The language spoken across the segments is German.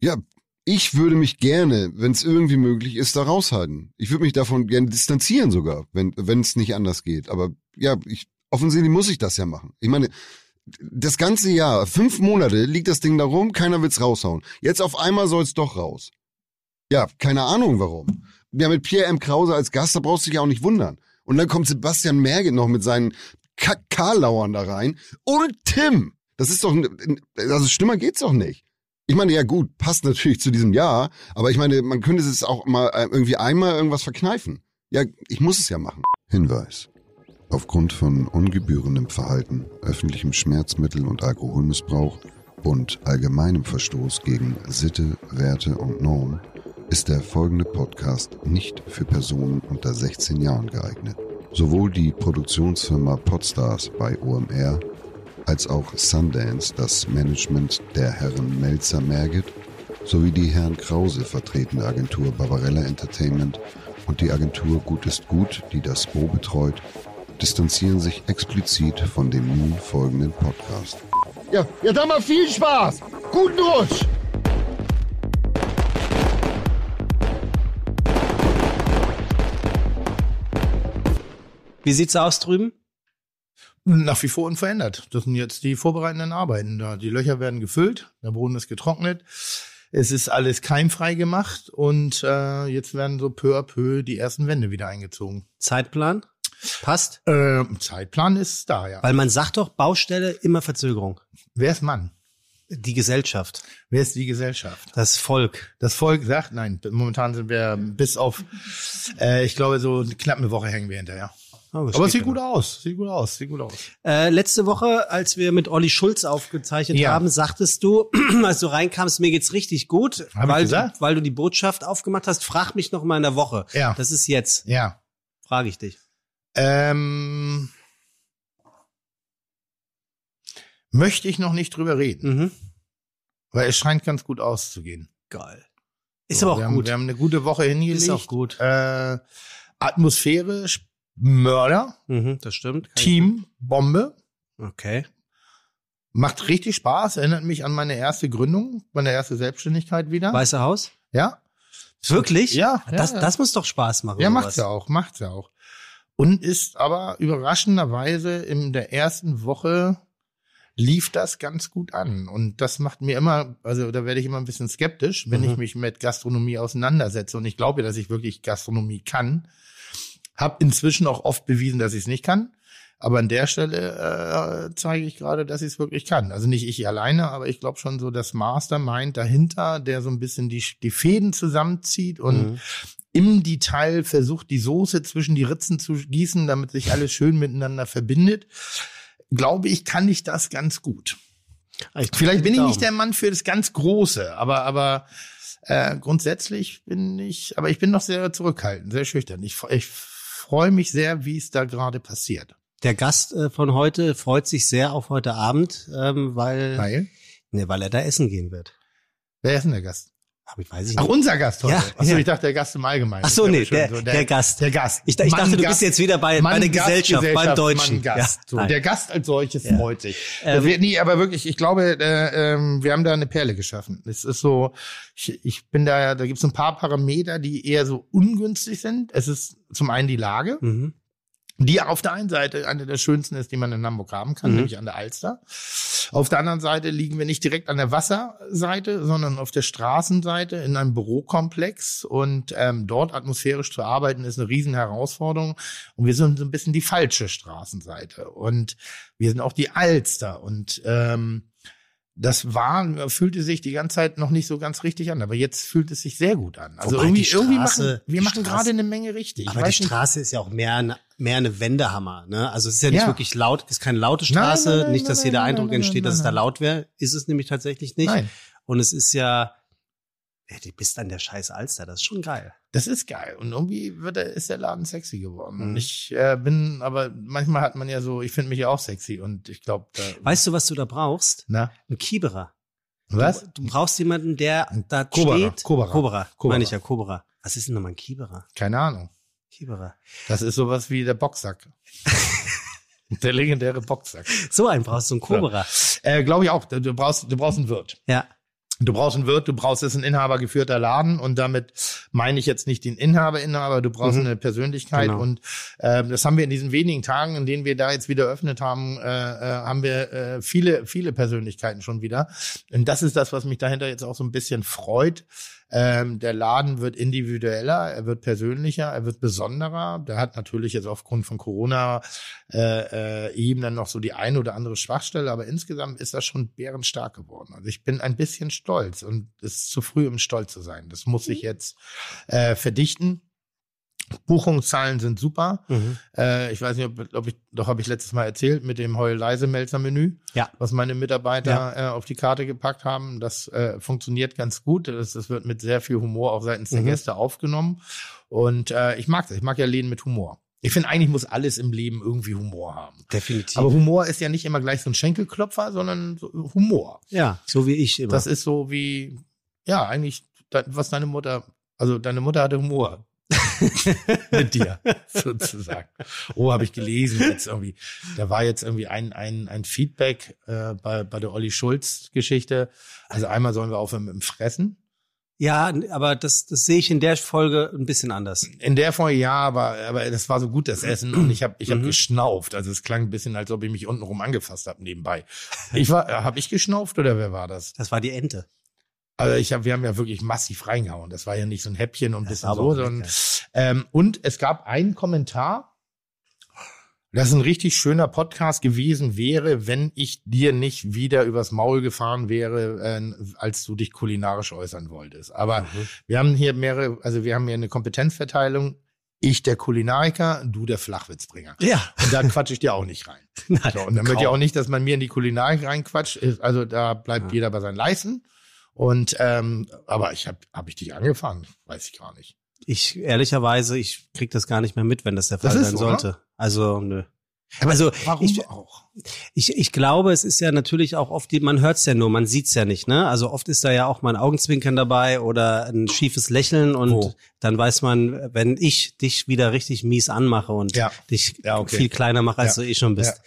ja, ich würde mich gerne, wenn es irgendwie möglich ist, da raushalten. Ich würde mich davon gerne distanzieren sogar, wenn wenn es nicht anders geht. Aber ja, ich, offensichtlich muss ich das ja machen. Ich meine, das ganze Jahr, fünf Monate liegt das Ding da rum, keiner will's raushauen. Jetzt auf einmal soll's doch raus. Ja, keine Ahnung warum. Ja, mit Pierre M. Krause als Gast, da brauchst du dich ja auch nicht wundern. Und dann kommt Sebastian Merget noch mit seinen Kakalauern da rein. Ohne Tim. Das ist doch, ein- also schlimmer geht's doch nicht. Ich meine, ja gut, passt natürlich zu diesem Jahr, aber ich meine, man könnte es auch mal äh, irgendwie einmal irgendwas verkneifen. Ja, ich muss es ja machen. Hinweis. Aufgrund von ungebührendem Verhalten, öffentlichem Schmerzmittel und Alkoholmissbrauch und allgemeinem Verstoß gegen Sitte, Werte und Norm ist der folgende Podcast nicht für Personen unter 16 Jahren geeignet. Sowohl die Produktionsfirma Podstars bei OMR als auch Sundance das Management der Herren Melzer Merget sowie die Herrn Krause vertretende Agentur Barbarella Entertainment und die Agentur Gut ist Gut, die das Bo betreut, distanzieren sich explizit von dem nun folgenden Podcast. Ja, jetzt haben wir viel Spaß. Guten Rutsch. Wie sieht's aus drüben? Nach wie vor unverändert. Das sind jetzt die vorbereitenden Arbeiten da. Die Löcher werden gefüllt, der Boden ist getrocknet. Es ist alles keimfrei gemacht und äh, jetzt werden so peu à peu die ersten Wände wieder eingezogen. Zeitplan? Passt? Äh, Zeitplan ist da, ja. Weil man sagt doch, Baustelle immer Verzögerung. Wer ist Mann? Die Gesellschaft, Wer ist die Gesellschaft? das Volk. Das Volk sagt, nein, momentan sind wir bis auf, äh, ich glaube, so knapp eine Woche hängen wir hinterher. Oh, das Aber es geht sieht gut aus, sieht gut aus, sieht gut aus. Äh, letzte Woche, als wir mit Olli Schulz aufgezeichnet Ja. haben, sagtest du, als du reinkamst, mir geht's richtig gut, Hab ich weil, du, gesagt? weil du die Botschaft aufgemacht hast. Frag mich noch mal in der Woche. Ja. Das ist jetzt. Ja, Frage ich dich. Ähm, möchte ich noch nicht drüber reden, Mhm. weil es scheint ganz gut auszugehen. Geil. Ist So, aber auch wir Haben, gut. wir haben eine gute Woche hingelegt. Ist auch gut. Äh, Atmosphäre, Sch- Mörder, Mhm, das stimmt. Kann Team, Bombe. ich- Okay. Macht richtig Spaß, erinnert mich an meine erste Gründung, meine erste Selbstständigkeit wieder. Weiße Haus? ja? Wirklich? Ja, ja, Das, ja. das muss doch Spaß machen. Ja, oder macht's was? ja auch, macht's ja auch. Und ist aber überraschenderweise in der ersten Woche lief das ganz gut an. Und das macht mir immer, also da werde ich immer ein bisschen skeptisch, wenn Mhm. ich mich mit Gastronomie auseinandersetze. Und ich glaube, dass ich wirklich Gastronomie kann. Hab inzwischen auch oft bewiesen, dass ich es nicht kann. Aber an der Stelle äh, zeige ich gerade, dass ich es wirklich kann. Also nicht ich alleine, aber ich glaube schon so das Mastermind dahinter, der so ein bisschen die, die Fäden zusammenzieht und Mhm. im Detail versucht, die Soße zwischen die Ritzen zu gießen, damit sich alles schön miteinander verbindet, glaube ich, kann ich das ganz gut. Ah, Ich- Vielleicht bin ich Daumen. nicht der Mann für das ganz Große, aber, aber äh, grundsätzlich bin ich, aber ich bin noch sehr zurückhaltend, sehr schüchtern. Ich, f- ich freue mich sehr, wie es da gerade passiert. Der Gast äh, von heute freut sich sehr auf heute Abend, ähm, weil, Weil, ne, weil er da essen gehen wird. wer ist denn der Gast? Aber ich weiß ich Ach, nicht. unser Gast heute. Ja, Achso, ja. ich dachte, der Gast im Allgemeinen. Ach so, Das nee, ist ja der, schon so, der Gast. Der Gast. Ich, ich dachte, Mann, du Gast. bist jetzt wieder bei, bei Mann, der Gast, Gesellschaft, beim Gesellschaft, Deutschen. Mann, Gast. so, nein. der Gast als solches Ja. freut sich. Ähm, wir, Äh, nee, aber wirklich, ich glaube, äh, ähm, wir haben da eine Perle geschaffen. Es ist so, ich, ich bin da, da gibt es ein paar Parameter, die eher so ungünstig sind. Es ist zum einen die Lage, mhm. die auf der einen Seite eine der schönsten ist, die man in Hamburg haben kann, Mhm. nämlich an der Alster. Auf der anderen Seite liegen wir nicht direkt an der Wasserseite, sondern auf der Straßenseite in einem Bürokomplex. Und ähm, dort atmosphärisch zu arbeiten, ist eine Riesenherausforderung. Und wir sind so ein bisschen die falsche Straßenseite. Und wir sind auch die Alster. Und ähm, das war, fühlte sich die ganze Zeit noch nicht so ganz richtig an, aber jetzt fühlt es sich sehr gut an. Also Wobei irgendwie, die irgendwie machen Straße- wir die machen Straße- gerade eine Menge richtig. Ich Aber die weiß nicht- Straße ist ja auch mehr, eine- mehr eine Wendehammer. Ne? Also es ist ja nicht Ja. wirklich laut, ist keine laute Nein, nein, Straße, nein, nicht, dass nein, jeder nein, Eindruck nein, entsteht, nein, dass es da nein. laut wäre. Ist es nämlich tatsächlich nicht. Nein. Und es ist ja, ja, du bist an der scheiß Alster, das ist schon geil. Das ist geil. Und irgendwie wird der, ist der Laden sexy geworden. Mhm. Und ich äh, bin, aber manchmal hat man ja so, ich finde mich ja auch sexy und ich glaube, da. Weißt du, was du da brauchst? Na, Ein Kieberer. was? Du, du brauchst jemanden, der da Koberer, steht. Koberer, Koberer. Koberer. Meine ich ja, Koberer. Was ist denn nochmal ein Kieberer? Keine Ahnung. Kieberer. Das ist sowas wie der Boxsack. der legendäre Boxsack. So einen brauchst du, einen Koberer. Äh, glaube ich auch. Du, du brauchst, du brauchst einen Wirt. Ja. Du brauchst einen Wirt, du brauchst jetzt einen inhabergeführter Laden und damit meine ich jetzt nicht den Inhaber, Inhaber, du brauchst Mhm. eine Persönlichkeit Genau. und ähm, das haben wir in diesen wenigen Tagen, in denen wir da jetzt wieder eröffnet haben, äh, äh, haben wir äh, viele, viele Persönlichkeiten schon wieder und das ist das, was mich dahinter jetzt auch so ein bisschen freut. Ähm, der Laden wird individueller, er wird persönlicher, er wird besonderer. Der hat natürlich jetzt aufgrund von Corona äh, äh, eben dann noch so die eine oder andere Schwachstelle, aber insgesamt ist das schon bärenstark geworden. Also ich bin ein bisschen stolz und es ist zu früh, um stolz zu sein. Das muss ich jetzt äh, verdichten. Buchungszahlen sind super. Mhm. Äh, ich weiß nicht, ob, ob ich, doch habe ich letztes Mal erzählt mit dem Heul-Leise-Melzer-Menü, Ja. was meine Mitarbeiter äh, auf die Karte gepackt haben. Das äh, funktioniert ganz gut. Das, das wird mit sehr viel Humor auch seitens der Mhm. Gäste aufgenommen. Und äh, ich mag das. Ich mag ja Läden mit Humor. Ich finde, eigentlich muss alles im Leben irgendwie Humor haben. Definitiv. Aber Humor ist ja nicht immer gleich so ein Schenkelklopfer, sondern so Humor. ja, so wie ich immer. Das ist so wie, ja, eigentlich, da- was deine Mutter, also deine Mutter hatte Humor. Mit dir, sozusagen. Oh, habe ich gelesen jetzt irgendwie. Da war jetzt irgendwie ein, ein, ein Feedback äh, bei, bei der Olli Schulz-Geschichte. Also einmal sollen wir aufhören mit dem Fressen. ja, aber das, das sehe ich in der Folge ein bisschen anders. In der Folge ja, aber, aber das war so gut, das Essen. Und ich habe ich hab Mhm. geschnauft. Also es klang ein bisschen, als ob ich mich untenrum angefasst habe nebenbei. Ich war, habe ich geschnauft oder wer war das? Das war die Ente. Also ich hab, wir haben ja wirklich massiv reingehauen. Das war ja nicht so ein Häppchen und ein bisschen war aber so, auch sondern lecker. ähm, und es gab einen Kommentar, dass ein richtig schöner Podcast gewesen wäre, wenn ich dir nicht wieder übers Maul gefahren wäre, äh, als du dich kulinarisch äußern wolltest. Aber Mhm. wir haben hier mehrere, also wir haben hier eine Kompetenzverteilung. Ich der Kulinariker, du der Flachwitzbringer. Ja. Und da quatsch ich dir auch nicht rein. Nein, So, und Also, dann wird ja kaum. auch nicht, dass man mir in die Kulinarik reinquatscht. Ist- Also da bleibt Ja. jeder bei seinen Leisten. Und ähm, aber ich habe hab ich dich angefangen, weiß ich gar nicht. Ich ehrlicherweise, ich krieg das gar nicht mehr mit, wenn das der Fall Das ist sein so, sollte. Also nö. Also Warum ich, auch? ich, ich glaube, es ist ja natürlich auch oft, die- man hört's ja nur, man sieht's ja nicht, ne? Also oft ist da ja auch mal ein Augenzwinkern dabei oder ein schiefes Lächeln und Oh. Wo? dann weiß man, wenn ich dich wieder richtig mies anmache und Ja. dich Ja, okay. viel kleiner mache, als Ja. du eh schon bist.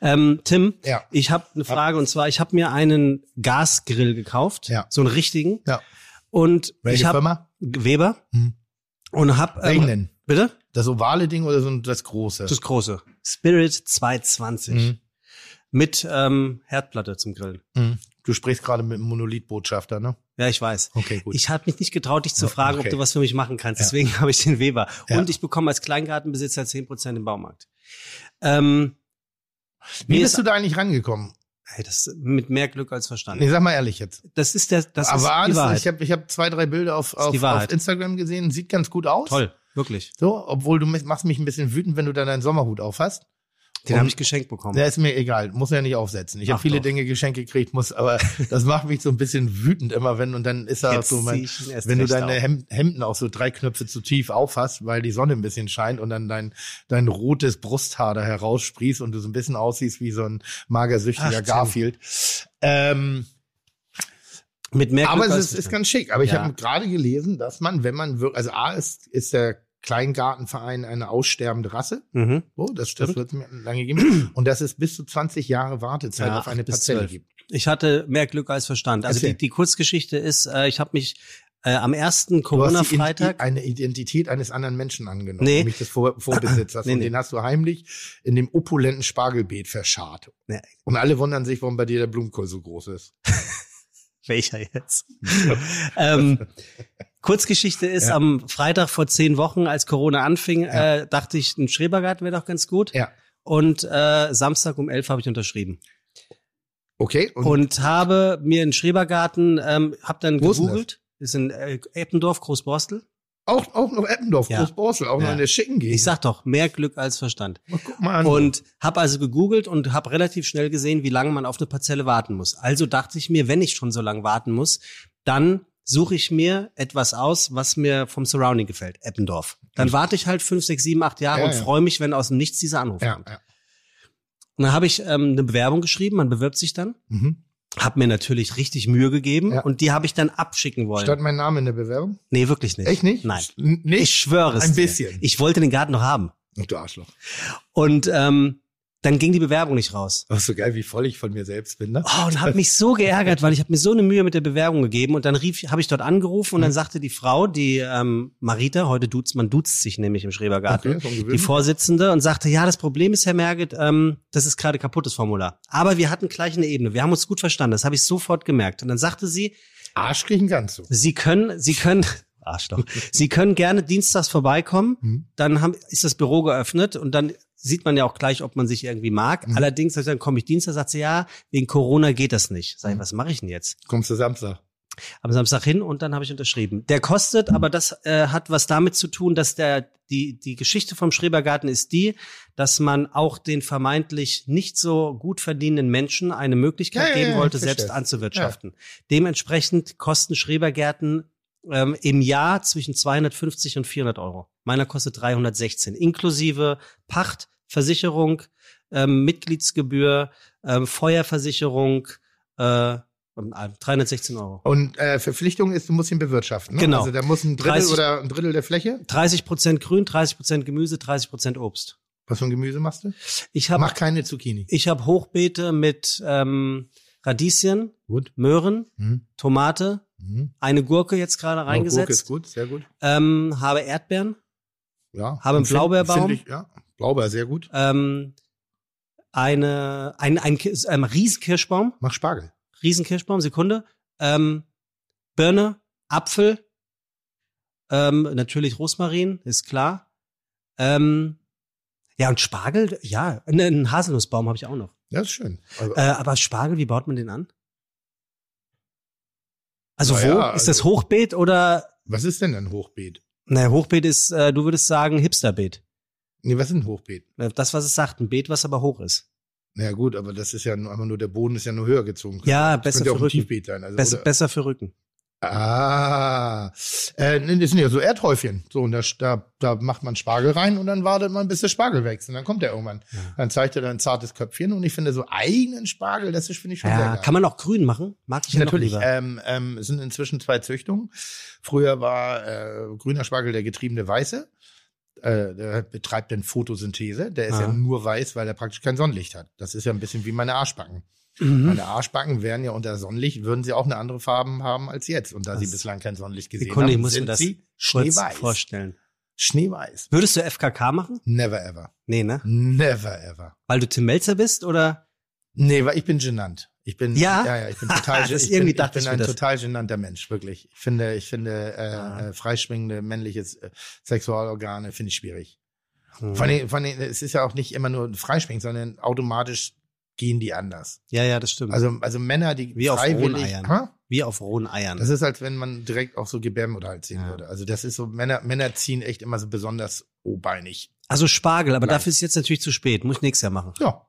Ähm, Tim, Ja. ich habe eine Frage und zwar, ich habe mir einen Gasgrill gekauft, Ja. so einen richtigen. Ja. Und ich Ähm, Welche habe Firma? Weber Hm. und habe Welchen denn? bitte Das ovale Ding oder so ein- das große? das große Spirit 220 Mhm. mit ähm, Herdplatte zum Grillen. Mhm. Du sprichst gerade mit einem Monolith-Botschafter, ne? Ja, ich weiß. Okay, gut. Ich habe mich nicht getraut, dich zu Ja, fragen, okay. ob du was für mich machen kannst. Ja. Deswegen habe ich den Weber. Ja. Und ich bekomme als Kleingartenbesitzer 10% im Baumarkt. Ähm, Wie mir bist ist- du da eigentlich rangekommen? Hey, das ist mit mehr Glück als Verstand. Nee, sag mal ehrlich jetzt. Das ist der, das aber ist die alles- Wahrheit. ich habe ich hab zwei, drei Bilder auf, ist die auf, auf Wahrheit. Instagram gesehen. Sieht ganz gut aus. Toll, wirklich. So, obwohl du mich- machst mich ein bisschen wütend, wenn du dann deinen Sommerhut aufhast. Den Und- habe ich geschenkt bekommen. Ja, ist mir egal, muss ja nicht aufsetzen. Ich habe Ach viele doch. Dinge geschenkt gekriegt, muss, aber das macht mich so ein bisschen wütend immer, wenn und dann ist da Jetzt so zieh mein, ich ihn erst wenn du recht deine auf. Hemd, Hemden auch so drei Knöpfe zu tief aufhast, weil die Sonne ein bisschen scheint und dann dein dein rotes Brusthaar da heraussprießt und du so ein bisschen aussiehst wie so ein Ach, magersüchtiger Tim. Garfield. Ähm, Mit mehr aber Glück es als ist, Verstand. ist ganz schick. Aber ich Ja. habe gerade gelesen, dass man, wenn man wirklich, also A ist, ist der Kleingartenverein eine aussterbende Rasse. Mhm. Oh, das, das Stimmt. wird mir lange geben. Und dass es bis zu 20 Jahre Wartezeit Ja, auf eine bis Parzelle zwölf. gibt. Ich hatte mehr Glück als Verstand. Also Erzähl. die, die Kurzgeschichte ist, äh, ich habe mich äh, am ersten Du hast die Ident- Corona-Freitag, eine Identität eines anderen Menschen angenommen, Nee. nämlich des Vor Vorbesitzers. Nee, Und nee. den hast du heimlich in dem opulenten Spargelbeet verscharrt. Nee. Und alle wundern sich, warum bei dir der Blumenkohl so groß ist. welcher jetzt? ähm, Kurzgeschichte ist, Ja. am Freitag vor zehn Wochen, als Corona anfing, Ja. äh, dachte ich, ein Schrebergarten wäre doch ganz gut. Ja. Und äh, Samstag um elf habe ich unterschrieben. Okay, Und, habe mir einen Schrebergarten, ähm, habe dann Wo ist denn gegoogelt. Ist in äh, Eppendorf, Großborstel. auch, auch noch Eppendorf, Ja. Großborstel, auch noch Ja. in der schicken Gegend. Ich sag doch, mehr Glück als Verstand. Mal, guck mal an. Und habe also gegoogelt und habe relativ schnell gesehen, wie lange man auf eine Parzelle warten muss. Also dachte ich mir, wenn ich schon so lange warten muss, dann suche ich mir etwas aus, was mir vom Surrounding gefällt, Eppendorf. Dann warte ich halt fünf, sechs, sieben, acht Jahre Ja, und ja. freue mich, wenn aus dem Nichts dieser Anruf ja, kommt. ja. Und dann habe ich ähm, eine Bewerbung geschrieben, man bewirbt sich dann, Mhm. habe mir natürlich richtig Mühe gegeben Ja. und die habe ich dann abschicken wollen. Stand mein Name in der Bewerbung? nee, wirklich nicht. Echt nicht? Nein. N- Nicht? Ich schwöre es Ein dir. bisschen. Ich wollte den Garten noch haben. Ach, du Arschloch. Und ähm, dann ging die Bewerbung nicht raus. Das ist so geil, wie voll ich von mir selbst bin, ne? Oh, und habe mich so geärgert, weil ich habe mir so eine Mühe mit der Bewerbung gegeben und dann rief, habe ich dort angerufen und dann sagte die Frau, die ähm, Marita, heute duzt man duzt sich nämlich im Schrebergarten, Okay, ist ungewöhnlich. die Vorsitzende und sagte, ja, das Problem ist, Herr Merget, ähm, das ist gerade kaputt, das Formular. Aber wir hatten gleich eine Ebene, wir haben uns gut verstanden, das habe ich sofort gemerkt. Und dann sagte sie, Arsch kriechen kannst du. Sie können, Sie können, Arschloch, Sie können gerne dienstags vorbeikommen. Mhm. Dann haben, ist das Büro geöffnet und dann sieht man ja auch gleich, ob man sich irgendwie mag. Allerdings, dann komme ich Dienstag, sagt sie, ja, wegen Corona geht das nicht. Sag ich, was mache ich denn jetzt? Kommst du Samstag. Am Samstag hin und dann habe ich unterschrieben. Der kostet, aber das äh, hat was damit zu tun, dass der, die, die Geschichte vom Schrebergarten ist die, dass man auch den vermeintlich nicht so gut verdienenden Menschen eine Möglichkeit Ja, ja, geben ja, wollte, ich verstehe. selbst anzuwirtschaften. Dementsprechend kosten Schrebergärten ähm, im Jahr zwischen 250 und 400 Euro. Meiner kostet 316, inklusive Pacht, Versicherung, ähm, Mitgliedsgebühr, ähm, Feuerversicherung, äh, 316 Euro. Und äh, Verpflichtung ist, du musst ihn bewirtschaften. Ne? Genau. Also da muss ein Drittel 30 oder ein Drittel der Fläche. 30% Grün, 30% Gemüse, 30% Obst. Was für ein Gemüse machst du? Ich habe Mach keine Zucchini. ich hab Hochbeete mit ähm, Radieschen, Gut. Möhren, Mhm. Tomate, Mhm. eine Gurke jetzt gerade Gurke ist reingesetzt, gut, sehr gut. ähm, habe Erdbeeren, Ja. Habe einen Empfind- Blaubeerbaum. empfindlich, Ja. Blaubeer, sehr gut. ähm, eine, ein, ein, Ki- ähm, Riesenkirschbaum, Mach Spargel. Riesenkirschbaum, Sekunde, ähm, Birne, Apfel, ähm, natürlich Rosmarin, ist klar. Ähm, ja, und Spargel, ja, ne, einen Haselnussbaum habe ich auch noch. Ja, ist schön. Also, Äh, aber Spargel, wie baut man den an? Also Na wo? ja, ist also- das Hochbeet oder? was ist denn ein Hochbeet? Naja, Hochbeet ist, äh, du würdest sagen, Hipsterbeet. Nee, was ist ein Hochbeet? Äh, Das, was es sagt, ein Beet, was aber hoch ist. Na ja, gut, aber das ist ja nur, einfach nur der Boden ist ja nur höher gezogen. Ja, das besser für könnte ja auch ein Rücken. Tiefbeet sein. Also, Besser, oder- besser für Rücken. Ah, äh, nee, das sind ja so Erdhäufchen. So, und da, da, da macht man Spargel rein und dann wartet man, bis der Spargel wächst. Und dann kommt er irgendwann. Dann zeigt er dann ein zartes Köpfchen. Und ich finde, so eigenen Spargel, das ist, finde ich schon sehr Ja, geil. kann man auch grün machen? Mag ich ja Natürlich. noch lieber. Ähm, ähm, es sind inzwischen zwei Züchtungen. Früher war äh, grüner Spargel der getriebene Weiße. Äh, der betreibt dann Photosynthese. Der ist Ah. ja nur weiß, weil er praktisch kein Sonnenlicht hat. Das ist ja ein bisschen wie meine Arschbacken. mhm. Meine Arschbacken wären ja unter Sonnenlicht, würden sie auch eine andere Farbe haben als jetzt. Und da sie bislang kein Sonnenlicht gesehen Sekunde, ich haben, muss mir sind das sie kurz schneeweiß. vorstellen. Schneeweiß. Würdest du FKK machen? Never ever. Nee, ne? Never ever. Weil du Tim Melzer bist oder? Nee, weil ich bin genannt. Ich bin, Ja? ja, ich bin total, Das ich irgendwie bin, dachte ich ich bin mir ein das. total genannter Mensch, wirklich. Ich finde, ich finde, äh, Ja. äh, freischwingende männliches äh, Sexualorgane finde ich schwierig. Hm. Vor allem, vor allem, es ist ja auch nicht immer nur freischwingend, sondern automatisch gehen die anders. Ja, ja, das stimmt. Also, also Männer, die Hm. Wie auf freiwillig, Hoheneiern. Hä? Wie auf rohen Eiern. Das ist, als wenn man direkt auch so Gebärmutterhals ziehen Ja. würde. Also das ist so, Männer, Männer ziehen echt immer so besonders obeinig. Also Spargel, aber Nein. dafür ist jetzt natürlich zu spät. Muss ich nächstes Jahr machen. Ja.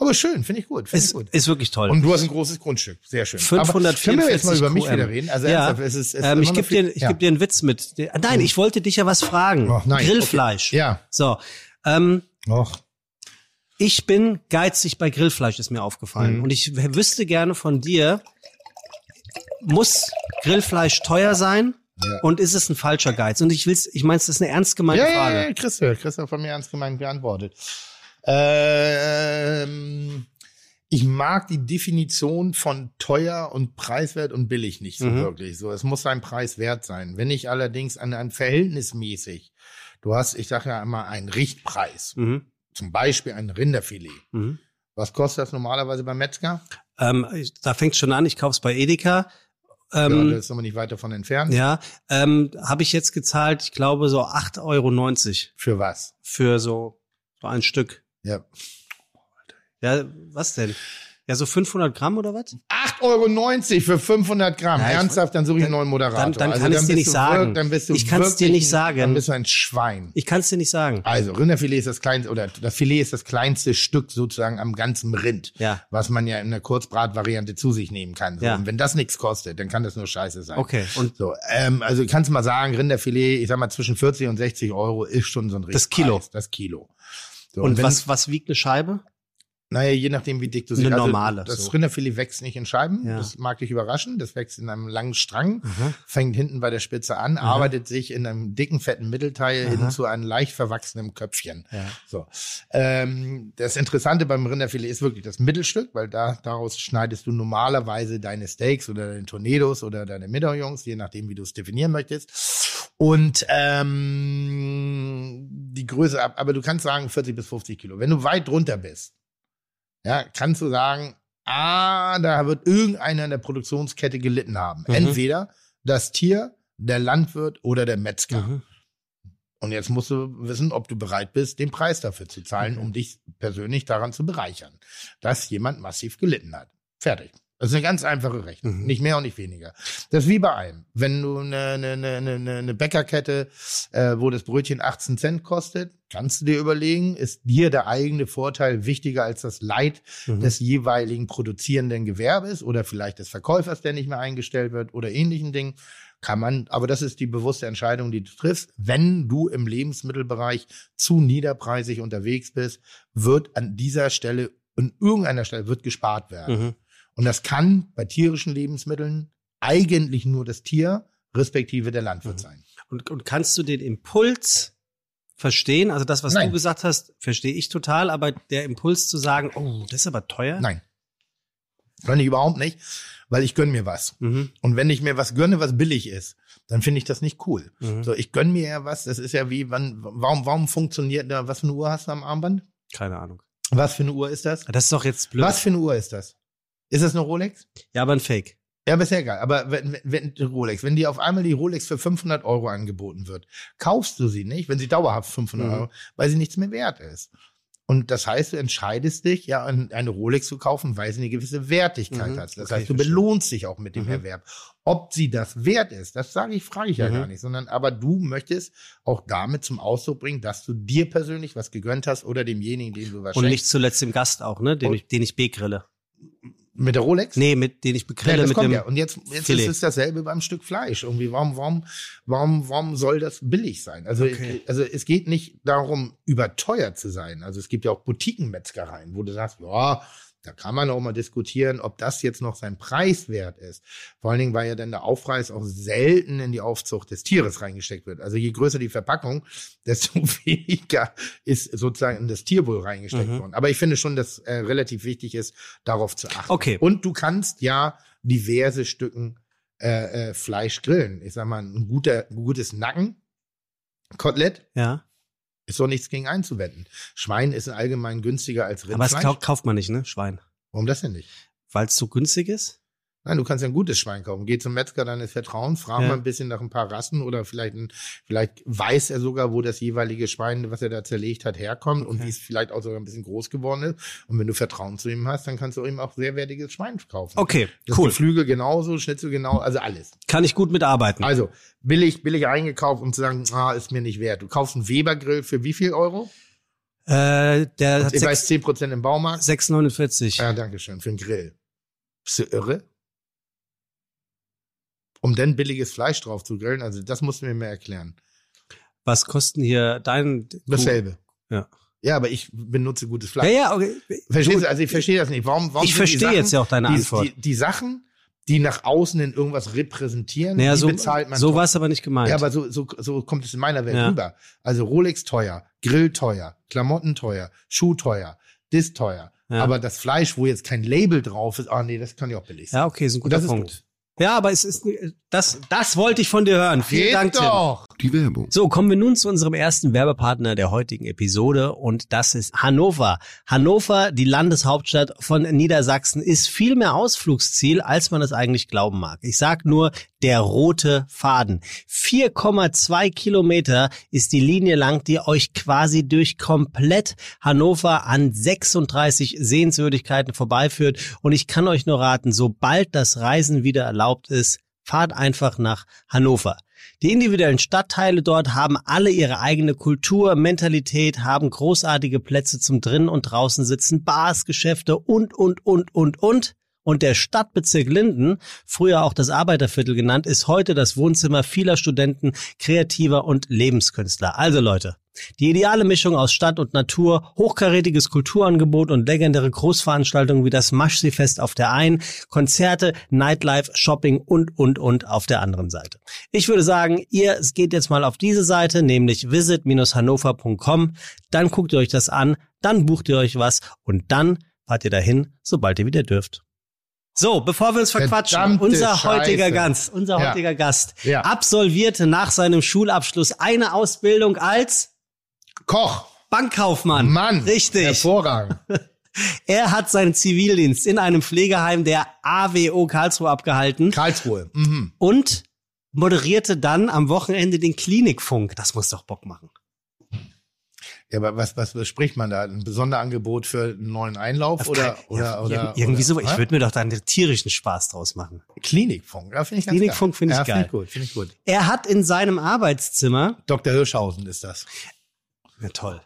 Aber schön, finde ich gut. Finde ich Ist, gut. ist wirklich toll. Und du hast ein großes Grundstück. Sehr schön. Aber 544 Können wir jetzt mal über mich QM? wieder reden? Also Ja. ernsthaft, es ist, es ist Ähm, ich immer noch gebe dir, viel- ich ja. geb dir einen Witz mit. Der- Ah, Nein, ich wollte dich ja was fragen. Oh, nein. Grillfleisch. Ja. So, ähm, Och. ich bin geizig bei Grillfleisch, ist mir aufgefallen. Mhm. Und ich w- wüsste gerne von dir, muss Grillfleisch teuer sein? Ja. Und ist es ein falscher Geiz? Und ich will's, ich mein's, das ist eine ernst gemeinte Ja, ja, Frage. ja, Christoph, Christoph von mir ernst gemeint beantwortet. Ähm, ich mag die Definition von teuer und preiswert und billig nicht so Mhm. wirklich. So, es muss sein Preis wert sein. Wenn ich allerdings an ein verhältnismäßig, du hast, ich sage ja immer einen Richtpreis, Mhm. zum Beispiel ein Rinderfilet. Mhm. Was kostet das normalerweise beim Metzger? Ähm, ich- da fängt's schon an, ich kauf's bei Edeka. ja, da Ähm, ist aber nicht weit davon entfernt. ja, ähm, habe ich jetzt gezahlt, ich glaube, so 8,90 Euro Für was? für so, so ein Stück. Ja. Ja, was denn? Ja, so 500 Gramm oder was? 8,90 Euro für 500 Gramm. Ja, ich- Ernsthaft, dann suche ich einen neuen Moderator. Also dann- dann kann ich's dir bist nicht du sagen. wirk- Dann bist du Ich kann's dir wirklich nicht ein- sagen. Dann bist du ein Schwein. Ich kann es dir nicht sagen. Also Rinderfilet ist das kleinste oder das Filet ist das kleinste Stück sozusagen am ganzen Rind, Ja. was man ja in der Kurzbratvariante zu sich nehmen kann. So. Ja. Und wenn das nichts kostet, dann kann das nur Scheiße sein. Okay. Und So, ähm, also ich kann's mal sagen, Rinderfilet, ich sag mal zwischen 40 und 60 Euro ist schon so ein Das Kilo. Richtpreis, Das Kilo. So, und wenn- was was wiegt eine Scheibe? Naja, je nachdem, wie dick du Eine siehst. normale, Also, das so. Rinderfilet wächst nicht in Scheiben. Ja. Das mag dich überraschen. Das wächst in einem langen Strang, fängt hinten bei der Spitze an, arbeitet sich in einem dicken, fetten Mittelteil hin zu einem leicht verwachsenen Köpfchen. Ja. So. Ähm, das Interessante beim Rinderfilet ist wirklich das Mittelstück, weil da, daraus schneidest du normalerweise deine Steaks oder deine Tornados oder deine Medaillons, je nachdem, wie du es definieren möchtest. Und ähm, die Größe ab, aber du kannst sagen 40 bis 50 Kilo. Wenn du weit drunter bist, ja, kannst du sagen, ah, da wird irgendeiner in der Produktionskette gelitten haben. Mhm. Entweder das Tier, der Landwirt oder der Metzger. Mhm. Und jetzt musst du wissen, ob du bereit bist, den Preis dafür zu zahlen, um dich persönlich daran zu bereichern, dass jemand massiv gelitten hat. Fertig. Das ist eine ganz einfache Rechnung. Mhm. Nicht mehr und nicht weniger. Das ist wie bei allem. Wenn du eine, eine, eine- eine, eine Bäckerkette, äh, wo das Brötchen 18 Cent kostet, kannst du dir überlegen, ist dir der eigene Vorteil wichtiger als das Leid Mhm. des jeweiligen produzierenden Gewerbes oder vielleicht des Verkäufers, der nicht mehr eingestellt wird oder ähnlichen Dingen. Kann man, aber das ist die bewusste Entscheidung, die du triffst. Wenn du im Lebensmittelbereich zu niederpreisig unterwegs bist, wird an dieser Stelle, an irgendeiner Stelle wird gespart werden. Mhm. Und das kann bei tierischen Lebensmitteln eigentlich nur das Tier respektive der Landwirt Mhm. sein. Und, und kannst du den Impuls verstehen? Also das, was Nein. du gesagt hast, verstehe ich total, aber der Impuls zu sagen, oh, das ist aber teuer. Nein. Gönne ich überhaupt nicht, weil ich gönne mir was. Mhm. Und wenn ich mir was gönne, was billig ist, dann finde ich das nicht cool. Mhm. So, ich gönne mir ja was, das ist ja wie, wann, warum, warum funktioniert da, was für eine Uhr hast du am Armband? Keine Ahnung. Was für eine Uhr ist das? Das ist doch jetzt blöd. Was für eine Uhr ist das? Ist das eine Rolex? Ja, aber ein Fake. Ja, aber ist ja egal. Aber wenn, wenn die Rolex, wenn dir auf einmal die Rolex für 500 Euro angeboten wird, kaufst du sie nicht, wenn sie dauerhaft 500 Mhm. Euro, weil sie nichts mehr wert ist. Und das heißt, du entscheidest dich, ja, ein- eine Rolex zu kaufen, weil sie eine gewisse Wertigkeit Mhm. hat. Das Okay, heißt, du verstehe. belohnst dich auch mit dem Mhm. Erwerb. Ob sie das wert ist, das sage ich, frage ich ja Mhm. gar nicht, sondern aber du möchtest auch damit zum Ausdruck bringen, dass du dir persönlich was gegönnt hast oder demjenigen, dem du was Und schenkst. nicht zuletzt dem Gast auch, ne? Den ich, den ich begrille. mit der Rolex? Nee, mit den ich Ja, begrille das mit kommt dem. ja. Und jetzt, jetzt Filet. ist es dasselbe beim Stück Fleisch. Irgendwie, warum, warum, warum, warum soll das billig sein? Also, Okay. also es geht nicht darum, überteuert zu sein. Also es gibt ja auch Boutiquenmetzgereien, wo du sagst, ja, da kann man auch mal diskutieren, ob das jetzt noch sein Preis wert ist. Vor allen Dingen, weil ja dann der Aufpreis auch selten in die Aufzucht des Tieres reingesteckt wird. Also je größer die Verpackung, desto weniger ist sozusagen in das Tier wohl reingesteckt Mhm. worden. Aber ich finde schon, dass äh, relativ wichtig ist, darauf zu achten. Okay. Und du kannst ja diverse Stücken äh, äh, Fleisch grillen. Ich sag mal, ein, guter, ein gutes Nacken, Kotelett, Ja. ist doch nichts gegen einzuwenden. Schwein ist allgemein günstiger als Aber das Rindfleisch. kau- kauft man nicht, ne? Schwein. Warum das denn nicht? Weil es so günstig ist? Nein, du kannst ja ein gutes Schwein kaufen. Geh zum Metzger deines Vertrauens, frag Ja. mal ein bisschen nach ein paar Rassen oder vielleicht, ein, vielleicht weiß er sogar, wo das jeweilige Schwein, was er da zerlegt hat, herkommt und Okay. wie es vielleicht auch sogar ein bisschen groß geworden ist. Und wenn du Vertrauen zu ihm hast, dann kannst du ihm auch sehr wertiges Schwein kaufen. Okay, Das cool. Geflügel genauso, Schnitzel genau, also alles. Kann ich gut mitarbeiten. Also billig, billig eingekauft, um zu sagen, ah, ist mir nicht wert. Du kaufst einen Weber-Grill für wie viel Euro? Äh, der hat Ich sechs- weiß 10% im Baumarkt. 6,49. Ja, danke schön, für einen Grill. Bist du irre? Um dann billiges Fleisch drauf zu grillen, also das musst du mir mehr erklären. Was kosten hier dein. Dasselbe. Ja. Ja, aber ich benutze gutes Ja, Fleisch. ja, okay. Verstehst du? Also ich verstehe das nicht. Warum, warum ich sind die verstehe jetzt ja auch deine die, Antwort. Die, die Sachen, die nach außen in irgendwas repräsentieren, naja, die so, bezahlt man so trotzdem. war es aber nicht gemeint. Ja, aber so, so, so kommt es in meiner Welt Ja. rüber. Also Rolex teuer, Grill teuer, Klamotten teuer, Schuh teuer, Dis teuer. Ja. Aber das Fleisch, wo jetzt kein Label drauf ist, ah nee, das kann ja auch billig sein. ja, okay, ist ein Und guter das ist Punkt. doof. Ja, aber es ist das, das wollte ich von dir hören. Vielen Geht Dank, Tim. doch. Die Werbung. So, kommen wir nun zu unserem ersten Werbepartner der heutigen Episode und das ist Hannover. Hannover, die Landeshauptstadt von Niedersachsen, ist viel mehr Ausflugsziel, als man es eigentlich glauben mag. Ich sag nur, der rote Faden. 4,2 Kilometer ist die Linie lang, die euch quasi durch komplett Hannover an 36 Sehenswürdigkeiten vorbeiführt. Und ich kann euch nur raten, sobald das Reisen wieder erlaubt ist, fahrt einfach nach Hannover. Die individuellen Stadtteile dort haben alle ihre eigene Kultur, Mentalität, haben großartige Plätze zum drinnen und draußen sitzen, Bars, Geschäfte und, und, und, und, und. Und der Stadtbezirk Linden, früher auch das Arbeiterviertel genannt, ist heute das Wohnzimmer vieler Studenten, Kreativer und Lebenskünstler. Also Leute, Die ideale Mischung aus Stadt und Natur, hochkarätiges Kulturangebot und legendäre Großveranstaltungen wie das Maschsee-Fest auf der einen, Konzerte, Nightlife, Shopping und, und, und auf der anderen Seite. Ich würde sagen, ihr geht jetzt mal auf diese Seite, nämlich visit-hannover.com, dann guckt ihr euch das an, dann bucht ihr euch was und dann fahrt ihr dahin, sobald ihr wieder dürft. So, bevor wir uns verquatschen, Verdammte unser heutiger Scheiße. Gast, unser Ja. heutiger Gast Ja. absolvierte nach seinem Schulabschluss eine Ausbildung als Koch. Bankkaufmann. Mann. Richtig. Hervorragend. Er hat seinen Zivildienst in einem Pflegeheim der AWO Karlsruhe abgehalten Karlsruhe. Mhm. und moderierte dann am Wochenende den Klinikfunk. Das muss doch Bock machen. Ja, aber was, was, was spricht man da? Ein besonderes Angebot für einen neuen Einlauf oder, oder, ja, oder, irg- irgendwie oder, so. Ich Hä? würde mir doch da einen tierischen Spaß draus machen. Klinikfunk. Ja, finde ich ganz Klinikfunk geil. finde ich ja, geil. Finde ich gut, finde ich gut. Er hat in seinem Arbeitszimmer, Dr. Hirschhausen ist das. na toll.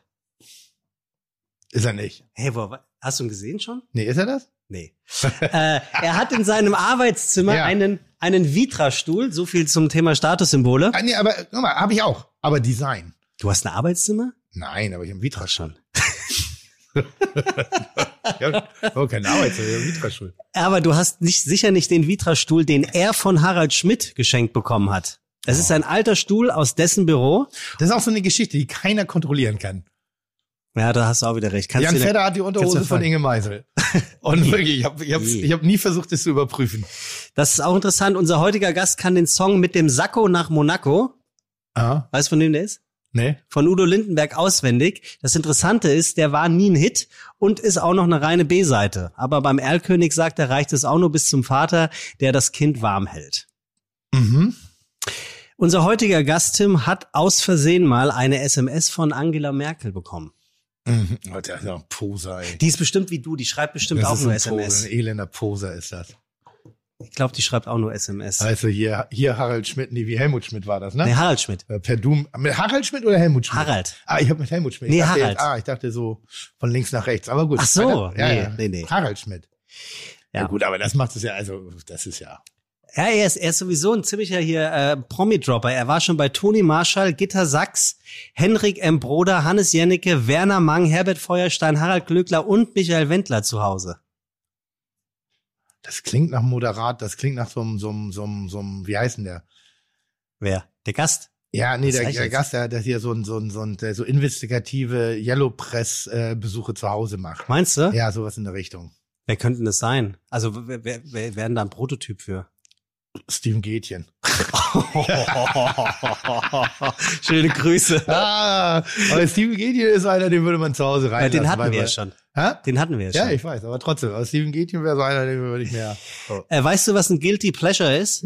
Ist er nicht? Hey, wo, hast du ihn gesehen schon? Nee, ist er das? Nee. äh, er hat in seinem Arbeitszimmer Ja. einen, einen Vitra-Stuhl. So viel zum Thema Statussymbole. Ah, nee, aber, guck mal, habe ich auch. Aber Design. Du hast ein Arbeitszimmer? Nein, aber ich habe einen Vitra. Schon. Ich habe hab oh, keine Arbeit, ich habe einen Vitraschul. Aber du hast nicht, sicher nicht den Vitra-Stuhl, den er von Harald Schmidt geschenkt bekommen hat. Es ist ein alter Stuhl aus dessen Büro. Das ist auch so eine Geschichte, die keiner kontrollieren kann. Ja, da hast du auch wieder recht. Kannst Jan du dir- Fedder hat die kannst du Unterhose dir von fragen. Inge Meisel. Und wirklich, ich habe ich hab's- Je. ich hab nie versucht, das zu überprüfen. Das ist auch interessant. Unser heutiger Gast kann den Song mit dem Sakko nach Monaco. Ah, Weißt du, von wem der ist? nee. Von Udo Lindenberg auswendig. Das Interessante ist, der war nie ein Hit und ist auch noch eine reine B-Seite. Aber beim Erlkönig sagt er, reicht es auch nur bis zum Vater, der das Kind warm hält. Mhm. Unser heutiger Gast, Tim, hat aus Versehen mal eine SMS von Angela Merkel bekommen. Mhm. Oh, der ist ja ein Poser, ey. Die ist bestimmt wie du, die schreibt bestimmt Das auch ist nur ein Poser, SMS. Ein elender Poser ist das. Ich glaube, die schreibt auch nur SMS. Also hier, hier Harald Schmidt, nee, wie Helmut Schmidt war das, Nee, ne? Harald Schmidt. Äh, Per Doom. Mit Harald Schmidt oder Helmut Schmidt? Harald. Ah, ich habe mit Helmut Schmidt. Nee, ich dachte, Harald. jetzt- Ah, ich dachte so von links nach rechts. Aber gut. Ach so, Weiter? Ja, nee, ja. nee, nee. Harald Schmidt. Ja. Ja. gut, aber das macht es ja, also das ist ja. Ja, er ist, er ist sowieso ein ziemlicher hier äh, Promi-Dropper. Er war schon bei Toni Marschall, Gitter Sachs, Henrik M. Broder, Hannes Jennecke, Werner Mang, Herbert Feuerstein, Harald Glöckler und Michael Wendler zu Hause. Das klingt nach Moderat, das klingt nach so einem, so einem, so einem, so einem wie heißt denn der? Wer? Der Gast? Ja, nee, Was der, heißt der jetzt? Gast, der, der hier so ein, so ein, so ein der so investigative Yellow Press äh, Besuche zu Hause macht. Meinst du? Ja, sowas in der Richtung. Wer könnte denn das sein? Also, wer, wer, wer wäre denn da ein Prototyp für? Steven Gätchen. Schöne Grüße. Ah, aber Steven Gätchen ist einer, den würde man zu Hause Ja, reinlassen. den hatten weil- wir ja schon. Hä? Den hatten wir ja schon. Ja, ich weiß, aber trotzdem. Aber Steven Gätchen wäre so einer, den würde ich mehr. Oh. Äh, weißt du, was ein Guilty Pleasure ist?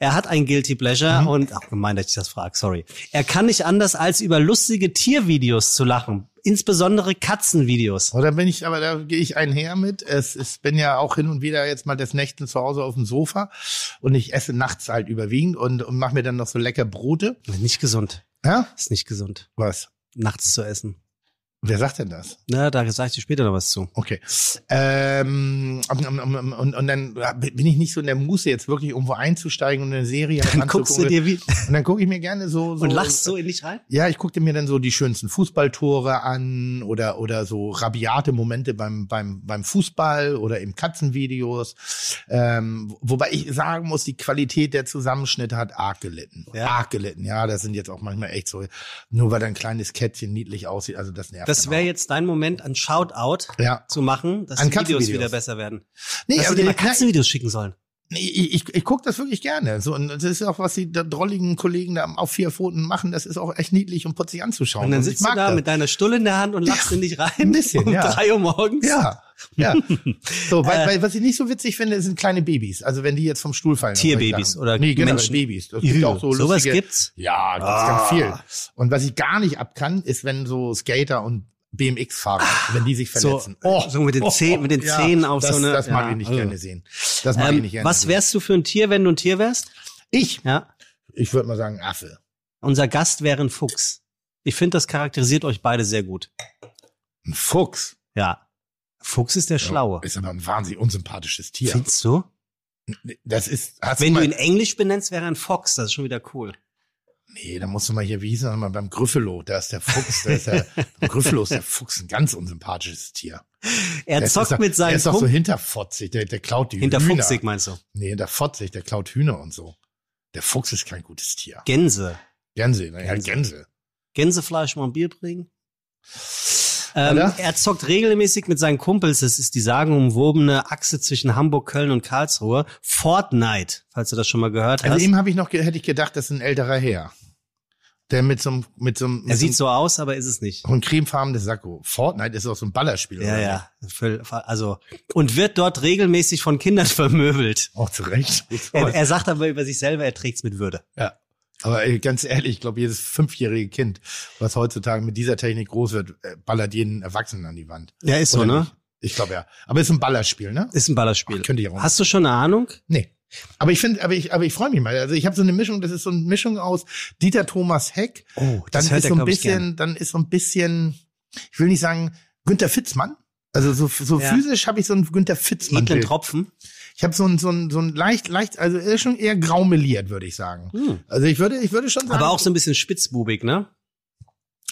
Er hat ein Guilty Pleasure Mhm. und, ach, gemein, dass ich das frage, sorry. Er kann nicht anders, als über lustige Tiervideos zu lachen. Insbesondere Katzenvideos. Oder bin ich, aber da gehe ich einher mit. Es, ich bin ja auch hin und wieder jetzt mal des Nächten zu Hause auf dem Sofa und ich esse nachts halt überwiegend und, und mache mir dann noch so lecker Brote. Nicht gesund. Ja? Ist nicht gesund, Was? nachts zu essen. Wer sagt denn das? Na, da sag ich dir später noch was zu. Okay. Ähm, um, um, um, um, und, und dann bin ich nicht so in der Muße, jetzt wirklich irgendwo einzusteigen und eine Serie Dann anzugucken. guckst du dir wie Und dann gucke ich mir gerne so, so und lachst so in dich rein? Ja, ich guckte mir dann so die schönsten Fußballtore an oder oder so rabiate Momente beim beim beim Fußball oder im Katzenvideos. Ähm, wobei ich sagen muss, die Qualität der Zusammenschnitte hat arg gelitten. Ja. Arg gelitten. Ja, das sind jetzt auch manchmal echt so nur weil ein kleines Kätzchen niedlich aussieht, also das nervt. Das dann wäre auch. jetzt dein Moment, ein Shoutout ja. zu machen, dass An die Videos Katzenvideos. wieder besser werden. Nee, dass aber sie dir mal die- nein, Katzenvideos schicken sollen. ich, ich, ich gucke das wirklich gerne. So, und das ist auch, was die da drolligen Kollegen da auf vier Pfoten machen. Das ist auch echt niedlich und putzig anzuschauen. Und dann ich sitzt mag du da das. mit deiner Stulle in der Hand und lachst in dich rein. ein bisschen, um ja. drei Uhr morgens. Ja, ja. So, Äh, weil, weil, was ich nicht so witzig finde, sind kleine Babys. Also wenn die jetzt vom Stuhl fallen. Tierbabys dann- oder nee, genau, Menschen. Babys. Das gibt auch so Sowas Ah. lustige, gibt's? Ja, gibt's ganz viel. Und was ich gar nicht ab kann, ist, wenn so Skater und BMX-Fahrer, wenn die sich Ah. So, verletzen. Oh. so mit den Zehen, mit den Zehen auf das, so eine. Das mag ja, ich nicht also. gerne sehen. Das mag ich Ähm, nicht gerne was wärst du für ein Tier, wenn du ein Tier wärst? sehen. Ich, Ja. ich würde mal sagen Affe. Unser Gast wäre ein Fuchs. Ich finde, das charakterisiert euch beide sehr gut. Ein Fuchs. Ja. Fuchs ist der Schlaue. Ist aber ein wahnsinnig unsympathisches Tier. Findest du? Das ist, hast Wenn mal- du ihn Englisch benennst, wäre er ein Fox. Das ist schon wieder cool. Nee, da musst du mal hier, wie hieß das nochmal, beim Griffelo, da ist der Fuchs, da ist der, beim Griffelo ist der Fuchs ein ganz unsympathisches Tier. Er Der ist- zockt ist doch- mit Der seinen ist doch so Kumpels. hinterfotzig, der, der klaut die hinter Hühner. Fuchsig meinst du? Nee, hinter Fotzig, der klaut Hühner und so. Der Fuchs ist kein gutes Tier. ne? Gänse. Gänse, naja, Gänse. Gänse. Gänsefleisch mal ein Bier bringen. Ähm, Alter. er zockt regelmäßig mit seinen Kumpels, das ist die sagenumwobene Achse zwischen Hamburg, Köln und Karlsruhe. Fortnite, falls du das schon mal gehört Also hast. eben habe ich noch, ge- hätte ich gedacht, das ist ein älterer Herr. Der mit so einem, mit so einem, er mit sieht so so aus, aber ist es nicht. einem cremefarbenes Sakko. Fortnite ist auch so ein Ballerspiel. Ja, oder nicht? ja. Völl- Also, und wird dort regelmäßig von Kindern vermöbelt. Auch zu Recht. Er, er sagt aber über sich selber, er trägt's mit Würde. Aber äh, ganz ehrlich, ich glaube, jedes fünfjährige Kind, was heutzutage mit dieser Technik groß wird, äh, ballert jeden Erwachsenen an die Wand. Ja, ist so, Oder ne? nicht? Ich glaube ja. Aber ist ein Ballerspiel, ne? Ist ein Ballerspiel. Ach, könnte ich auch. Hast du schon eine Ahnung? Nee. Aber ich finde, aber ich, aber ich freue mich mal. Also ich habe so eine Mischung, das ist so eine Mischung aus Dieter Thomas Heck. Oh, Dann das hört ist er, so ein glaub ich, gern. bisschen, dann ist so ein bisschen, ich will nicht sagen, Günther Fitzmann. Also so, so Ja. physisch habe ich so einen Günther Fitzmann. Edlen Bild. Tropfen. Ich habe so ein, so ein, so ein leicht, leicht, also er ist schon eher graumeliert, würde ich sagen. Hm. Also ich würde, ich würde schon sagen. Aber auch so ein bisschen spitzbubig, ne?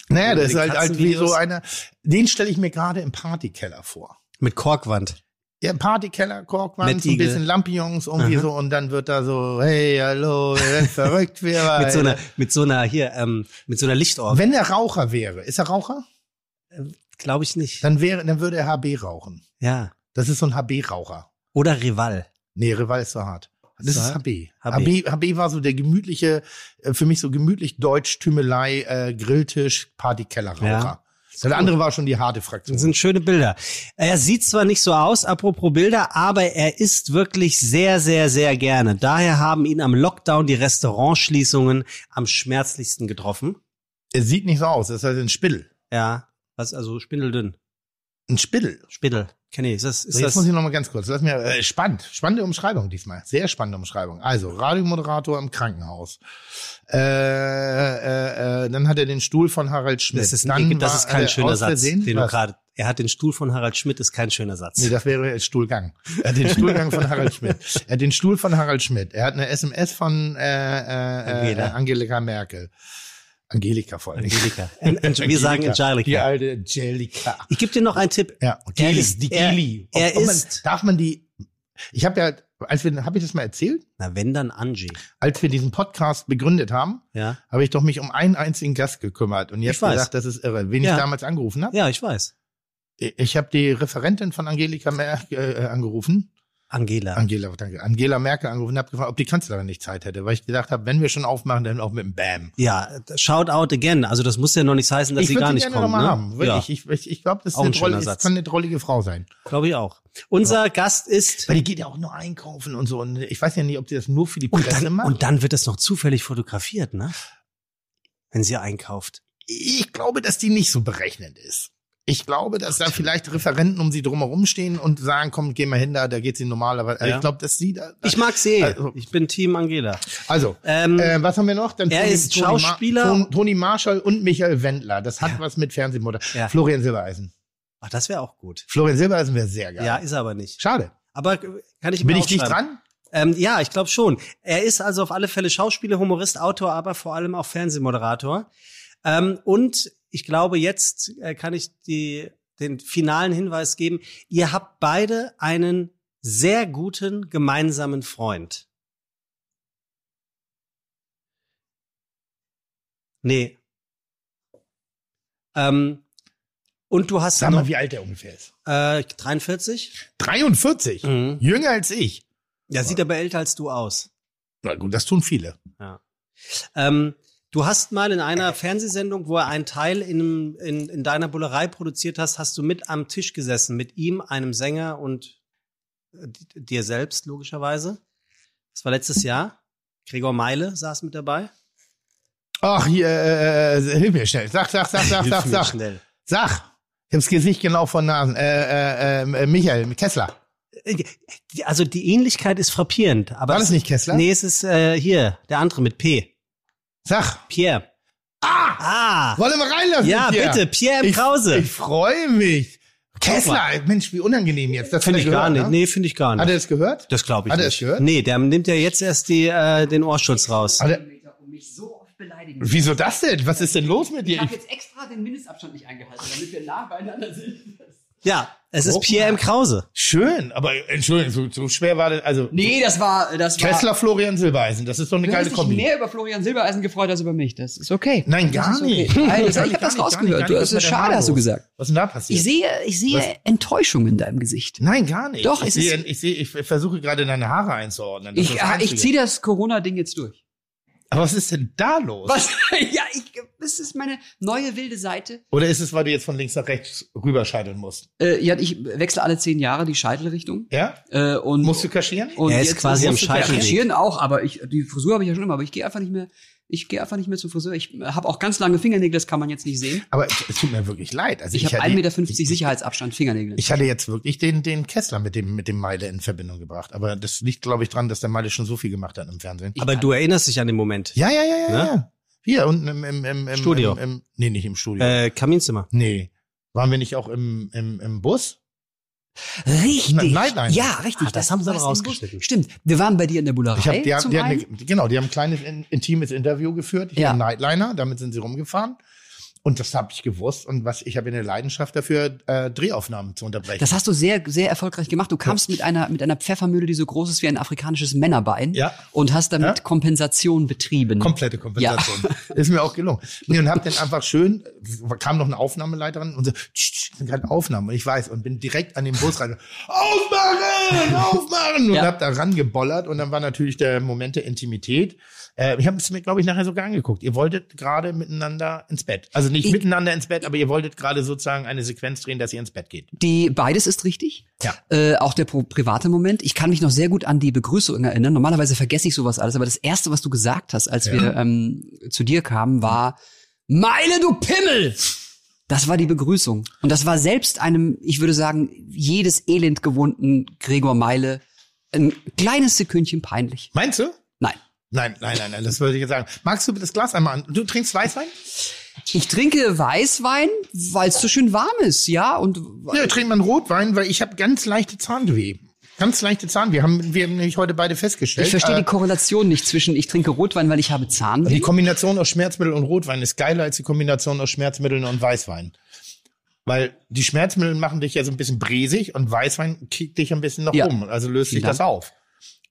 Naja, das Die ist halt, halt wie Katzenvideos. so einer. Den stelle ich mir gerade im Partykeller vor. Mit Korkwand. Ja, im Partykeller, Korkwand, Mit so ein Igel. bisschen Lampions irgendwie Aha. so und dann wird da so, hey, hallo, wir sind verrückt, wir Mit so beide. einer, mit so einer, hier, ähm, mit so einer Lichtorgel. Wenn er Raucher wäre, ist er Raucher? Glaube ich nicht. Dann wäre, dann würde er HB rauchen. Ja. Das ist so ein HB-Raucher. Oder Rival. Nee, Rival ist so hart. Das So ist hart? HB. HB. HB. HB war so der gemütliche, äh, für mich so gemütlich Deutsch-Tümelei, äh, Grilltisch, Partykeller-Raucher. Ja. Der andere war schon die harte Fraktion. Das sind schöne Bilder. Er sieht zwar nicht so aus, apropos Bilder, aber er isst wirklich sehr, sehr, sehr gerne. Daher haben ihn am Lockdown die Restaurantschließungen am schmerzlichsten getroffen. er sieht nicht so aus, das ist halt ein Spittel. Ja, was, also spindeldünn. Ein Spittel. Spindel. Kenny, ist das, ist So, jetzt muss das, ich noch mal ganz kurz. Lass mir äh, spannend, spannende Umschreibung diesmal, sehr spannende Umschreibung. Also Radiomoderator im Krankenhaus. Äh, äh, äh, dann hat er den Stuhl von Harald Schmidt. das ist, dann ein, das war ist kein er schöner aus Satz, Versehen- den du was? gerade, er hat den Stuhl von Harald Schmidt, ist kein schöner Satz. Nee, das wäre Stuhlgang. Er hat den Stuhlgang von Harald Schmidt. Er hat den Stuhl von Harald Schmidt. Er hat eine SMS von äh, äh, äh, Angela. Angelika Merkel. Angelika vor allem. Angelika. An- An- Wir sagen Die Angelika. alte Angelika. Ich gebe dir noch einen Tipp. Ja, Er Geli, ist- die er- Geli. er man, ist- darf man die? Ich habe ja, als wir, habe ich das mal erzählt, Na, wenn dann Angie. als wir diesen Podcast begründet haben, Ja. habe ich doch mich um einen einzigen Gast gekümmert und Ich jetzt weiß. gesagt, das ist irre, wen Ja. ich damals angerufen habe. Ja, ich weiß. Ich habe die Referentin von Angelika Merkel äh, angerufen, Angela. Angela, danke, Angela Merkel angerufen, und habe gefragt, ob die Kanzlerin nicht Zeit hätte, weil ich gedacht habe, wenn wir schon aufmachen, dann auch mit dem Bam. Ja, shout out again. Also das muss ja noch nichts heißen, dass ich sie würd gar sie nicht gerne kommen. nochmal ne? haben, wirklich. Ich, ich, ich glaube, das ist Auch ein eine drollige, schöner es Satz. kann eine drollige Frau sein. Ja, glaube ich auch. Unser Gast ist Weil die geht ja auch nur einkaufen und so. Und ich weiß ja nicht, ob die das nur für die und Presse dann, macht. und dann wird das noch zufällig fotografiert, ne? Wenn sie einkauft. ich glaube, dass die nicht so berechnend ist. Ich glaube, dass da vielleicht Referenten um sie drumherum stehen und sagen, komm, geh mal hin da, da geht sie normalerweise. Also Ja. Ich glaube, dass sie da. Ich mag sie. eh. Also- ich bin Team Angela. also, Ähm, äh, was haben wir noch? Dann er ist Schauspieler. Ma Ton- Toni Marshall und Michael Wendler. Das hat was mit Fernsehmutter. Ja. Florian Silbereisen. ach, das wäre auch gut. Florian Silbereisen wäre sehr Ja. geil. ist er aber nicht. Schade. Aber äh, kann ich mir Bin ich nicht aufschreiben. dran? Ähm, ja, ich glaube schon. Er ist also auf alle Fälle Schauspieler, Humorist, Autor, aber vor allem auch Fernsehmoderator. Ähm, und ich glaube, jetzt äh, kann ich die, den finalen Hinweis geben. Ihr habt beide einen sehr guten gemeinsamen Freund. Nee. Ähm, und du hast Sag mal, noch, wie alt der ungefähr ist. äh, 43? 43. Mhm. Jünger als ich. Ja, sieht aber älter als du aus. Na gut, das tun viele. Ähm, du hast mal in einer Fernsehsendung, wo er einen Teil in, in, in deiner Bullerei produziert hast, hast du mit am Tisch gesessen, mit ihm, einem Sänger und äh, di- dir selbst, logischerweise. Das war letztes Jahr. Gregor Meile saß mit dabei. Ach, hier, äh, äh, hilf mir schnell. Sag, sag, sag, sag, Hilf sag, mir sag. Schnell. Sag, ich hab's Gesicht genau vor Nasen. Äh, äh, äh, äh, Michael, Kessler. Äh, die- Also die Ähnlichkeit ist frappierend. Aber War das es- nicht Kessler? Nee, es ist äh, hier, der andere mit P. Sag, Pierre. Ah! ah. wollen wir reinlassen? Ja, Pierre? bitte, Pierre M. Ich, Krause. ich freue mich. Kessler, Mensch, wie unangenehm jetzt. Das Finde ich hat er gar nicht. gehört, Ne? Nee, finde ich gar nicht. Hat er das gehört? Das glaube ich Hat er nicht. es gehört? Nee, der nimmt ja jetzt erst die, äh, den Ohrschutz raus. Hat er, um mich so oft beleidigt verteidigen. Wieso das denn? Was ist denn los mit Ich dir? habe jetzt extra den Mindestabstand nicht eingehalten, damit wir nah beieinander sind. Ja, es ist Guck Pierre M. Krause. Schön, aber Entschuldigung, so, so schwer war das. Also Nee, das war. Das war Kessler, Florian Silbereisen, das ist doch eine Du geile hast dich Kombi. mehr über Florian Silbereisen gefreut als über mich. Das ist okay. Nein, gar das ist okay. nicht. Nein, Gar das, ich nicht, habe das gar nicht, gar rausgehört. nicht. Du Was hast ist mit der schade, Mama hast du los? gesagt. Was ist denn da passiert? Ich sehe, ich sehe Was? Enttäuschung in deinem Gesicht. Nein, gar nicht. Doch, ich es ist- sehe, ich, sehe, ich versuche gerade deine Haare einzuordnen. Das Ich, ist das ah, ich Einzige. ziehe das Corona-Ding jetzt durch. Aber was ist denn da los? Was? Ja, ich, das ist meine neue wilde Seite. Oder ist es, weil du jetzt von links nach rechts rüberscheiteln musst? Äh, ja, ich wechsle alle zehn Jahre die Scheitelrichtung. Ja? Äh, und Musst du kaschieren? und Er ist jetzt quasi am musst du Scheitelweg. kaschieren auch, aber ich, die Frisur habe ich ja schon immer, aber ich gehe einfach nicht mehr. Ich gehe einfach nicht mehr zum Friseur. Ich äh, habe auch ganz lange Fingernägel, das kann man jetzt nicht sehen. Aber es tut mir wirklich leid. Also Ich, ich, habe hatte, 1,50 Meter Sicherheitsabstand, Fingernägel. ich hatte jetzt wirklich den, den Kessler mit dem, mit dem Meile in Verbindung gebracht. Aber das liegt, glaube ich, dran, dass der Meile schon so viel gemacht hat im Fernsehen. Ich Aber kann- du erinnerst dich an den Moment. Ja, ja, ja, ja, Ne? ja. Hier unten im, im, im, im Studio. Im, im, nee, nicht im Studio. Äh, Kaminzimmer. Nee. Waren wir nicht auch im, im, im Bus? Richtig. Nein, nein, nein. Ja, richtig. Ah, das haben sie war's aber im Bus. rausgeschnitten. Stimmt. Wir waren bei dir in der Bullerei. Ich hab, die, haben- zum die haben einen. eine, genau, die haben ein kleines in, intimes Interview geführt hier Ja. im Nightliner, damit sind sie rumgefahren. Und das habe ich gewusst. Und was ich habe eine Leidenschaft dafür, äh, Drehaufnahmen zu unterbrechen. Das hast du sehr, sehr erfolgreich gemacht. Du kamst mit einer, mit einer Pfeffermühle, die so groß ist wie ein afrikanisches Männerbein. Ja. Und hast damit Ja. Kompensation betrieben. Komplette Kompensation. Ist mir auch gelungen. Nee, und hab dann einfach schön, kam noch eine Aufnahmeleiterin und so, tsch, tsch, sind gerade Aufnahmen. Und ich weiß, und bin direkt an den Bus rein. Aufmachen! Aufmachen! Und Ja. hab da rangebollert. Und dann war natürlich der Moment der Intimität. Äh, ich habe es mir, glaube ich, nachher sogar angeguckt. Ihr wolltet gerade miteinander ins Bett. Also nicht Ich- miteinander ins Bett, aber ihr wolltet gerade sozusagen eine Sequenz drehen, dass ihr ins Bett geht. Die, beides ist richtig. Ja. Äh, auch der pro- private Moment. Ich kann mich noch sehr gut an die Begrüßung erinnern. Normalerweise vergesse ich sowas alles, aber das Erste, was du gesagt hast, als wir ähm, zu dir kamen, war, Meile, du Pimmel! Das war die Begrüßung. Und das war selbst einem, ich würde sagen, jedes elend gewohnten Gregor Meile ein kleines Sekündchen peinlich. Meinst du? Nein. Nein, nein, nein, nein, das würde ich jetzt sagen. Magst du das Glas einmal an? Du trinkst Weißwein? Ich trinke Weißwein, weil es so schön warm ist, ja. Und Ja, wir trinken mal einen Rotwein, weil ich habe ganz leichte Zahnweh. Ganz leichte Zahnweh. Haben wir nämlich heute beide festgestellt. ich verstehe Äh, die Korrelation nicht zwischen ich trinke Rotwein, weil ich habe Zahnweh. die Kombination aus Schmerzmittel und Rotwein ist geiler als die Kombination aus Schmerzmitteln und Weißwein. Weil die Schmerzmittel machen dich ja so ein bisschen bresig und Weißwein kickt dich ein bisschen nach Ja. oben. Also löst sich Vielen das auf.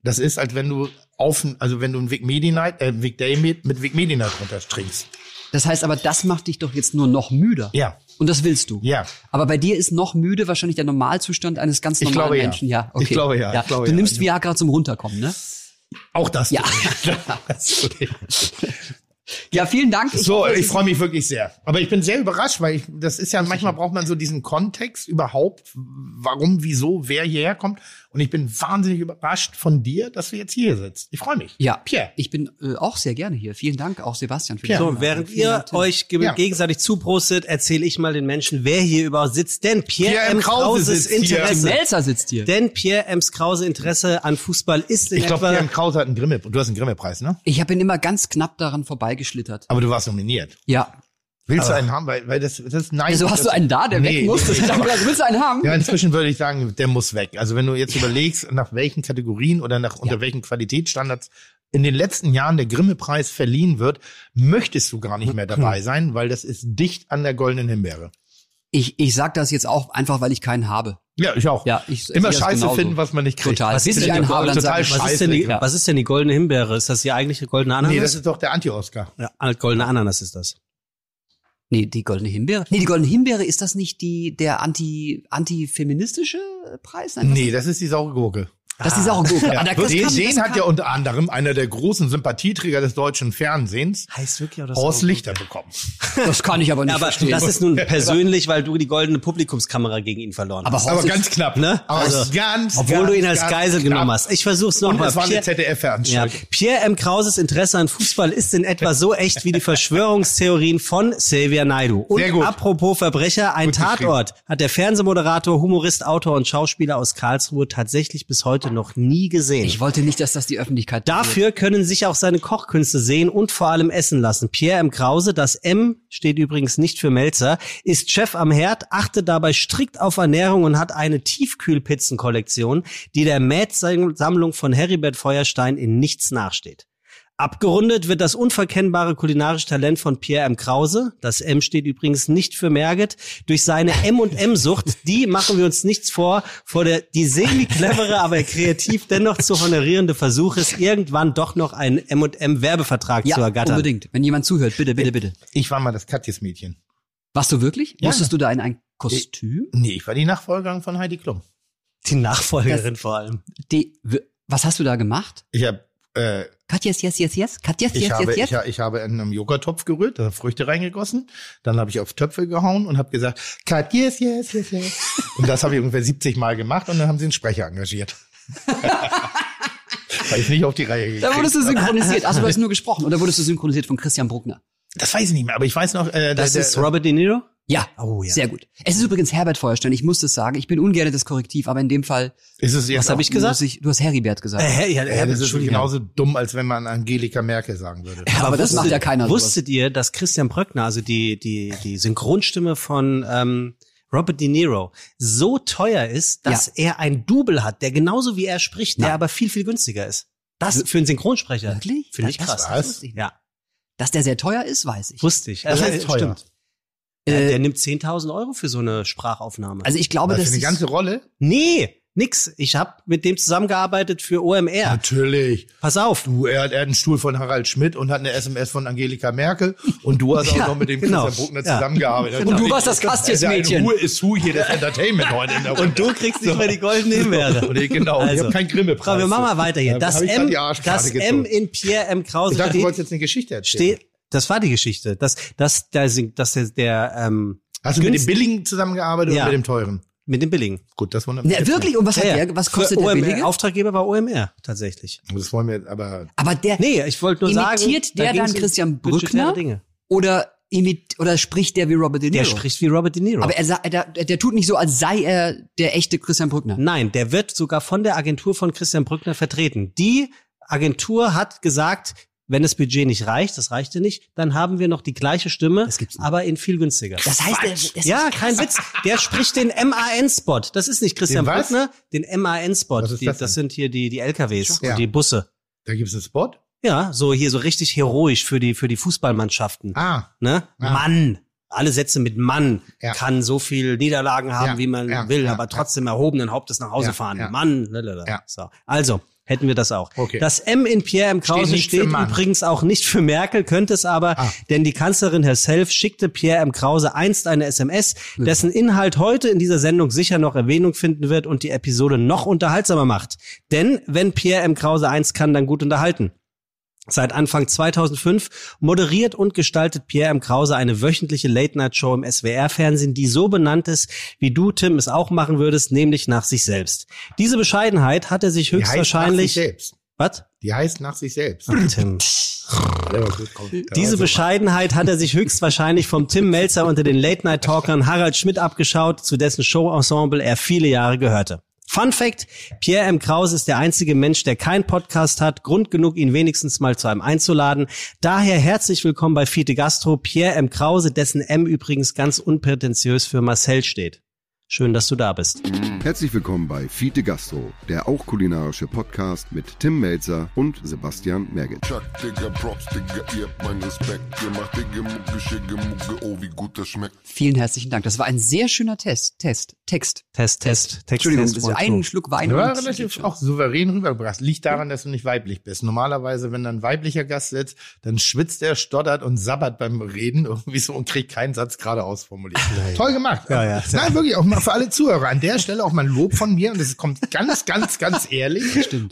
Das ist, als wenn du auf, also wenn du ein Vic Medi Night, äh, Vic Day mit, mit Vic Medi Night runter trinkst. Das heißt aber, das macht dich doch jetzt nur noch müder. Ja. Und das willst du. Ja. Aber bei dir ist noch müde wahrscheinlich der Normalzustand eines ganz normalen glaube, ja. Menschen. Ja, okay. Ich glaube, ja. Ich glaube, du ja. nimmst Viagra zum Runterkommen, ne? Auch das. Ja. Das- Ja, vielen Dank. So, hoffe, es ich ist- freue mich wirklich sehr. Aber ich bin sehr überrascht, weil ich, das ist ja, manchmal braucht man so diesen Kontext überhaupt, warum, wieso, wer hierher kommt. Und ich bin wahnsinnig überrascht von dir, dass du jetzt hier sitzt. Ich freue mich. Ja, Pierre. ich bin äh, auch sehr gerne hier. Vielen Dank auch Sebastian. Für Pierre. So, die So, Einladung. während Vielen ihr Dank, Tim. euch ge- Ja. gegenseitig zuprostet, erzähle ich mal den Menschen, wer hier überhaupt sitzt. Denn Pierre, M. Krauses sitzt hier. Interesse, Melzer sitzt hier. denn Pierre M. Krause Interesse an Fußball ist in Ich glaube, etwa Pierre Krause hat einen Grimme, du hast einen Grimme-Preis, ne? Ich habe ihn immer ganz knapp daran vorbeigeschlittert. Aber du warst nominiert. Ja. Willst du einen haben? Weil, weil das, das ist nein. Wieso hast du einen da, der Nee, weg muss? nee, Ich dachte gerade, willst du einen haben? Ja, inzwischen würde ich sagen, der muss weg. Also wenn du jetzt überlegst, nach welchen Kategorien oder nach unter welchen Qualitätsstandards in den letzten Jahren der Grimme-Preis verliehen wird, möchtest du gar nicht mehr dabei sein, weil das ist dicht an der goldenen Himbeere. Ich, ich sag das jetzt auch einfach, weil ich keinen habe. Ja, ich auch. Ja, ich- ich Immer sehe das scheiße genauso. finden, was man nicht kriegt. Total. Was Bis ist ich denn einen die- habe, dann total sage ich, was scheiße. ist, denn die, ja. was ist denn die goldene Himbeere? Ist das die eigentliche goldene Ananas? Nee, das ist doch der Anti-Oscar. ja, äh, goldene Ananas ist das. Nee, die goldene Himbeere. Nee, die goldene Himbeere ist das nicht die der anti antifeministische Preis? Nein, Nee, das ist die saure Gurke. das, das ist auch ein guter. Ah, da- das den kann- den das hat ja unter anderem einer der großen Sympathieträger des deutschen Fernsehens, Heißt wirklich auch das Horst Lichter, bekommen. Das kann ich aber nicht Ja, aber verstehen. das ist nun persönlich, weil du die goldene Publikumskamera gegen ihn verloren hast. aber Horst Aber ist- ganz knapp, Ne? Aber Also, ganz, Obwohl ganz, du ihn als ganz Geisel knapp. genommen hast. Ich versuch's Und nochmal. es war eine ZDF-Veranstaltung. Ja. Pierre M. Krauses Interesse an Fußball ist in etwa so echt wie die Verschwörungstheorien von Xavier Naidu. Und Sehr gut. apropos Verbrecher, ein Gut geschrieben. Tatort hat der Fernsehmoderator, Humorist, Autor und Schauspieler aus Karlsruhe tatsächlich bis heute noch nie gesehen. ich wollte nicht, dass das die Öffentlichkeit Dafür können sich auch seine Kochkünste sehen und vor allem essen lassen. Pierre M. Krause, das M steht übrigens nicht für Melzer, ist Chef am Herd, achtet dabei strikt auf Ernährung und hat eine Tiefkühlpizzenkollektion, die der Mad-Sammlung von Heribert Feuerstein in nichts nachsteht. Abgerundet wird das unverkennbare kulinarische Talent von Pierre M. Krause, das M steht übrigens nicht für Merget, durch seine M&M-Sucht, die, machen wir uns nichts vor, vor der, die semi-clevere, aber kreativ dennoch zu honorierende Versuch ist, irgendwann doch noch einen M&M-Werbevertrag Ja, zu ergattern. unbedingt. Wenn jemand zuhört, bitte, bitte, bitte. Ich war mal das Katjes Mädchen. Warst du wirklich? Äh, Ja. Musstest du da in ein Kostüm? Nee, ich war die Nachfolgerin von Heidi Klum. Die Nachfolgerin vor allem. Die, w- was hast du da gemacht? Ich habe äh, Katja, yes, yes, yes, yes. Katja, Ich, yes, habe, yes, yes. Ich, ha- ich habe in einem Joghurttopf gerührt, da Früchte reingegossen, dann habe ich auf Töpfe gehauen und habe gesagt, Cut, yes, yes, yes, yes. Und das habe ich ungefähr 70 Mal gemacht und dann haben sie einen Sprecher engagiert. Weil ich nicht auf die Reihe gekriegt. Da wurdest du synchronisiert. Ach, du hast nur gesprochen. Oder wurdest du synchronisiert von Christian Bruckner? Das weiß ich nicht mehr, aber ich weiß noch, äh, Das der, ist der, Robert De Niro? Ja, Oh, ja. sehr gut. Es ist übrigens Herbert Feuerstein. Ich muss das sagen. Ich bin ungern das Korrektiv, aber in dem Fall ist es jetzt Was hab auch- ich gesagt? muss ich, du hast Heribert gesagt. Äh, ja, Äh, das ist Entschuldigung. genauso dumm, als wenn man Angelika Merkel sagen würde. aber, das macht ja keiner. sowas. Wusstet ihr, dass Christian Bröckner, also die, die, die Synchronstimme von ähm, Robert De Niro, so teuer ist, dass er ein Double hat, der genauso wie er spricht, der Na. aber viel, viel günstiger ist. Das Also für einen Synchronsprecher. Wirklich? Finde ich Das- krass. das wusste ich nicht. ja, Dass der sehr teuer ist, weiß ich. wusste ich. Das Also, heißt äh, teuer. Der, Äh, der nimmt 10.000 Euro für so eine Sprachaufnahme. Also ich glaube, Aber dass für eine ich- ganze Rolle? nee, nix. Ich habe mit dem zusammengearbeitet für OMR. Natürlich. Pass auf. Du, er hat, er hat einen Stuhl von Harald Schmidt und hat eine SMS von Angelika Merkel und du hast auch Ja, noch mit dem genau. Christian Bruckner Ja. zusammengearbeitet. Und du warst das Kastjesmädchen. Ruhe ist Hu hier das Entertainment heute in der Runde. Und du kriegst nicht mehr die goldene Himbeere. Und ich, genau, ich Also. habe keinen Grimme-Preis. Aber wir machen mal weiter hier. Ja, Das, hab ich grad M, die Arschkarte das M gezogen. in Pierre M. Krause Ich dachte, du steht- wolltest jetzt eine Geschichte erzählen. steht, das war die Geschichte, dass, dass, der, dass der, der ähm, Hast du mit dem günstig- Billigen zusammengearbeitet Ja. oder mit dem Teuren? mit dem Billigen. Gut, das wundert mich. Na, jetzt wirklich? Und was hat Ja, ja. der? Was kostet Für der OMR, billige? Auftraggeber war OMR tatsächlich. nicht. Das wollen wir jetzt aber. Aber der Nee, ich wollte nur sagen. Imitiert der da ging's dann um Christian budgetäre Brückner? Dinge. oder imit oder spricht der wie Robert De Niro? Der spricht wie Robert De Niro. Aber er sa- der, der tut nicht so, als sei er der echte Christian Brückner. Nein, der wird sogar von der Agentur von Christian Brückner vertreten. Die Agentur hat gesagt, wenn das Budget nicht reicht, das reichte nicht, dann haben wir noch die gleiche Stimme, Das gibt's nicht. aber in viel günstiger. Das heißt, der, das ja, kein Witz. Der spricht den MAN-Spot. Das ist nicht Christian Den was? Brückner, den MAN-Spot. Was ist Die- das Das, denn? sind hier die, die LKWs Ja. und die Busse. Da gibt es einen Spot? Ja, so hier so richtig heroisch für die, für die Fußballmannschaften. Ah, Ne? Ja. Mann. Alle Sätze mit Mann Ja. kann so viel Niederlagen haben, Ja, wie man ja, will, ja, aber ja. trotzdem erhobenen Hauptes nach Hause Ja, fahren. ja. Mann. Lalala. Ja. So. Also, hätten wir das auch. Okay. Das M in Pierre M. Krause nicht für steht Mann. übrigens auch nicht für Merkel, könnte es aber, Ah. denn die Kanzlerin herself schickte Pierre M. Krause einst eine SMS, Hm. dessen Inhalt heute in dieser Sendung sicher noch Erwähnung finden wird und die Episode noch unterhaltsamer macht. Denn wenn Pierre M. Krause eins kann, dann gut unterhalten. Seit Anfang 2005 moderiert und gestaltet Pierre M. Krause eine wöchentliche Late-Night-Show im SWR-Fernsehen, die so benannt ist, wie du, Tim, es auch machen würdest, nämlich nach sich selbst. Diese Bescheidenheit hat er sich die heißt nach sich höchstwahrscheinlich... selbst. Was? Die heißt nach sich selbst. Tim. Der war gut, komm. Der Diese war super. Bescheidenheit hat er sich höchstwahrscheinlich vom Tim Melzer unter den Late-Night-Talkern Harald Schmidt abgeschaut, zu dessen Show-Ensemble er viele Jahre gehörte. Fun Fact, Pierre M. Krause ist der einzige Mensch, der keinen Podcast hat, Grund genug, ihn wenigstens mal zu einem einzuladen. Daher herzlich willkommen bei Fiete Gastro, Pierre M. Krause, dessen M übrigens ganz unprätentiös für Marcel steht. Schön, dass du da bist. Herzlich willkommen bei Fiete Gastro, der auch kulinarische Podcast mit Tim Melzer und Sebastian Merget. Chuck, Digga, Props, Digga, ihr habt meinen Respekt gemacht. Digga, Mucke, Schicke, Mucke, oh, wie gut das schmeckt. Vielen herzlichen Dank. Das war ein sehr schöner Test. Test. Text. Test, Test, Text, Entschuldigung, Test, das ist one, einen two. Schluck Wein. Du und- hast relativ auch souverän rübergebracht. Liegt daran, dass du nicht weiblich bist. Normalerweise, wenn dann ein weiblicher Gast sitzt, dann schwitzt er, stottert und sabbert beim Reden irgendwie so und kriegt keinen Satz geradeaus formuliert. Toll gemacht. Ja, ja. Nein, wirklich, auch mal für alle Zuhörer. An der Stelle auch mal ein Lob von mir und es kommt ganz, ganz, ganz ehrlich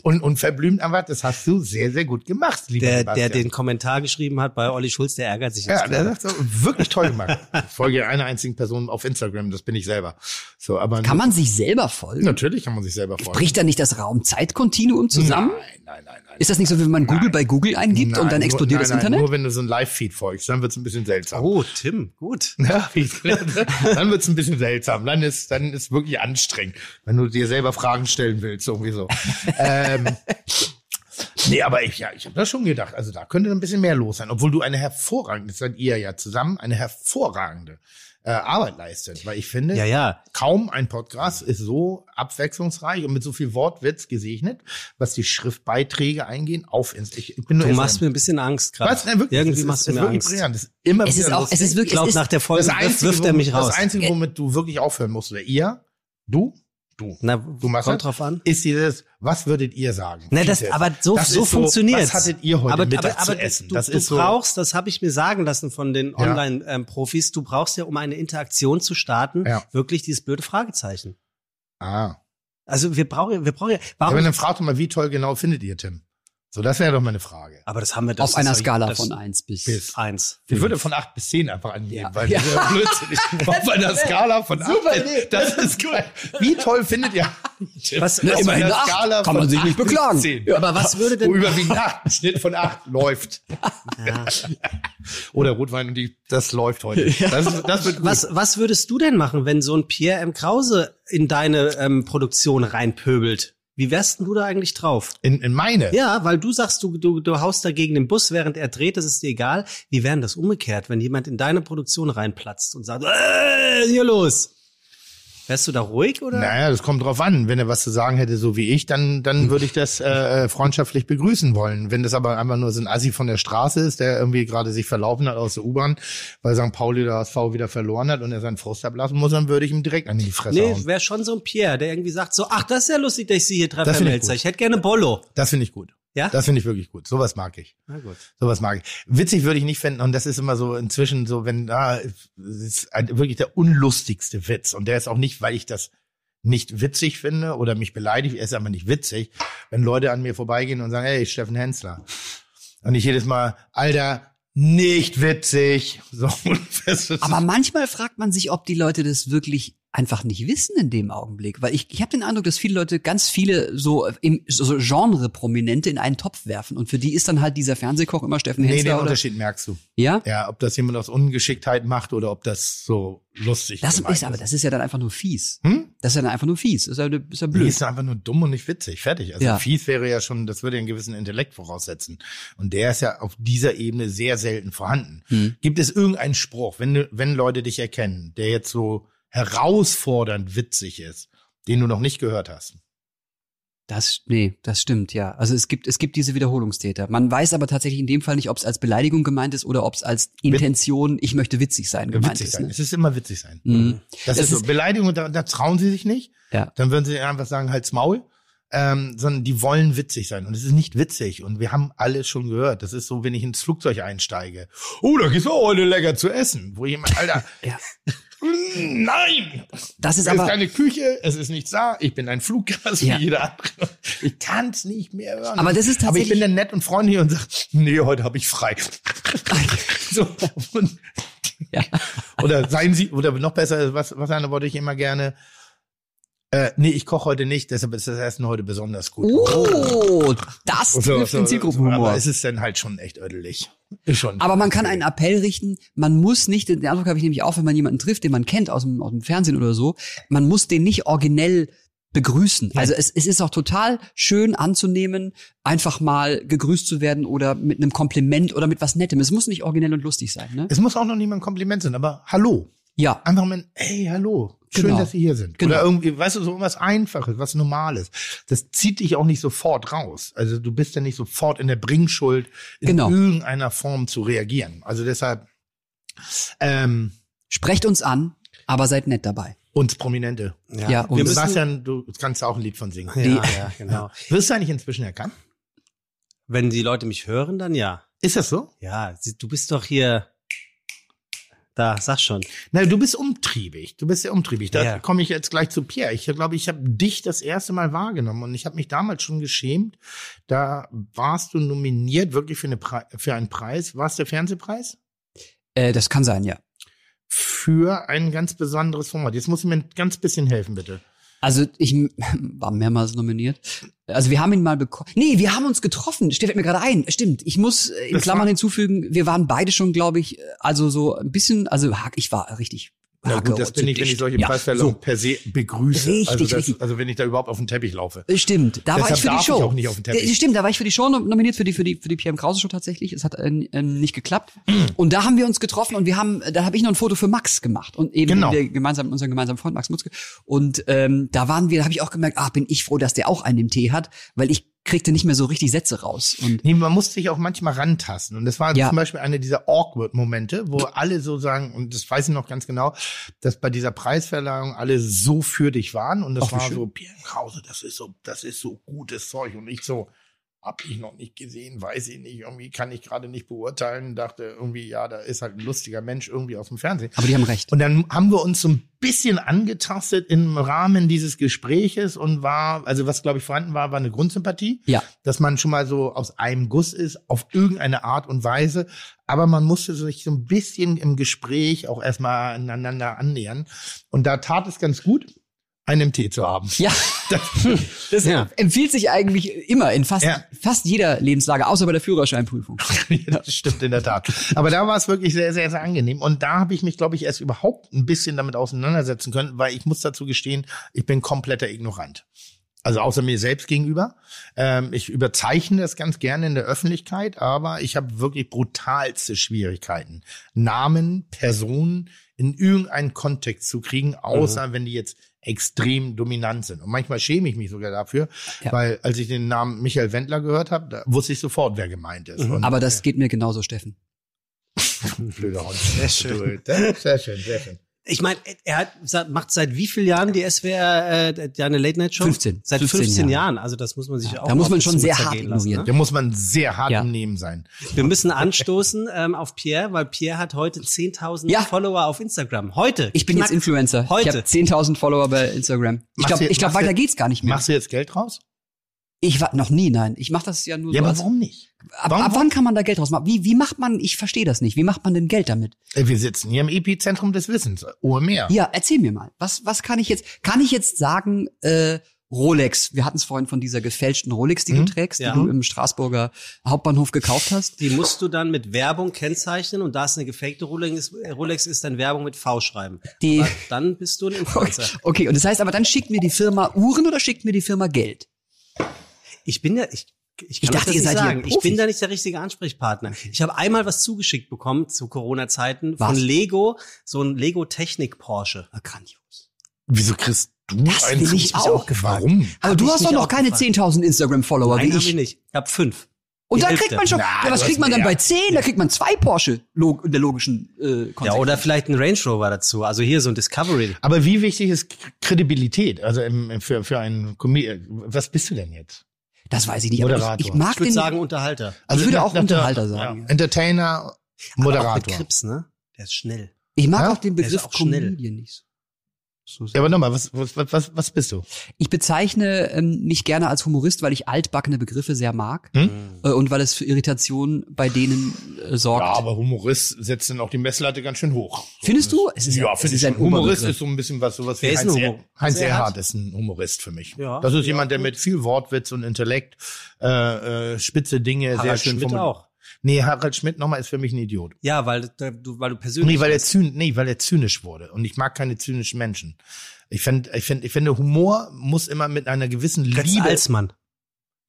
und unverblümt, aber das hast du sehr, sehr gut gemacht, lieber Der, der Sebastian. den Kommentar geschrieben hat bei Olli Schulz, der ärgert sich jetzt. ja, der sagt so, wirklich toll gemacht. Ich folge einer einzigen Person auf Instagram, das bin ich selber. So, aber Kann man sich selber folgen? natürlich kann man sich selber folgen. Bricht da nicht das Raum-Zeit-Kontinuum zusammen? Nein, nein, nein, nein. Ist das nicht so, wie wenn man Google bei Google eingibt und dann nur- nein, explodiert das nein, Internet? Nur wenn du so ein Live-Feed folgst, dann wird es ein bisschen seltsam. Oh, Tim, gut. Ja, wie ich- dann wird es ein bisschen seltsam. Dann ist dann ist wirklich anstrengend, wenn du dir selber Fragen stellen willst, irgendwie so. ähm, Nee, aber ich, ja, ich habe das schon gedacht. Also da könnte ein bisschen mehr los sein, obwohl du eine hervorragende, das seid ihr ja zusammen, eine hervorragende äh, Arbeit leistet. Weil ich finde, Ja, ja. kaum ein Podcast ist so abwechslungsreich und mit so viel Wortwitz gesegnet, was die Schriftbeiträge eingehen, auf ins. Ich, ich bin nur Du erst machst am- mir ein bisschen Angst gerade. was? Nein, wirklich, Irgendwie es machst ist, du es mir ist wirklich Angst. brillant. Es ist immer Es ist wieder auch, lustig. es ist Ich wirklich, glaube, es ist, nach der Folge das wirft, Einzige, wirft er mich raus. Das Einzige, womit du wirklich aufhören musst, oder ihr, du, du, Na, machst ne? kommt das? drauf an. ist dieses, was würdet ihr sagen? Na, das, Dieses, aber so, das so ist funktioniert Was hattet ihr heute aber, Mittag aber, aber zu essen? Du, das du ist so, brauchst, das habe ich mir sagen lassen von den Ja. Online-Profis, du brauchst ja, um eine Interaktion zu starten, Ja. wirklich dieses blöde Fragezeichen. ah. Also wir brauchen, wir brauchen ja, Ja, warum? Aber dann fragt doch mal, wie toll genau findet ihr Tim? So, das wäre doch meine Frage. aber das haben wir das auf einer ist doch- Skala das- von eins bis. bis- Eins. Ich würde von 8 bis 10 einfach angeben, Ja. weil das ist ja blödsinnig. Auf einer Skala von 8 bis Das ist geil. Wie toll findet ihr? Was- Auf Na, immerhin einer eine Acht. Skala Kann man von sich nicht 8 bis beklagen. 10. Ja. Aber was würde Wo denn, überwiegend 8, ein Schnitt von 8 läuft. Oder Rotwein und die, das läuft heute. Das, ist- das wird gut. was, was würdest du denn machen, wenn so ein Pierre M. Krause in deine ähm, Produktion reinpöbelt? Wie wärst denn du da eigentlich drauf? In, in meine. Ja, weil du sagst, du, du, du haust da gegen den Bus, während er dreht, das ist dir egal. Wie wäre denn das umgekehrt, wenn jemand in deine Produktion reinplatzt und sagt, äh, hier los? Wärst du da ruhig oder? Naja, das kommt drauf an. Wenn er was zu sagen hätte, so wie ich, dann, Hm. dann würde ich das äh, äh, freundschaftlich begrüßen wollen. Wenn das aber einfach nur so ein Assi von der Straße ist, der irgendwie gerade sich verlaufen hat aus der U-Bahn, weil St. Pauli der HSV wieder verloren hat und er seinen Frust ablassen muss, dann würde ich ihm direkt an die Fresse Nee, hauen. wäre schon so ein Pierre, der irgendwie sagt so, ach, das ist ja lustig, dass ich sie hier treffe, Das Herr find ich Melzer. gut. Ich hätte gerne Bollo. Das finde ich gut. Ja? Das finde ich wirklich gut. Sowas mag ich. Na gut. Sowas mag ich. Witzig würde ich nicht finden, und das ist immer so inzwischen so, wenn da ist ein, wirklich der unlustigste Witz. Und der ist auch nicht, weil ich das nicht witzig finde oder mich beleidigt, er ist aber nicht witzig, wenn Leute an mir vorbeigehen und sagen, hey, Steffen Hensler. Und ich jedes Mal, Alter, nicht witzig. So, das ist, Aber manchmal fragt man sich, ob die Leute das wirklich einfach nicht wissen in dem Augenblick, weil ich, ich habe den Eindruck, dass viele Leute ganz viele so im so Genre-Prominente in einen Topf werfen und für die ist dann halt dieser Fernsehkoch immer Steffen nee, den Hensler oder Unterschied merkst du. ja. Ja, ob das jemand aus Ungeschicktheit macht oder ob das so lustig Das gemeint ist aber das ist ja dann einfach nur fies. Hm? Das ist ja dann einfach nur fies. Das ist ja, das ist ja Die blöd. ist einfach nur dumm und nicht witzig. Fertig. Also Mhm. Ja. fies wäre ja schon, das würde ja einen gewissen Intellekt voraussetzen. Und der ist ja auf dieser Ebene sehr selten vorhanden. Hm. Gibt es irgendeinen Spruch, wenn, du- wenn Leute dich erkennen, der jetzt so herausfordernd witzig ist, den du noch nicht gehört hast? Das nee, das stimmt ja. Also es gibt es gibt diese Wiederholungstäter. Man weiß aber tatsächlich in dem Fall nicht, ob es als Beleidigung gemeint ist oder ob es als Intention, ich möchte witzig sein gemeint witzig ist. sein. Ne? Es ist immer witzig sein. Mhm. Das, Das ist so ist- Beleidigung, da, da trauen sie sich nicht. Ja. Dann würden sie einfach sagen, halt's Maul. Ähm, sondern die wollen witzig sein. Und es ist nicht witzig. Und wir haben alle schon gehört. Das ist so, wenn ich ins Flugzeug einsteige. Oh, da gibt's auch heute lecker zu essen. Wo jemand, Alter. Ja. Nein! Das ist es ist aber keine Küche, es ist nichts da, ich bin ein Fluggast Ja. wie jeder andere. Ich kann's nicht mehr hören. Aber das ist Aber ich bin tatsächlich- dann nett und freundlich und sag, nee, heute habe ich frei. so, und ja. oder seien Sie, oder noch besser, was, was antworte ich immer gerne? Äh, nee, ich koche heute nicht, deshalb ist das Essen heute besonders gut. Oh, das Und so- trifft so- den Zielgruppenhumor. Aber es ist dann halt schon echt ödelig. Ist schon. Aber man kann einen Appell richten, man muss nicht, den Eindruck habe ich nämlich auch, wenn man jemanden trifft, den man kennt aus dem, aus dem Fernsehen oder so, man muss den nicht originell begrüßen. Also es, es ist auch total schön anzunehmen, einfach mal gegrüßt zu werden oder mit einem Kompliment oder mit was Nettem. Es muss nicht originell und lustig sein, ne? es muss auch noch nicht mal ein Kompliment sein, aber hallo. Ja. Einfach mal, ein, hey, hallo. Schön, Genau. dass Sie hier sind. Genau. Oder irgendwie, weißt du, so was Einfaches, was Normales. Das zieht dich auch nicht sofort raus. Also du bist ja nicht sofort in der Bringschuld, in Genau. irgendeiner Form zu reagieren. Also deshalb, ähm, Sprecht uns an, aber seid nett dabei. uns Prominente. Ja, und wir Und müssen, Sebastian, du kannst auch ein Lied von singen. ja, die- ja, genau. Wirst du eigentlich inzwischen erkannt? Wenn die Leute mich hören, dann ja. Ist das so? Ja, sie- du bist doch hier. Da, sag schon. Na, du bist umtriebig. Du bist sehr umtriebig. Da Ja. komme ich jetzt gleich zu Pierre. Ich glaube, ich habe dich das erste Mal wahrgenommen und ich habe mich damals schon geschämt. Da warst du nominiert wirklich für, eine Pre für einen Preis. War es der Fernsehpreis? Äh, das kann sein, ja. Für ein ganz besonderes Format. Jetzt musst du mir ein ganz bisschen helfen, bitte. Also ich war mehrmals nominiert. Also wir haben ihn mal bekommen. Nee, wir haben uns getroffen. Steht fällt mir gerade ein. Stimmt. Ich muss äh, in Das Klammern war- hinzufügen, wir waren beide schon, glaube ich, äh, also so ein bisschen, also Hack, ich war richtig Na Hacke gut, das zu bin ich, wenn dicht. ich solche Ja, Preisverleihungen so. per se begrüße. also, Richtig, das, richtig. also wenn ich da überhaupt auf den Teppich laufe. Stimmt, da war Deshalb ich für die darf ich Show. auch nicht auf den Teppich. Äh, Stimmt, da war ich für die Show nom- nominiert für die für die für die PM Krause Show tatsächlich. Es hat äh, äh, nicht geklappt. Mm. Und da haben wir uns getroffen und wir haben da habe ich noch ein Foto für Max gemacht und eben Genau. der gemeinsam unseren gemeinsamen Freund Max Mutzke und ähm, da waren wir, da habe ich auch gemerkt, ah, bin ich froh, dass der auch einen im Tee hat, weil ich kriegte nicht mehr so richtig Sätze raus und Nee, man muss sich auch manchmal rantasten. Und das war Ja. zum Beispiel einer dieser Awkward-Momente, wo alle so sagen, und das weiß ich noch ganz genau, dass bei dieser Preisverleihung alle so für dich waren. Und das Ach, wie war schön. so, Pierre Krause, das ist so, das ist so gutes Zeug. Und ich so, hab ich noch nicht gesehen, weiß ich nicht, irgendwie kann ich gerade nicht beurteilen. Dachte irgendwie, ja, da ist halt ein lustiger Mensch irgendwie aus dem Fernsehen. aber die haben recht. Und dann haben wir uns so ein bisschen angetastet im Rahmen dieses Gespräches und war, also was glaube ich vorhanden war, war eine Grundsympathie, Ja. dass man schon mal so aus einem Guss ist, auf irgendeine Art und Weise. Aber man musste sich so ein bisschen im Gespräch auch erstmal aneinander annähern. Und da tat es ganz gut, einen im Tee zu haben. Ja, das Ja. empfiehlt sich eigentlich immer in fast, Ja. fast jeder Lebenslage, außer bei der Führerscheinprüfung. das stimmt in der Tat. Aber da war es wirklich sehr, sehr, sehr angenehm. Und da habe ich mich, glaube ich, erst überhaupt ein bisschen damit auseinandersetzen können, weil ich muss dazu gestehen, ich bin kompletter Ignorant. Also außer mir selbst gegenüber. Ähm, ich überzeichne das ganz gerne in der Öffentlichkeit, aber ich habe wirklich brutalste Schwierigkeiten, Namen, Personen in irgendeinen Kontext zu kriegen, Mhm. außer wenn die jetzt extrem dominant sind. Und manchmal schäme ich mich sogar dafür, Ja. weil als ich den Namen Michael Wendler gehört habe, da wusste ich sofort, wer gemeint ist. Und- Mhm. Aber das geht mir genauso, Steffen. blöder Hund. Sehr schön. Sehr schön, sehr schön. Ich meine, er hat, seit- macht seit wie vielen Jahren die SWR äh, ja eine Late Night Show? 15. Seit 15, 15 Jahren. Also das muss man sich Ja, auch. da muss auf man der schon Zunge sehr hart zergehen lassen, ignorieren. Da muss man sehr hart Ja. im Nehmen sein. Ne? Wir müssen anstoßen ähm, auf Pierre, weil Pierre hat heute 10.000 Ja. Follower auf Instagram. Heute. Ich bin jetzt Knack. Influencer. Heute. Ich habe 10.000 Follower bei Instagram. Ich Machst glaube, du- ich glaub, machst du- weiter geht's gar nicht mehr. Machst du jetzt Geld raus? Ich war noch nie, nein. Ich mache das ja nur so. als- nicht? ab, warum- ab wann kann man da Geld rausmachen? Wie, wie macht man, ich verstehe das nicht, wie macht man denn Geld damit? Äh, Wir sitzen hier im Epizentrum des Wissens. OMR. Ja, erzähl mir mal. Was, was kann ich jetzt, kann ich jetzt sagen, äh, Rolex, wir hatten es vorhin von dieser gefälschten Rolex, die Mhm. du trägst, Ja. die du im Straßburger Hauptbahnhof gekauft hast. Die musst du dann mit Werbung kennzeichnen und da es eine gefakte Rolex ist, äh, Rolex ist dann Werbung mit V schreiben. Die- Aber dann bist du ein Influencer. Okay, und das heißt aber, dann schickt mir die Firma Uhren oder schickt mir die Firma Geld? Ich bin ja, ich, ich, kann Ich euch dachte, das ihr nicht seid hier sagen. Ich Profis. bin da nicht der richtige Ansprechpartner. Ich habe einmal was zugeschickt bekommen zu Corona-Zeiten von Was? Lego, so ein Lego Technik Porsche. Ah, grandios. Wieso kriegst du Das will ich auch. Warum? Aber Hab du ich hast doch mich noch auch keine gefragt. 10.000 Instagram-Follower Einen wie habe ich. ich nicht. Ich habe fünf. Und Die dann Hälfte. kriegt man schon, Na, ja, was du kriegt hast man dann mehr. bei 10? Da kriegt man zwei Porsche log in der logischen äh, Konsequenz. Ja, oder vielleicht ein Range Rover dazu. Also hier so ein Discovery. Aber wie wichtig ist K- Kredibilität? Also im, im- für, für einen Comedian. Was bist du denn jetzt? Das weiß ich nicht. Aber ich, ich Moderator. mag Ich würde den. sagen Unterhalter. Ich würde auch Also nach der- Unterhalter sagen, ja. Entertainer, Aber auch mit Moderator. Krips, ne? Der ist schnell. ich mag Ja? auch den Der ist Begriff auch schnell. Comedian nicht so. So Ja, sehr. aber nochmal, was, was, was, was bist du? ich bezeichne ähm, mich gerne als Humorist, weil ich altbackene Begriffe sehr mag Hm? äh, und weil es für Irritationen bei denen äh, sorgt. Ja, aber Humorist setzt dann auch die Messlatte ganz schön hoch. Findest du? Es ist, ja, es finde ist ich. ein schon. Humorist Oberbegriff. ist so ein bisschen was, sowas Wer wie ist Heinz, ein er Humor- Heinz Erhardt? Erhardt ist ein Humorist für mich. Ja, das ist ja, jemand, der gut. mit viel Wortwitz und Intellekt äh, äh, spitze Dinge sehr Harald schön Schmidt formuliert. auch. Nee, Harald Schmidt nochmal ist für mich ein Idiot. Ja, weil da- du, weil du persönlich. Nee, weil er, zyn nee, weil er zynisch wurde. Und ich mag keine zynischen Menschen. Ich finde, ich finde, ich finde, Humor muss immer mit einer gewissen Götz Liebe. Alsmann,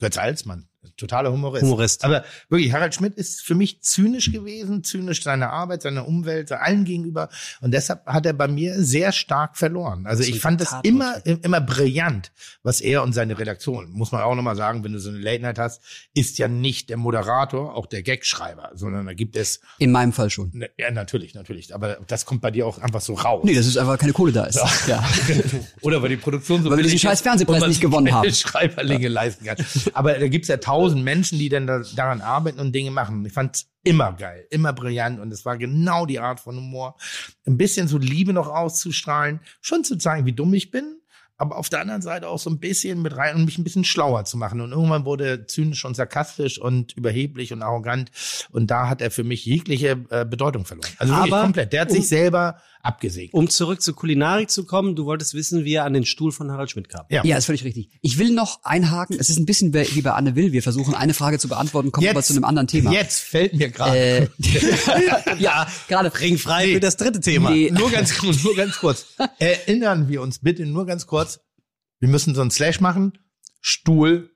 Götz Alsmann. Totaler Humorist. Humorist. Aber wirklich, Harald Schmidt ist für mich zynisch gewesen, zynisch seiner Arbeit, seiner Umwelt, allen gegenüber. Und deshalb hat er bei mir sehr stark verloren. Also Das ist ich ein fand das Tatort. immer, immer brillant, was er und seine Redaktion, muss man auch nochmal sagen, wenn du so eine Late Night hast, ist ja nicht der Moderator, auch der Gagschreiber, sondern da gibt es, In meinem Fall schon. ja, natürlich, natürlich. Aber das kommt bei dir auch einfach so raus. Nee, das ist einfach weil keine Kohle da ist. Ja. Oder weil die Produktion so Weil wir billig diesen scheiß ist Fernsehpreis und man nicht gewonnen keine haben. Schreiberlinge leisten kann. Aber da gibt's ja tausend Menschen, die dann da, daran arbeiten und Dinge machen. Ich fand's immer geil, immer brillant und es war genau die Art von Humor. Ein bisschen so Liebe noch auszustrahlen, schon zu zeigen, wie dumm ich bin, aber auf der anderen Seite auch so ein bisschen mit rein und mich ein bisschen schlauer zu machen. Und irgendwann wurde er zynisch und sarkastisch und überheblich und arrogant. Und da hat er für mich jegliche äh, Bedeutung verloren. Also wirklich Aber- komplett. Der hat um sich selber abgesägt. Um zurück zur Kulinarik zu kommen, du wolltest wissen, wie er an den Stuhl von Harald Schmidt kam. Ja. Ja, ist völlig richtig. Ich will noch einhaken. Es ist ein bisschen wie bei Anne Will. Wir versuchen eine Frage zu beantworten, kommen aber zu einem anderen Thema. Jetzt fällt mir gerade. Äh, ja, gerade. Ring frei Ah. für das dritte Thema. Nee. Nur ganz kurz, nur ganz kurz. Erinnern wir uns bitte nur ganz kurz. Wir müssen so einen Slash machen. Stuhl.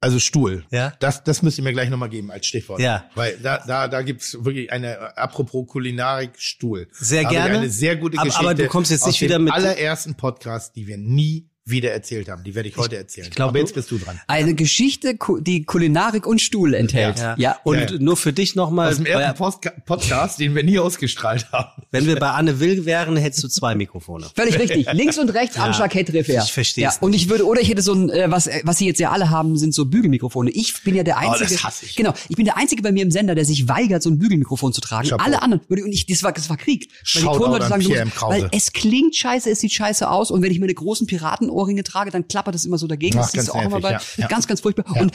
Also Stuhl. Ja. Das, das müsst ihr mir gleich nochmal geben als Stichwort. Ja. Weil da, da, da gibt's wirklich eine, äh, apropos Kulinarik, Stuhl. Sehr Da habe ich gerne. Eine sehr gute Aber- Geschichte. aber du kommst jetzt aus nicht wieder mit- Dem allerersten Podcast, die wir nie wieder erzählt haben. Die werde ich heute erzählen. glaub, aber du- jetzt bist du dran. Eine Geschichte, ku- die Kulinarik und Stuhl enthält. Ja. Ja. Und Ja. nur für dich nochmal, Aus dem ersten Postka- Podcast, den wir nie ausgestrahlt haben. wenn wir bei Anne Will wären, hättest du zwei Mikrofone. Völlig richtig. Links und rechts Anschlag Headrefer. Ich versteh's Ja, und ich würde oder ich hätte so ein äh, was äh, was sie jetzt ja alle haben, sind so Bügelmikrofone. Ich bin ja der einzige. Oh, das hasse ich. Genau, ich bin der einzige bei mir im Sender, der sich weigert so ein Bügelmikrofon zu tragen. Chapeau. Alle anderen würde und ich das war das war Krieg, weil Shoutout Tonleute an du Pierre M. musst- Krause. weil es klingt scheiße, es sieht scheiße aus und wenn ich meine großen Piratenohrringe trage, dann klappert das immer so dagegen. Ach, das ganz ist auch immer bei nervig, ja, ja. ganz ganz furchtbar und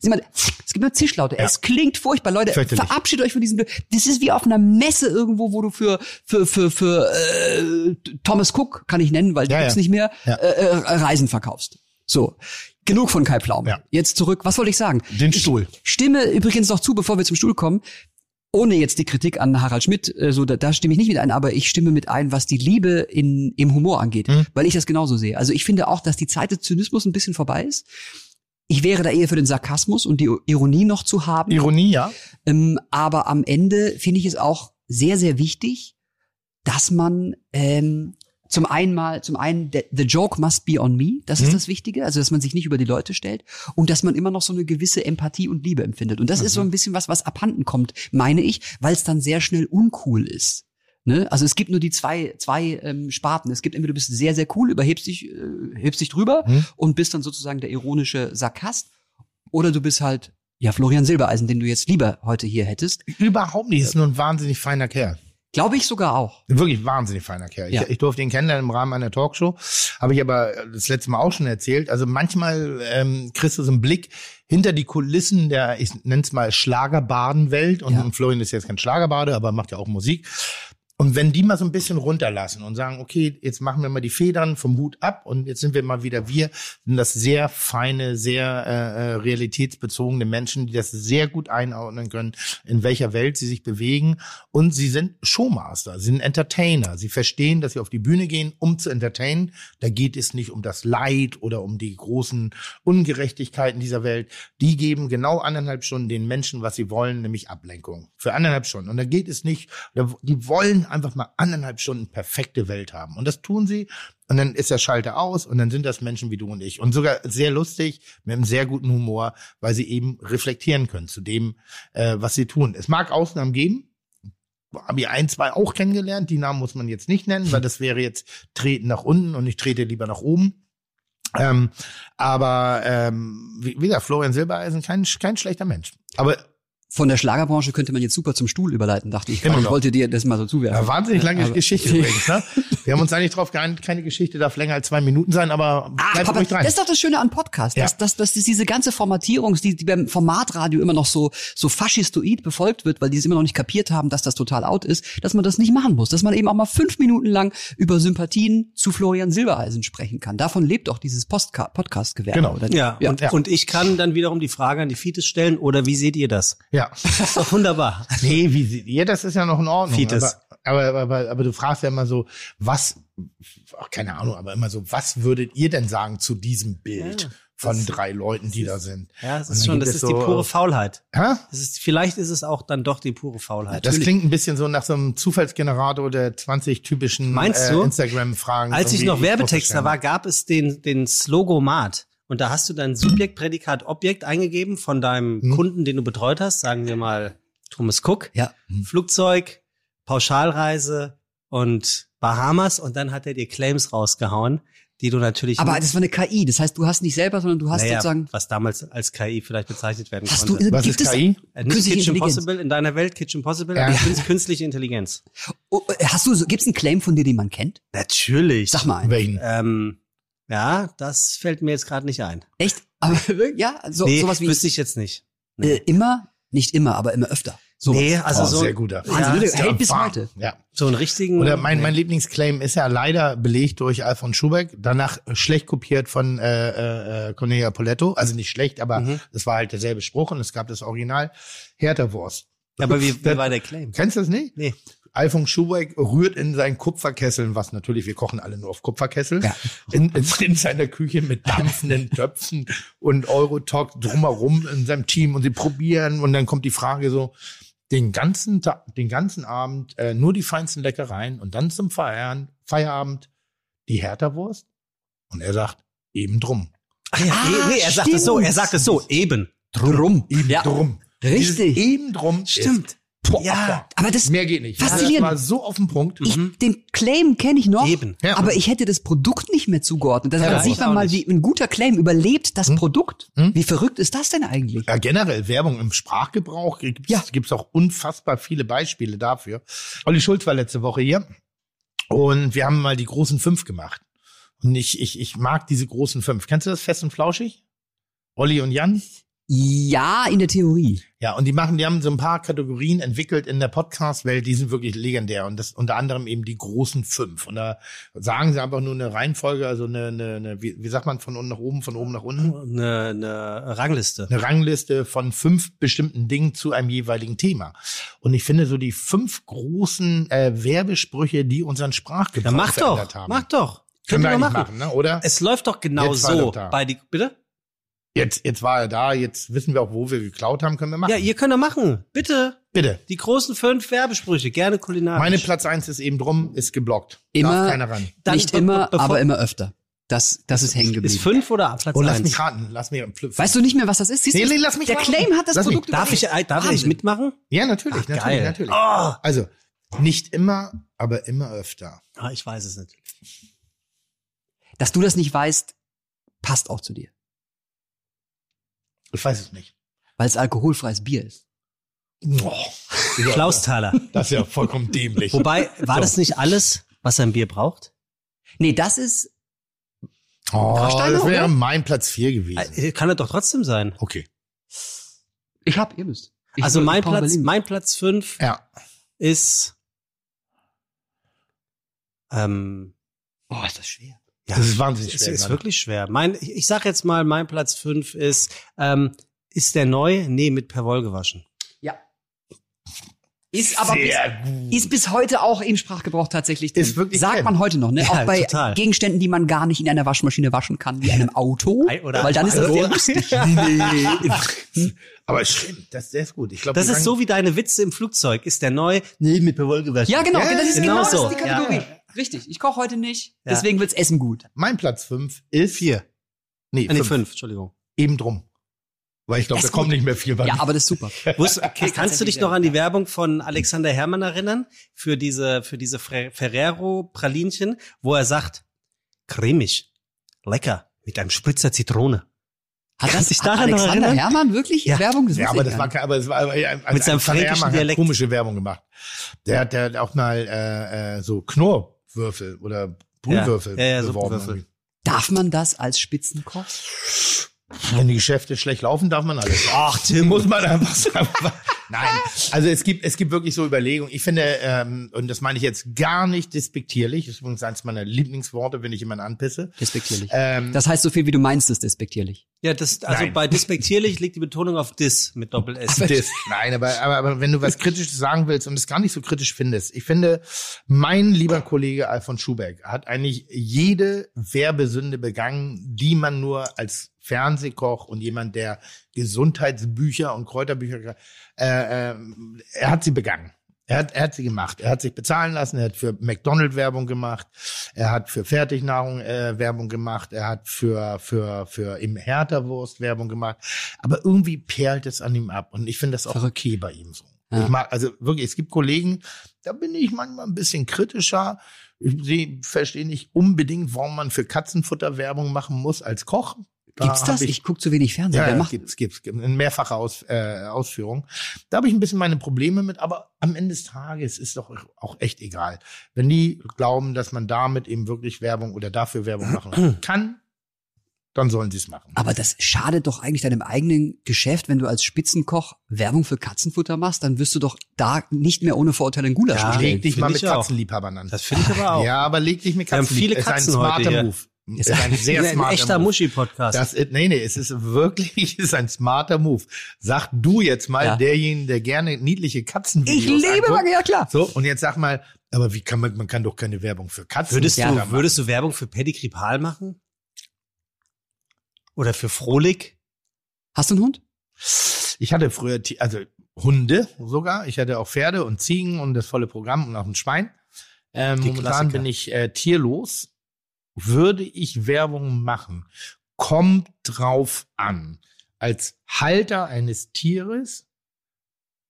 sieh mal, es gibt immer Zischlaute. Es klingt furchtbar, Leute. Fürchterlich. Verabschiedet euch von diesem. Das ist wie auf einer Messe irgendwo, wo du für für für für äh, Thomas Cook kann ich nennen, weil Ja, du gibt's ja. nicht mehr Ja. äh, äh, Reisen verkaufst. So. Genug von Kai Pflaume. Ja. Jetzt zurück. Was wollte ich sagen? Den Stuhl. Ich stimme übrigens noch zu, bevor wir zum Stuhl kommen. Ohne jetzt die Kritik an Harald Schmidt, äh, so da, da stimme ich nicht mit ein, aber ich stimme mit ein, was die Liebe in, im Humor angeht, Mhm. weil ich das genauso sehe. Also ich finde auch, dass die Zeit des Zynismus ein bisschen vorbei ist. Ich wäre da eher für den Sarkasmus und die Ironie noch zu haben. Ironie, ja. Ähm, aber am Ende finde ich es auch sehr, sehr wichtig, dass man ähm, zum einen mal, zum einen, the, the joke must be on me, das ist das Wichtige, also dass man sich nicht über die Leute stellt und dass man immer noch so eine gewisse Empathie und Liebe empfindet. Und das ist so ein bisschen was, was abhanden kommt, meine ich, weil es dann sehr schnell uncool ist. Ne? Also es gibt nur die zwei, zwei ähm, Sparten. Es gibt entweder du bist sehr, sehr cool, überhebst dich, äh, hebst dich drüber und bist dann sozusagen der ironische Sarkast. Oder du bist halt, ja, Florian Silbereisen, den du jetzt lieber heute hier hättest. Überhaupt nicht. Ist nur ein wahnsinnig feiner Kerl. Glaube ich sogar auch. Wirklich wahnsinnig feiner Kerl. Ja. Ich, ich durfte ihn kennenlernen im Rahmen einer Talkshow. Habe ich aber das letzte Mal auch schon erzählt. Also manchmal ähm, kriegst du so einen Blick hinter die Kulissen der, ich nenn's mal Schlagerbadenwelt. Und Ja. Florian ist jetzt kein Schlagerbade, aber macht ja auch Musik. Und wenn die mal so ein bisschen runterlassen und sagen, okay, jetzt machen wir mal die Federn vom Hut ab und jetzt sind wir mal wieder wir, sind das sehr feine, sehr äh, äh, realitätsbezogene Menschen, die das sehr gut einordnen können, in welcher Welt sie sich bewegen. Und sie sind Showmaster, sie sind Entertainer. Sie verstehen, dass sie auf die Bühne gehen, um zu entertainen. Da geht es nicht um das Leid oder um die großen Ungerechtigkeiten dieser Welt. Die geben genau anderthalb Stunden den Menschen, was sie wollen, nämlich Ablenkung. Für anderthalb Stunden. Und da geht es nicht, da- die wollen einfach mal anderthalb Stunden perfekte Welt haben. Und das tun sie. Und dann ist der Schalter aus und dann sind das Menschen wie du und ich. Und sogar sehr lustig, mit einem sehr guten Humor, weil sie eben reflektieren können zu dem, äh, was sie tun. Es mag Ausnahmen geben. Habe ich ein, zwei auch kennengelernt. Die Namen muss man jetzt nicht nennen, weil das wäre jetzt treten nach unten und ich trete lieber nach oben. Ähm, aber ähm, wie, wie gesagt, Florian Silbereisen, kein, kein schlechter Mensch. Aber Von der Schlagerbranche könnte man jetzt super zum Stuhl überleiten, dachte ich. Immer Ich noch. wollte dir das mal so ja, zuwerfen. wahnsinnig lange aber- Geschichte übrigens. Ne? Wir haben uns eigentlich drauf geeinigt, keine Geschichte darf länger als zwei Minuten sein, aber Ah, bleibt Papa, ruhig dran. das ist doch das Schöne an Podcasts, Ja. dass, dass, dass diese ganze Formatierung, die, die beim Formatradio immer noch so, so faschistoid befolgt wird, weil die es immer noch nicht kapiert haben, dass das total out ist, dass man das nicht machen muss, dass man eben auch mal fünf Minuten lang über Sympathien zu Florian Silbereisen sprechen kann. Davon lebt auch dieses Postka- Podcast-Gewerbe. Genau. Oder nicht? Ja, Und, ja. und ich kann dann wiederum die Frage an die Fites stellen, oder wie seht ihr das? ja. Das ist doch wunderbar. Nee, wie sie- ja, das ist ja noch in Ordnung. Fides. Aber, aber, aber, aber du fragst ja immer so, was, ach, keine Ahnung, aber immer so, was würdet ihr denn sagen zu diesem Bild Ja, von das- drei Leuten, die da sind? Ja, das Und ist dann schon, gibt das es ist so- äh, die pure Faulheit. Hä? Das ist, vielleicht ist es auch dann doch die pure Faulheit. Das klingt ein bisschen so nach so einem Zufallsgenerator der 20 typischen Meinst äh, du? Instagram-Fragen. Als ich irgendwie noch Werbetexter vorzustellen. war, gab es den, den Slogomat. Und da hast du dein Subjekt, Prädikat, Objekt eingegeben von deinem Hm? Kunden, den du betreut hast. Sagen wir mal Thomas Cook. Ja. Flugzeug, Pauschalreise und Bahamas. Und dann hat er dir Claims rausgehauen, die du natürlich. Aber das war eine KI, das heißt, du hast nicht selber, sondern du hast naja, sozusagen. was damals als KI vielleicht bezeichnet werden Hast du konnte. Was gibt ist es- KI? Äh, nicht künstliche Kitchen Intelligenz? Possible, in deiner Welt Kitchen Possible, Ja. aber künst- künstliche Intelligenz. Oh, äh, hast du, so- gibt's einen Claim von dir, den man kennt? Natürlich. Sag mal einen. Welchen? Ähm, Ja, das fällt mir jetzt gerade nicht ein. Echt? Aber ja, so, nee, sowas wie wüsste ich jetzt nicht. äh, immer, nicht immer, aber immer öfter. So. Nee, also Oh, so, sehr guter. Wahnsinn, Ist der hält bis Wahnsinn. heute. Ja. so einen richtigen. Oder mein, mein Lieblingsclaim ist ja leider belegt durch Alfons Schubeck, danach schlecht kopiert von äh, äh, äh, Cornelia Poletto. Also nicht schlecht, aber Mhm. es war halt derselbe Spruch und es gab das Original. Hertha-Wurst. Ja, aber wie, wie war der Claim? Kennst du das nicht? Nee. Alfons Schubeck rührt in seinen Kupferkesseln, was natürlich, wir kochen alle nur auf Kupferkessel, Ja. in, in, in seiner Küche mit dampfenden Töpfen und Eurotalk drumherum in seinem Team und sie probieren und dann kommt die Frage so, den ganzen, Ta- den ganzen Abend äh, nur die feinsten Leckereien und dann zum Feiern, Feierabend die Hertha-Wurst? Und er sagt, eben drum. Ah, ja, eh, nee, er sagt es so, er sagt es so, eben. Drum. Eben Ja, drum. Dieses Richtig. Eben drum. Stimmt. Ist, boah, Ja. Aber das, Mehr geht nicht. Faszinierend. Das war so auf den Punkt. ich, den Claim kenne ich noch, Eben. Ja. aber ich hätte das Produkt nicht mehr zugeordnet. Das, Ja, aber ich sieht man auch mal, nicht. wie ein guter Claim überlebt das Produkt. Hm? Wie verrückt ist das denn eigentlich? Ja, generell Werbung im Sprachgebrauch gibt Ja. es auch unfassbar viele Beispiele dafür. Olli Schulz war letzte Woche hier und wir haben mal die großen fünf gemacht. Und ich, ich, ich mag diese großen fünf. Kennst du das fest und flauschig? Olli und Jan? Ja, in der Theorie. Ja, und die machen, die haben so ein paar Kategorien entwickelt in der Podcast-Welt, die sind wirklich legendär. Und das unter anderem eben die großen fünf. Und da sagen sie einfach nur eine Reihenfolge, also eine, eine, eine wie, wie sagt man, von unten nach oben, von oben nach unten? Eine, eine Rangliste. eine Rangliste von fünf bestimmten Dingen zu einem jeweiligen Thema. Und ich finde so die fünf großen äh, Werbesprüche, die unseren Sprachgebrauch Ja, mach verändert doch, haben. mach doch. Können wir Könnt ihr eigentlich doch machen, ne? oder? Es läuft doch genau Jetzt war so doch da. bei die, bitte? Jetzt, jetzt war er da, jetzt wissen wir auch, wo wir geklaut haben, können wir machen. Ja, ihr könnt doch machen. Bitte. Bitte. Die großen fünf Werbesprüche, gerne kulinarisch. Meine Platz eins ist eben drum, ist geblockt. Immer- Darf keiner ran. Dann nicht be- immer, bevor- aber immer öfter. Das, das ist hängen Ist geblieben. fünf oder Platz Oh, lass eins? mich raten. Lass mich. Pf- Weißt du nicht mehr, was das ist? Siehst Nee, du, nee, lass mich der raten. Claim hat das Lass mich. Produkt Darf ich, überlebt. äh, darf ich Wahnsinn. mitmachen? Ja, natürlich, natürlich, geil. natürlich. Oh. Also, nicht immer, aber immer öfter. Ah, ich weiß es nicht. Dass du das nicht weißt, passt auch zu dir. Ich weiß es nicht. Weil es alkoholfreies Bier ist. Boah. Klausthaler. Das ist ja vollkommen dämlich. Wobei, war das nicht alles, was ein Bier braucht? Nee, das ist, Oh, Steiner, das wäre oder? mein Platz 4 gewesen. Äh, Kann er doch trotzdem sein. Okay. ich hab, ihr müsst. Ich also will- mein Paul Platz, Berlin. mein Platz fünf Ja. ist, ähm, Boah, ist das schwer. ja, Das ist wahnsinnig es schwer. ist, gerade. wirklich schwer. Mein, ich, ich sag jetzt mal, mein Platz fünf ist, ähm, ist der neu? Nee, mit Perwoll gewaschen. Ja. Ist aber bis, Sehr gut. ist bis heute auch im Sprachgebrauch tatsächlich drin. Ist wirklich Sagt drin. man heute noch, ne? Ja, auch bei total. Gegenständen, die man gar nicht in einer Waschmaschine waschen kann, wie einem Auto. Ei, oder- weil dann ist das Also- sehr lustig. Aber stimmt, das, der ist gut. Ich glaube, Das wir ist sagen- so wie deine Witze im Flugzeug. Ist der neu? Nee, mit Perwoll gewaschen. Ja, genau, Ja, das ist genau genau, so. das ist die Kategorie. Richtig, ich koche heute nicht, Ja. deswegen wird's Essen gut. mein Platz 5 ist hier. Nee, Ah, Nee, fünf. fünf, Entschuldigung. Eben drum. Weil ich glaube, Das da ist kommt gut. nicht mehr viel bei Ja, mir. aber das ist super. Wusst, okay, kannst du dich tatsächlich noch an die ja. Werbung von Alexander Herrmann erinnern? Für diese, für diese Fre- Ferrero-Pralinchen, wo er sagt, cremig, lecker, mit einem Spritzer Zitrone. Hat Kannst das dich sich daran noch Alexander erinnern? Hermann wirklich Ja. Werbung Ja, wusste aber ich das gar war, nicht. kein- aber es war, aber, also Mit seinem Alexander fränkischen Herrmann Dialekt. Hat komische Werbung gemacht. Der hat, der hat auch mal äh, äh, so Knorrwürfel oder Brühwürfel Ja, ja, so beworben. Brühwürfel. Darf man das als Spitzenkoch? Wenn die Geschäfte schlecht laufen, darf man alles. Ach, Tim. Muss man einfach sagen. Nein, also es gibt, es gibt wirklich so Überlegungen. Ich finde, ähm, und das meine ich jetzt gar nicht despektierlich, das ist übrigens eines meiner Lieblingsworte, wenn ich jemanden anpisse. Despektierlich. Ähm, Das heißt so viel, wie du meinst, ist despektierlich. Ja, das, also Nein. bei despektierlich liegt die Betonung auf dis mit Doppel-S. Dis. Nein, aber, aber, aber wenn du was Kritisches sagen willst und es gar nicht so kritisch findest, ich finde, mein lieber Kollege Alfons Schubeck hat eigentlich jede Werbesünde begangen, die man nur als Fernsehkoch und jemand, der Gesundheitsbücher und Kräuterbücher, äh, ähm, er hat sie begangen. Er hat, er hat sie gemacht. Er hat sich bezahlen lassen. Er hat für McDonald's Werbung gemacht. Er hat für Fertignahrung äh, Werbung gemacht. Er hat für für für im Härterwurst Werbung gemacht. Aber irgendwie perlt es an ihm ab und ich finde das auch okay bei ihm so. Ja. Ich mag also wirklich. Es gibt Kollegen, da bin ich manchmal ein bisschen kritischer. Ich sehe- verstehe nicht unbedingt, warum man für Katzenfutter Werbung machen muss als Koch. Da Gibt's das? hab Ich, guck zu wenig Also Fernsehen. ja, Wer ja, macht gibt's, gibt's, gibt's. In mehrfacher Aus, äh, Ausführung. Da habe ich ein bisschen meine Probleme mit, aber am Ende des Tages ist doch auch echt egal. Wenn die glauben, dass man damit eben wirklich Werbung oder dafür Werbung machen kann, dann sollen sie es machen. Aber das schadet doch eigentlich deinem eigenen Geschäft, wenn du als Spitzenkoch Werbung für Katzenfutter machst, dann wirst du doch da nicht mehr ohne Vorurteile einen Gulasch Ja. bestellen. Leg dich find mal Ah, ich mit auch. Katzenliebhabern an. Das finde ich aber auch. Ja, aber leg dich mit Wir haben Katzen. viele Es Katzen ist ein heute smarter hier. Move. Es ist ein sehr ein smarter echter Move. Muschi-Podcast. Das, ist- nee, nee, es ist wirklich es ist ein smarter Move. Sag du jetzt mal Ja. derjenige, der gerne niedliche Katzen Ich liebe Magie, ja klar. So, und jetzt sag mal, aber wie kann man, man kann doch keine Werbung für Katzen Würdest, Ja. du, würdest du Werbung für Pedigree Pal machen? Oder für Frohlig? Hast du einen Hund? Ich hatte früher, Ti- also Hunde sogar. Ich hatte auch Pferde und Ziegen und das volle Programm und auch ein Schwein. Ähm, Die momentan Klassiker. bin ich äh, tierlos. Würde ich Werbung machen? Kommt drauf an. Als Halter eines Tieres,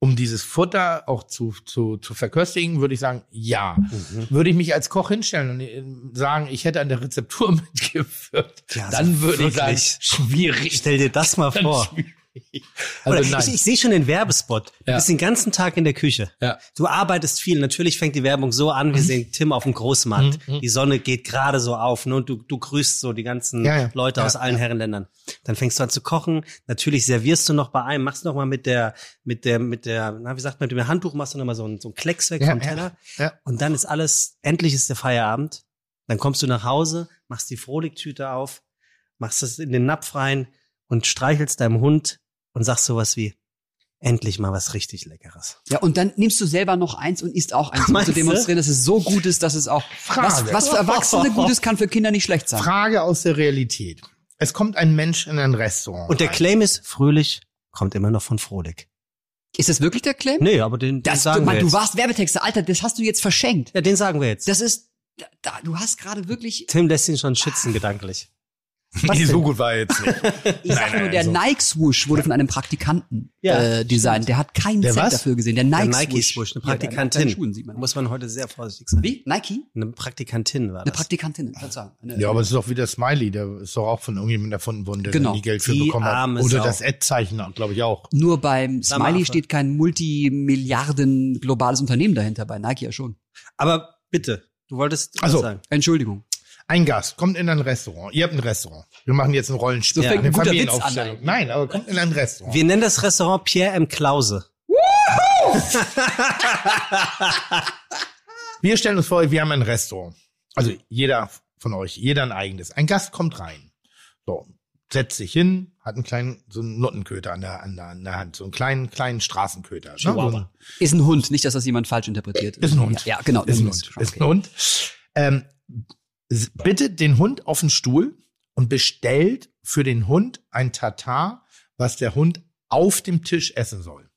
um dieses Futter auch zu, zu, zu verköstigen, würde ich sagen, ja. Mhm. Würde ich mich als Koch hinstellen und äh, sagen, ich hätte an der Rezeptur mitgewirkt, Ja, also dann würde ich sagen, wirklich. schwierig. Stell dir das mal vor. Schwierig. Oder Ich, ich sehe schon den Werbespot. Du Also Ja. bist den ganzen Tag in der Küche. Ja. Mhm. Du arbeitest viel. Natürlich fängt die Werbung so an. Wir sehen Tim auf dem Großmarkt. Die Sonne geht gerade so auf. Ne? Und du, du grüßt so die ganzen Ja, ja. Leute aus allen Herrenländern. Dann fängst du an zu kochen. Natürlich servierst du noch bei einem. Machst noch mal mit der, mit der, mit der, na, wie sagt man, mit dem Handtuch machst du noch mal so einen, so einen Klecks weg Ja, vom ja, Teller. ja. Und dann ist alles, endlich ist der Feierabend. Dann kommst du nach Hause, machst die Frohlichtüte auf, machst es in den Napf rein und streichelst deinem Hund und sagst sowas wie, endlich mal was richtig Leckeres. Ja, und dann nimmst du selber noch eins und isst auch eins, um Meinst zu du? demonstrieren, dass es so gut ist, dass es auch was, Frage. was für Erwachsene gut ist, kann für Kinder nicht schlecht sein. Frage aus der Realität. Es kommt ein Mensch in ein Restaurant. Und der rein. Claim ist, fröhlich kommt immer noch von Frohlig. Ist das wirklich der Claim? Nee, aber den, den Das, du, sagen Mann, wir du jetzt. warst Werbetexter, Alter, das hast du jetzt verschenkt. ja, den sagen wir jetzt. Das ist, da, da, du hast gerade wirklich, Tim lässt ihn schon schützen, gedanklich. was nee, so denn? gut war er jetzt nicht. Ich sag nur, also der Nike-Swoosh wurde von einem Praktikanten Ja, äh, designt. Der hat keinen Der Cent was? dafür gesehen. Der Der Nike-Swoosh. Nike-Swoosh, eine Hier, bei Praktikantin. den Schuhen sieht man. Muss man heute sehr vorsichtig sein. Wie? Nike? Eine Praktikantin war Eine das. Praktikantin, Verzeihung. Eine, Ja, aber es ist doch wieder Smiley, der ist doch auch von irgendjemandem erfunden worden, der Genau. nie Geld für Die bekommen hat. arme Oder Sau. das Ad-Zeichen, glaube ich, auch. nur beim Sag mal, Smiley Affe. steht kein Multimilliarden globales Unternehmen dahinter, bei Nike ja schon. aber bitte, du wolltest was Also, sagen. Entschuldigung. Ein Gast kommt in ein Restaurant. Ihr habt ein Restaurant. Wir machen jetzt ein Rollenspiel. So fängt ein eine guter Witz an, Familienaufstellung. Nein, aber kommt in ein Restaurant. Wir nennen das Restaurant Pierre M. Klause. Wir stellen uns vor, wir haben ein Restaurant. Also jeder von euch, jeder ein eigenes. Ein Gast kommt rein. So, setzt sich hin, hat einen kleinen, so einen Nuttenköter an der, an der, an der Hand. So einen kleinen, kleinen Straßenköter. ne? So ein- Ist ein Hund, nicht, dass das jemand falsch interpretiert. Ist ein Hund. Ja, ja genau. Ist ein das Hund. Ist ein Hund. Ähm, s- bitte den Hund auf den Stuhl und bestellt für den Hund ein Tatar, was der Hund auf dem Tisch essen soll.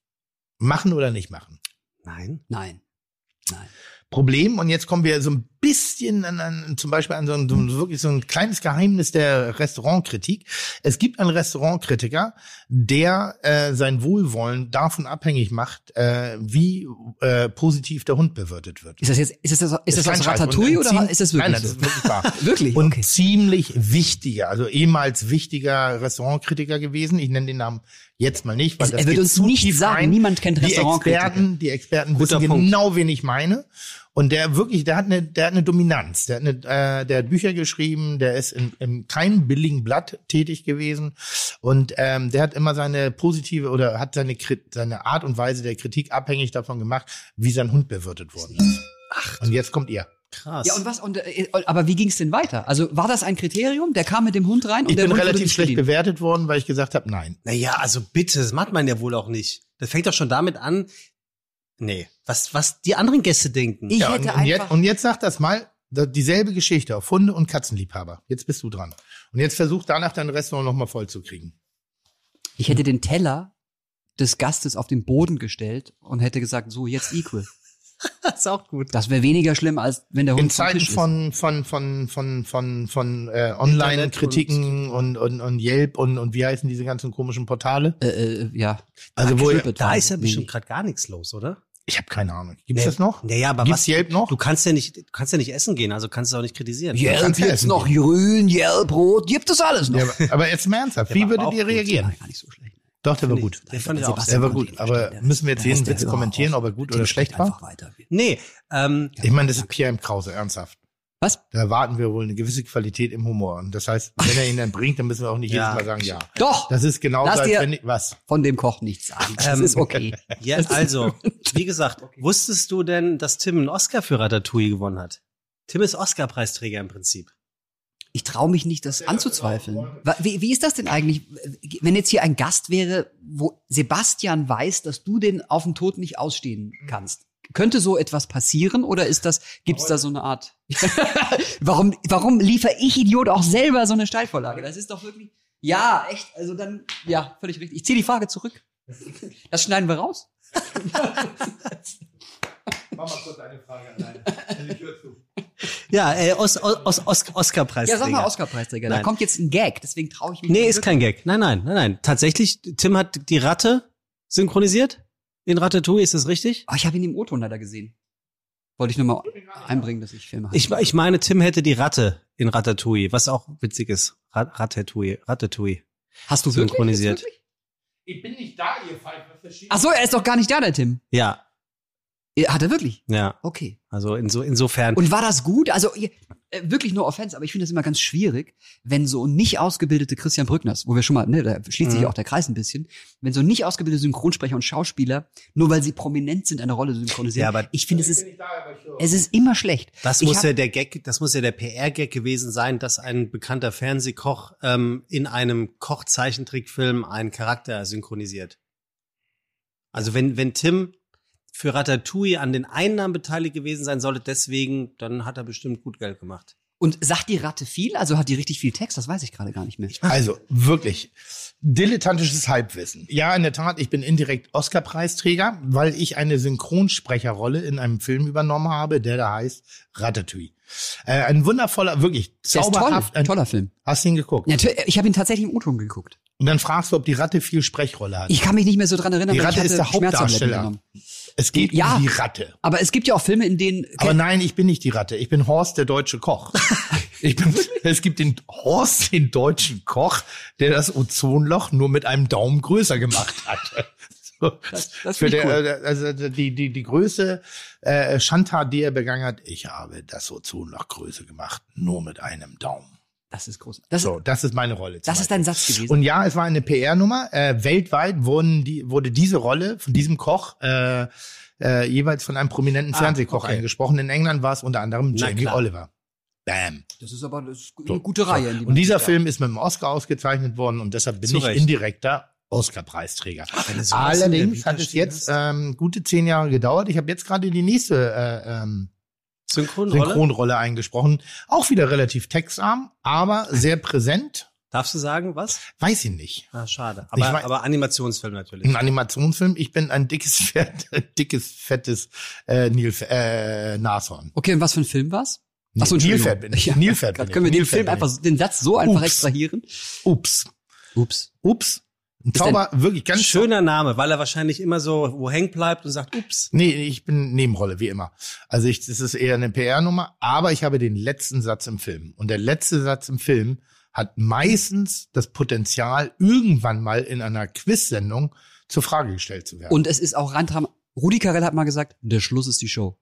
Machen oder nicht machen. Nein. Nein. Problem, und jetzt kommen wir so ein bisschen an, an zum Beispiel an so ein, so ein, wirklich so ein kleines Geheimnis der Restaurantkritik. Es gibt einen Restaurantkritiker, der äh, sein Wohlwollen davon abhängig macht, äh, wie äh, positiv der Hund bewirtet wird. Ist das jetzt, ist das, ist das kein aus Scheiß. Ratatouille Und oder ziem- ist das wirklich Nein, nein, das so? ist wirklich wahr. Wirklich? Und okay. ziemlich wichtiger, also ehemals wichtiger Restaurantkritiker gewesen. Ich nenne den Namen jetzt mal nicht, weil Also das er wird geht uns zu nicht tief sagen, rein. niemand kennt die Restaurantkritiker. Experten, die Experten Guter wissen Punkt. genau, wen ich meine. Und der wirklich, der hat eine, der hat eine Dominanz. Der hat, eine, äh, der hat Bücher geschrieben, der ist in, in keinem billigen Blatt tätig gewesen und ähm, der hat immer seine positive oder hat seine Krit- seine Art und Weise der Kritik abhängig davon gemacht, wie sein Hund bewirtet worden ist. Ach, und jetzt kommt ihr. Krass. Ja, und was, und, äh, aber wie ging es denn weiter? Also war das ein Kriterium? Der kam mit dem Hund rein und Ich der bin Hund wurde relativ nicht schlecht bedient. bewertet worden, weil ich gesagt habe, nein. Naja, also bitte, das macht man ja wohl auch nicht. Das fängt doch schon damit an. Nee, was, was die anderen Gäste denken. Ich ja, hätte und, und, einfach. jetzt, und jetzt sag das mal, da- dieselbe Geschichte auf Hunde und Katzenliebhaber. Jetzt bist du dran. Und jetzt versuch danach dein Restaurant nochmal vollzukriegen. Ich hätte den Teller des Gastes auf den Boden gestellt und hätte gesagt, so jetzt equal. das ist auch gut. Das wäre weniger schlimm, als wenn der Hund In vom Zeiten Tisch ist. von, von, von, von, von, von äh, Internet Online-Kritiken und, und, und Yelp und, und wie heißen diese ganzen komischen Portale? äh, äh, ja. Also wo geschlüppelt Da waren. ist ja Nee. bestimmt gerade gar nichts los, oder? Ich habe keine Ahnung. Gibt's Nee. das noch? Äh, Naja, aber Gibt's was, Yelp noch? Du kannst ja nicht, du kannst ja nicht essen gehen, also kannst du auch nicht kritisieren. Yelp Jelb kannst jetzt essen noch grün, Jelb rot, gibt es alles noch. Ja, aber- aber jetzt mal ernsthaft, war wie aber auch würdet ihr gut. reagieren? gar nicht so schlecht. Doch, der war ich- gut. der fand ich Aber auch Sebastian Der war gut, konnte ihn verstehen, aber der- müssen wir jetzt da ist jeden der Witz Hörer kommentieren, auch- ob er gut der oder spricht schlecht war? einfach Weiter. Nee, ähm, Ich meine, das ist Pierre im Krause, ernsthaft. Was? Da erwarten wir wohl eine gewisse Qualität im Humor. Und das heißt, wenn er ihn dann bringt, dann müssen wir auch nicht Ja. jedes Mal sagen, ja. Doch, Das ist genau Lass als dir- wenn ich, was? von dem Koch nichts sagen. Das Ähm, ist okay. ja, also, wie gesagt, wusstest du denn, dass Tim einen Oscar für Ratatouille gewonnen hat? Tim ist Oscar-Preisträger im Prinzip. Ich traue mich nicht, das anzuzweifeln. Wa- Wie, wie ist das denn eigentlich, wenn jetzt hier ein Gast wäre, wo Sebastian weiß, dass du den auf den Tod nicht ausstehen kannst? Könnte so etwas passieren oder ist das, gibt's da so eine Art? warum, warum liefer ich Idiot auch selber so eine Steilvorlage? Das ist doch wirklich, ja, echt, also dann, ja, völlig richtig. Ich ziehe die Frage zurück. Das schneiden wir raus. Mach mal kurz eine Frage alleine. Ich höre zu. Ja, äh, Os Os Os Os Ja, Oscar-Preisträger. sag mal Oscar-Preisträger. Da Nein. kommt jetzt ein Gag, deswegen traue ich mich Nee, nicht ist kein Gag. Nein, nein, nein, nein. Tatsächlich, Tim hat die Ratte synchronisiert. In Ratatouille, ist das richtig? Ah, ich habe ihn im O-Ton leider gesehen. Wollte ich nur mal einbringen, dass ich Filme habe. Ich, ich meine, Tim hätte die Ratte in Ratatouille, was auch witzig ist. Rat Ratatouille, Ratatouille. Hast du synchronisiert. Ist wirklich? Ich bin nicht da, ihr Pfeifer. Verschieden. Ach so, er ist doch gar nicht da, der Tim. Ja, Ja, Hat er wirklich? ja. Okay. Also inso, insofern. Und war das gut? Also ihr- äh, wirklich nur Offense, aber ich finde das immer ganz schwierig, wenn so nicht ausgebildete Christian Brückners, wo wir schon mal, ne, da schließt sich Mhm. auch der Kreis ein bisschen, wenn so nicht ausgebildete Synchronsprecher und Schauspieler, nur weil sie prominent sind, eine Rolle synchronisieren. Ja, aber- ich finde, es ist, es ist immer schlecht. Das Ich muss hab- ja der Gag, das muss ja der PR-Gag gewesen sein, dass ein bekannter Fernsehkoch ähm, in einem Kochzeichentrickfilm einen Charakter synchronisiert. Also wenn wenn Tim für Ratatouille an den Einnahmen beteiligt gewesen sein sollte, deswegen, dann hat er bestimmt gut Geld gemacht. Und sagt die Ratte viel? Also hat die richtig viel Text? Das weiß ich gerade gar nicht mehr. Also, wirklich. Dilettantisches Halbwissen. Ja, in der Tat, ich bin indirekt Oscar-Preisträger, weil ich eine Synchronsprecherrolle in einem Film übernommen habe, der da heißt Ratatouille. Äh, ein wundervoller, wirklich Der ist toll. zauberhaft. ein, Toller Film. Hast du ihn geguckt? Natürlich, ich habe ihn tatsächlich im O-Ton geguckt. Und dann fragst du, ob die Ratte viel Sprechrolle hat. Ich kann mich nicht mehr so dran erinnern, Die weil Ratte ich hatte ist der Schmerztabletten Hauptdarsteller. genommen. es geht Ja. um die Ratte. Aber es gibt ja auch Filme, in denen Aber nein, ich bin nicht die Ratte. Ich bin Horst, der deutsche Koch. Ich bin, es gibt den Horst, den deutschen Koch, der das Ozonloch nur mit einem Daumen größer gemacht hat. So. das Für find ich der, äh, also die, die, die Größe äh, Schandtat, die er begangen hat, ich habe das Ozonloch größer gemacht, nur mit einem Daumen. das ist groß. Das, So, das ist meine Rolle. zum Also das ist Beispiel. dein Satz gewesen. Und ja, es war eine PR-Nummer. Äh, weltweit wurden die, wurde diese Rolle von diesem Koch äh, äh, jeweils von einem prominenten Ah, Fernsehkoch okay. eingesprochen. In England war es unter anderem Na Jamie klar. Oliver. Bam. das ist aber das ist eine So, gute so. Reihe. in die man Und dieser geht, ja. Film ist mit dem Oscar ausgezeichnet worden und deshalb bin Zu ich Recht. indirekter Oscar-Preisträger. Wenn du sowas in der Allerdings Vita ne? hat es stehen jetzt hast. ähm, gute zehn Jahre gedauert. Ich habe jetzt gerade die nächste äh, ähm, Synchronrolle? Synchronrolle eingesprochen. Auch wieder relativ textarm, aber sehr präsent. Darfst du sagen, was? Weiß ich nicht. Ah, schade. Ich Hm, Aber, mein- aber Animationsfilm natürlich. Ein Animationsfilm. Ich bin ein dickes, fett, dickes, fettes äh, Nilf, äh, Nashorn. Okay, und was für ein Film war's? Nee, Achso, Entschuldigung. Nilpferd bin ich. Ja, Nilpferd bin Gott, ich. können wir den Nilpferd Film bin einfach, ich. so- den Satz so einfach Ups. extrahieren? Ups. Ups. Ups. Ein Zauber, wirklich ganz schön. Schöner Name, weil er wahrscheinlich immer so wo hängen bleibt und sagt, ups. Nee, ich bin Nebenrolle, wie immer. Also ich, das ist eher eine PR-Nummer, aber ich habe den letzten Satz im Film. Und der letzte Satz im Film hat meistens das Potenzial, irgendwann mal in einer Quiz-Sendung zur Frage gestellt zu werden. Und es ist auch rein dram- Rudi Carell hat mal gesagt, der Schluss ist die Show.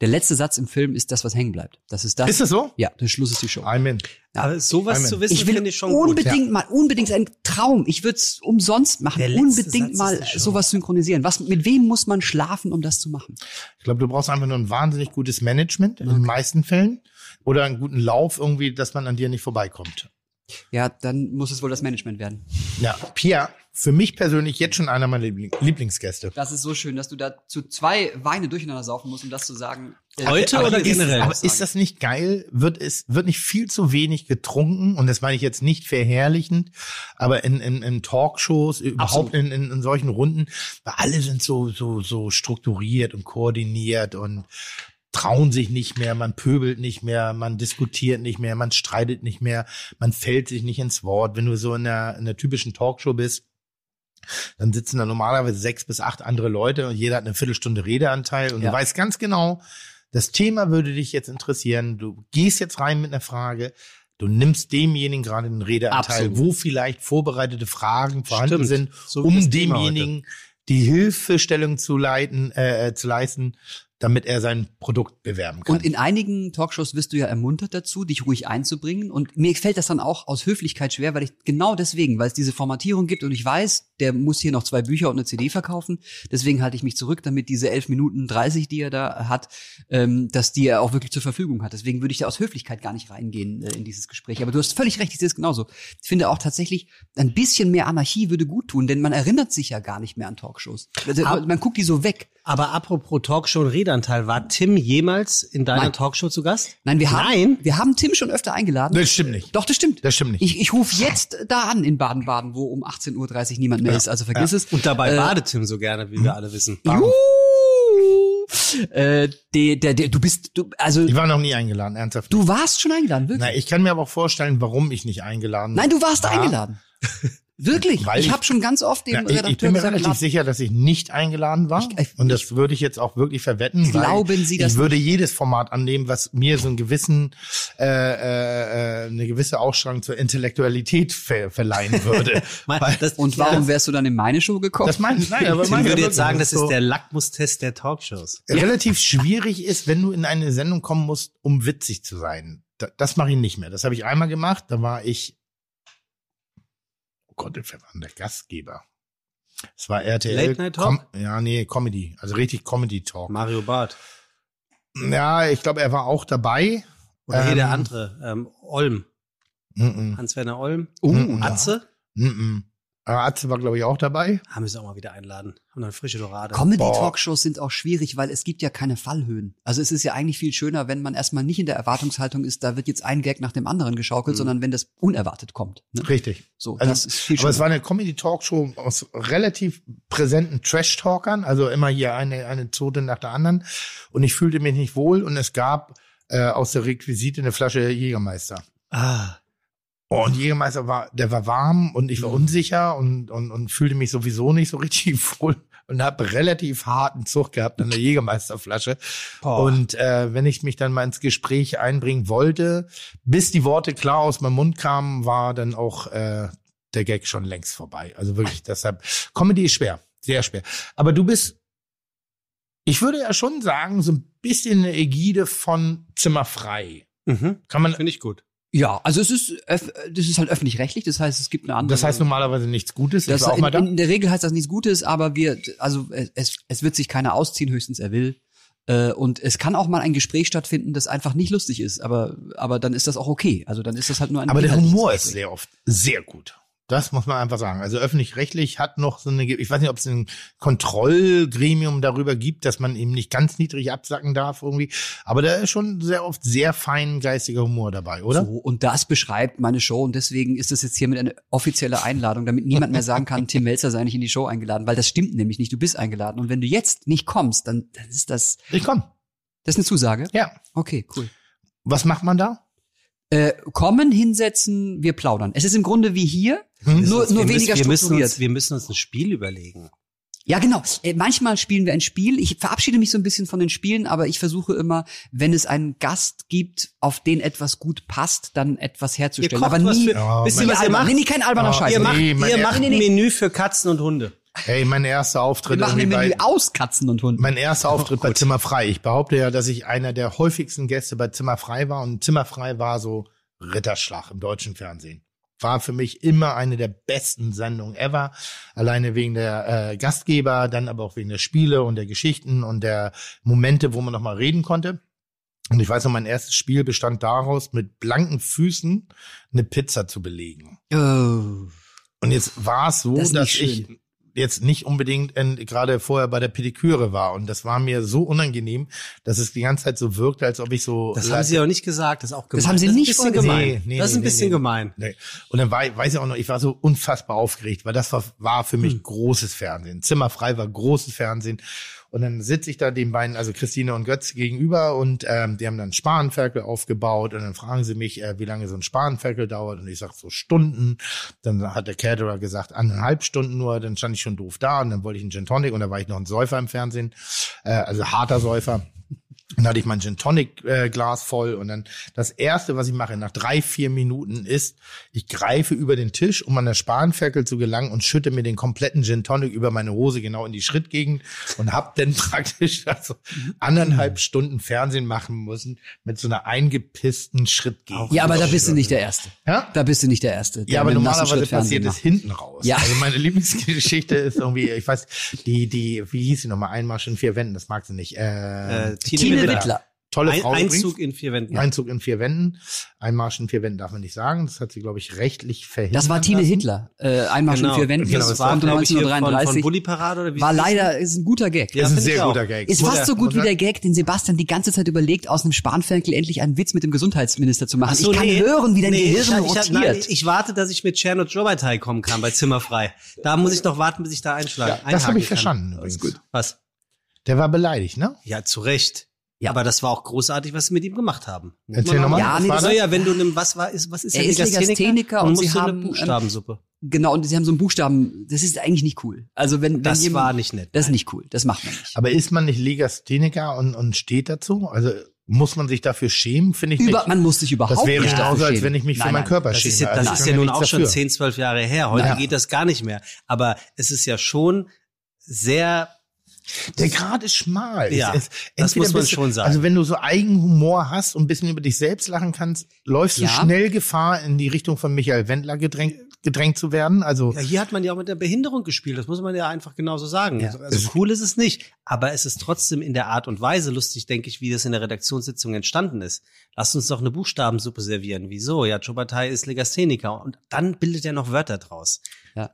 Der letzte Satz im Film ist das, was hängen bleibt. Das ist das. ist Ah, das so? ja, der Schluss ist die Show. I'm in. Aber sowas Amen. zu wissen, ich will finde ich schon gut. unbedingt mal, unbedingt ein Traum. Ich würde es umsonst machen. Der letzte Satz Unbedingt ist mal die Show. sowas synchronisieren. Was, mit wem muss man schlafen, um das zu machen? Ich glaube, du brauchst einfach nur ein wahnsinnig gutes Management in den meisten Fällen oder einen guten Lauf irgendwie, dass man an dir nicht vorbeikommt. Ja, dann muss es wohl das Management werden. Ja, Pierre, für mich persönlich jetzt schon einer meiner Liebling Lieblingsgäste. Das ist so schön, dass du da zu zwei Weine durcheinander saufen musst, um das zu sagen. Äh, Heute aber oder ist- generell? Aber ist das nicht geil? Wird es wird nicht viel zu wenig getrunken und das meine ich jetzt nicht verherrlichend, aber in, in, in Talkshows überhaupt Absolut. in, in, in solchen Runden, weil alle sind so so so strukturiert und koordiniert und trauen sich nicht mehr, man pöbelt nicht mehr, man diskutiert nicht mehr, man streitet nicht mehr, man fällt sich nicht ins Wort, wenn du so in der, in der typischen Talkshow bist. Dann sitzen da normalerweise sechs bis acht andere Leute und jeder hat eine Viertelstunde Redeanteil und Ja. du weißt ganz genau, das Thema würde dich jetzt interessieren. Du gehst jetzt rein mit einer Frage. Du nimmst demjenigen gerade den Redeanteil, Absolut. wo vielleicht vorbereitete Fragen vorhanden Stimmt. sind, So wie um das Thema demjenigen die Hilfestellung zu leiten, äh, äh, zu leisten, damit er sein Produkt bewerben kann. Und in einigen Talkshows wirst du ja ermuntert dazu, dich ruhig einzubringen. Und mir fällt das dann auch aus Höflichkeit schwer, weil ich genau deswegen, weil es diese Formatierung gibt und ich weiß, der muss hier noch zwei Bücher und eine CD verkaufen. Deswegen halte ich mich zurück, damit diese 11 Minuten 30, die er da hat, ähm, dass die er auch wirklich zur Verfügung hat. Deswegen würde ich da aus Höflichkeit gar nicht reingehen äh, in dieses Gespräch. Aber du hast völlig recht, ich sehe es genauso. Ich finde auch tatsächlich, ein bisschen mehr Anarchie würde gut tun, denn man erinnert sich ja gar nicht mehr an Talkshows. Also, Ab- man, man guckt die so weg. Aber apropos Talkshow und Redanteil, war Tim jemals in deiner Nein. Talkshow zu Gast? Nein, wir haben, Nein? wir haben Tim schon öfter eingeladen. das stimmt nicht. Doch, das stimmt. Das stimmt nicht. Ich, ich rufe jetzt da an in Baden-Baden, wo um 18.30 Uhr niemand mehr ist, also vergiss es. Und dabei Äh, badet Tim so gerne, wie wir alle wissen. Juhu! Äh, der, der, der, du bist, du, also, Ich war noch nie eingeladen, ernsthaft. du warst schon eingeladen, wirklich. Na, ich kann mir aber auch vorstellen, warum ich nicht eingeladen Nein, du warst war. eingeladen. Wirklich. Weil ich ich- habe schon ganz oft dem Ja, ich, ich Redakteur bin mir gesagt, relativ lad- sicher, dass ich nicht eingeladen war. Ich- äh, ich- und das würde ich jetzt auch wirklich verwetten. weil Glauben Sie das Ich würde jedes Format annehmen, was mir so einen gewissen, äh, äh, äh, eine gewisse Ausstrahlung zur Intellektualität ver verleihen würde. Mal- Das, und warum wärst du dann in meine Show gekommen? das meine ich. Nein, aber Tim meine würde ich jetzt sagen, das so. ist der Lackmustest der Talkshows. relativ schwierig ist, wenn du in eine Sendung kommen musst, um witzig zu sein. Da, das mache ich nicht mehr. Das habe ich einmal gemacht. Da war ich. Oh Gott, wer war denn der Gastgeber? Es war RTL. Late Night Talk? Com ja, nee, Comedy. Also richtig Comedy Talk. Mario Barth. Ja, ich glaube, er war auch dabei. Oder Ähm, hier der andere, ähm, Olm. Mm -mm. Hans-Werner Olm. Hm, Oh, ja. Atze. Mm -mm. Aber Atze war, glaube ich, auch dabei. Haben wir sie auch mal wieder einladen. Haben dann frische Dorade. Comedy-Talkshows sind auch schwierig, weil es gibt ja keine Fallhöhen. Also es ist ja eigentlich viel schöner, wenn man erstmal nicht in der Erwartungshaltung ist, da wird jetzt ein Gag nach dem anderen geschaukelt, sondern wenn das unerwartet kommt. Ne? Richtig. So, Mhm. Also, das ist viel Aber schöner. es war eine Comedy-Talkshow aus relativ präsenten Trash-Talkern, also immer hier eine, eine Zote nach der anderen. Und ich fühlte mich nicht wohl und es gab äh, aus der Requisite eine Flasche Jägermeister. Ah, Oh, Und Mhm. Jägermeister war, der war warm und ich war unsicher und, und, und fühlte mich sowieso nicht so richtig wohl und habe relativ harten Zug gehabt an der Jägermeisterflasche. Boah. Und äh, wenn ich mich dann mal ins Gespräch einbringen wollte, bis die Worte klar aus meinem Mund kamen, war dann auch äh, der Gag schon längst vorbei. Also wirklich, deshalb, Comedy ist schwer, sehr schwer. Aber du bist, ich würde ja schon sagen, so ein bisschen eine Ägide von Zimmerfrei. mhm. Kann man, finde ich gut. Ja, also es ist, öff- das ist halt öffentlich-rechtlich, das heißt, es gibt eine andere. das heißt normalerweise nichts Gutes, Mhm. das ich war auch in, mal da. in der Regel heißt das nichts Gutes, aber wir, also es, es wird sich keiner ausziehen, höchstens er will. Äh, Und es kann auch mal ein Gespräch stattfinden, das einfach nicht lustig ist, aber, aber dann ist das auch okay. Also dann ist das halt nur ein Aber der inhaltliches Humor ist Gespräch. sehr oft sehr gut. Das muss man einfach sagen. Also öffentlich-rechtlich hat noch so eine, ge- ich weiß nicht, ob es ein Kontrollgremium darüber gibt, dass man eben nicht ganz niedrig absacken darf irgendwie. Aber da ist schon sehr oft sehr fein geistiger Humor dabei, oder? So, und das beschreibt meine Show und deswegen ist das jetzt hiermit eine offizielle Einladung, damit niemand mehr sagen kann, Tim Melzer sei nicht in die Show eingeladen, weil das stimmt nämlich nicht, du bist eingeladen. Und wenn du jetzt nicht kommst, dann, dann ist das, Ich komm. das ist eine Zusage. Ja. Okay, cool. Was macht man da? Äh, kommen, hinsetzen, wir plaudern. Es ist im Grunde wie hier, Hm? nur, nur wir weniger müssen, wir müssen, strukturiert. uns, wir müssen uns ein Spiel überlegen. Ja, genau. Äh, manchmal spielen wir ein Spiel. Ich verabschiede mich so ein bisschen von den Spielen, aber ich versuche immer, wenn es einen Gast gibt, auf den etwas gut passt, dann etwas herzustellen. kocht Aber was nie, für- Ja, wisst ihr, nie was ihr albern. macht? Nee, nee, kein alberner Ja, Scheiß. ihr Macht, Also, Nee, mein ihr Herr. macht Nee, ein nee, nee. Menü für Katzen und Hunde. Hey, mein erster Wir Auftritt machen ein irgendwie Menü bei, aus Katzen und Hunden. mein erster Auftritt bei Zimmerfrei. Ich behaupte ja, dass ich einer der häufigsten Gäste bei Zimmerfrei war und Zimmerfrei war so Ritterschlag im deutschen Fernsehen. War für mich immer eine der besten Sendungen ever. Alleine wegen der äh, Gastgeber, dann aber auch wegen der Spiele und der Geschichten und der Momente, wo man nochmal reden konnte. Und ich weiß noch, mein erstes Spiel bestand daraus, mit blanken Füßen eine Pizza zu belegen. Oh. Und jetzt war es so, Das ist dass nicht ich jetzt nicht unbedingt in, gerade vorher bei der Pediküre war. Und das war mir so unangenehm, dass es die ganze Zeit so wirkte, als ob ich so. Das haben sie auch nicht gesagt. Das ist auch gemein. haben sie das ist ein nicht bisschen vorgesehen. gemein. Nee, nee, das ist ein nee, bisschen nee. gemein. Nee. Und dann war ich, weiß ich auch noch, ich war so unfassbar aufgeregt, weil das war, war für mich großes Fernsehen. Zimmerfrei war großes Fernsehen. Und dann sitze ich da den beiden, also Christine und Götz gegenüber und ähm, die haben dann Spanferkel aufgebaut und dann fragen sie mich, äh, wie lange so ein Spanferkel dauert und ich sage so Stunden. Dann hat der Caterer gesagt, anderthalb Stunden nur, dann stand ich schon doof da und dann wollte ich einen Gin Tonic und da war ich noch ein Säufer im Fernsehen, äh, also harter Säufer. Dann hatte ich mein Gin Tonic äh, Glas voll und dann das erste, was ich mache nach drei vier Minuten ist, ich greife über den Tisch, um an der Spanferkel zu gelangen und schütte mir den kompletten Gin Tonic über meine Hose genau in die Schrittgegend und hab dann praktisch also anderthalb Stunden Fernsehen machen müssen mit so einer eingepissten Schrittgegend. Ja, aber da bist du nicht der Erste. Ja? Da bist du nicht der Erste. der Ja, aber mit dem nassen normalerweise Schritt passiert Fernsehen es macht. hinten raus. Ja. Also meine Lieblingsgeschichte ist irgendwie, ich weiß, die, die, wie hieß sie nochmal? Einmarsch in vier Wänden, das mag sie nicht. Äh, Äh, Tine Tine Wittler. Wittler. tolle Ein, Frau übrigens. Einzug in vier Wänden. Einzug in vier Wänden. Einmarsch in vier Wänden darf man nicht sagen. Das hat sie, glaube ich, rechtlich verhindert. Das war Tine Hitler. Äh, Einmarsch in vier Wänden. Genau, das das war war, glaub ich, hier Von, von 1933. Bulli Parade oder wie war hieß das? leider ist ein guter Gag. Ja, Das ist ein find ich sehr auch. guter Gag. Ist fast so gut wie Oder- der Gag, den Sebastian die ganze Zeit überlegt, aus einem Spanferkel endlich einen Witz mit dem Gesundheitsminister zu machen. Ach so, Also ich kann nee. hören, wie dein Nee, ich- Gehirn ich, rotiert. nein, ich warte, dass ich mit Cherno Jobatai kommen kann bei Zimmerfrei. Da muss ich noch warten, bis ich da einschlage. Das habe einhaken ich kann. verstanden übrigens. Gut. Was? Der war beleidigt, ne? Ja, zu Recht. Ja, aber das war auch großartig, was sie mit ihm gemacht haben. Muss Erzähl man auch nochmal. mal- Ja, nee, was das- Also war das? ja, wenn du nimm, was war, ist, was ist Er denn ist Legastheniker und und musst sie so haben, eine ähm, Buchstabensuppe. genau, und sie haben so einen Buchstaben. Das ist eigentlich nicht cool. Also wenn, wenn Das jemand, war nicht nett. das ist nicht cool. Das macht man nicht. Aber ist man nicht Legastheniker und, und steht dazu? Also muss man sich dafür schämen, finde ich Über, nicht. man muss sich überhaupt das wäre nicht genauso, dafür als schämen. wenn ich mich für Nein, meinen nein. Körper Das schäme. ist ja, das Also ich ist kann ja nun nichts auch schon dafür. 10, 12 Jahre her. Heute Ja. geht das gar nicht mehr. Aber es ist ja schon sehr, Der Grad ist schmal. Ja, Es- es- das entweder muss man bist du- schon sagen. Also wenn du so Eigenhumor hast und ein bisschen über dich selbst lachen kannst, läufst Ja. du schnell Gefahr, in die Richtung von Michael Wendler gedrängt, gedrängt zu werden. Also ja, hier hat man ja auch mit der Behinderung gespielt. Das muss man ja einfach genauso sagen. Ja. Also, also cool ist es nicht. Aber es ist trotzdem in der Art und Weise lustig, denke ich, wie das in der Redaktionssitzung entstanden ist. Lasst uns doch eine Buchstabensuppe servieren. Wieso? Ja, Chobatai ist Legastheniker. Und dann bildet er noch Wörter draus.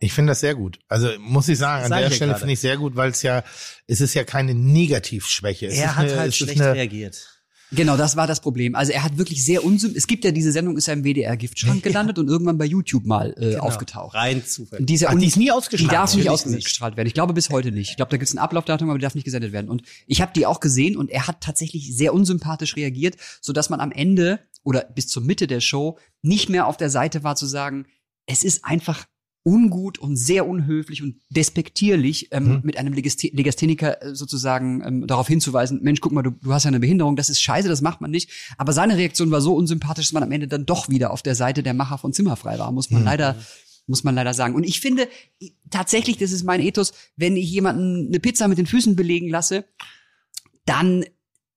ich finde das sehr gut. Also muss ich sagen, an Sag ich der ja Stelle gerade. finde ich sehr gut, weil es ja, es ist ja keine Negativschwäche. Es ist er hat eine, halt es ist schlecht eine, reagiert. Genau, das war das Problem. Also er hat wirklich sehr unsym. Es gibt ja diese Sendung, ist ja im WDR-Giftschrank gelandet und irgendwann bei YouTube mal Genau. äh, aufgetaucht. Rein zufällig. Und Diese Ach, die ist nie ausgestrahlt. Die darf nicht Natürlich nicht. ausgestrahlt werden. Ich glaube bis heute nicht. Ich glaube, da gibt es ein Ablaufdatum, aber die darf nicht gesendet werden. Und ich habe die auch gesehen und er hat tatsächlich sehr unsympathisch reagiert, sodass man am Ende oder bis zur Mitte der Show nicht mehr auf der Seite war zu sagen, es ist einfach ungut und sehr unhöflich und despektierlich, ähm, mit einem Legasthe- Legastheniker äh, sozusagen ähm, darauf hinzuweisen, Mensch, guck mal, du, du hast ja eine Behinderung, das ist scheiße, das macht man nicht. Aber seine Reaktion war so unsympathisch, dass man am Ende dann doch wieder auf der Seite der Macher von Zimmerfrei war, muss man leider muss man leider sagen. Und ich finde i- tatsächlich, das ist mein Ethos, wenn ich jemanden eine Pizza mit den Füßen belegen lasse, dann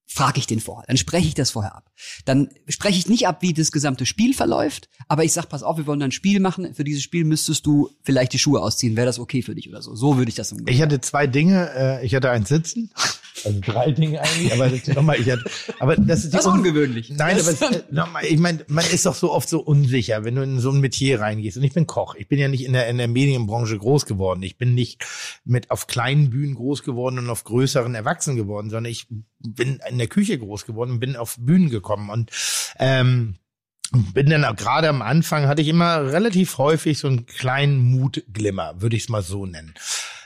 frage ich den vorher, dann spreche ich das vorher ab. Dann spreche ich nicht ab, wie das gesamte Spiel verläuft, aber ich sage, pass auf, wir wollen da ein Spiel machen, für dieses Spiel müsstest du vielleicht die Schuhe ausziehen, wäre das okay für dich oder so. So würde ich das umgehen. Ich hatte zwei Dinge. Äh, ich hatte eins sitzen, also drei Dinge eigentlich. Aber das- nochmal, ich hatte, aber das ist die Das ist Un- ungewöhnlich. Nein, aber es- äh, nochmal, ich meine, man ist doch so oft so unsicher, wenn du in so ein Metier reingehst. Und ich bin Koch. Ich bin ja nicht in der, in der Medienbranche groß geworden. Ich bin nicht mit auf kleinen Bühnen groß geworden und auf größeren erwachsen geworden, sondern ich bin in der Küche groß geworden und bin auf Bühnen gekommen. Und ähm, bin dann auch gerade am Anfang hatte ich immer relativ häufig so einen kleinen Mutglimmer, würde ich es mal so nennen.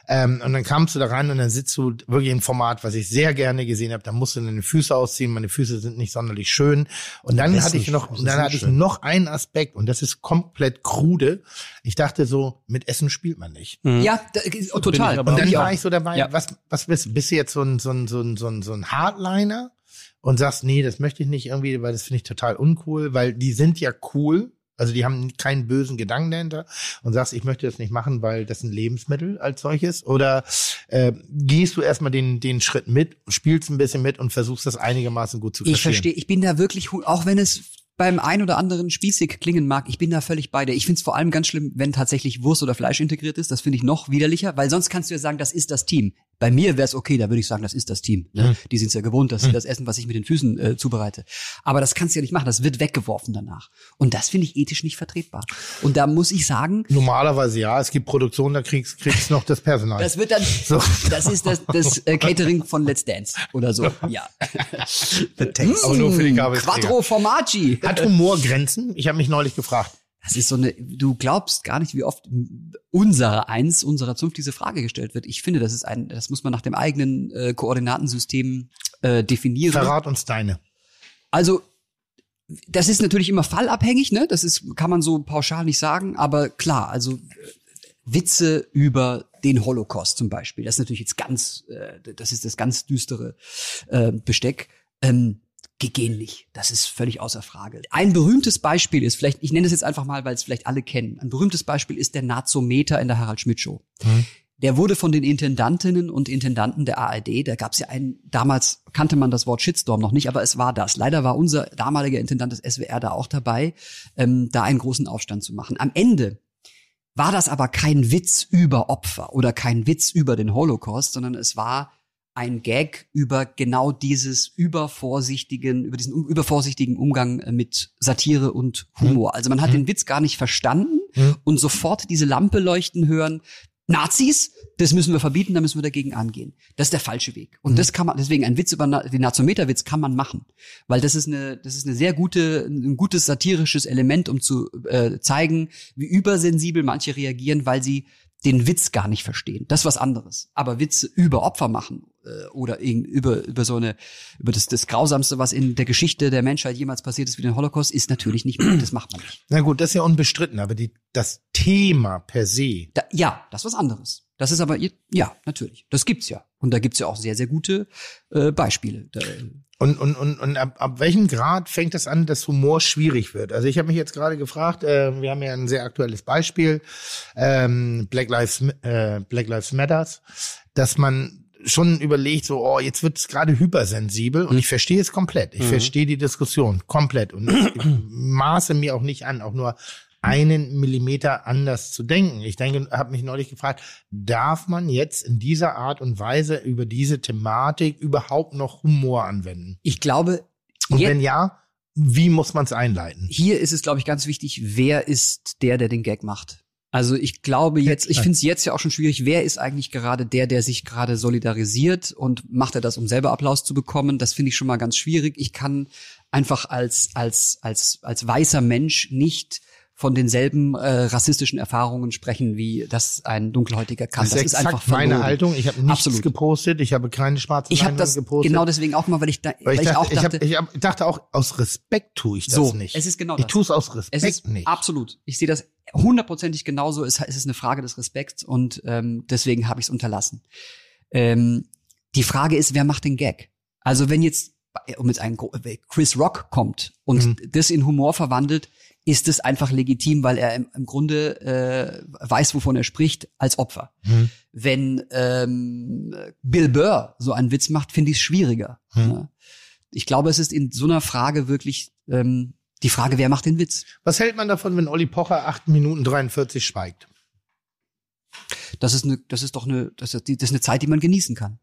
Ähm, und dann kamst du da rein und dann sitzt du wirklich im Format, was ich sehr gerne gesehen habe. Da musst du deine Füße ausziehen. Meine Füße sind nicht sonderlich schön. Und dann Das hatte ich nicht. noch, Das und dann ist hatte ich schön. noch einen Aspekt und das ist komplett krude. Ich dachte so, mit Essen spielt man nicht. ja, da, oh, total. Und dann Ich auch. war ich so dabei, Ja. was, was bist, bist du jetzt so ein, so ein, so ein, so ein, so ein Hardliner und sagst, nee, das möchte ich nicht irgendwie, weil das finde ich total uncool, weil die sind ja cool. Also die haben keinen bösen Gedanken dahinter und sagst, ich möchte das nicht machen, weil das ein Lebensmittel als solches. Oder äh, gehst du erstmal den, den Schritt mit, spielst ein bisschen mit und versuchst das einigermaßen gut zu verstehen. Ich verstehe, ich bin da wirklich, hu- auch wenn es beim ein oder anderen spießig klingen mag, ich bin da völlig bei dir. Ich finde es vor allem ganz schlimm, wenn tatsächlich Wurst oder Fleisch integriert ist. Das finde ich noch widerlicher, weil sonst kannst du ja sagen, das ist das Team. Bei mir wäre es okay, da würde ich sagen, das ist das Team. Mhm. Ne? Die sind es ja gewohnt, dass sie das Essen, was ich mit den Füßen äh, zubereite. Aber das kannst du ja nicht machen, das wird weggeworfen danach. Und das finde ich ethisch nicht vertretbar. Und da muss ich sagen, Normalerweise ja, es gibt Produktionen, da kriegst, kriegst noch das Personal. das wird dann, So. das ist das, das äh, Catering von Let's Dance oder so. Ja. Mm. Aber nur für die Gabelträger. Quattro Formaggi. Hat Humor Grenzen? Ich habe mich neulich gefragt. Das ist so eine, du glaubst gar nicht, wie oft unserer eins, unserer Zunft diese Frage gestellt wird. Ich finde, das ist ein, das muss man nach dem eigenen äh, Koordinatensystem äh, definieren. Verrat uns deine. Also, das ist natürlich immer fallabhängig, ne? Das ist, kann man so pauschal nicht sagen, aber klar, also äh, Witze über den Holocaust zum Beispiel. Das ist natürlich jetzt ganz, äh, das ist das ganz düstere äh, Besteck. Ähm, die gehen nicht. Das ist völlig außer Frage. Ein berühmtes Beispiel ist vielleicht, ich nenne es jetzt einfach mal, weil es vielleicht alle kennen. Ein berühmtes Beispiel ist der Nazometer in der Harald Schmidt Show. Der wurde von den Intendantinnen und Intendanten der ARD, da gab es ja einen, damals kannte man das Wort Shitstorm noch nicht, aber es war das. Leider war unser damaliger Intendant des SWR da auch dabei, ähm, da einen großen Aufstand zu machen. Am Ende war das aber kein Witz über Opfer oder kein Witz über den Holocaust, sondern es war ein Gag über genau dieses übervorsichtigen, über diesen um- übervorsichtigen Umgang äh, mit Satire und Humor. Also man hat den Witz gar nicht verstanden und sofort diese Lampe leuchten hören. Nazis, das müssen wir verbieten, da müssen wir dagegen angehen. Das ist der falsche Weg. Und das kann man, deswegen ein Witz über Na- den Nazometerwitz kann man machen. Weil das ist eine, das ist eine sehr gute, ein gutes satirisches Element, um zu äh, zeigen, wie übersensibel manche reagieren, weil sie den Witz gar nicht verstehen. Das ist was anderes. Aber Witze über Opfer machen äh, oder irgend- über über so eine über das das grausamste, was in der Geschichte der Menschheit jemals passiert ist wie den Holocaust, ist natürlich nicht möglich. Das macht man nicht. Na gut, das ist ja unbestritten, aber die, das Thema per se. Da, ja, das ist was anderes. Das ist aber ihr- ja natürlich. Das gibt's ja und da gibt's ja auch sehr sehr gute äh, Beispiele. Da, Und, und, und, und ab, ab welchem Grad fängt das an, dass Humor schwierig wird? Also ich habe mich jetzt gerade gefragt, äh, wir haben ja ein sehr aktuelles Beispiel, ähm, Black, Lives, äh, Black Lives Matters, dass man schon überlegt, so, oh, jetzt wird es gerade hypersensibel und ich verstehe es komplett. Ich verstehe die Diskussion komplett und ich maße mir auch nicht an, auch nur einen Millimeter anders zu denken. Ich denke, habe mich neulich gefragt, darf man jetzt in dieser Art und Weise über diese Thematik überhaupt noch Humor anwenden? ich glaube Und jetzt- wenn ja, wie muss man es einleiten? hier ist es, glaube ich, ganz wichtig, wer ist der, der den Gag macht. Also ich glaube jetzt, ich finde es jetzt ja auch schon schwierig, wer ist eigentlich gerade der, der sich gerade solidarisiert und macht er das, um selber Applaus zu bekommen? Das finde ich schon mal ganz schwierig. Ich kann einfach als, als, als, als weißer Mensch nicht von denselben äh, rassistischen Erfahrungen sprechen, wie das ein dunkelhäutiger kann. Das, ist, einfach meine verlogen. Haltung. Ich habe nichts Absolut. gepostet. Ich habe keine schwarzen Ich habe Leinwand das gepostet. genau deswegen auch mal, weil ich, da, weil ich, dachte, auch dachte, ich, hab, ich, hab, ich dachte auch, aus Respekt tue ich das So, nicht. es ist genau ich das. tue es aus Respekt Es ist nicht. absolut. Ich sehe das hundertprozentig genauso. Es, es ist eine Frage des Respekts und ähm, deswegen habe ich es unterlassen. Ähm, die Frage ist, wer macht den Gag? Also wenn jetzt äh, um jetzt einen Gro- äh, Chris Rock kommt und Mhm. das in Humor verwandelt, ist es einfach legitim, weil er im, im Grunde äh, weiß, wovon er spricht, als Opfer. Mhm. Wenn ähm, Bill Burr so einen Witz macht, finde ich es schwieriger. Mhm. Ne? Ich glaube, es ist in so einer Frage wirklich ähm, die Frage, wer macht den Witz? Was hält man davon, wenn Olli Pocher 8 Minuten 43 schweigt? Das ist eine, das ist doch eine, das ist, die- das ist eine Zeit, die man genießen kann.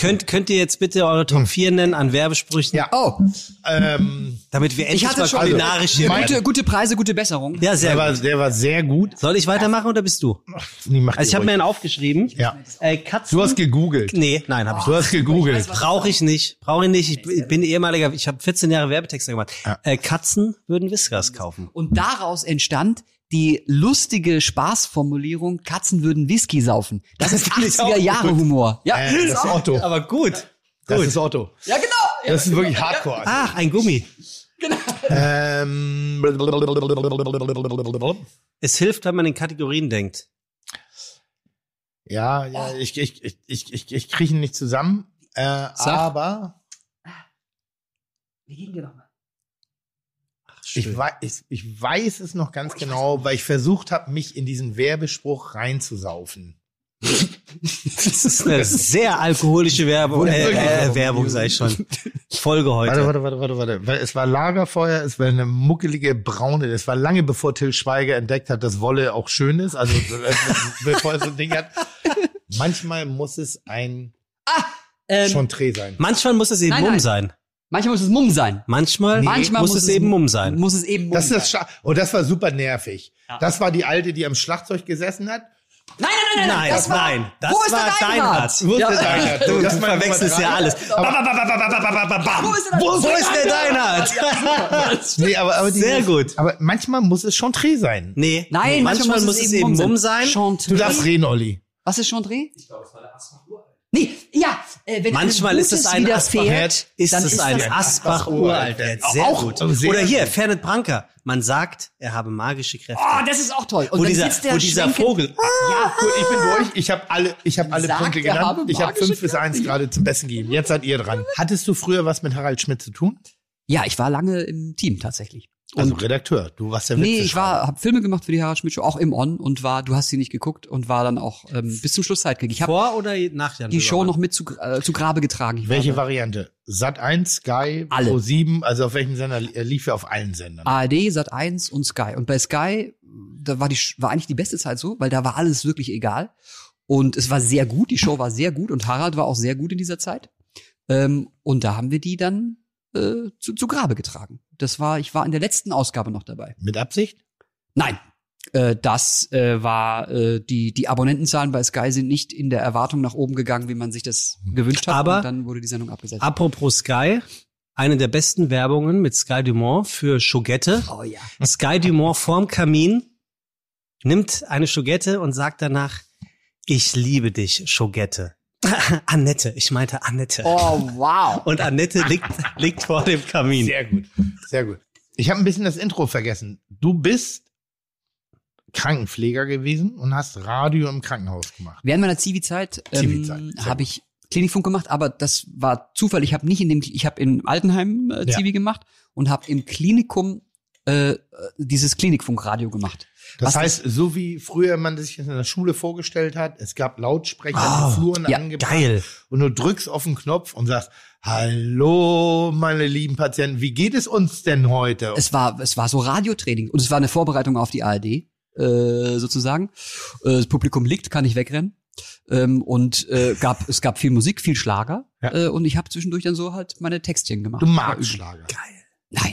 Könnt, könnt ihr jetzt bitte eure Top 4 nennen an Werbesprüchen? Mhm. Ja. Oh, Ähm, Damit wir endlich ich hatte mal schon kulinarisch Also, hier gute, gute Preise, gute Besserung. Ja, sehr der, war, gut. der war sehr gut. Soll ich weitermachen oder bist du? Nee, mach Also ich die habe mir ruhig. einen aufgeschrieben. Ja. Äh, Katzen. Du hast gegoogelt. Nee, nein, habe ich Du hast gegoogelt. Brauche ich nicht. Brauche ich nicht. Ich b- bin ehemaliger, ich habe 14 Jahre Werbetexter gemacht. Ja. Äh, Katzen würden Whiskers kaufen. Und daraus entstand die lustige Spaßformulierung, Katzen würden Whisky saufen. Das, ist finde ich auch 80er Jahre gut. Humor. Ja, Äh, das ist Otto. Aber gut. Das ist Otto. ja genau. Das ist wirklich hardcore. Ach, ein Gummi. Ähm, Es hilft, wenn man in Kategorien denkt. ja, ja, ich, ich, ich, ich, ich, ich kriege ihn nicht zusammen. Äh, aber Wie ging der nochmal? ich, wei ich, ich weiß es noch ganz genau, weil ich versucht habe, mich in diesen Werbespruch reinzusaufen. Das ist eine sehr alkoholische Werbung. Äh, äh, Werbung sei ich schon. Folge Warte, heute. warte, warte, warte, warte. Weil es war Lagerfeuer, es war eine muckelige Braune. Es war lange bevor Till Schweiger entdeckt hat, dass Wolle auch schön ist. Also äh, bevor er so ein Ding hat. Manchmal muss es ein Ähm, Chantre sein. Manchmal muss es eben Nein, Mumm nein. sein. manchmal muss es Mumm sein. Manchmal, Manchmal muss, es eben Mumm sein. Muss es eben Mumm Das ist das sein. Scha Und das war super nervig. Das war die alte, die am Schlagzeug gesessen hat Nein, nein, nein, nein, Nein, das war, nein, das wo ist war denn dein Rad. Wo ist Ja. denn dein Rad? Du, du Das war Nummer verwechselst drei. ja alles. Ba, ba, ba, ba, ba, ba, ba, ba, bam. Wo ist denn- Wo ist denn dein Rad? Nee, aber, aber Sehr dieses- gut. Aber manchmal muss es Chantre sein. Nee, Nein, manchmal, muss es eben Mumm sein. Chantre. Du darfst reden, Olli. Was ist Chantre? Ich glaube, es war der Nee, ja, äh, wenn Manchmal einem ist es Gutes ein widerfährt, Asbach, ist dann es ist ein das- Asbach-Uralt. Sehr Auch gut. sehr Oder hier, gut. Fernet Branker. Man sagt, er habe magische Kräfte. Oh, das ist auch toll. Und wo dann dieser, sitzt der wo dieser schwenkend- Ah. Vogel. Ja, Gut, ich bin durch. Ich habe alle, ich hab alle Sagt, Punkte er habe genannt. Ich habe magische fünf bis eins gerade zum Besten gegeben. Jetzt seid ihr dran. Hattest du früher was mit Harald Schmidt zu tun? ja, ich war lange im Team tatsächlich. Also Redakteur. Du warst der Nee, Witzeschreiber. ich war, habe Filme gemacht für die Harald Schmidt Show, auch im On und war, du hast sie nicht geguckt und war dann auch ähm, bis zum Schluss Sidekick. Ich habe Vor oder nach Jan die Show Böhmermann? noch mit zu, äh, zu Grabe getragen. Ich war Welche da- Variante? Sat 1, Sky, Alle. Pro 7, also auf welchem Sender li- äh, lief er auf allen Sendern? ARD, Sat 1 und Sky. Und bei Sky, da war die Sch- war eigentlich die beste Zeit so, weil da war alles wirklich egal. Und es war sehr gut, die Show war sehr gut und Harald war auch sehr gut in dieser Zeit. Ähm, und da haben wir die dann äh, zu, zu Grabe getragen. Das war, ich war in der letzten Ausgabe noch dabei. Mit Absicht? Nein. Äh, das äh, war äh, die die Abonnentenzahlen bei Sky sind nicht in der Erwartung nach oben gegangen, wie man sich das gewünscht hat. Aber- und dann wurde die Sendung abgesetzt. Apropos Sky, eine der besten Werbungen mit Sky Dumont für Schogette. oh ja. Sky Dumont vorm Kamin nimmt eine Schogette und sagt danach, ich liebe dich, Schogette. Annette, ich meinte Annette. Oh wow. Und Annette liegt, liegt vor dem Kamin. Sehr gut, sehr gut. Ich habe ein bisschen das Intro vergessen. Du bist Krankenpfleger gewesen und hast Radio im Krankenhaus gemacht. Während meiner Zivi-Zeit Zivi-Zeit, ähm, sehr gut. habe ich Klinikfunk gemacht, aber das war Zufall. Ich habe nicht in dem, ich habe in Altenheim äh, Ja. Zivi gemacht und habe im Klinikum äh, dieses Klinikfunkradio gemacht. Das Was heißt, so wie früher man sich das in der Schule vorgestellt hat, es gab Lautsprecher in Oh, den Fluren Ah, ja, angebracht Geil. und du drückst auf den Knopf und sagst, hallo meine lieben Patienten, wie geht es uns denn heute? Es war, es war so Radiotraining und es war eine Vorbereitung auf die ARD äh, sozusagen. Äh, das Publikum liegt, kann ich wegrennen. Ähm, und äh, gab, es gab viel Musik, viel Schlager Ja. äh, und ich habe zwischendurch dann so halt meine Textchen gemacht. du magst Schlager. Nein.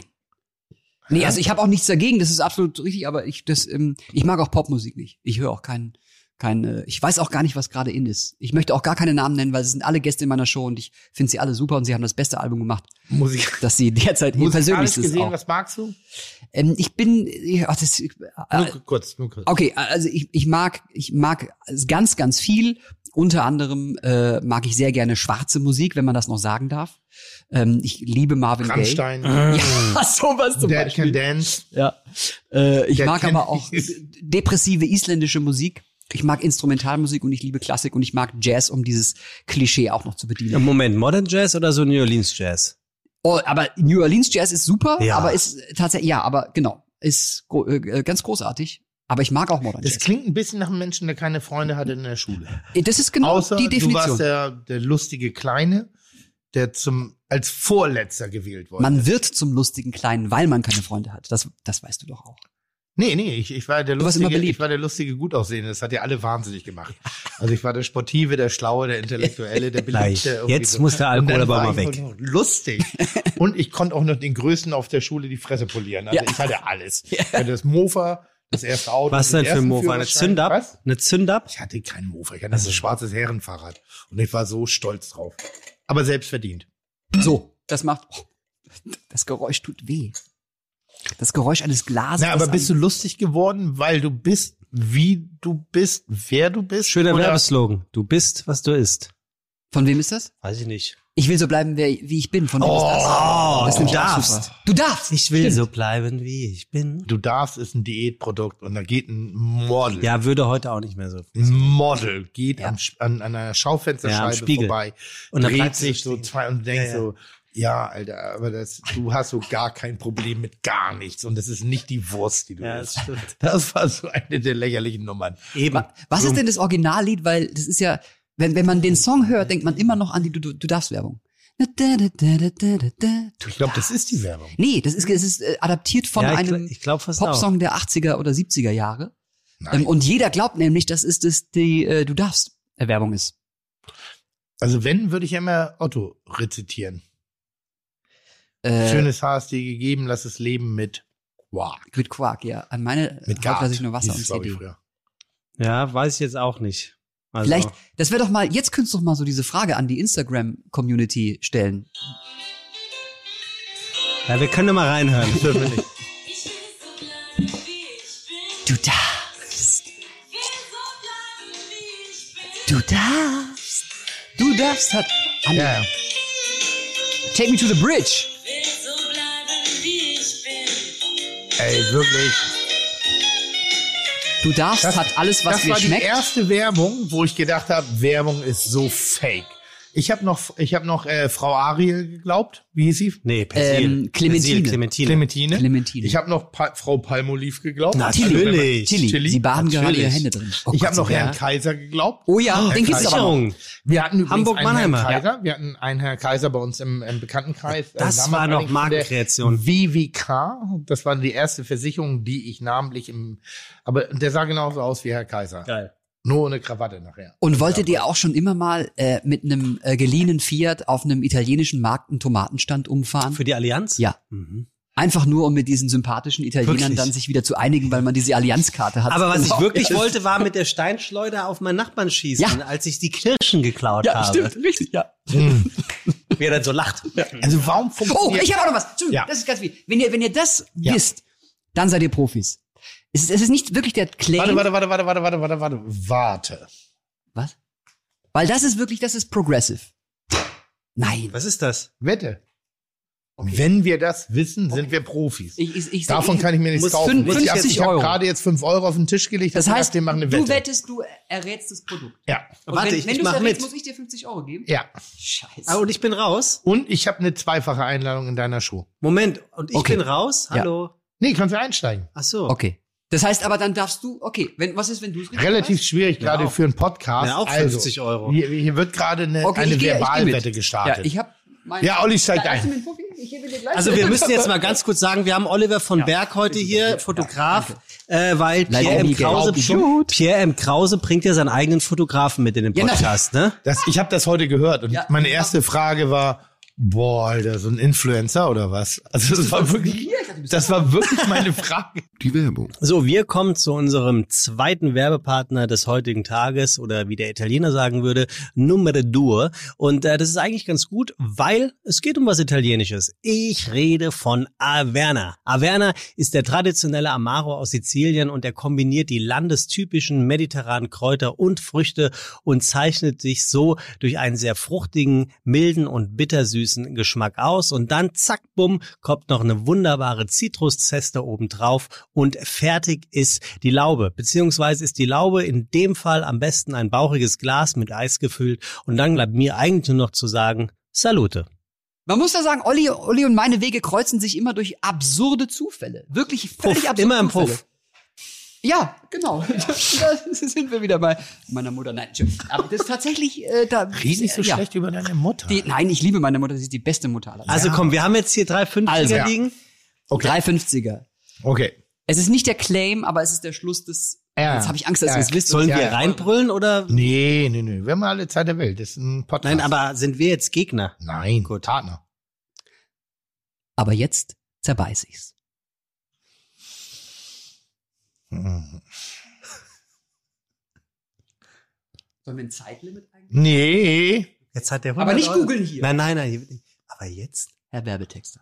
Nee, also ich habe auch nichts dagegen, das ist absolut richtig, aber ich, das, ähm, ich mag auch Popmusik nicht. Ich höre auch keinen, kein, äh, ich weiß auch gar nicht, was gerade in ist. Ich möchte auch gar keine Namen nennen, weil es sind alle Gäste in meiner Show und ich finde sie alle super und sie haben das beste Album gemacht, Musik. dass sie derzeit ihr Musikalisch persönlichstes gesehen, auch. was magst du? Ähm, ich bin, ich, ach, das, äh, Nur kurz, nur kurz. Okay, also ich, ich mag ich mag ganz ganz viel. Unter anderem äh, mag ich sehr gerne schwarze Musik, wenn man das noch sagen darf. Ähm, ich liebe Marvin Gaye. Rammstein, Ja, sowas Äh, zum Dead Beispiel. Can Dance. Ja. Äh, ich Der mag kennt aber auch dieses- depressive isländische Musik. Ich mag Instrumentalmusik und ich liebe Klassik und ich mag Jazz, um dieses Klischee auch noch zu bedienen. Moment, Modern Jazz oder so New Orleans Jazz? Oh, aber New Orleans Jazz ist super, Ja. aber ist tatsächlich, ja, aber genau, ist gro äh, ganz großartig. Aber ich mag auch Modern Das Jazz. klingt ein bisschen nach einem Menschen, der keine Freunde hatte in der Schule. Das ist genau Außer die du Definition. warst der, der lustige Kleine, der zum als Vorletzter gewählt wurde. Man wird zum lustigen Kleinen, weil man keine Freunde hat. Das, das weißt du doch auch. nee, nee, ich, ich war der Du warst lustige, immer beliebt. ich war der lustige Gutaussehende. Das hat ja alle wahnsinnig gemacht. Also ich war der Sportive, der Schlaue, der Intellektuelle, der Gleich. Beliebte. irgendwie Jetzt muss der Und dann Alkohol aber war mal ich weg. noch Lustig. Und ich konnte auch noch den Größten auf der Schule die Fresse polieren. Also Ja. ich hatte alles. Ich hatte das Mofa, das erste Auto. Also Was denn den für ein ersten Mofa? Eine Führerschein. Zündab? Was? Eine Zündab? Ich hatte keinen Mofa, ich hatte Also ein schwarzes Herrenfahrrad. Und ich war so stolz drauf. Aber selbst verdient. So, das macht. Oh, das Geräusch tut weh. Das Geräusch eines Also Glases. Na, aber das bist du an- lustig geworden, weil du bist, wie du bist, wer du bist? Schöner Oder- Werbeslogan. Du bist, was du isst. Von wem ist das? Weiß ich nicht. Ich will so bleiben, wer, wie ich bin. Von wem ist das? Oh, das du nämlich auch darfst. super. Du darfst. Ich will Stimmt. so bleiben, wie ich bin. Du darfst, ist ein Diätprodukt und da geht ein Model. Ja, würde heute auch nicht mehr so. Ein Mhm. Model geht Ja. am, Sch- an, an einer Ja, am Schaufensterscheibe Spiegel. vorbei, Und dann dreht bleibst du sich so stehen. zwei und denkt Ja, ja. so, ja, Alter, aber das, du hast so gar kein Problem mit gar nichts und das ist nicht die Wurst, die du Ja, das isst. stimmt. Das war so eine der lächerlichen Nummern. Eben. Was ist denn das Originallied? Weil das ist ja, wenn, wenn man den Song hört, denkt man immer noch an die Du, du, du darfst Werbung. Ich glaube, das ist die Werbung. Nee, das ist, es ist äh, adaptiert von ja, ich gl- einem ich glaube fast auch. Popsong der 80er oder 70er Jahre. Nein. Ähm, und jeder glaubt nämlich, das ist es, die äh, Du darfst Erwerbung ist. Also wenn, würde ich ja immer Otto rezitieren. Äh, Schönes Haar ist dir gegeben, lass es leben mit Quark. Mit Quark, ja. An meine Mit Haut Gart. lasse ich nur Wasser Hieß es, und glaub ich, CD. früher. Ja, weiß ich jetzt auch nicht. Also, Vielleicht, das wäre doch mal, jetzt könntest du doch mal so diese Frage an die Instagram-Community stellen. Ja, wir können da mal reinhören. Das dürfen wir nicht. Ich will so bleiben, wie ich bin. Du darfst, Will so bleiben, wie ich bin. du darfst, du darfst hat. Anne, Ja, ja. Take me to the bridge. Will so bleiben, wie ich bin. Ey, wirklich. Du darfst hat alles, was das mir war schmeckt. die erste Werbung, wo ich gedacht habe, Werbung ist so fake. Ich habe noch, ich hab noch äh, Frau Ariel geglaubt. Wie hieß sie? Nee, Persil. Ähm, Clementine. Persil, Clementine. Clementine. Clementine. Ich habe noch pa Frau Palmolive geglaubt. Natürlich. Chili. Chili. Sie baden gerade ihre Natürlich. Hände drin. Oh ich Gott, habe noch ja. Herrn Kaiser geglaubt. Oh ja, den gibt's aber noch. Versicherung. Wir hatten übrigens Hamburg einen Herrn Mannheimer. Kaiser. Wir hatten einen Herrn Kaiser bei uns im, im Bekanntenkreis. Das Äh, war damals noch allerdings von der Markenkreation. WWK. Das war die erste Versicherung, die ich namentlich im. Aber der sah genauso aus wie Herr Kaiser. Geil. Nur ohne Krawatte nachher. Und wolltet ihr auch schon immer mal äh, mit einem äh, geliehenen Fiat auf einem italienischen Markt einen Tomatenstand umfahren? Für die Allianz? Ja. Mhm. Einfach nur, um mit diesen sympathischen Italienern Wirklich? dann sich wieder zu einigen, weil man diese Allianzkarte hat. Aber was ich Genau. wirklich wollte, war mit der Steinschleuder auf meinen Nachbarn schießen, Ja. als ich die Kirschen geklaut Ja, habe. stimmt, richtig, ja. Wer dann so lacht. Also warum Oh, funktioniert ich habe auch noch was. Entschuldigung, Ja. Das ist ganz wichtig. Wenn ihr, wenn ihr das Ja. wisst, dann seid ihr Profis. Es ist, es ist nicht wirklich der Claim. Warte, warte, warte, warte, warte, warte, warte, warte, warte. Was? Weil das ist wirklich, das ist progressive. Nein. Was ist das? Wette. Wenn wir das wissen, sind wir Profis. Ich, ich, ich, Davon ich, kann ich mir nichts muss kaufen. fünf- Muss ich ab- 50 ich habe Euro. gerade jetzt 5 Euro auf den Tisch gelegt. Das hab gedacht, heißt, wir machen eine du Wette. wettest, du errätst das Produkt. Ja, Und Warte, wenn, ich, wenn ich du's mach errätst, mit. muss ich dir 50 Euro geben? ja. Scheiße. Ah, und ich bin raus. Und ich habe eine zweifache Einladung in deiner Show. Moment, und ich Okay. bin raus? Ja. Hallo? Nee, kannst du einsteigen. Ach so. Okay. Das heißt aber, dann darfst du, okay, wenn, was ist, wenn du es richtig Relativ weißt? schwierig gerade Ja, auch. für einen Podcast. Ja, auch Also, 50 Euro. Hier, hier wird gerade eine, Okay, eine ich gehe- ich gehe Verbalwette mit. gestartet. Ja, ich hab mein, Ja, Olli steigt Lass ein. mir den Puffi, ich gebe dir gleich. Also wir müssen jetzt mal ganz kurz sagen, wir haben Oliver von Berg heute hier, Fotograf, äh, weil Pierre M. nie Geld. Krause, Glaub ich. schon- Pierre M. Krause bringt ja seinen eigenen Fotografen mit in den Ja, na- Podcast, ne? Das, ich habe das heute gehört und Ja. meine erste Frage war, boah, Alter, so ein Influencer oder was? Also das war wirklich, das war wirklich meine Frage. Die Werbung. So, wir kommen zu unserem zweiten Werbepartner des heutigen Tages oder wie der Italiener sagen würde, Numero Due. Und äh, das ist eigentlich ganz gut, weil es geht um was Italienisches. Ich rede von Averna. Averna ist der traditionelle Amaro aus Sizilien und er kombiniert die landestypischen mediterranen Kräuter und Früchte und zeichnet sich so durch einen sehr fruchtigen, milden und bittersüßen Geschmack aus. Und dann, zack, bumm, kommt noch eine wunderbare Zitruszeste obendrauf und fertig ist die Laube. Beziehungsweise ist die Laube in dem Fall am besten ein bauchiges Glas mit Eis gefüllt. Und dann bleibt mir eigentlich nur noch zu sagen, Salute. Man muss da sagen, Olli, Olli und meine Wege kreuzen sich immer durch absurde Zufälle. Wirklich völlig Puff, absurde immer im Zufälle. Puff. Ja, genau. da sind wir wieder bei meiner Mutter. Nein, Entschuldigung. aber das ist tatsächlich äh, da. Red nicht so ja. schlecht über deine Mutter. Die, nein, ich liebe meine Mutter. Sie ist die beste Mutter aller. Also komm, wir haben jetzt hier drei Fünfziger Also, ja. liegen. okay. 350er. Okay. Es ist nicht der Claim, aber es ist der Schluss des. Ja. Jetzt habe ich Angst, dass Ja. ihr es wisst. Sollen Ja, wir ja. reinbrüllen oder? Nee, nee, nee. Wir haben alle Zeit der Welt. Das ist ein Podcast. Nein, aber sind wir jetzt Gegner? Nein, Partner. Aber jetzt zerbeiß ich's. Mhm. Sollen wir ein Zeitlimit eigentlich? Nee. Jetzt hat der Aber 100 nicht Euro. googeln hier. Nein, nein, nein. hier wird nicht. Aber jetzt? Herr Werbetexter.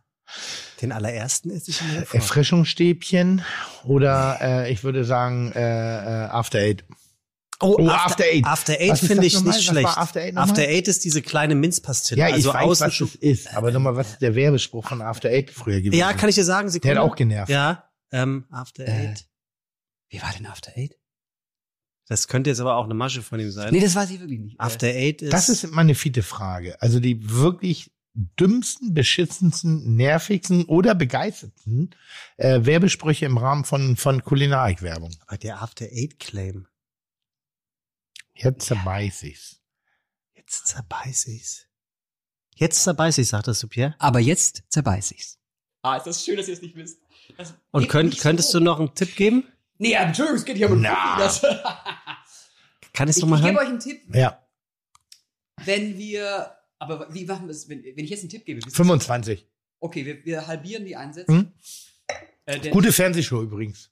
Den allerersten esse ich Äh, mir vor. Erfrischungsstäbchen oder äh, ich würde sagen äh, äh, After Eight. Oh, After Eight. After Eight Was ist finde das ich nochmal? nicht Was war schlecht. After Eight nochmal? After Eight ist diese kleine Minzpastille. Ja, ich also weiß, außen was es ist. Aber nochmal, was ist der Werbespruch von After Eight früher gewesen? Ja, kann ich dir sagen, sie Der hat auch genervt. Ja, ähm, After Äh, Eight. wie war denn After Eight? Das könnte jetzt aber auch eine Masche von ihm sein. Nee, das weiß ich wirklich nicht. After Eight ist. Das ist meine fiete Frage. Also die wirklich dümmsten, beschissensten, nervigsten oder begeisterten äh, Werbesprüche im Rahmen von, von Kulinarikwerbung. aber der After Eight Claim. Jetzt zerbeiß ich's. Jetzt zerbeiß ich's. Jetzt zerbeiß ich, sagt das du, Pierre. Aber jetzt zerbeiß ich's. Und könnt, könntest du noch einen Tipp geben? Nee, Entschuldigung, es geht hier um Na. das. Kann ich's Ich, noch mal ich hören? gebe euch einen Tipp, Ja, wenn wir. Aber wie machen wir es, wenn, wenn ich jetzt einen Tipp gebe? wisst ihr- 25. Okay, wir, wir halbieren die Einsätze. Hm? Äh, denn- Gute Fernsehshow übrigens.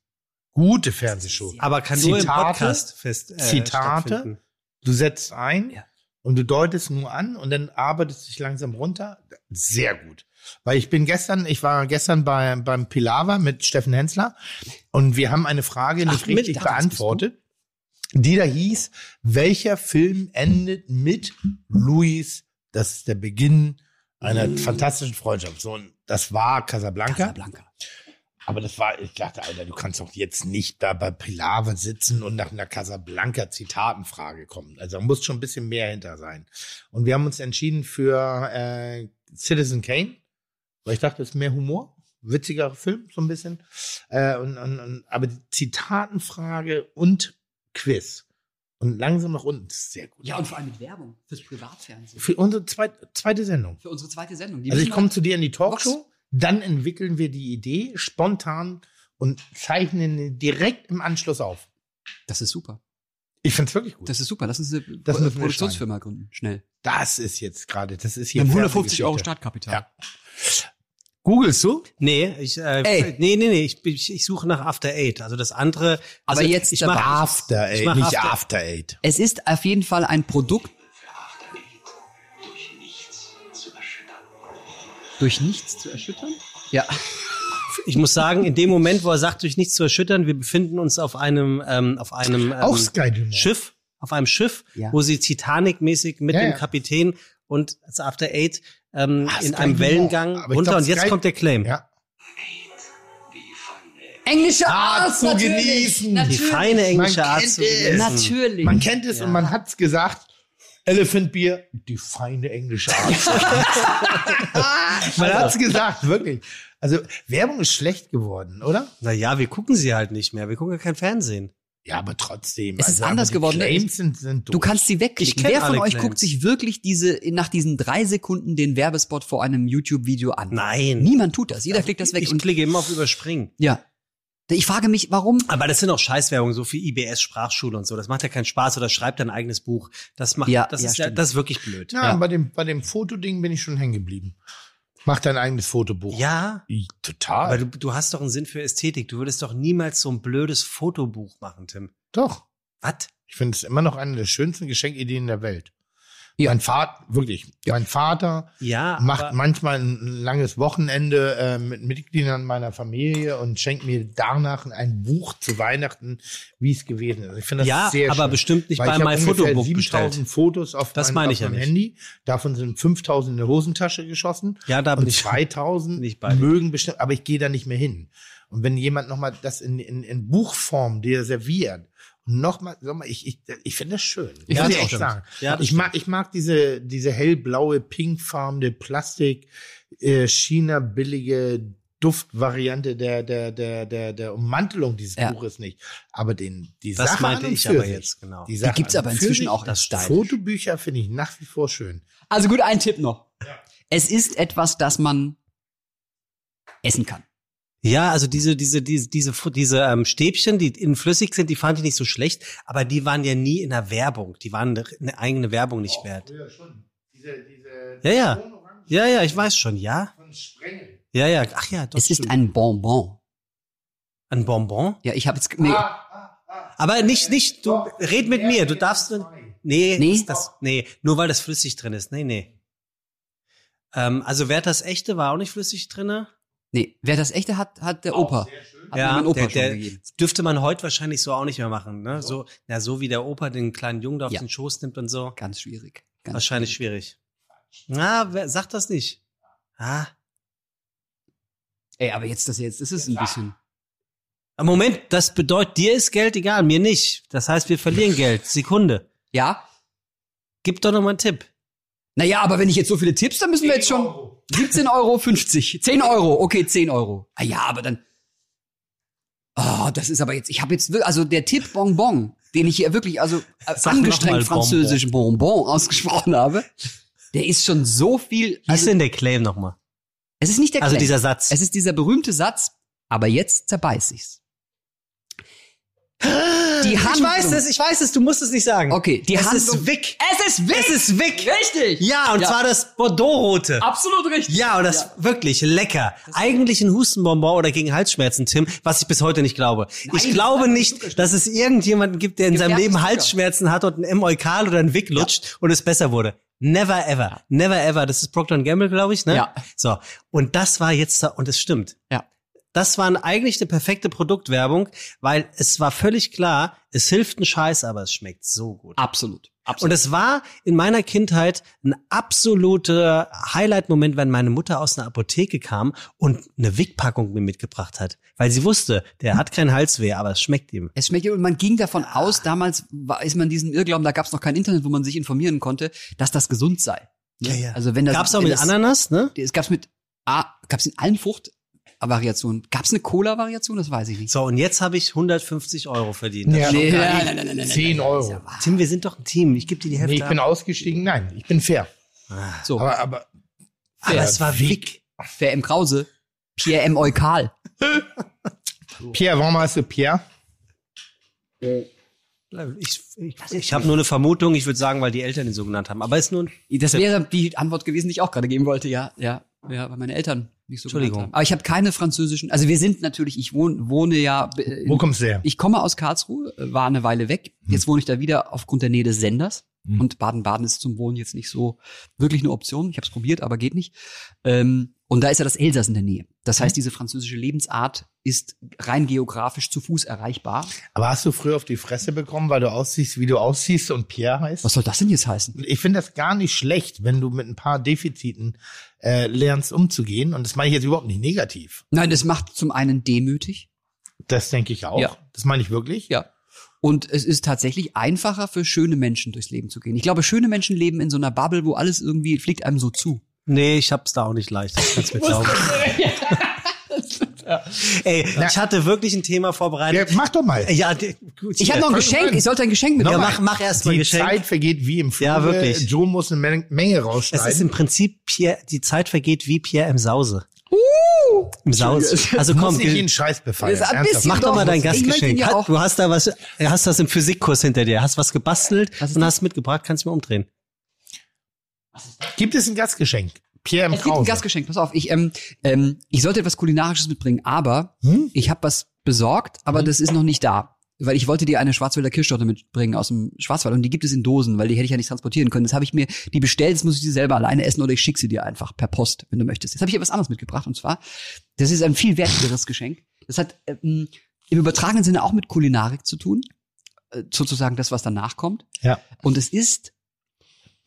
Gute Fernsehshow. Aber kann nur im Zitate, Podcast fest. Äh, Zitate. stattfinden. Du setzt ein Ja. und du deutest nur an und dann arbeitest du dich langsam runter. Sehr gut. Weil ich bin gestern, ich war gestern bei, beim Pilava mit Steffen Hensler und wir haben eine Frage nicht Ach, mit- richtig ach, das bist beantwortet, die da hieß, welcher Film endet mit Luis? Das ist der Beginn einer fantastischen Freundschaft. So, und das war Casablanca. Casablanca. Aber das war, ich dachte, Alter, du kannst doch jetzt nicht da bei Pilave sitzen und nach einer Casablanca-Zitatenfrage kommen. Also da muss schon ein bisschen mehr hinter sein. Und wir haben uns entschieden für äh, Citizen Kane, weil ich dachte, es ist mehr Humor, witzigerer Film, so ein bisschen. Äh, und, und, und, aber die Zitatenfrage und Quiz. Und langsam nach unten, das ist sehr gut. Ja, und vor allem mit Werbung fürs Privatfernsehen. Für unsere zweite, zweite Sendung. Für unsere zweite Sendung. Die Also ich müssen komme wir- zu dir in die Talkshow, dann entwickeln wir die Idee spontan und zeichnen die direkt im Anschluss auf. Das ist super. Ich find's wirklich gut. Das, Das ist super. Lass uns eine Das Pro müssen wir Produktionsfirma gründen. Schnell. ist jetzt gerade, das ist Wir hier haben 150 Euro Fernsehgeschichte. Startkapital. Ja. Googlest du? Nee, ich, äh, Ey. nee, nee, nee, ich, ich, ich suche nach After Eight. Also das andere. Aber also jetzt ich dabei. mach, After Ich Eight, mach nicht After- After Eight. Es ist auf jeden Fall ein Produkt. Durch nichts zu erschüttern? Ja. ich muss sagen, in dem Moment, wo er sagt, durch nichts zu erschüttern, wir befinden uns auf einem, ähm, auf einem ähm, Auch Sky Dumont. Schiff, auf einem Schiff, Ja. wo sie Titanic-mäßig mit Ja, dem ja. Kapitän und als After Eight ähm, Ah, in einem Sky Dumont. Wellengang Aber ich runter. glaub, und jetzt Sky- kommt der Claim. Ja. Englische Ah, Art zu genießen. Die Natürlich. feine englische Man Art kennt zu es. genießen. Natürlich. Man kennt es und man hat's gesagt. Elephant Beer, die feine englische Art. man Also. hat's gesagt, wirklich. Also Werbung ist schlecht geworden, oder? Naja, wir gucken sie halt nicht mehr. Wir gucken ja kein Fernsehen. Ja, aber trotzdem. Also, Es ist aber anders die geworden, ne? Claims sind, sind Du durch. kannst sie Ich wegklicken. kenn Wer von alle euch Claims. guckt sich wirklich diese, nach diesen drei Sekunden den Werbespot vor einem YouTube-Video an? Nein. Also Niemand tut das. Jeder klickt das weg. Ich und, klicke immer auf Überspringen. ja. Ich frage mich, warum? Aber das sind auch Scheißwerbung, so für IBS Sprachschule und so. Das macht ja keinen Spaß oder schreibt dein eigenes Buch. Das macht, Ja, das, ja, ist, ja, stimmt. das ist wirklich blöd. Ja, Bei, dem, bei dem Fotoding bin ich schon hängen geblieben. Mach dein eigenes Fotobuch. Ja, I- aber Total. du, du hast doch einen Sinn für Ästhetik. Du würdest doch niemals so ein blödes Fotobuch machen, Tim. Doch. Was? Ich finde es immer noch eine der schönsten Geschenkideen der Welt. Ja. Mein Vater, wirklich, mein Vater Ja, macht aber, manchmal ein langes Wochenende äh, mit Mitgliedern meiner Familie und schenkt mir danach ein Buch zu Weihnachten, wie es gewesen ist. Ich finde das ja, sehr aber schön. bestimmt nicht Weil bei ich hab ungefähr MyFotobook bestellt. 7000 Fotos auf Das mein- meine auf ich ja meinem nicht. Handy. Davon sind 5000 in der Hosentasche geschossen. Ja, da bin und ich. 2000 nicht bei dir. mögen bestimmt, aber ich gehe da nicht mehr hin. Und wenn jemand nochmal das in, in, in Buchform dir serviert, nochmal, sag mal, ich, ich, ich finde das schön. Ich Muss find's ich auch echt schön. sagen. Ja, das ich mag, ich mag diese, diese hellblaue, pinkfarbene Plastik, äh, China billige Duftvariante der, der, der, der, der Ummantelung dieses Ja. Buches nicht. Aber den, die Das Sache meinte an und ich für aber sich, jetzt, genau. Die, Sache gibt's an und aber für inzwischen sich, auch in das Stein. Fotobücher finde ich nach wie vor schön. Also gut, ein Tipp noch. Es ist etwas, das man essen kann. Ja, also diese, diese, diese, diese, Fu- diese ähm, Stäbchen, die innen flüssig sind, die fand ich nicht so schlecht, aber die waren ja nie in der Werbung. Die waren doch eine eigene Werbung nicht wert. Ja, schon. Diese, diese Ja, ja. Ja, ja, ich weiß schon, ja. von Sprengel. Ja, ja, ach ja, doch. es ist stimmt. ein Bonbon. ein Bonbon. Ja, ich habe jetzt. Nee, Ah, Aber nicht, nicht, du, red mit mir, du darfst, nee, Nee? nee? Das, nee, nur weil das flüssig drin ist, nee, nee. Ähm, also wer das echte war auch nicht flüssig drin. nee, wer das echte hat, hat der Opa. Hat mir mein Opa der, schon der gegeben. dürfte man heute wahrscheinlich so auch nicht mehr machen, ne? So, na, so wie der Opa den kleinen Jungen da auf Ja. den Schoß nimmt und so. Ganz schwierig. Ganz Wahrscheinlich schwierig. Na, wer, sag das nicht. Ah. Ey, aber jetzt das jetzt, das ist ein bisschen. Aber Moment, das bedeutet, dir ist Geld egal, mir nicht. Das heißt, wir verlieren Geld. Sekunde. Ja? Gib doch noch mal einen Tipp. Naja, aber wenn ich jetzt so viele Tipps, dann müssen wir jetzt schon Genau. 17,50 Euro. 10 Euro, okay, 10 Euro. Ah ja, aber dann. Oh, das ist aber jetzt, ich habe jetzt, wir- also der Tipp Bonbon, den ich hier wirklich, also äh, Sag noch mal angestrengt französisch Bonbon ausgesprochen habe, der ist schon so viel. Wie ist Also, denn der Claim nochmal? es ist nicht der Also Claim. dieser Satz. Es ist dieser berühmte Satz, aber jetzt zerbeiß ich's. Die Ich Handlung. weiß es, ich weiß es, du musst es nicht sagen. Okay, die es Handlung. ist Wick. Es ist Wick. Es ist Wick. Richtig. Ja, und zwar das Bordeaux-Rote. Absolut richtig. Ja, und das wirklich lecker. Eigentlich ein Hustenbonbon oder gegen Halsschmerzen, Tim, was ich bis heute nicht glaube. ich das glaube nicht, dass es irgendjemanden gibt, der in seinem Gefärbtes Leben Zucker. Halsschmerzen hat und ein Eukal oder ein Wick lutscht und es besser wurde. Never ever. Never ever. Das ist Procter Gamble, glaube ich, ne? Ja. So. Und das war jetzt, da- und es stimmt. Ja. Das war eigentlich eine perfekte Produktwerbung, weil es war völlig klar, es hilft ein Scheiß, aber es schmeckt so gut. Absolut. Und Absolut. es war in meiner Kindheit ein absoluter Highlight-Moment, wenn meine Mutter aus einer Apotheke kam und eine Wick-Packung mir mitgebracht hat. Weil sie wusste, der hat keinen Halsweh, aber es schmeckt ihm. Es schmeckt und man ging davon aus, damals war, ist man diesen Irrglauben, da gab es noch kein Internet, wo man sich informieren konnte, dass das gesund sei. Ne? Also wenn das Gab's auch wenn mit das- Ananas, ne? Es gab's mit ah, gab's in allen Fruchtvariationen. Gab's eine Cola Variation, das weiß ich nicht. So, und jetzt habe ich 150 Euro verdient. Also, Ja, Nee, okay. nein, nein, nein, nein, nein, 10 Euro. Tim, wir sind doch ein Team. Ich gebe dir die Hälfte nee, ich bin ab. ausgestiegen. Nein, ich bin fair. So, Aber, aber äh, Aber es war Wick. Pierre M. Krause, Pierre M. Eukal. Pierre, warum heißt du Pierre? Ich, ich, ich habe nur eine Vermutung. Ich würde sagen, weil die Eltern ihn so genannt haben. Aber es ist nur ein Das wäre die Antwort gewesen, die ich auch gerade geben wollte. Ja, ja, ja, weil meine Eltern nicht so Entschuldigung. genannt haben. Aber ich habe keine französischen. Also wir sind natürlich, ich wohne, wohne ja. äh, in- Wo kommst du her? Ich komme aus Karlsruhe, äh, war eine Weile weg. Jetzt wohne ich da wieder aufgrund der Nähe des Senders. Und Baden-Baden ist zum Wohnen jetzt nicht so wirklich eine Option. Ich habe es probiert, aber geht nicht. Ähm, und da ist ja das Elsass in der Nähe. Das heißt, diese französische Lebensart ist rein geografisch zu Fuß erreichbar. Aber hast du früher auf die Fresse bekommen, weil du aussiehst, wie du aussiehst und Pierre heißt? Was soll das denn jetzt heißen? ich finde das gar nicht schlecht, wenn du mit ein paar Defiziten äh, lernst umzugehen. Und das meine ich jetzt überhaupt nicht negativ. Nein, das macht zum einen demütig. Das denke ich auch. Ja. Das meine ich wirklich. Ja. Und es ist tatsächlich einfacher für schöne Menschen durchs Leben zu gehen. Ich glaube, schöne Menschen leben in so einer Bubble, wo alles irgendwie fliegt einem so zu. Nee, ich hab's da auch nicht leicht. Das kannst du mir glauben. Ey, ich hatte wirklich ein Thema Ja, vorbereitet. mach doch mal. Ja, d- gut. Ich habe noch ein Geschenk. Ich sollte ein Geschenk mitbringen. Ja, mach, mach erst mal Die Geschenk. Zeit vergeht wie im Flug. Ja, wirklich. Joe muss eine Men- Menge es ist rausschneiden. im Prinzip Pierre, die Zeit vergeht wie Pierre im Sause. Uh, Im Sause. Also Du musst komm, nicht Gil, jeden Scheiß befallen. Ist ein Ernsthaft. bisschen- mach doch mal dein Ich möchte ihn Gastgeschenk. ja Hat- auch- Du hast da was, äh, hast das im Physikkurs hinter dir, hast was gebastelt Was ist und das? hast mitgebracht, kannst du mir umdrehen. Gibt es ein Gastgeschenk? Pierre im Es gibt ein Krause. Gastgeschenk, pass auf. Ich, ähm, ähm, ich sollte etwas Kulinarisches mitbringen, aber ich habe was besorgt, aber das ist noch nicht da. Weil ich wollte dir eine Schwarzwälder Kirschtorte mitbringen aus dem Schwarzwald und die gibt es in Dosen, weil die hätte ich ja nicht transportieren können. Das habe ich mir, die bestellt, jetzt muss ich sie selber alleine essen oder ich schicke sie dir einfach per Post, wenn du möchtest. Jetzt habe ich etwas anderes mitgebracht und zwar, das ist ein viel wertigeres Geschenk. Das hat ähm, im übertragenen Sinne auch mit Kulinarik zu tun, äh, sozusagen das, was danach kommt. Ja. Und es ist,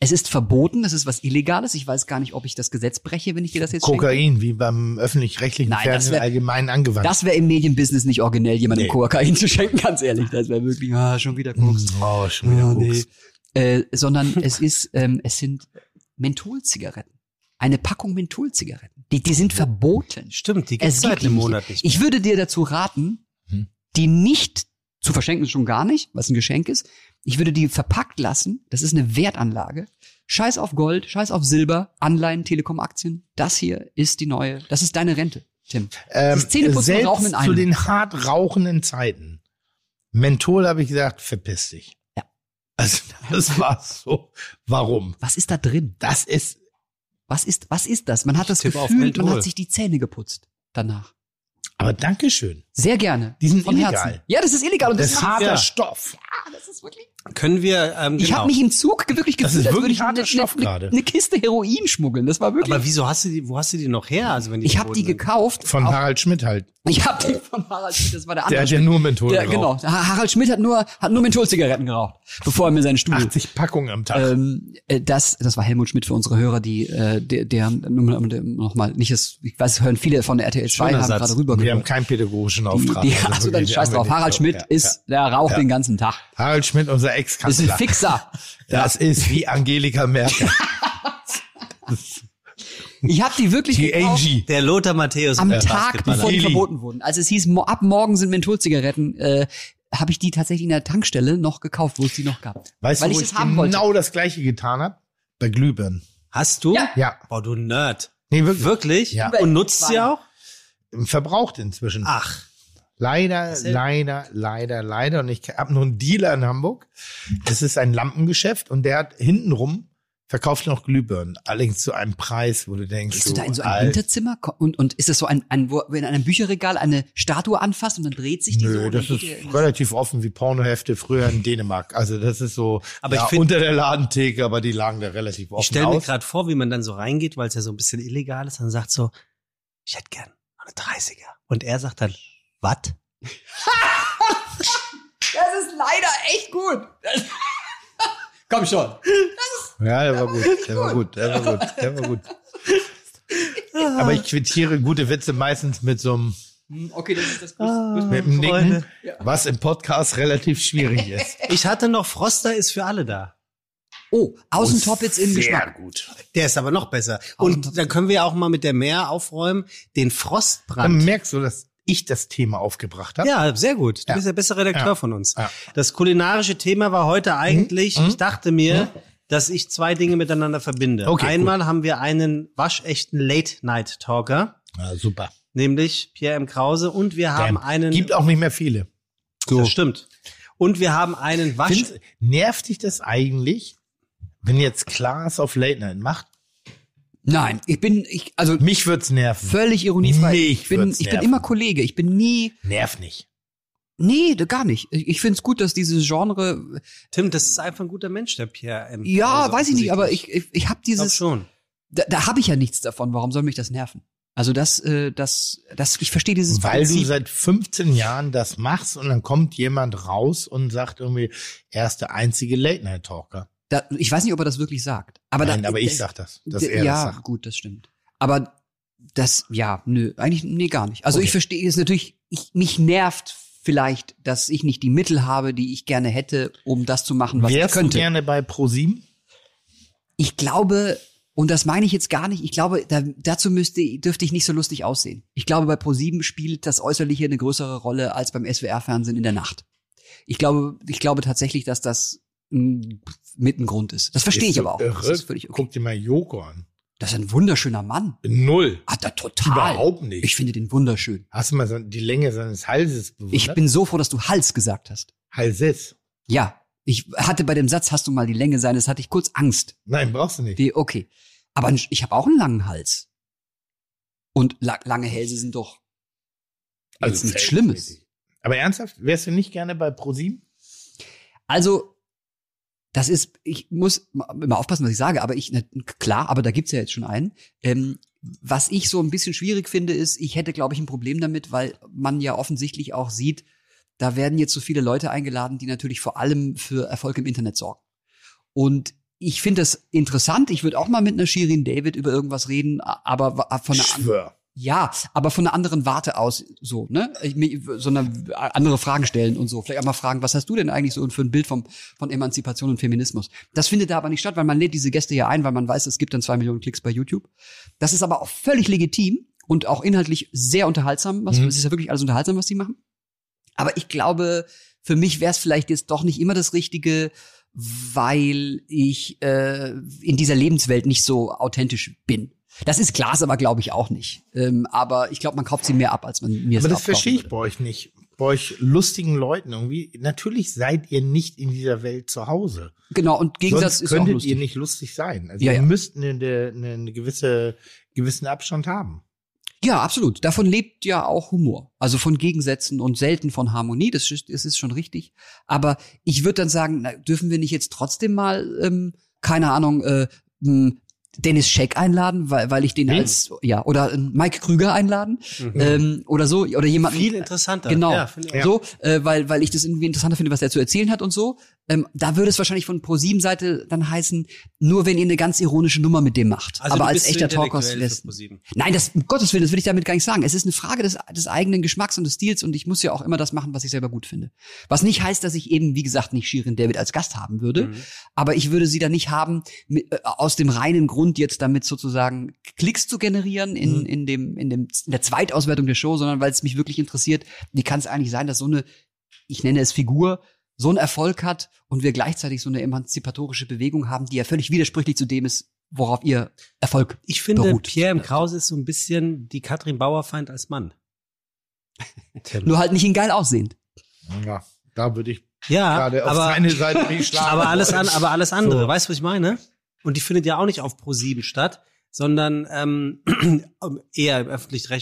es ist verboten, es ist was Illegales. Ich weiß gar nicht, ob ich das Gesetz breche, wenn ich dir das jetzt schenke. Kokain, wie beim öffentlich-rechtlichen Nein, das Fernsehen wär- allgemein angewandt. Das wäre im Medienbusiness nicht originell, jemandem Nee. Kokain zu schenken, ganz ehrlich. Das wäre wirklich, ah, schon wieder Koks. oh, schon wieder Ah, Koks. nee. äh, sondern es ist, ähm, es sind Mentholzigaretten. Eine Packung Mentholzigaretten. Die, die sind verboten. Stimmt, die gibt's Es seit gibt die einem nicht. Monat nicht. Ich würde dir dazu raten, Hm. die nicht zu verschenken ist schon gar nicht, was ein Geschenk ist. Ich würde die verpackt lassen. Das ist eine Wertanlage. Scheiß auf Gold, scheiß auf Silber, Anleihen, Telekom-Aktien. Das hier ist die neue, das ist deine Rente, Tim. Ähm, Das Zähneputzen und selbst Rauchen in zu einem. den hart rauchenden Zeiten. Menthol habe ich gesagt, verpiss dich. Ja. Also das war so. Warum? Was ist da drin? Das ist Was ist, was ist das? Man hat das tippe auf Gefühl, Menthol. man hat sich die Zähne geputzt danach. aber Dankeschön. Sehr gerne. Die sind Vom illegal. Herzen. Ja, das ist illegal. Und Das das, ist macht- harter Ja. Stoff. Können wir, ähm, ich genau. habe mich im Zug wirklich gefühlt, Das ist als wirklich würde harter ich Stoff eine, gerade. eine, eine Kiste Heroin schmuggeln. Das war wirklich. aber wieso hast du die, wo hast du die noch her? Also wenn die ich habe die verboten sind? gekauft. Von Harald Schmidt halt. Ich habe die von Harald Schmidt. Das war der Der andere. hat ja nur Menthol Der- geraucht. genau. Ha- Harald Schmidt hat nur hat nur Mentholzigaretten geraucht, bevor er mir seinen Stuhl. 80 Packungen am Tag. Hm. Ähm, äh, das, das war Helmut Schmidt für unsere Hörer, die, äh, der, der nochmal, nicht das, ich weiß, hören viele von der RTL 2 Schöner haben Satz. gerade rüber Wir haben keinen pädagogischen Die, Auftrag. die, also dann wirklich, scheiß haben wir drauf. nicht. Harald Schmidt Ja, ist, der raucht den ganzen Tag. Ja. Harald Schmidt, unser Ist ein Ex-Kanzler. Fixer. Das ist wie Angelika Merkel. Ich habe die wirklich Die gekauft Angie. Der Lothar Matthäus am der Tag, Basketballer. bevor die Eli. verboten wurden. Als es hieß, mo- ab morgen sind Mentholzigaretten, äh, habe ich die tatsächlich in der Tankstelle noch gekauft, wo es die noch gab. Weißt Weil du, ich wo das ich haben wollte. genau das gleiche getan habe? Bei Glühbirnen. Hast du? Ja. Boah, du Nerd. Nee, wirklich. Wirklich? Ja. Und nutzt sie auch? Ah. Verbraucht inzwischen. Ach. Leider, Erzähl. leider, leider, leider. Und ich habe noch einen Dealer in Hamburg. Das ist ein Lampengeschäft und der hat hintenrum verkauft noch Glühbirnen. Allerdings zu einem Preis, wo du denkst, Gehst du da in so ein Alter, Hinterzimmer Ko- und, und ist das so ein, ein, wo du in einem Bücherregal eine Statue anfasst und dann dreht sich die so? Nö, und das dann ist geht ihr in- relativ offen wie Pornohefte früher in Dänemark. Also das ist so Aber ja, ich find- unter der Ladentheke, aber die lagen da relativ offen Ich stelle mir aus. gerade vor, wie man dann so reingeht, weil es ja so ein bisschen illegal ist, dann sagt so, ich hätte gern eine 30er. Und er sagt dann, was? Das ist leider echt gut. Das- Komm schon. Ja, der war gut, der war gut, der war gut, der war gut. Aber ich quittiere gute Witze meistens mit so einem Hm, Okay, das ist das Größte. mit einem Nicken, Freunde. was im Podcast relativ schwierig ist. Ich hatte noch Froster ist für alle da. Oh, Außentoppitz im Geschmack. gut. Der ist aber noch besser. Und dann können wir ja auch mal mit der Meer aufräumen, den Frostbrand. Dann merkst du, dass ich das Thema aufgebracht habe. Ja, sehr gut. Du Ja. bist der beste Redakteur Ja. von uns. Ja. Hm? Das kulinarische Thema war heute eigentlich, ich dachte mir, dass ich zwei Dinge miteinander verbinde. Okay, Einmal haben wir einen waschechten Late-Night-Talker, Ah, super. nämlich Pierre M. Krause, und wir haben Damn. einen. Gibt auch nicht mehr viele. Das stimmt. Und wir haben einen Wasch. Find's, nervt dich das eigentlich, wenn jetzt Klaas auf Late Night macht? Nein, ich bin, ich, also Mich würd's nerven. völlig ironiefrei. Mich ich bin, würd's ich bin nerven. immer Kollege. Ich bin nie, Nerv nicht. nee, gar nicht. Ich ich find's gut, dass dieses Genre, Tim, das ist einfach ein guter Mensch, der Pierre M. ja, Also Krause weiß ich nicht, aber offensichtlich. ich, ich, ich habe Ich glaub dieses, schon. da, da habe ich ja nichts davon. Warum soll mich das nerven? Also das, äh, das, das, ich verstehe dieses Weil du Prinzip. seit 15 Jahren das machst und dann kommt jemand raus und sagt irgendwie, er ist der einzige Late Night Talker. Da, ich weiß nicht, ob er das wirklich sagt. Aber Nein, da, aber ich das- sag das, dass D- er ja, das sagt. gut, das stimmt. Aber das, ja, nö, eigentlich, nee, gar nicht. Also Okay. ich verstehe es natürlich, ich, mich nervt vielleicht, dass ich nicht die Mittel habe, die ich gerne hätte, um das zu machen, was ich Wärst du könnte. gerne bei ProSieben? Ich glaube, und das meine ich jetzt gar nicht, ich glaube, da, dazu müsste, dürfte ich nicht so lustig aussehen. Ich glaube, bei ProSieben spielt das Äußerliche eine größere Rolle als beim SWR-Fernsehen in der Nacht. Ich glaube, ich glaube tatsächlich, dass das mm, mit ein Grund ist. Das verstehe Ist ich so aber auch. Das Irre. ist völlig okay. Guck dir mal Joko an. Das ist ein wunderschöner Mann. Null. Hat er total. Überhaupt nicht. Ich finde den wunderschön. Hast du mal so die Länge seines Halses bewundert? Ich bin so froh, dass du Hals gesagt hast. Halses. Ja, ich hatte bei dem Satz, hast du mal die Länge seines, hatte ich kurz Angst. Nein, brauchst du nicht. Die, okay. Aber ein- ich habe auch einen langen Hals. Und la lange Hälse sind doch jetzt Also nichts fällt- Schlimmes. Aber ernsthaft, wärst du nicht gerne bei ProSieben? Also, das ist, ich muss ma- immer aufpassen, was ich sage, aber ich, na, klar, aber da gibt's ja jetzt schon einen. Ähm, was ich so ein bisschen schwierig finde, ist, ich hätte, glaube ich, ein Problem damit, weil man ja offensichtlich auch sieht, da werden jetzt so viele Leute eingeladen, die natürlich vor allem für Erfolg im Internet sorgen. Und ich finde das interessant. Ich würde auch mal mit einer Shirin David über irgendwas reden, a- aber wa- von einer anderen. Schwör. Ja, aber von einer anderen Warte aus, so, ne? Ich, mir- sondern andere Fragen stellen und so. Vielleicht auch mal fragen, was hast du denn eigentlich so für ein Bild vom, von Emanzipation und Feminismus? Das findet da aber nicht statt, weil man lädt diese Gäste ja ein, weil man weiß, es gibt dann zwei Millionen Klicks bei YouTube. Das ist aber auch völlig legitim und auch inhaltlich sehr unterhaltsam. Was, Mhm. Es ist ja wirklich alles unterhaltsam, was die machen. Aber ich glaube, für mich wäre es vielleicht jetzt doch nicht immer das Richtige, weil ich äh, in dieser Lebenswelt nicht so authentisch bin. Das ist klar, ist aber glaube ich auch nicht. Ähm, aber ich glaube, man kauft sie mehr ab, als man mir es Aber das abkaufen verstehe ich würde. bei euch nicht. Bei euch lustigen Leuten irgendwie. Natürlich seid ihr nicht in dieser Welt zu Hause. Genau, und Gegensatz Sonst ist auch könntet ihr lustig. nicht lustig sein. Also Ja, ihr ja. müsst eine, eine, eine gewisse, gewissen Abstand haben. Ja, absolut. Davon lebt ja auch Humor. Also von Gegensätzen und selten von Harmonie. Das ist, das ist schon richtig. Aber ich würde dann sagen, na, dürfen wir nicht jetzt trotzdem mal, ähm, keine Ahnung, äh, m, Dennis Scheck einladen, weil, weil ich den Wen? als, ja, oder äh, Mike Krüger einladen ähm, oder so, oder jemanden. Mhm. Viel interessanter. Genau. Ja, finde ich auch. So, äh, weil, weil ich das irgendwie interessanter finde, was er zu erzählen hat und so. Ähm, da würde es wahrscheinlich von Pro7-Seite dann heißen, nur wenn ihr eine ganz ironische Nummer mit dem macht. Also Aber du als bist zu echter Talker intellektuell wär's- für ProSieben. Nein, das, um Gottes Willen, das will ich damit gar nicht sagen. Es ist eine Frage des, des eigenen Geschmacks und des Stils und ich muss ja auch immer das machen, was ich selber gut finde. Was nicht heißt, dass ich eben, wie gesagt, nicht Shirin David als Gast haben würde, Mhm. aber ich würde sie dann nicht haben, mit, äh, aus dem reinen Grund jetzt damit sozusagen Klicks zu generieren in, in, dem, in, dem, in der Zweitauswertung der Show, sondern weil es mich wirklich interessiert, wie kann es eigentlich sein, dass so eine, ich nenne es Figur, so einen Erfolg hat und wir gleichzeitig so eine emanzipatorische Bewegung haben, die ja völlig widersprüchlich zu dem ist, worauf ihr Erfolg Ich finde, beruht. Pierre M. Krause ist so ein bisschen die Katrin Bauerfeind als Mann. Nur halt nicht in geil aussehend. Ja, da würde ich Ah, Ja, gerade auf aber, seine Seite nicht schlagen. aber, alles an, aber alles andere, So. weißt du, was ich meine? Und die findet ja auch nicht auf Pro7 statt, sondern ähm, eher im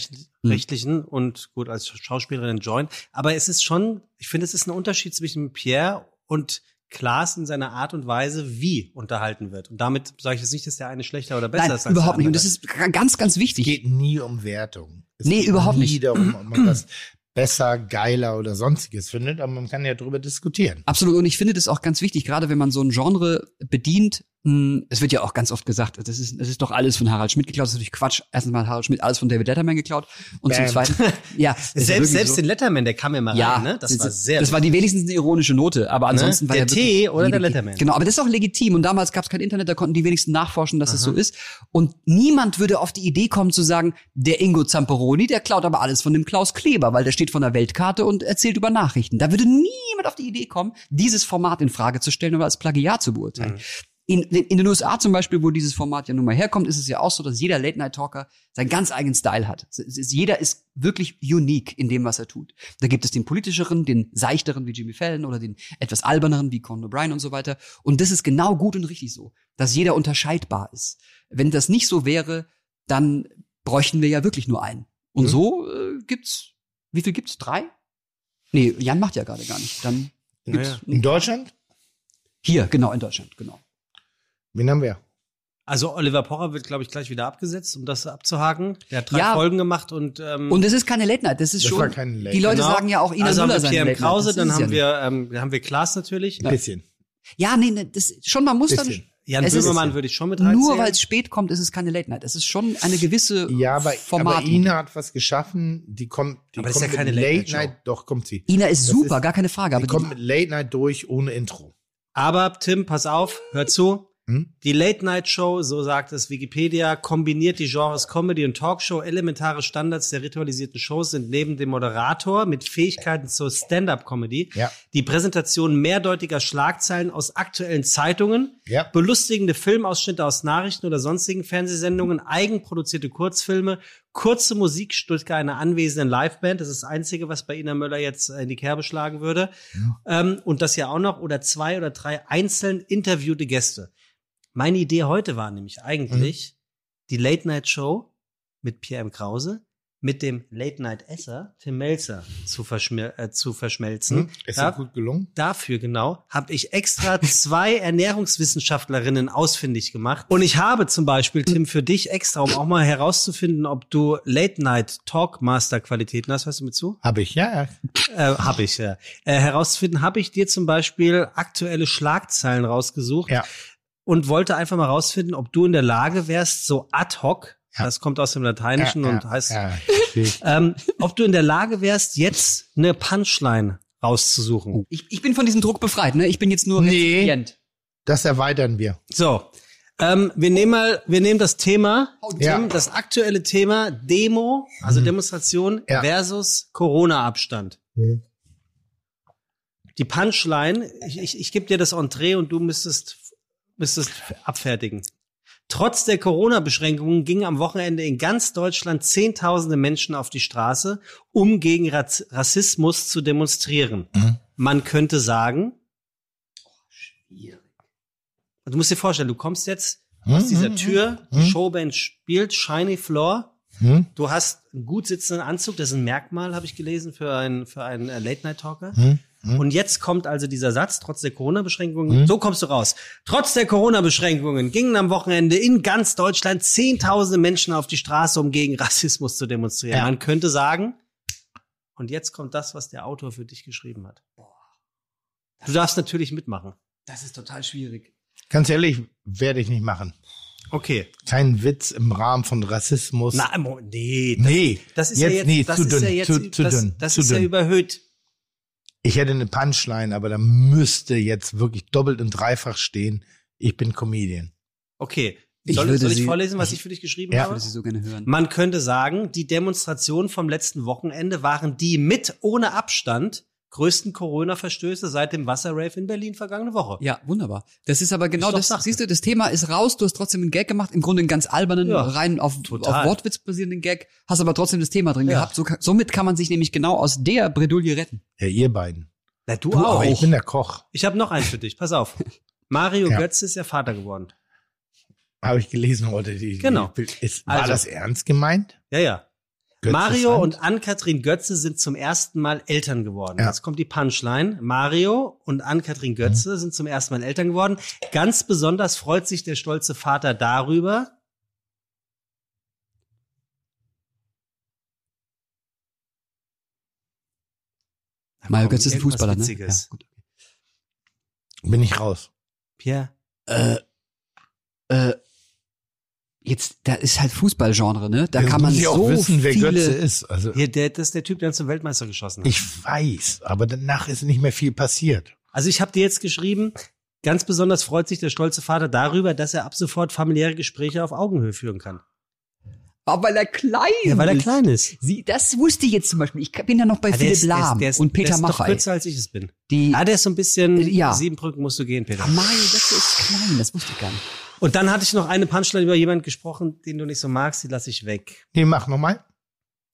öffentlich-rechtlichen und gut als Schauspielerin Join. Aber es ist schon, ich finde, es ist ein Unterschied zwischen Pierre und Klaas in seiner Art und Weise, wie unterhalten wird. Und damit sage ich jetzt nicht, dass der eine schlechter oder besser Nein, ist. als überhaupt der nicht. Und andere. das ist g- ganz, ganz Es wichtig. geht nie um Wertung. Es Nee, geht überhaupt nie nicht. darum, ob man das besser, geiler oder sonstiges findet, aber man kann ja drüber diskutieren. Absolut. Und ich finde das auch ganz wichtig, gerade wenn man so ein Genre bedient. mh, Es wird ja auch ganz oft gesagt, das ist, das ist doch alles von Harald Schmidt geklaut. Das ist natürlich Quatsch. Erstens mal hat Harald Schmidt alles von David Letterman geklaut. Und Bam. zum Zweiten, ja. das ist ja Ähm, selbst wirklich selbst so. den Letterman, der kam ja mal ja, rein, ne? Das, war sehr Ne? das war die wenigstens eine ironische Note, aber ansonsten war Der ja wirklich Tee oder der legitim. Letterman? Genau, aber das ist auch legitim und damals gab es kein Internet, da konnten die wenigsten nachforschen, dass es so ist und niemand würde auf die Idee kommen zu sagen, der Ingo Zamperoni, der klaut aber alles von dem Klaus Kleber, weil der steht von der Weltkarte und erzählt über Nachrichten. Da würde niemand auf die Idee kommen, dieses Format in Frage zu stellen oder als Plagiat zu beurteilen. In, in den USA zum Beispiel, wo dieses Format ja nun mal herkommt, ist es ja auch so, dass jeder Late-Night-Talker seinen ganz eigenen Style hat. Es ist, jeder ist wirklich unique in dem, was er tut. Da gibt es den politischeren, den seichteren wie Jimmy Fallon oder den etwas alberneren wie Conan O'Brien und so weiter. Und das ist genau gut und richtig so, dass jeder unterscheidbar ist. Wenn das nicht so wäre, dann bräuchten wir ja wirklich nur einen. Und Mhm. so äh, gibt's, wie viel gibt's? Drei? Nee, Jan macht ja gerade gar nicht. Dann naja. In Deutschland? hier, genau, in Deutschland, genau. Wen haben wir? Also Oliver Pocher wird, glaube ich, gleich wieder abgesetzt, um das abzuhaken. Der hat drei Ja. Folgen gemacht und ähm, Und das ist keine Late Night, das ist Das war schon. keine Late die Leute Genau. sagen ja auch Ina also haben Müller wir seine Pierre Late Night. Krause, das dann ist es haben ja wir, ähm, dann haben wir Klaas natürlich. Ein bisschen. nicht. Ja, nee, nee, das schon man muss dann Bisschen. Jan Es ist- Böhmermann würde ich schon mit reinziehen. nur weil es spät kommt, ist es keine Late Night. Es ist schon eine gewisse Ja, aber, Format. aber Ina hat was geschaffen. Die kommt, die Aber das ist kommt ja keine mit Late, Late-Night-Show. Night, doch kommt sie. Ina Das ist super, ist- gar keine Frage. Die Aber kommt die, mit Late Night durch ohne Intro. Aber Tim, pass auf, hör zu. Hm? Die Late-Night-Show, so sagt es Wikipedia, kombiniert die Genres Comedy und Talkshow. Elementare Standards der ritualisierten Shows sind neben dem Moderator mit Fähigkeiten zur Stand-up-Comedy Ja. die Präsentation mehrdeutiger Schlagzeilen aus aktuellen Zeitungen, Ja. belustigende Filmausschnitte aus Nachrichten oder sonstigen Fernsehsendungen, eigenproduzierte Kurzfilme, kurze Musikstücke einer anwesenden Liveband. Das ist das Einzige, was bei Ina Möller jetzt äh, in die Kerbe schlagen würde. Ähm, und das ja auch noch, oder zwei oder drei einzeln interviewte Gäste. Meine Idee heute war nämlich eigentlich Mhm. die Late-Night-Show mit Pierre M. Krause mit dem Late-Night-Esser Tim Melzer zu, verschmir- äh, zu verschmelzen. Hm? Ist ja. Ja. gut gelungen. Dafür genau habe ich extra zwei Ernährungswissenschaftlerinnen ausfindig gemacht. Und ich habe zum Beispiel, Tim, für dich extra, um auch mal herauszufinden, ob du Late-Night-Talk-Master-Qualitäten hast. Hörst du mit zu? Habe ich, ja. ja. Äh, habe ich, ja. Äh, herauszufinden, habe ich dir zum Beispiel aktuelle Schlagzeilen rausgesucht Ja. und wollte einfach mal rausfinden, ob du in der Lage wärst, so ad hoc, Ja. das kommt aus dem Lateinischen ja, und heißt, Ja, verstehe ich. Ähm, ob du in der Lage wärst, jetzt eine Punchline rauszusuchen. ich, ich bin von diesem Druck befreit, ne? Ich bin jetzt nur Nee. Rezipient. das erweitern wir. So, ähm, wir nehmen mal, wir nehmen das Thema, Ja. Tim, das aktuelle Thema Demo, also Demonstration Ja. versus Corona-Abstand. Mhm. Die Punchline, ich, ich, ich gebe dir das Entree und du müsstest, müsstest abfertigen. Trotz der Corona-Beschränkungen gingen am Wochenende in ganz Deutschland Zehntausende Menschen auf die Straße, um gegen Raz Rassismus zu demonstrieren. Man könnte sagen, du musst dir vorstellen, du kommst jetzt aus dieser Tür, die Showband spielt, Shiny Floor. Hm? Du hast einen gut sitzenden Anzug, das ist ein Merkmal, habe ich gelesen, für einen, für einen äh, Late-Night-Talker. Mhm. Und jetzt kommt also dieser Satz, trotz der Corona-Beschränkungen, so kommst du raus. Trotz der Corona-Beschränkungen gingen am Wochenende in ganz Deutschland zehntausende Menschen auf die Straße, um gegen Rassismus zu demonstrieren. Man könnte sagen, und jetzt kommt das, was der Autor für dich geschrieben hat. Du darfst natürlich mitmachen. Das ist total schwierig. Ganz ehrlich, werde ich nicht machen. Okay. Kein Witz im Rahmen von Rassismus. Na, im Moment, nee, das, nee, das ist jetzt, ja jetzt, nee, das zu ist dünn, ja jetzt, zu, zu das, dünn, das zu ist ja dünn. überhöht. ich hätte eine Punchline, aber da müsste jetzt wirklich doppelt und dreifach stehen. Ich bin Comedian. Okay. Ich Soll, würde soll ich sie- vorlesen, was ich für dich geschrieben Ja. Ich habe? würde sie so gerne hören. Man könnte sagen, die Demonstrationen vom letzten Wochenende waren die mit ohne Abstand größten Corona-Verstöße seit dem Wasserrave in Berlin vergangene Woche. Ja, wunderbar. Das ist aber genau doch das. Sache. Siehst du, das Thema ist raus. Du hast trotzdem einen Gag gemacht. Im Grunde einen ganz albernen, Ja, rein auf, auf total. Wortwitz basierenden Gag. Hast aber trotzdem das Thema drin Ja. gehabt. So, ka- somit kann man sich nämlich genau aus der Bredouille retten. Ja, ihr beiden. Na, du, aber auch. ich bin der Koch. Ich habe noch eins für dich, pass auf. Mario Ja. Götze ist ja Vater geworden. Habe ich gelesen heute. Die, Genau. Die, ist, war Also. das ernst gemeint? Ja, ja. Götz Mario Sand? und Ann-Kathrin Götze sind zum ersten Mal Eltern geworden. Ja. Jetzt kommt die Punchline. Mario und Ann-Kathrin Mhm. Götze sind zum ersten Mal Eltern geworden. Ganz besonders freut sich der stolze Vater darüber. Mario Götze ist ein Irgendwas Fußballer, ne? Witziges. gut. Bin ich raus. Pierre. Äh, äh, jetzt, da ist halt Fußballgenre, ne? Da kann man muss ich so auch wissen, wer viele. Götze ist. Also Hier, der, das ist der Typ, der uns zum Weltmeister geschossen hat. ich weiß, aber danach ist nicht mehr viel passiert. Also ich habe dir jetzt geschrieben, ganz besonders freut sich der stolze Vater darüber, dass er ab sofort familiäre Gespräche auf Augenhöhe führen kann. Aber weil er klein Ja, weil er ist. klein ist. Sie, das wusste ich jetzt zum Beispiel. Ich bin ja noch bei Ja, der Philipp ist- der ist- Lahm der ist- und der Peter ist Doch Maffay. kürzer als ich es bin. Die Ah, der ist so ein bisschen, Ja. sieben Brücken musst du gehen, Peter. Ah, Mario Götze ist klein, das wusste ich gar nicht. Und dann hatte ich noch eine Punchline über jemanden gesprochen, den du nicht so magst, die lasse ich weg. Nee, mach nochmal.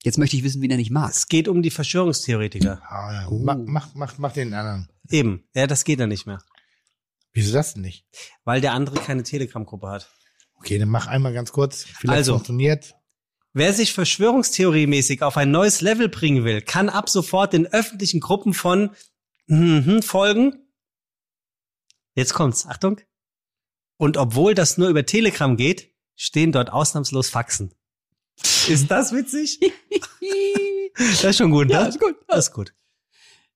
Jetzt möchte ich wissen, wen er nicht mag. Es geht um die Verschwörungstheoretiker. Ah, ja. uh. mach, mach, mach, mach den anderen. Eben. Ja, das geht dann nicht mehr. Wieso das denn nicht? Weil der andere keine Telegram-Gruppe hat. Okay, dann mach einmal ganz kurz. Vielleicht Also. funktioniert. Wer sich verschwörungstheoriemäßig auf ein neues Level bringen will, kann ab sofort den öffentlichen Gruppen von mhm, folgen. Jetzt kommt's, Achtung. Und obwohl das nur über Telegram geht, stehen dort ausnahmslos Faxen. Ist das witzig? das ist schon gut, ne? Ja, ist gut. Das ist gut.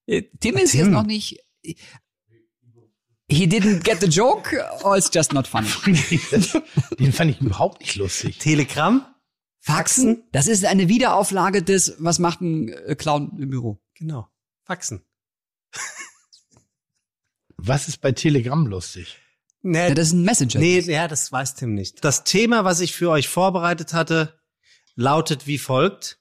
Äh, Tim ist jetzt noch nicht. He didn't get the joke, or it's just not funny. Den fand ich überhaupt nicht lustig. Telegram? Faxen? Das ist eine Wiederauflage des, was macht ein äh, Clown im Büro? Genau. Faxen. Was ist bei Telegram lustig? Nee, Ja, das ist ein Messenger. nee, ja, das weiß Tim nicht. Das Thema, was ich für euch vorbereitet hatte, lautet wie folgt.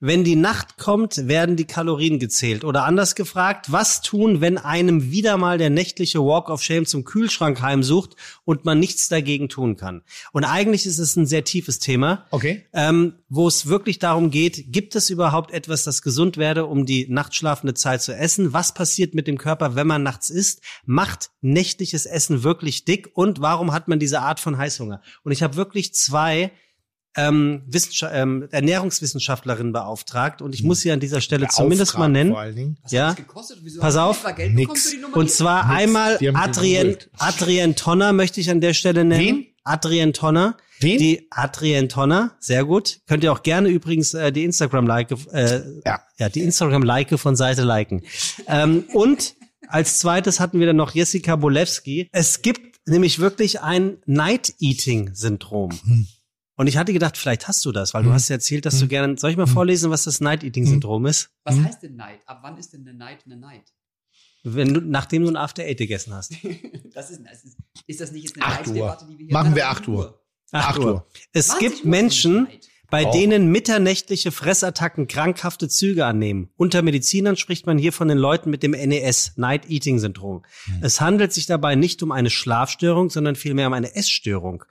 Wenn die Nacht kommt, werden die Kalorien gezählt. Oder anders gefragt, was tun, wenn einem wieder mal der nächtliche Walk of Shame zum Kühlschrank heimsucht und man nichts dagegen tun kann? Und eigentlich ist es ein sehr tiefes Thema Okay. ähm, wo es wirklich darum geht, gibt es überhaupt etwas, das gesund werde, um die nachtschlafende Zeit zu essen? Was passiert mit dem Körper, wenn man nachts isst? Macht nächtliches Essen wirklich dick? Und warum hat man diese Art von Heißhunger? Und ich habe wirklich zwei ähm, Wissenscha- ähm, Ernährungswissenschaftlerinnen beauftragt und ich muss sie an dieser Stelle zumindest mal Auftrag nennen. Vor allen Dingen. Ja, Pass auf. Nix. und zwar einmal Die haben die Adrien, geholt. Adrien Tonner möchte ich an der Stelle nennen. Wen? Adrien Tonner. Wen? Die Adrien Tonner, sehr gut. Könnt ihr auch gerne übrigens äh, die Instagram-Like, äh, ja. Ja. die Instagram-Like von Seite liken. Ähm, und als zweites hatten wir dann noch Jessica Bolewski. Es gibt nämlich wirklich ein Night-Eating-Syndrom. Hm. Und ich hatte gedacht, vielleicht hast du das, weil du hast ja erzählt, dass du gerne, soll ich Hm. mal vorlesen, was das Night-Eating-Syndrom ist? Was heißt denn Night? Ab wann ist denn eine Night eine Night? Wenn du, nachdem du ein After Eight gegessen hast. Das ist, das ist, ist das nicht jetzt eine Acht Night-Debatte, Uhr. die wir hier Machen Nein, wir acht acht Uhr. Acht Acht Uhr. Uhr. Es 20 Uhr gibt ist eine Menschen, Night. bei Oh. denen mitternächtliche Fressattacken krankhafte Züge annehmen. Unter Medizinern spricht man hier von den Leuten mit dem NES, Night Eating Syndrom. Es handelt sich dabei nicht um eine Schlafstörung, sondern vielmehr um eine Essstörung.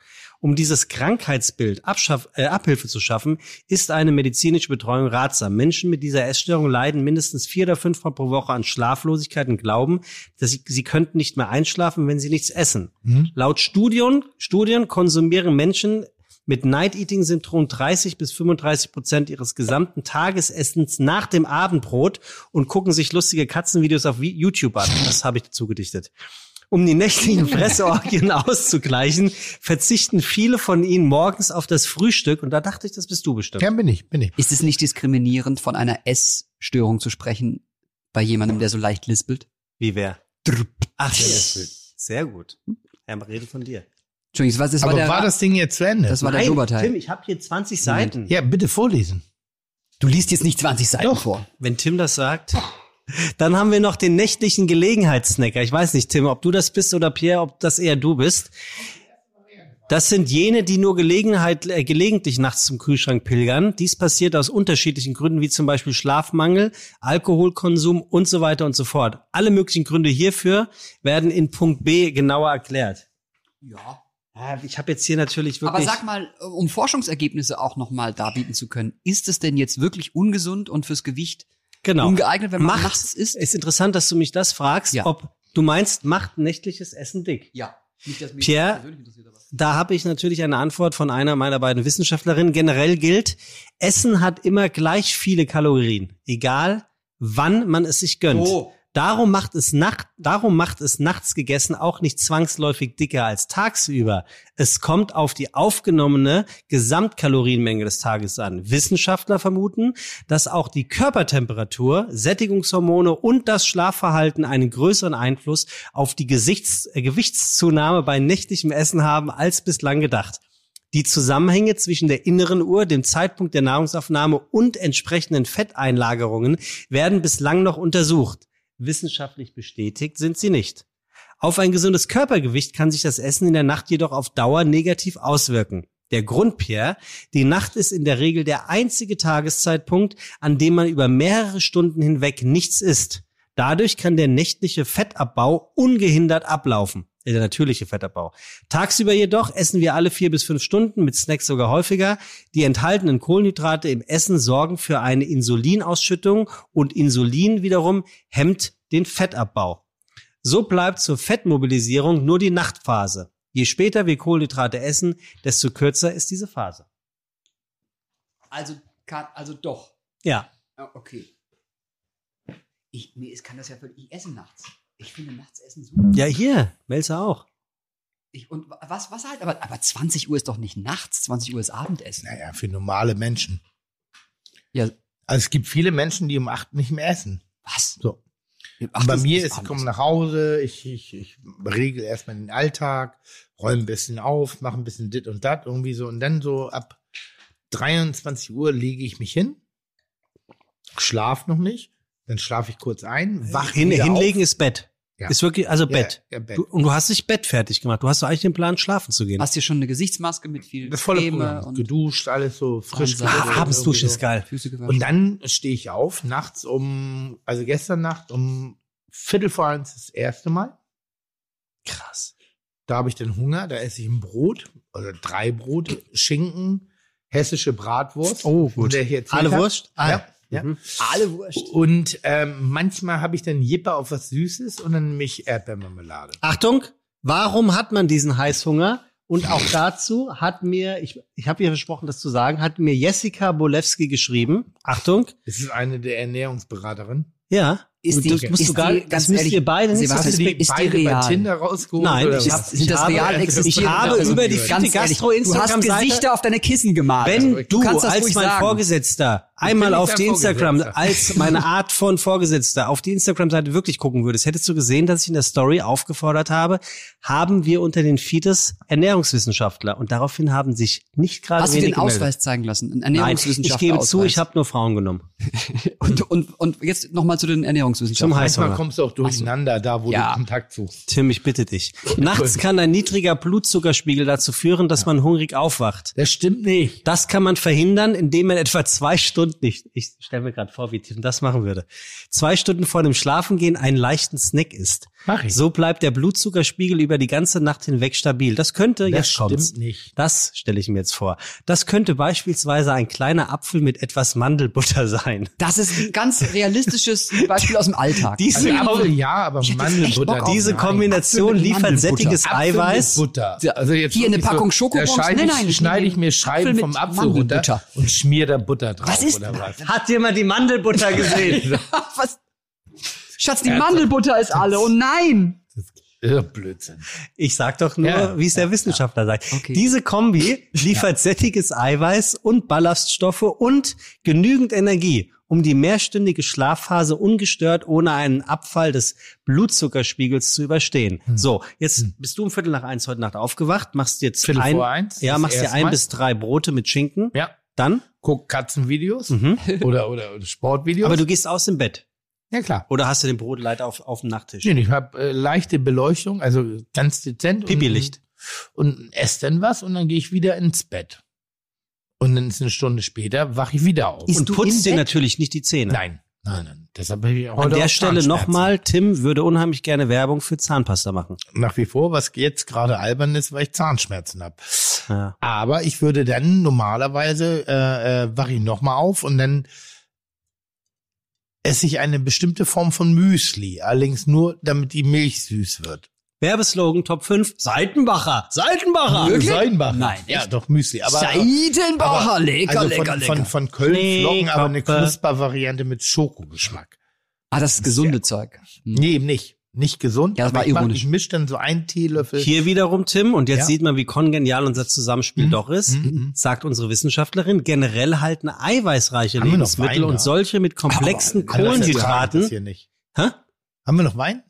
Um dieses Krankheitsbild Abschaff äh, Abhilfe zu schaffen, ist eine medizinische Betreuung ratsam. Menschen mit dieser Essstörung leiden mindestens vier oder fünfmal pro Woche an Schlaflosigkeit und glauben, dass sie, sie könnten nicht mehr einschlafen, wenn sie nichts essen. Laut Studien, Studien konsumieren Menschen mit Night-Eating-Syndrom 30 bis 35 Prozent ihres gesamten Tagesessens nach dem Abendbrot und gucken sich lustige Katzenvideos auf Vi- YouTube an. Das habe ich dazu gedichtet. Um die nächtlichen Fressorgien auszugleichen, verzichten viele von ihnen morgens auf das Frühstück. Und da dachte ich, das bist du bestimmt. Ja, bin ich, bin ich. Ist es nicht diskriminierend, von einer Essstörung zu sprechen bei jemandem, der so leicht lispelt? Wie wer? Ach, Ja, ja. das will- sehr gut. Er redet von dir. Entschuldigung, das war, das war Aber der, war das Ding jetzt zu Ende? das war der Nein, Joberteil. Tim, ich habe hier 20 Seiten. ja, bitte vorlesen. Du liest jetzt nicht 20 Seiten vor. Wenn Tim das sagt. Dann haben wir noch den nächtlichen Gelegenheitssnacker. Ich weiß nicht, Tim, ob du das bist oder Pierre, ob das eher du bist. Das sind jene, die nur Gelegenheit, äh, gelegentlich nachts zum Kühlschrank pilgern. Dies passiert aus unterschiedlichen Gründen, wie zum Beispiel Schlafmangel, Alkoholkonsum und so weiter und so fort. Alle möglichen Gründe hierfür werden in Punkt B genauer erklärt. Ja. Ah, Ich habe jetzt hier natürlich Aber wirklich. sag mal, äh, um Forschungsergebnisse auch nochmal darbieten zu können, ist es denn jetzt wirklich ungesund und fürs Gewicht genau. ungeeignet, wenn man Macht- nachts isst? Ist interessant, dass du mich das fragst, Ja. ob du meinst, macht nächtliches Essen dick. Ja. Nicht, dass mich Pierre? das persönlich interessiert, aber. Da habe ich natürlich eine Antwort von einer meiner beiden Wissenschaftlerinnen. Generell gilt, Essen hat immer gleich viele Kalorien, egal wann man es sich gönnt. Oh. Darum macht es nacht, darum macht es nachts gegessen auch nicht zwangsläufig dicker als tagsüber. Es kommt auf die aufgenommene Gesamtkalorienmenge des Tages an. Wissenschaftler vermuten, dass auch die Körpertemperatur, Sättigungshormone und das Schlafverhalten einen größeren Einfluss auf die Gesichts äh, Gewichtszunahme bei nächtlichem Essen haben als bislang gedacht. Die Zusammenhänge zwischen der inneren Uhr, dem Zeitpunkt der Nahrungsaufnahme und entsprechenden Fetteinlagerungen werden bislang noch untersucht. Wissenschaftlich bestätigt sind sie nicht. Auf ein gesundes Körpergewicht kann sich das Essen in der Nacht jedoch auf Dauer negativ auswirken. Der Grund, Pierre, die Nacht ist in der Regel der einzige Tageszeitpunkt, an dem man über mehrere Stunden hinweg nichts isst. Dadurch kann der nächtliche Fettabbau ungehindert ablaufen. äh, Der natürliche Fettabbau. Tagsüber jedoch essen wir alle vier bis fünf Stunden, mit Snacks sogar häufiger. Die enthaltenen Kohlenhydrate im Essen sorgen für eine Insulinausschüttung und Insulin wiederum hemmt den Fettabbau. So bleibt zur Fettmobilisierung nur die Nachtphase. Je später wir Kohlenhydrate essen, desto kürzer ist diese Phase. Also, kann, also doch. Ja, Ah, Okay. Ich, mir ist, kann das ja völlig. Ich esse nachts. Ich finde nachts essen super. ja hier, Melzer auch. Ich, und wa- was, was halt? Aber, aber 20 Uhr ist doch nicht nachts, 20 Uhr ist Abendessen. Naja, für normale Menschen. Ja, Also es gibt viele Menschen, die um acht nicht mehr essen. was? So. Ach, bei das mir ist, ich komme Abendessen. nach Hause, ich, ich, ich regel erstmal den Alltag, räume ein bisschen auf, mache ein bisschen dit und dat, irgendwie so. Und dann so ab 23 Uhr lege ich mich hin, schlaf noch nicht, dann schlafe ich kurz ein, wach Äh, Hin, wieder hinlegen auf. ist Bett. Ja. Ist wirklich, also Ja, Bett. Ja, Bett. Du, und du hast dich Bett fertig gemacht. Du hast doch eigentlich den Plan, schlafen zu gehen. Hast dir schon eine Gesichtsmaske mit viel das volle Creme Programm. und Geduscht, alles so frisch. Wahnsinn. geduscht, Ah, Abendsdusche irgendwie ist geil. Füße gewaschen? Und dann stehe ich auf, nachts um, also gestern Nacht um Viertel vor eins das erste Mal. Krass. Da habe ich dann Hunger, da esse ich ein Brot, also drei Brote, Schinken, hessische Bratwurst. Oh, von gut. der ich erzählt Alle habe. Wurst? Ah, Ja. ja. Mhm. Alle Wurst. Und ähm, manchmal habe ich dann Jipper auf was Süßes und dann nämlich Erdbeermarmelade. Achtung, warum hat man diesen Heißhunger? Und auch dazu hat mir, ich, ich habe ihr versprochen, das zu sagen, hat mir Jessica Bolewski geschrieben. Achtung, Das ist eine der Ernährungsberaterinnen. ja. Ist die- das musst ist du gar, die- das ganz müsst ehrlich, ihr beide nicht Sebastian, sagen. Hast du die- ist die beide bei real? Tinder rausgeholt? Nein, oder ich- was? Ist, sind das habe- real existierende? habe Also, über die ganz fitte ehrlich, Gastro-Instagram-Seite- Du hast Gesichter auf deine Kissen gemalt. Wenn du Also, kannst das als ruhig mein sagen. Vorgesetzter einmal bin ich auf dein die Instagram, Vorgesetzter? als meine Art von Vorgesetzter auf die Instagram-Seite wirklich gucken würdest, hättest du gesehen, dass ich in der Story aufgefordert habe, haben wir unter den Fides Ernährungswissenschaftler und daraufhin haben sich nicht gerade Hast du den wenig gemeldet. Ausweis zeigen lassen? Nein, Ein ich Ernährungswissenschaftler. gebe zu, ich habe nur Frauen genommen. Und, und, und jetzt nochmal zu den Zum Ernährungswissenschaftlern. Manchmal Heißhunger. kommst du auch durcheinander da, wo Ja. du Kontakt suchst. Tim, ich bitte dich. Nachts kann ein niedriger Blutzuckerspiegel dazu führen, dass man hungrig aufwacht. Das stimmt nicht. Das kann man verhindern, indem man etwa zwei Stunden, ich, ich stelle mir gerade vor, wie Tim das machen würde, zwei Stunden vor dem Schlafengehen einen leichten Snack isst. Mach ich. So bleibt der Blutzuckerspiegel über die ganze Nacht hinweg stabil. Das könnte, das jetzt stimmt kommt's. nicht. Das stelle ich mir jetzt vor. Das könnte beispielsweise ein kleiner Apfel mit etwas Mandelbutter sein. Das ist ein ganz realistisches Beispiel aus dem Alltag. Also Diese, Apfel ja, aber hätte jetzt echt Bock Mandelbutter. auf- diese nein. Kombination Apfel mit liefert Mandelbutter. sättiges Apfel mit Eiweiß. Butter. Also jetzt Hier eine wirklich Packung da Schokobons. schneide Nein, ich- nein, Schneide ich mir Apfel Scheiben mit vom Apfel Mandelbutter. runter und schmier da Butter drauf Was ist- oder was? Hat jemand die Mandelbutter gesehen? Was? Schatz, die also- Mandelbutter ist alle. Oh nein! Irr Blödsinn. Ich sag doch nur, Ja, wie es der Wissenschaftler sagt. Okay. Diese Kombi liefert sättiges Eiweiß und Ballaststoffe und genügend Energie, um die mehrstündige Schlafphase ungestört ohne einen Abfall des Blutzuckerspiegels zu überstehen. Hm. So, jetzt bist du um Viertel nach eins heute Nacht aufgewacht, machst jetzt Viertel ein, vor eins, ja, das machst dir erste ein Mal. bis drei Brote mit Schinken, Ja, dann, guck Katzenvideos Mhm. oder, oder, oder Sportvideos. aber du gehst aus dem Bett ja klar. oder hast du den Brotleit auf, auf dem Nachttisch? Nee, ich habe äh, leichte Beleuchtung, also ganz dezent. und- Pipi-Licht. und esse dann was und dann gehe ich wieder ins Bett. Und dann ist eine Stunde später, wache ich wieder auf. Ist- Und du Und putzt im dir Bett? natürlich nicht die Zähne. nein, nein, nein. Deshalb habe ich auch An heute der auch Stelle Zahnschmerzen. nochmal, Tim würde unheimlich gerne Werbung für Zahnpasta machen. Nach wie vor, was jetzt gerade albern ist, weil ich Zahnschmerzen habe. Ja. Aber ich würde dann normalerweise äh, äh, wache ich nochmal auf und dann esse ich eine bestimmte Form von Müsli, allerdings nur, damit die Milch süß wird. Werbeslogan Top 5, Seitenbacher, Seitenbacher. Ah, Wirklich? Seidenbacher. Nein, ja, echt? doch Müsli. Aber, Seidenbacher, aber- lecker, also lecker, von, lecker. Von, von Kölnflocken, Nee, aber eine Papa. Knuspervariante mit Schokogeschmack. ah, das gesunde Zeug. Hm. Nee, eben nicht. Nicht gesund. Ja, das aber war ich mach- ironisch. Ich mische dann so einen Teelöffel. Hier wiederum, Tim, und jetzt Ja. sieht man, wie kongenial unser Zusammenspiel doch ist, mhm. sagt unsere Wissenschaftlerin, generell halten eiweißreiche Haben wir noch Lebensmittel Wein und da? solche mit komplexen Also das ist Kohlenhydraten, hier nicht. hä? Haben wir noch Wein?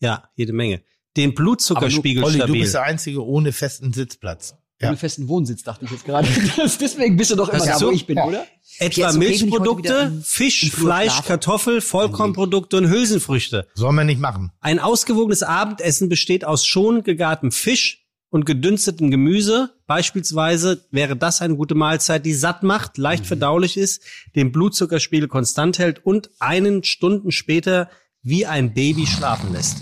ja, jede Menge, den Blutzuckerspiegel Olli, du bist stabil. Mhm. der Einzige ohne festen Sitzplatz. Ja. Ohne festen Wohnsitz, dachte ich jetzt gerade. Das- Deswegen bist du doch immer Das da, ist wo so- ich bin, Ja. oder? Etwa Jetzt, okay, bin ich heute wieder Milchprodukte, im- im Fisch, Flur Fleisch, schlafen. Kartoffel, Vollkornprodukte und Hülsenfrüchte. Sollen wir nicht machen. Ein ausgewogenes Abendessen besteht aus schon gegartem Fisch und gedünstetem Gemüse. Beispielsweise wäre das eine gute Mahlzeit, die satt macht, leicht Mhm. verdaulich ist, den Blutzuckerspiegel konstant hält und einen Stunden später wie ein Baby schlafen lässt.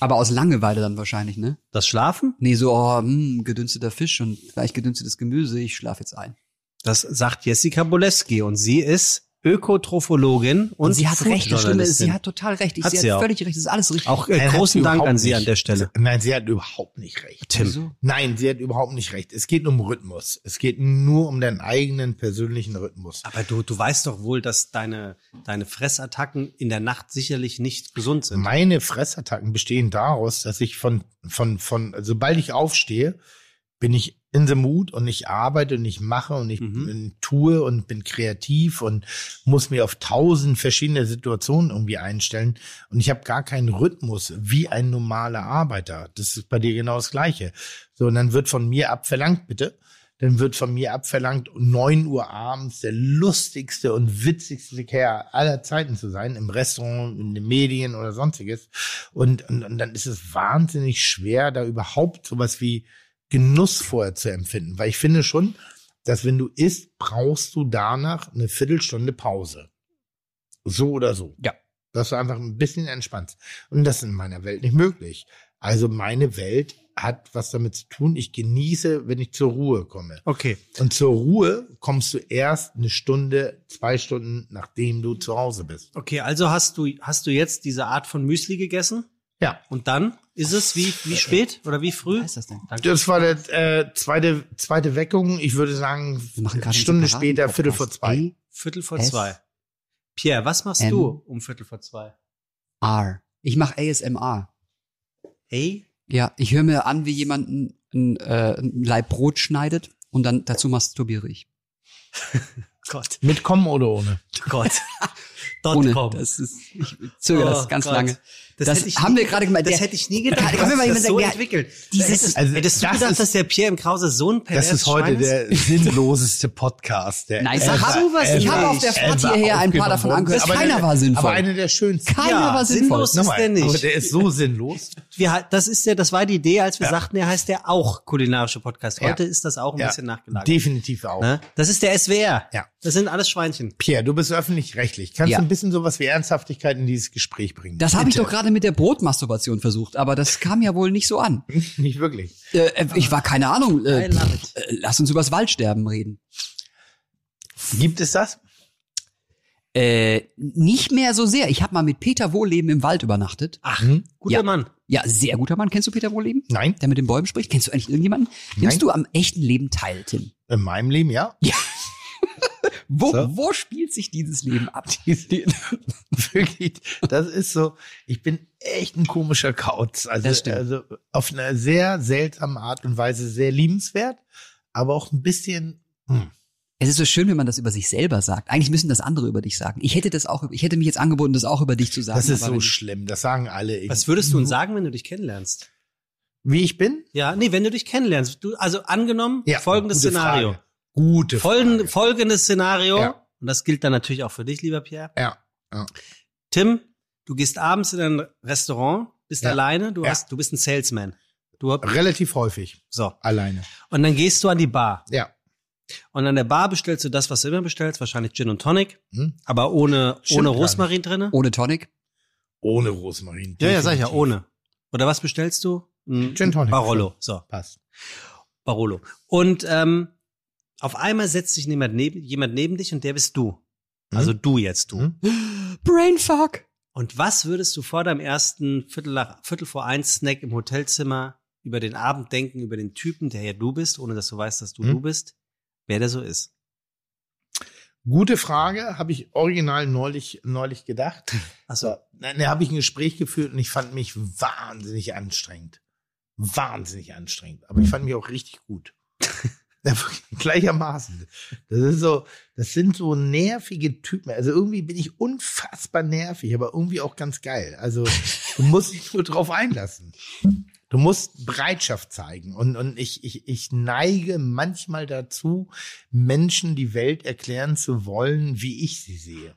Aber aus Langeweile dann wahrscheinlich, ne? Das Schlafen, Nee, so, oh, mh, gedünsteter Fisch und leicht gedünstetes Gemüse, ich schlafe jetzt ein. das sagt Jessica Boleski und sie ist Ökotrophologin und, Und, sie hat recht, das Stimme, Foodjournalistin. sie hat total recht. Ich, Hat sie, sie hat auch. völlig recht, das ist alles richtig. auch äh, Nein, hat sie großen Dank überhaupt an sie nicht. an der Stelle. Nein, sie hat überhaupt nicht recht. Tim. Wieso? Nein, sie hat überhaupt nicht recht. Es geht um Rhythmus. Es geht nur um deinen eigenen persönlichen Rhythmus. Aber du, du weißt doch wohl, dass deine, deine Fressattacken in der Nacht sicherlich nicht gesund sind. Meine Fressattacken bestehen daraus, dass ich von, von, von, sobald ich aufstehe, bin ich in the mood und ich arbeite und ich mache und ich Mhm. bin- tue und bin kreativ und muss mir auf tausend verschiedene Situationen irgendwie einstellen. Und ich habe gar keinen Rhythmus wie ein normaler Arbeiter. Das ist bei dir genau das Gleiche. So, und dann wird von mir abverlangt, bitte. Dann wird von mir abverlangt, um 9 Uhr abends der lustigste und witzigste Kerl aller Zeiten zu sein, im Restaurant, in den Medien oder sonstiges. Und, und, und dann ist es wahnsinnig schwer, da überhaupt sowas wie Genuss vorher zu empfinden. Weil ich finde schon, dass wenn du isst, brauchst du danach eine Viertelstunde Pause. So oder so. Ja. Dass du einfach ein bisschen entspannst. Und das ist in meiner Welt nicht möglich. Also meine Welt hat was damit zu tun. Ich genieße, wenn ich zur Ruhe komme. Okay. Und zur Ruhe kommst du erst eine Stunde, zwei Stunden, nachdem du zu Hause bist. Okay, also hast du, hast du jetzt diese Art von Müsli gegessen? Ja. Und dann ist es wie, wie spät oder wie früh? Was heißt das denn? Das war der äh, zweite, zweite Weckung. Ich würde sagen, Wir machen eine gerade Stunde einen separaten später, Viertel vor Podcast. zwei. Viertel vor S- zwei. Pierre, was machst M- du um Viertel vor zwei? AR. Ich mache ASMR. Hey? Ja, ich höre mir an, wie jemand ein, ein, äh, ein Leib Brot schneidet und dann dazu masturbiere ich. Gott, Mit kommen oder ohne? Gott. Dot Ohne. com. Das ist, ich zögere Oh das ganz Gott. lange. Das, Das hätte ich haben nie, wir gerade gemeint. Das Der- hätte ich nie gedacht. Kann mir mal dass jemand das sagen, so der- entwickelt. dieses- Hättest, Also hättest du das gedacht, ist- dass der Pierre im Krause so ein pervers Das ist heute Schwein ist? der sinnloseste Podcast. Der Nein, sag sowas nicht. ever Ich habe auf der Fahrt ever hierher ein aufgenommen paar davon wurde. angehört. Aber Keiner der- war sinnvoll. Aber einer der schönsten. Keiner Ja, war sinnvoll. sinnlos ist Nochmal, der Aber nicht. der ist so sinnlos. wir, ha- das ist ja, das war die Idee, als wir sagten, er heißt ja auch kulinarische Podcast. Ja. Heute ist das auch ein bisschen nachgelagert. Definitiv auch. Ne? Das ist der SWR. Ja. Das sind alles Schweinchen. Pierre, du bist öffentlich-rechtlich. Kannst Ja. du ein bisschen sowas wie Ernsthaftigkeit in dieses Gespräch bringen? Das habe ich Bitte. doch gerade mit der Brotmasturbation versucht, aber das kam ja wohl nicht so an. Nicht wirklich. Äh, äh, ich war keine Ahnung. Äh, I love it. äh, lass uns übers Waldsterben reden. Gibt es das? Äh, nicht mehr so sehr. Ich habe mal mit Peter Wohleben im Wald übernachtet. Ach, Hm? guter Ja. Mann. Ja, sehr guter Mann. Kennst du Peter Wohleben? Nein. Der mit den Bäumen spricht? Kennst du eigentlich irgendjemanden? Nimmst du am echten Leben teil, Tim? In meinem Leben, ja. Wo, So. wo spielt sich dieses Leben ab? wirklich. Das ist so. Ich bin echt ein komischer Kauz. Also, Das stimmt. also auf eine sehr seltsame Art und Weise sehr liebenswert, aber auch ein bisschen. Hm. Es ist so schön, wenn man das über sich selber sagt. Eigentlich müssen das andere über dich sagen. Ich hätte das auch, ich hätte mich jetzt angeboten, das auch über dich zu sagen. Das ist aber so wenn- schlimm. Das sagen alle. Was würdest Mhm. du uns sagen, wenn du dich kennenlernst? Wie ich bin? Ja, nee, wenn du dich kennenlernst. Du, also angenommen, folgendes gute Szenario. Frage. Gute Folgen, Frage. folgendes Szenario. Ja. Und das gilt dann natürlich auch für dich, lieber Pierre. Ja, ja. Tim, du gehst abends in ein Restaurant, bist Ja. alleine, du Ja. hast, du bist ein Salesman. Du, Relativ häufig. so. Alleine. Und dann gehst du an die Bar. Ja. Und an der Bar bestellst du das, was du immer bestellst, wahrscheinlich Gin und Tonic, Hm? aber ohne, Stimmt ohne gar nicht. Rosmarin drinne. Ohne Tonic. Ohne Rosmarin. Ja, ja, sag ich ja, definitiv. ohne. Oder was bestellst du? Ein Gin Tonic. Barolo. So, Passt. Barolo. Und ähm, auf einmal setzt sich jemand neben, jemand neben dich und der bist du. Also du jetzt, du. Mhm. Brainfuck. Und was würdest du vor deinem ersten Viertel, nach, Viertel vor eins Snack im Hotelzimmer über den Abend denken, über den Typen, der ja du bist, ohne dass du weißt, dass du Hm? du bist, wer der so ist? Gute Frage, habe ich original neulich, neulich gedacht. Achso, Da, da habe ich ein Gespräch geführt und ich fand mich wahnsinnig anstrengend. Wahnsinnig anstrengend. Aber ich fand mich auch richtig gut. Ja, wirklich, Gleichermaßen. Das ist so, das sind so nervige Typen. Also irgendwie bin ich unfassbar nervig, aber irgendwie auch ganz geil. Also du musst dich nur drauf einlassen. Du musst Bereitschaft zeigen. Und, und ich, ich, ich neige manchmal dazu, Menschen die Welt erklären zu wollen, wie ich sie sehe.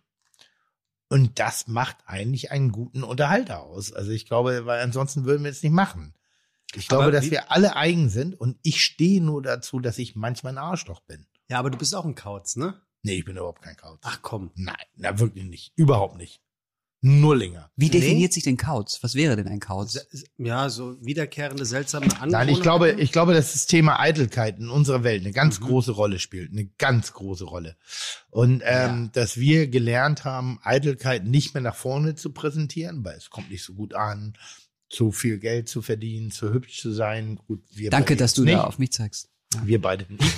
Und das macht eigentlich einen guten Unterhalter aus. Also ich glaube, weil ansonsten würden wir es nicht machen. Ich glaube, Aber dass wie- wir alle eigen sind und ich stehe nur dazu, dass ich manchmal ein Arschloch bin. ja, aber du bist auch ein Kauz, ne? Nee, ich bin überhaupt kein Kauz. Ach komm. Nein, na wirklich nicht. Überhaupt nicht. Nullinger. Wie Nee. definiert sich denn Kauz? Was wäre denn ein Kauz? Se- Ja, so wiederkehrende, seltsame Angewohnheiten. Nein, ich glaube, ich glaube, dass das Thema Eitelkeit in unserer Welt eine Mhm. ganz große Rolle spielt. Eine ganz große Rolle. Und ähm, dass wir gelernt haben, Eitelkeit nicht mehr nach vorne zu präsentieren, weil es kommt nicht so gut an, zu viel Geld zu verdienen, zu hübsch zu sein. Gut, wir Danke, beide dass jetzt du nicht. da auf mich zeigst. wir beide nicht,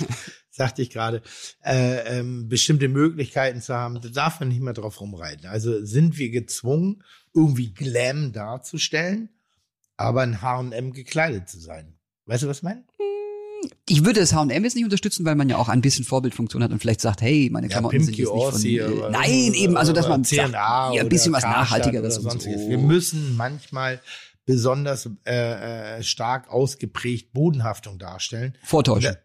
sagte ich gerade, äh, ähm, bestimmte Möglichkeiten zu haben, da darf man nicht mehr drauf rumreiten. Also sind wir gezwungen, irgendwie Glam darzustellen, aber in H&M gekleidet zu sein. Weißt du, was ich meine? Ich würde das H&M jetzt nicht unterstützen, weil man ja auch ein bisschen Vorbildfunktion hat und vielleicht sagt, hey, meine Klamotten sind jetzt nicht von... äh, nein, eben, also dass man sagt, CNA ja, ein oder bisschen was Karstadt Nachhaltigeres oder und so. sonstiges. Wir müssen manchmal besonders äh, äh, stark ausgeprägt Bodenhaftung darstellen, Ne, vortäuschen. Ja,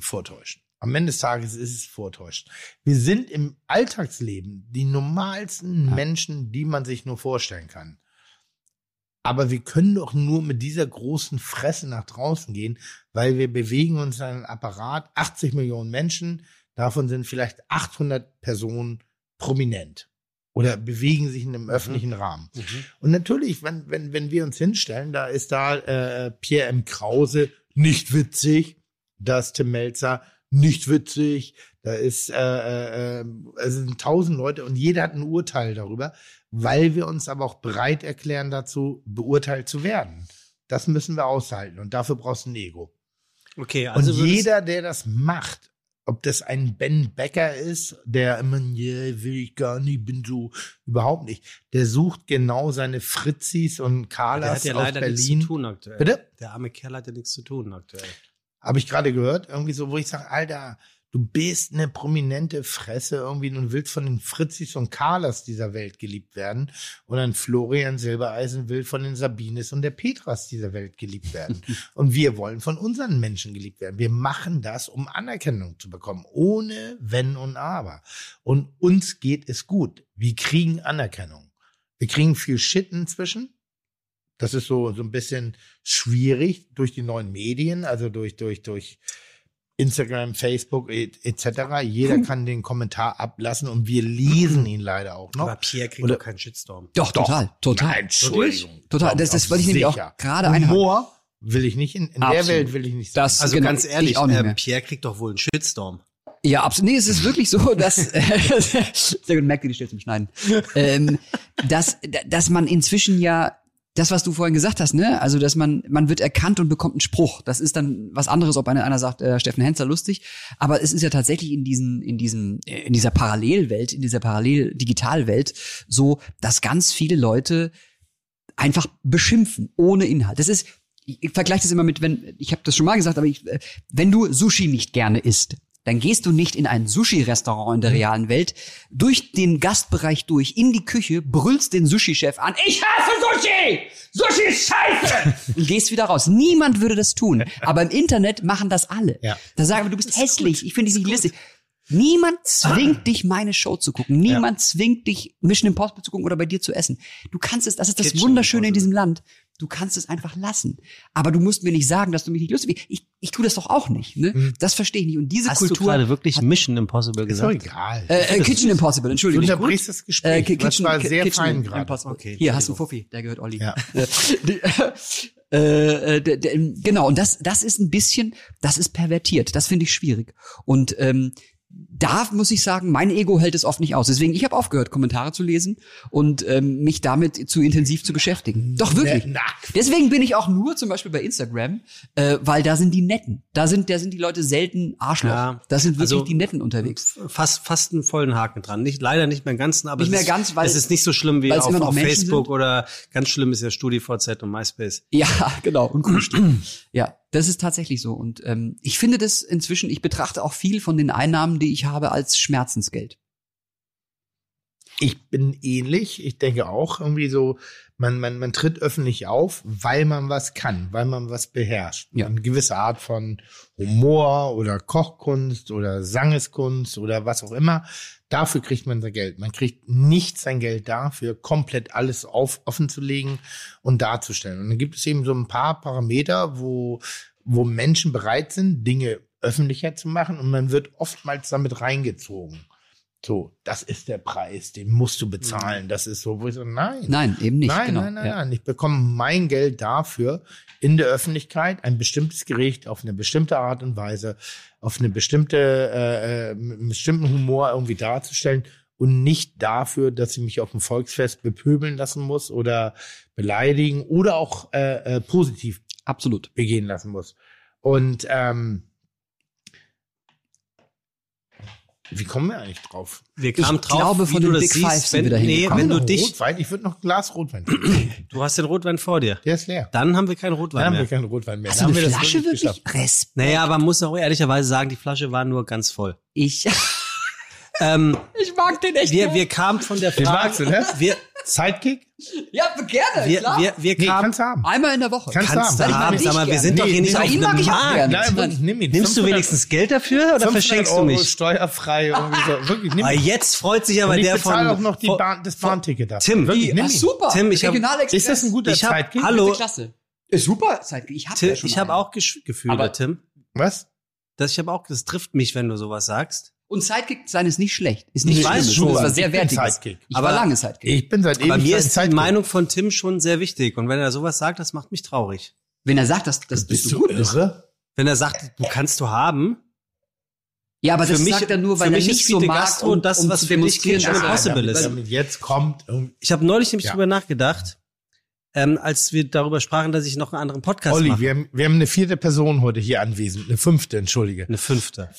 vortäuschen. Am Ende des Tages ist es vortäuschen. Wir sind im Alltagsleben die normalsten Menschen, die man sich nur vorstellen kann. Aber wir können doch nur mit dieser großen Fresse nach draußen gehen, weil wir bewegen uns in einem Apparat, 80 Millionen Menschen, davon sind vielleicht 800 Personen prominent oder bewegen sich in einem öffentlichen Rahmen. Mhm. Und natürlich, wenn, wenn, wenn wir uns hinstellen, da ist da äh, Pierre M. Krause nicht witzig, da ist Tim Melzer nicht witzig, da ist äh, äh, äh, es sind tausend Leute und jeder hat ein Urteil darüber, weil wir uns aber auch bereit erklären dazu, beurteilt zu werden. Das müssen wir aushalten und dafür brauchst du ein Ego. Okay, also und würdest- jeder, der das macht, ob das ein Ben Becker ist, der immer, yeah, will ich gar nicht, bin so, überhaupt nicht, der sucht genau seine Fritzis und der hat Carlas ja aus leider nichts zu Berlin. tun aktuell. Bitte? Der arme Kerl hat ja nichts zu tun aktuell. Habe ich gerade gehört, irgendwie so, wo ich sage, Alter, du bist eine prominente Fresse irgendwie und willst von den Fritzis und Carlas dieser Welt geliebt werden. Und dann Florian Silbereisen will von den Sabines und der Petras dieser Welt geliebt werden. und wir wollen von unseren Menschen geliebt werden. Wir machen das, um Anerkennung zu bekommen, ohne Wenn und Aber. Und uns geht es gut. Wir kriegen Anerkennung. Wir kriegen viel Shit inzwischen. Das ist so, so ein bisschen schwierig durch die neuen Medien, also durch, durch, durch Instagram, Facebook et- etc. Jeder kann den Kommentar ablassen und wir lesen ihn leider auch noch. Aber Pierre kriegt Oder- doch keinen Shitstorm. Doch, total, total. Nein, Entschuldigung. Total, das, das wollte ich nämlich auch Sicher. gerade einhaben. Humor will ich nicht, in, in der Absolut. Welt will ich nicht sein. Das- Also Genau, ganz ich ehrlich, auch nicht äh, mehr. Pierre kriegt doch wohl einen Shitstorm. Ja, absolut. Nee, es ist wirklich so, dass, sehr gut, merkt ihr die Stelle zum Schneiden, ähm, dass, dass man inzwischen ja, das, was du vorhin gesagt hast, ne, also, dass man, man wird erkannt und bekommt einen Spruch. Das ist dann was anderes, ob einer, einer sagt, äh, Steffen Hensler lustig. Aber es ist ja tatsächlich in diesen, in diesen, äh, in dieser Parallelwelt, in dieser Parallel-Digitalwelt so, dass ganz viele Leute einfach beschimpfen ohne Inhalt. Das ist ich ich vergleiche das immer mit, wenn ich habe das schon mal gesagt, aber ich, äh, wenn du Sushi nicht gerne isst, dann gehst du nicht in ein Sushi-Restaurant in der realen Welt, durch den Gastbereich durch, in die Küche, brüllst den Sushi-Chef an, ich hasse Sushi! Sushi ist scheiße! und gehst wieder raus. Niemand würde das tun. Aber im Internet machen das alle. Ja. Da sagen wir, du bist hässlich, ich finde dich nicht lustig. Niemand zwingt dich, meine Show zu gucken. Niemand zwingt dich, Mission Impossible zu gucken oder bei dir zu essen. Du kannst es, das ist das Kitchen Wunderschöne in Impossible. diesem Land. Du kannst es einfach lassen. Aber du musst mir nicht sagen, dass du mich nicht lustig Ich, ich tue das doch auch nicht. Ne? Das verstehe ich nicht. Und diese Mhm. Hast du Kultur. gerade wirklich Mission Impossible Ist doch gesagt? egal. äh, äh, Kitchen Impossible, du Entschuldigung. unterbrichst das Äh, Gespräch. Ki- das Kitchen, war Ki- sehr Kitchen fein gerade. Impossible. Okay, Hier hast du einen Fuffi, der gehört Olli. Ja. Die, äh, äh, d- d- genau, und das, das ist ein bisschen, das ist pervertiert. Das finde ich schwierig. Und ähm, da muss ich sagen, mein Ego hält es oft nicht aus. Deswegen, ich habe aufgehört, Kommentare zu lesen und ähm, mich damit zu intensiv zu beschäftigen. Doch wirklich. Na, na. Deswegen bin ich auch nur zum Beispiel bei Instagram, äh, weil da sind die Netten. Da sind, da sind die Leute selten Arschloch. Ja. Da sind wirklich Also- die Netten unterwegs. Fast, fast einen vollen Haken dran. Nicht, leider nicht mehr einen ganzen, aber Nicht es, mehr ist, ganz, weil- es ist nicht so schlimm wie weil es auf, immer noch auf Menschen Facebook sind. oder ganz schlimm ist ja StudiVZ und MySpace. Ja, genau. Und Kunst. ja, das ist tatsächlich so. Und ähm, ich finde das inzwischen, ich betrachte auch viel von den Einnahmen, die ich habe, als Schmerzensgeld. Ich bin ähnlich. Ich denke auch irgendwie so, man, man, man tritt öffentlich auf, weil man was kann, weil man was beherrscht. Ja. Eine gewisse Art von Humor oder Kochkunst oder Sangeskunst oder was auch immer. Dafür kriegt man sein Geld. Man kriegt nicht sein Geld dafür, komplett alles auf, offen zu legen und darzustellen. Und dann gibt es eben so ein paar Parameter, wo, wo Menschen bereit sind, Dinge öffentlicher zu machen und man wird oftmals damit reingezogen. So, das ist der Preis, den musst du bezahlen. Das ist so, wo ich so, nein. Nein, eben nicht. nein, genau. nein, nein, ja. nein. Ich bekomme mein Geld dafür in der Öffentlichkeit, ein bestimmtes Gericht auf eine bestimmte Art und Weise, auf eine bestimmte, äh, äh, mit einem bestimmten Humor irgendwie darzustellen und nicht dafür, dass ich mich auf dem Volksfest bepöbeln lassen muss oder beleidigen oder auch äh, äh, positiv Absolut. begehen lassen muss. Und ähm, wie kommen wir eigentlich drauf? Wir kamen drauf, glaube, wie von du den das Big siehst, Five sind wenn, wir da nee, hingekommen. wenn du Noch dich, Rotwein? Ich würde noch ein Glas Rotwein. du hast den Rotwein vor dir. Der ist leer. Dann haben wir keinen Dann Rotwein haben wir mehr. keinen Rotwein mehr. Hast du Dann eine haben wir das Flasche nicht wirklich? geschafft. Respekt. Naja, aber man muss auch ehrlicherweise sagen, die Flasche war nur ganz voll. Ich, Ähm, ich mag den echt. wir, gern. wir kamen von der Frage. magst du, ne? Wir, Sidekick? ja, gerne, wir, klar. wir, wir Nee, kamen. kannst du haben. Einmal in der Woche. Kannst Kannst du haben. haben, Ich sag mal, wir gerne. sind doch Nee, hier nicht nee, auf ihn mag einem ich auch Markt. gerne. Nein, wirklich, nimm ihn. Nimmst du 500 wenigstens Geld dafür oder 500 verschenkst Euro du mich? steuerfrei irgendwie so. Wirklich, nimm Ah, ihn. jetzt freut sich aber Und ich der von. bezahle auch noch die von- Bahn, das Bahnticket dafür. Tim, Wirklich, nimm Ah, ihn. super. Tim, ich hab- Regionalexpress. Ist das ein guter Ich hab- Sidekick? hallo. Dritte Klasse. Ist super. Zeit- Ich habe Tim, ja schon ich habe einen. auch Gesch- Gefühle, Aber- Tim. Was? Das, ich habe auch, das trifft mich, wenn du sowas sagst. Und Sidekick sein ist nicht schlecht. Ist nicht Ich schlimm. weiß Das schon. war Ich sehr bin wertig. Sidekick. Ich war Aber- lange Sidekick. Ich bin seit Bei ewig mir ist die Sidekick. Meinung von Tim schon sehr wichtig. Und wenn er sowas sagt, das macht mich traurig. Wenn er sagt, dass, dass, dass Bist du du gut bist. irre? Wenn er sagt, du kannst du haben, Ja, aber Für das mich- sagt er nur, für weil er mich ist nicht so Fidel mag, Castro um, das, um was zu für mich demonstrieren, Kitchen dass er Impossible ist. Damit jetzt kommt irgendwie Ich habe neulich nämlich Ja. drüber nachgedacht, ähm, als wir darüber sprachen, dass ich noch einen anderen Podcast Olli, mache. wir haben, wir haben eine vierte Person heute hier anwesend, eine fünfte, entschuldige. Eine fünfte.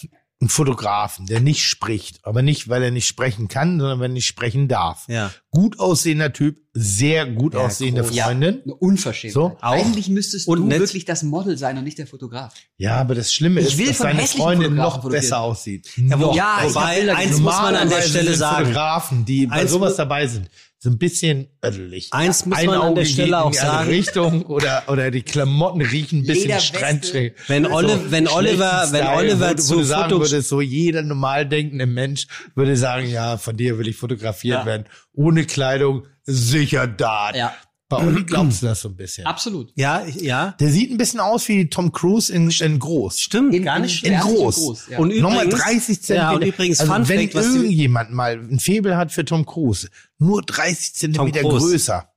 Einen Fotografen, der nicht spricht. Aber nicht, weil er nicht sprechen kann, sondern weil er nicht sprechen darf. Ja. Gut aussehender Typ, sehr gut Ja, aussehende groß. Freundin. Eine Unverschämtheit. So, auch. Eigentlich müsstest Und du nett. wirklich das Model sein und nicht der Fotograf. Ja, aber das Schlimme Ich ist, will dass von seine hässlichen Freundin Fotografen noch fotografieren. besser aussieht. wo- noch. Ja, ich hab wobei, Bilder eins gesehen. muss man an der Normalerweise Stelle sind sagen. Fotografen, die bei Eins sowas mu- dabei sind, so ein bisschen ödelig. Eins muss Ein man an Auge der geht Stelle auch in die andere sagen. Richtung oder, oder die Klamotten riechen ein bisschen Lederweste. strandschräg. Wenn Olive- wenn Oliver- wenn Oliver wo, zu wo du sagen Fotos- würdest, so jeder normal denkende Mensch würde sagen, ja, von dir will ich fotografiert werden. Ohne Kleidung, sicher da. Ja. Bei Olli glaubst du das so ein bisschen. Absolut. Ja, ich, ja. Der sieht ein bisschen aus wie Tom Cruise in, in groß. Stimmt, In- gar nicht in- schlecht. in- groß. ja. ja. Und übrigens, Nochmal 30 Zentimeter. Ja, und übrigens, also Fun wenn Fact, was die, irgendjemand mal ein Febel hat für Tom Cruise, nur 30 Zentimeter Cruise. größer,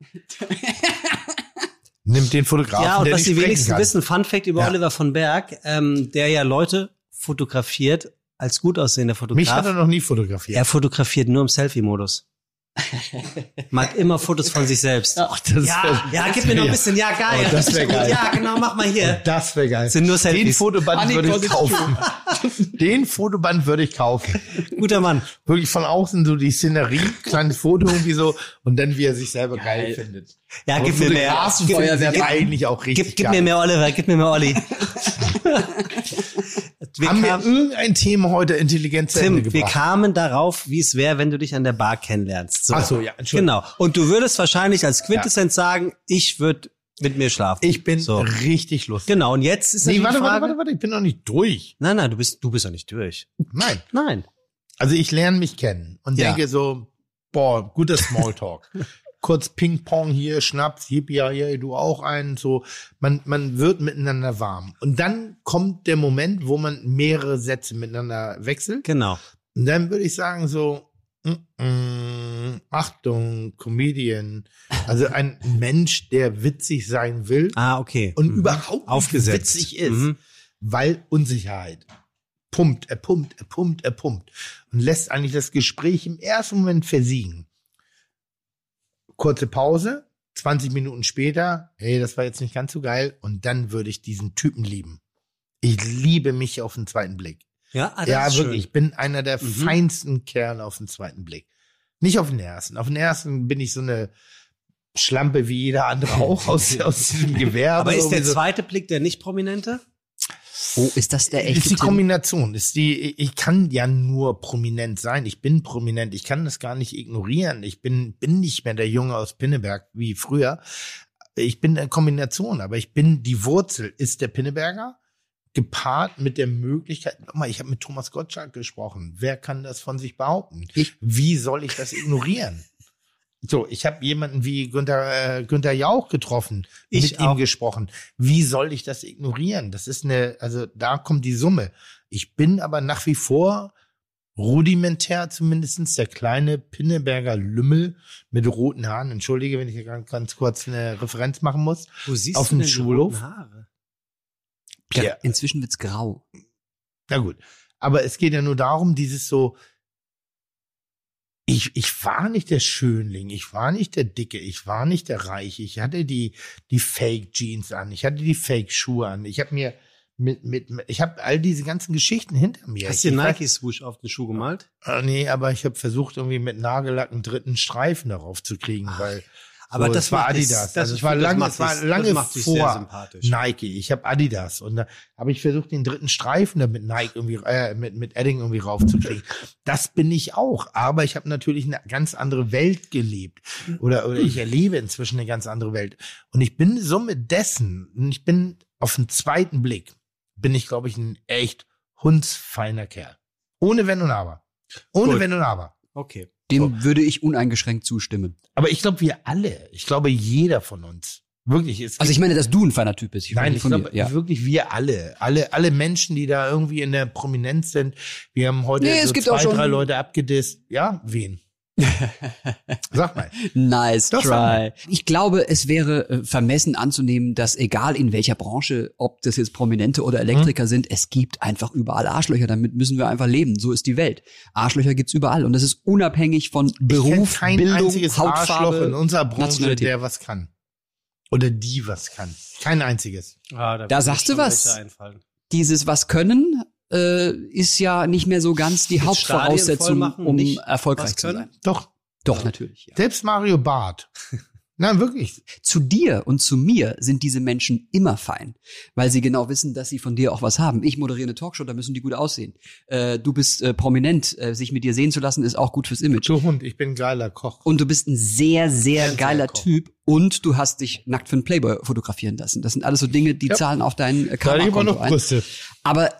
nimmt den Fotografen, ja, und der was nicht die sprechen wenigsten kann. wissen, Fun Fact über Ja. Oliver von Berg, ähm, der ja Leute fotografiert als gut aussehender Fotograf. Mich hat er noch nie Er fotografiert. fotografiert nur im Selfie-Modus. Macht immer Fotos von sich selbst. das wär- ja, ja, gib mir noch ein bisschen. Ja, geil. Oh, das wär geil. Ja, genau, mach mal hier. Das wäre geil. Sind nur Selfies. Ah, Den Fotoband würde ich Anekdote. kaufen. den Fotoband würde ich kaufen. Guter Mann. Wirklich von außen so die Szenerie, kleines Foto irgendwie so und dann wie er sich selber geil, findet. Ja, Ah, Aber gib mir mehr. Fotografen Gib, finden sich gib, eigentlich auch richtig gib, gib geil. mir mehr Oliver, gib mir mehr Olli. wir, Haben wir kam, irgendein Thema heute Intelligenz zu Ende Tim, wir gebracht? kamen darauf, wie es wäre, wenn du dich an der Bar kennenlernst. Ach so, ja, Entschuldigung. Genau. Und du würdest wahrscheinlich als Quintessenz sagen, ich würde mit mir schlafen. Ich bin Genau. so. richtig lustig. Genau, und jetzt ist Nee, natürlich warte, die Frage, warte, warte, warte, ich bin noch nicht durch. Nein, nein, du bist, du bist doch nicht durch. Nein. Nein. Also ich lerne mich kennen und Ja. denke so, boah, guter Smalltalk. kurz Ping-Pong hier, Schnaps, yippie, ja, du auch einen, so. Man, man wird miteinander warm. Und dann kommt der Moment, wo man mehrere Sätze miteinander wechselt. Genau. Und dann würde ich sagen so, mm, mm, Achtung, Comedian. Also ein Mensch, der witzig sein will Ah, okay. und Mhm. überhaupt nicht Aufgesetzt. witzig ist, Mhm. weil Unsicherheit. Pumpt, er pumpt, er pumpt, er pumpt. Und lässt eigentlich das Gespräch im ersten Moment versiegen. Kurze Pause, 20 Minuten später, hey, das war jetzt nicht ganz so geil. Und dann würde ich diesen Typen lieben. Ich liebe mich auf den zweiten Blick. Ja, ah, das Ja, ist wirklich. schön. Ich bin einer der Mhm. feinsten Kerle auf den zweiten Blick. Nicht auf den ersten. Auf den ersten bin ich so eine Schlampe wie jeder andere auch aus, aus diesem Gewerbe. Aber ist der Irgendwie so. zweite Blick der nicht prominente? Oh, ist das der echte ist die Tim? Kombination. Ist die, ich kann ja nur prominent sein. Ich bin prominent. Ich kann das gar nicht ignorieren. Ich bin, bin nicht mehr der Junge aus Pinneberg wie früher. Ich bin eine Kombination, aber ich bin die Wurzel. Ist der Pinneberger gepaart mit der Möglichkeit, nochmal, ich habe mit Thomas Gottschalk gesprochen. Wer kann das von sich behaupten? Ich- Wie soll ich das ignorieren? So, ich habe jemanden wie Günther, äh, Günther Jauch getroffen, Ich mit auch. ihm gesprochen. Wie soll ich das ignorieren? Das ist eine, also da kommt die Summe. Ich bin aber nach wie vor rudimentär zumindestens der kleine Pinneberger Lümmel mit roten Haaren. Entschuldige, wenn ich hier ganz, ganz kurz eine Referenz machen muss. Wo siehst Auf du dem denn die Schulhof? roten Haare? Ja, inzwischen wird's grau. Na gut. Aber es geht ja nur darum, dieses so, ich, ich war nicht der Schönling, ich war nicht der Dicke, ich war nicht der Reiche, ich hatte die, die Fake Jeans an, ich hatte die Fake Schuhe an, ich habe mir mit, mit, mit ich habe all diese ganzen Geschichten hinter mir. Hast ich, du den Nike-Swoosh auf den Schuh gemalt? Ah, nee, aber ich habe versucht, irgendwie mit Nagellack einen dritten Streifen darauf zu kriegen, weil Aber So, das es war macht es- Adidas. Das, Also es war lange- macht es war dich- lange das macht dich vor sehr sympathisch. Nike, ich habe Adidas und da habe ich versucht, den dritten Streifen da mit Nike irgendwie, äh, mit, mit Edding irgendwie raufzukriegen. Das bin ich auch, aber ich habe natürlich eine ganz andere Welt gelebt oder, oder ich erlebe inzwischen eine ganz andere Welt und ich bin Summe dessen und ich bin auf den zweiten Blick bin ich, glaube ich, ein echt hundsfeiner Kerl. Ohne Wenn und Aber. Ohne Gut. Wenn und Aber. Okay. Dem würde ich uneingeschränkt zustimmen. Aber ich glaube, wir alle, ich glaube, jeder von uns, wirklich ist. Also ich meine, dass du ein feiner Typ bist. Ich Nein, rede ich von glaube dir. Ja. wirklich wir alle, alle, alle Menschen, die da irgendwie in der Prominenz sind. Wir haben heute Nee, es so gibt zwei, auch schon- drei Leute abgedisst. Ja, wen? Sag mal. Nice Doch, try. Ich glaube, es wäre äh, vermessen anzunehmen, dass egal in welcher Branche, ob das jetzt Prominente oder Elektriker sind, es gibt einfach überall Arschlöcher. Damit müssen wir einfach leben. So ist die Welt. Arschlöcher gibt's überall und das ist unabhängig von ich kenn Beruf, kein Bildung, einziges Arschloch Hautfarbe, in unserer Branche, Nationalität. der was kann. Oder die was kann. Kein einziges. Ah, Da wird mir sagst du schon was. welche Einfallen. Dieses was können äh, ist ja nicht mehr so ganz die Mit Stadien voll Hauptvoraussetzung, machen, um nicht erfolgreich was zu können? sein. Doch. Doch natürlich. Ja. Selbst Mario Barth. Nein, wirklich. zu dir und zu mir sind diese Menschen immer fein, weil sie genau wissen, dass sie von dir auch was haben. Ich moderiere eine Talkshow, da müssen die gut aussehen. Äh, du bist äh, prominent, äh, sich mit dir sehen zu lassen, ist auch gut fürs Image. Du Hund, ich bin ein geiler Koch. Und du bist ein sehr, sehr sehr geiler cool. Typ und du hast dich nackt für einen Playboy fotografieren lassen. Das sind alles so Dinge, die Ja. zahlen auf dein äh, Da hatte ich immer Karma-Konto noch ein. Brüste. Aber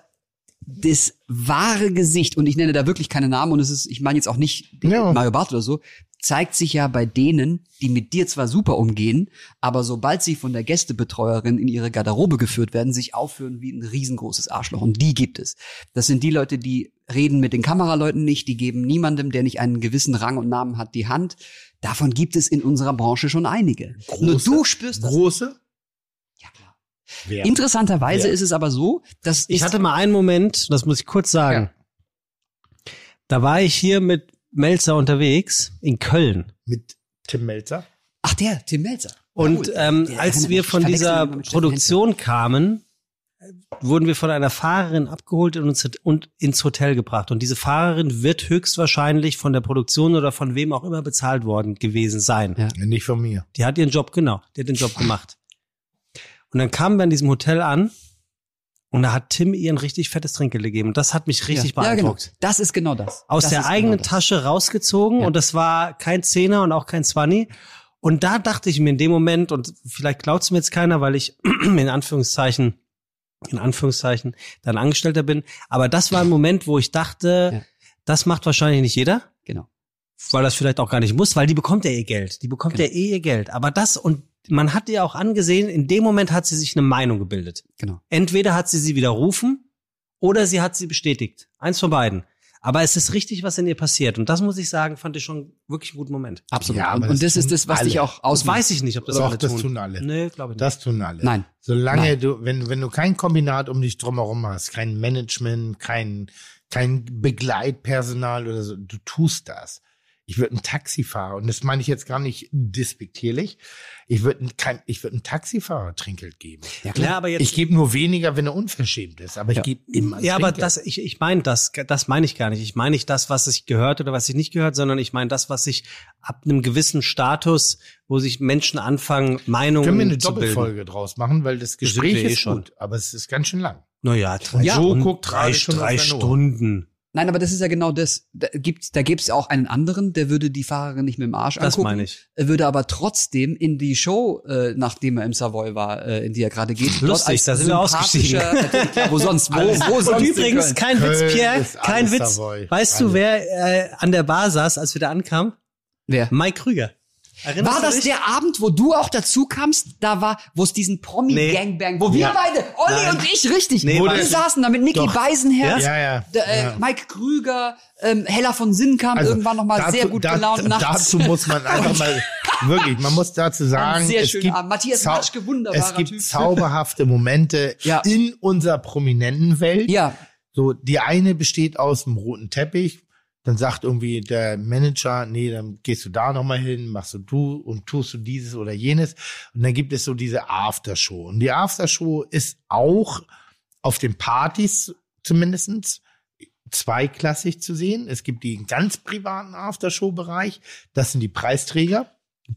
das wahre Gesicht, und ich nenne da wirklich keine Namen, und es ist, ich meine jetzt auch nicht Ja. Mario Barth oder so, zeigt sich ja bei denen, die mit dir zwar super umgehen, aber sobald sie von der Gästebetreuerin in ihre Garderobe geführt werden, sich aufführen wie ein riesengroßes Arschloch. Und die gibt es. Das sind die Leute, die reden mit den Kameraleuten nicht, die geben niemandem, der nicht einen gewissen Rang und Namen hat, die Hand. Davon gibt es in unserer Branche schon einige. Nur Große- du spürst das. Große? Ja, klar. Wer? Interessanterweise Ja. ist es aber so, dass Ich ist- hatte mal einen Moment, das muss ich kurz sagen. Da war ich hier mit Melzer unterwegs in Köln. Mit Tim Melzer? Ach, der, Tim Melzer. Und ähm, als wir von dieser Produktion kamen, äh, wurden wir von einer Fahrerin abgeholt und, uns, und ins Hotel gebracht. Und diese Fahrerin wird höchstwahrscheinlich von der Produktion oder von wem auch immer bezahlt worden gewesen sein. Ja. Nicht von mir. Die hat ihren Job, genau, die hat den Job gemacht. Und dann kamen wir an diesem Hotel an und da hat Tim ihr ein richtig fettes Trinkgeld gegeben. Und das hat mich richtig ja, genau. beeindruckt. Das ist genau das. Aus das der ist eigenen genau das. Tasche rausgezogen Ja. und das war kein Zehner und auch kein Zwanni. Und da dachte ich mir in dem Moment, und vielleicht glaubt mir jetzt keiner, weil ich in Anführungszeichen, in Anführungszeichen dann Angestellter bin, aber das war ein Moment, wo ich dachte, Ja. das macht wahrscheinlich nicht jeder. Genau. weil das vielleicht auch gar nicht muss, weil die bekommt ja ihr Geld. Die bekommt ja eh ihr Geld. Aber das und man hat ihr auch angesehen, in dem Moment hat sie sich eine Meinung gebildet. Genau. Entweder hat sie sie widerrufen oder sie hat sie bestätigt. Eins von beiden. Aber es ist richtig, was in ihr passiert. Und das muss ich sagen, fand ich schon wirklich einen guten Moment. Absolut. Ja, und, aber und das das ist tun das, was dich alle. auch Das ausmacht. weiß ich nicht, ob das Doch, alle das tun. tun alle. Nee, glaube ich nicht. Das tun alle. Nein. Solange Nein. du, wenn, wenn du kein Kombinat um dich drumherum hast, kein Management, kein, kein Begleitpersonal oder so, du tust das. Ich würde ein Taxifahrer, und das meine ich jetzt gar nicht despektierlich, ich würde ein- kein, ich würde ein Taxifahrer Trinkgeld geben. Ja, Ja, aber jetzt ich gebe nur weniger, wenn er unverschämt ist, aber Ja. ich gebe immer Ja, aber Trinkgeld. das, ich, ich meine das, das meine ich gar nicht. Ich meine nicht das, was sich gehört oder was sich nicht gehört, sondern ich meine das, was sich ab einem gewissen Status, wo sich Menschen anfangen, Meinungen Können wir eine zu bilden. Doppelfolge draus machen, weil das Das Gespräch wird eh ist schon. gut, aber es ist ganz schön lang. Naja, drei, Ja, Stunden, so guckt drei, gerade schon auf drei seine Uhr. Stunden. Nein, aber das ist ja genau das. Da gibt da gibt's auch einen anderen, der würde die Fahrerin nicht mit dem Arsch Das angucken. meine ich. Er würde aber trotzdem in die Show, äh, nachdem er im Savoy war, äh, in die er gerade geht, dort Lustig, als da sind wir ausgestiegen. sympathischer- wo sonst, wo, wo sonst Und in übrigens, Köln? kein Witz, Köln Pierre, ist kein alles Witz. Savoy. Weißt du, Alles. wer äh, an der Bar saß, als wir da ankamen? Wer? Mike Krüger. Erinnerst War du das dich? der Abend, wo du auch dazu kamst? Da war, wo es diesen Promi-Gangbang, wo wir Ja. beide, Olli Nein. und ich, richtig, Nee, war wir das- saßen da mit Nicky Doch. Also, Beisenherz, Ja, ja, der, äh, ja. Mike Krüger, ähm, Hella von Sinn kam Also, irgendwann nochmal dazu- sehr gut da- gelaunt nachts. Dazu muss man einfach mal, wirklich, man muss dazu sagen, sehr es schönen gibt, Abend. Matthias zau- Matschke, wunderbarer es gibt Typ. zauberhafte Momente Ja. in unserer prominenten Welt. Ja, So, die eine besteht aus dem roten Teppich. Dann sagt irgendwie der Manager, nee, dann gehst du da nochmal hin, machst du du und tust du dieses oder jenes. Und dann gibt es so diese Aftershow. Und die Aftershow ist auch auf den Partys zumindestens zweiklassig zu sehen. Es gibt den ganz privaten Aftershow-Bereich. Das sind die Preisträger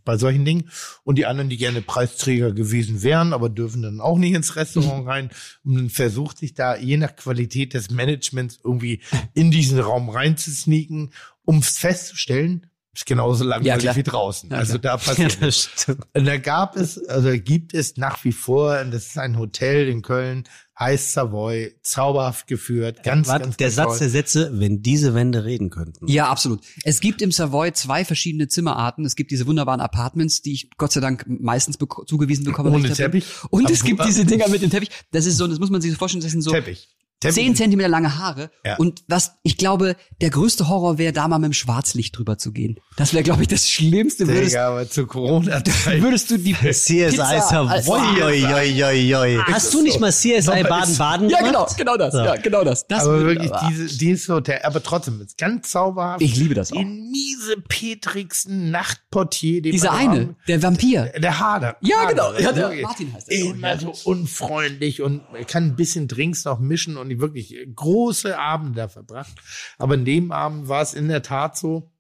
bei solchen Dingen. Und die anderen, die gerne Preisträger gewesen wären, aber dürfen dann auch nicht ins Restaurant rein. Und dann versucht sich da je nach Qualität des Managements irgendwie in diesen Raum reinzusneaken, um festzustellen, ist genauso langweilig klar. wie draußen. Ja, also da Ja, passiert das stimmt. und da gab es, also gibt es nach wie vor, und das ist ein Hotel in Köln, heißt Savoy, zauberhaft Äh, geführt, ganz, Warte, ganz, der ganz Satz toll. der Sätze, wenn diese Wände reden könnten. Ja, absolut. Es gibt im Savoy zwei verschiedene Zimmerarten. Es gibt diese wunderbaren Apartments, die ich Gott sei Dank meistens bek- zugewiesen bekomme. wenn Ohne ich da bin. Teppich. Und Aber es gibt super. diese Dinger mit dem Teppich. Das ist so, das muss man sich so vorstellen, das sind so Teppich. Teppich. zehn Zentimeter lange Haare. Ja. Und was, ich glaube, der größte Horror wäre, da mal mit dem Schwarzlicht drüber zu gehen. Das wäre, glaube ich, das Schlimmste. Würdest, Digga, aber zu corona würdest du die CSI Savoy. oi, oi, oi, oi. Hast du nicht mal CSI Baden-Baden Ja, genau, gemacht? genau das. Ja, genau das. das aber würde- wirklich, diese, dieses Hotel, aber trotzdem, ist ganz zauberhaft. Ich liebe das auch. Den miese, petrigsten Nachtportier, den Dieser man eine, haben- der Vampir. Der Hader. Ja, Hader, genau. Ja, der wirklich. Martin heißt der. Immer so unfreundlich und er kann ein bisschen Drinks noch mischen und wirklich große Abende da verbracht. Aber in dem Abend war es in der Tat so,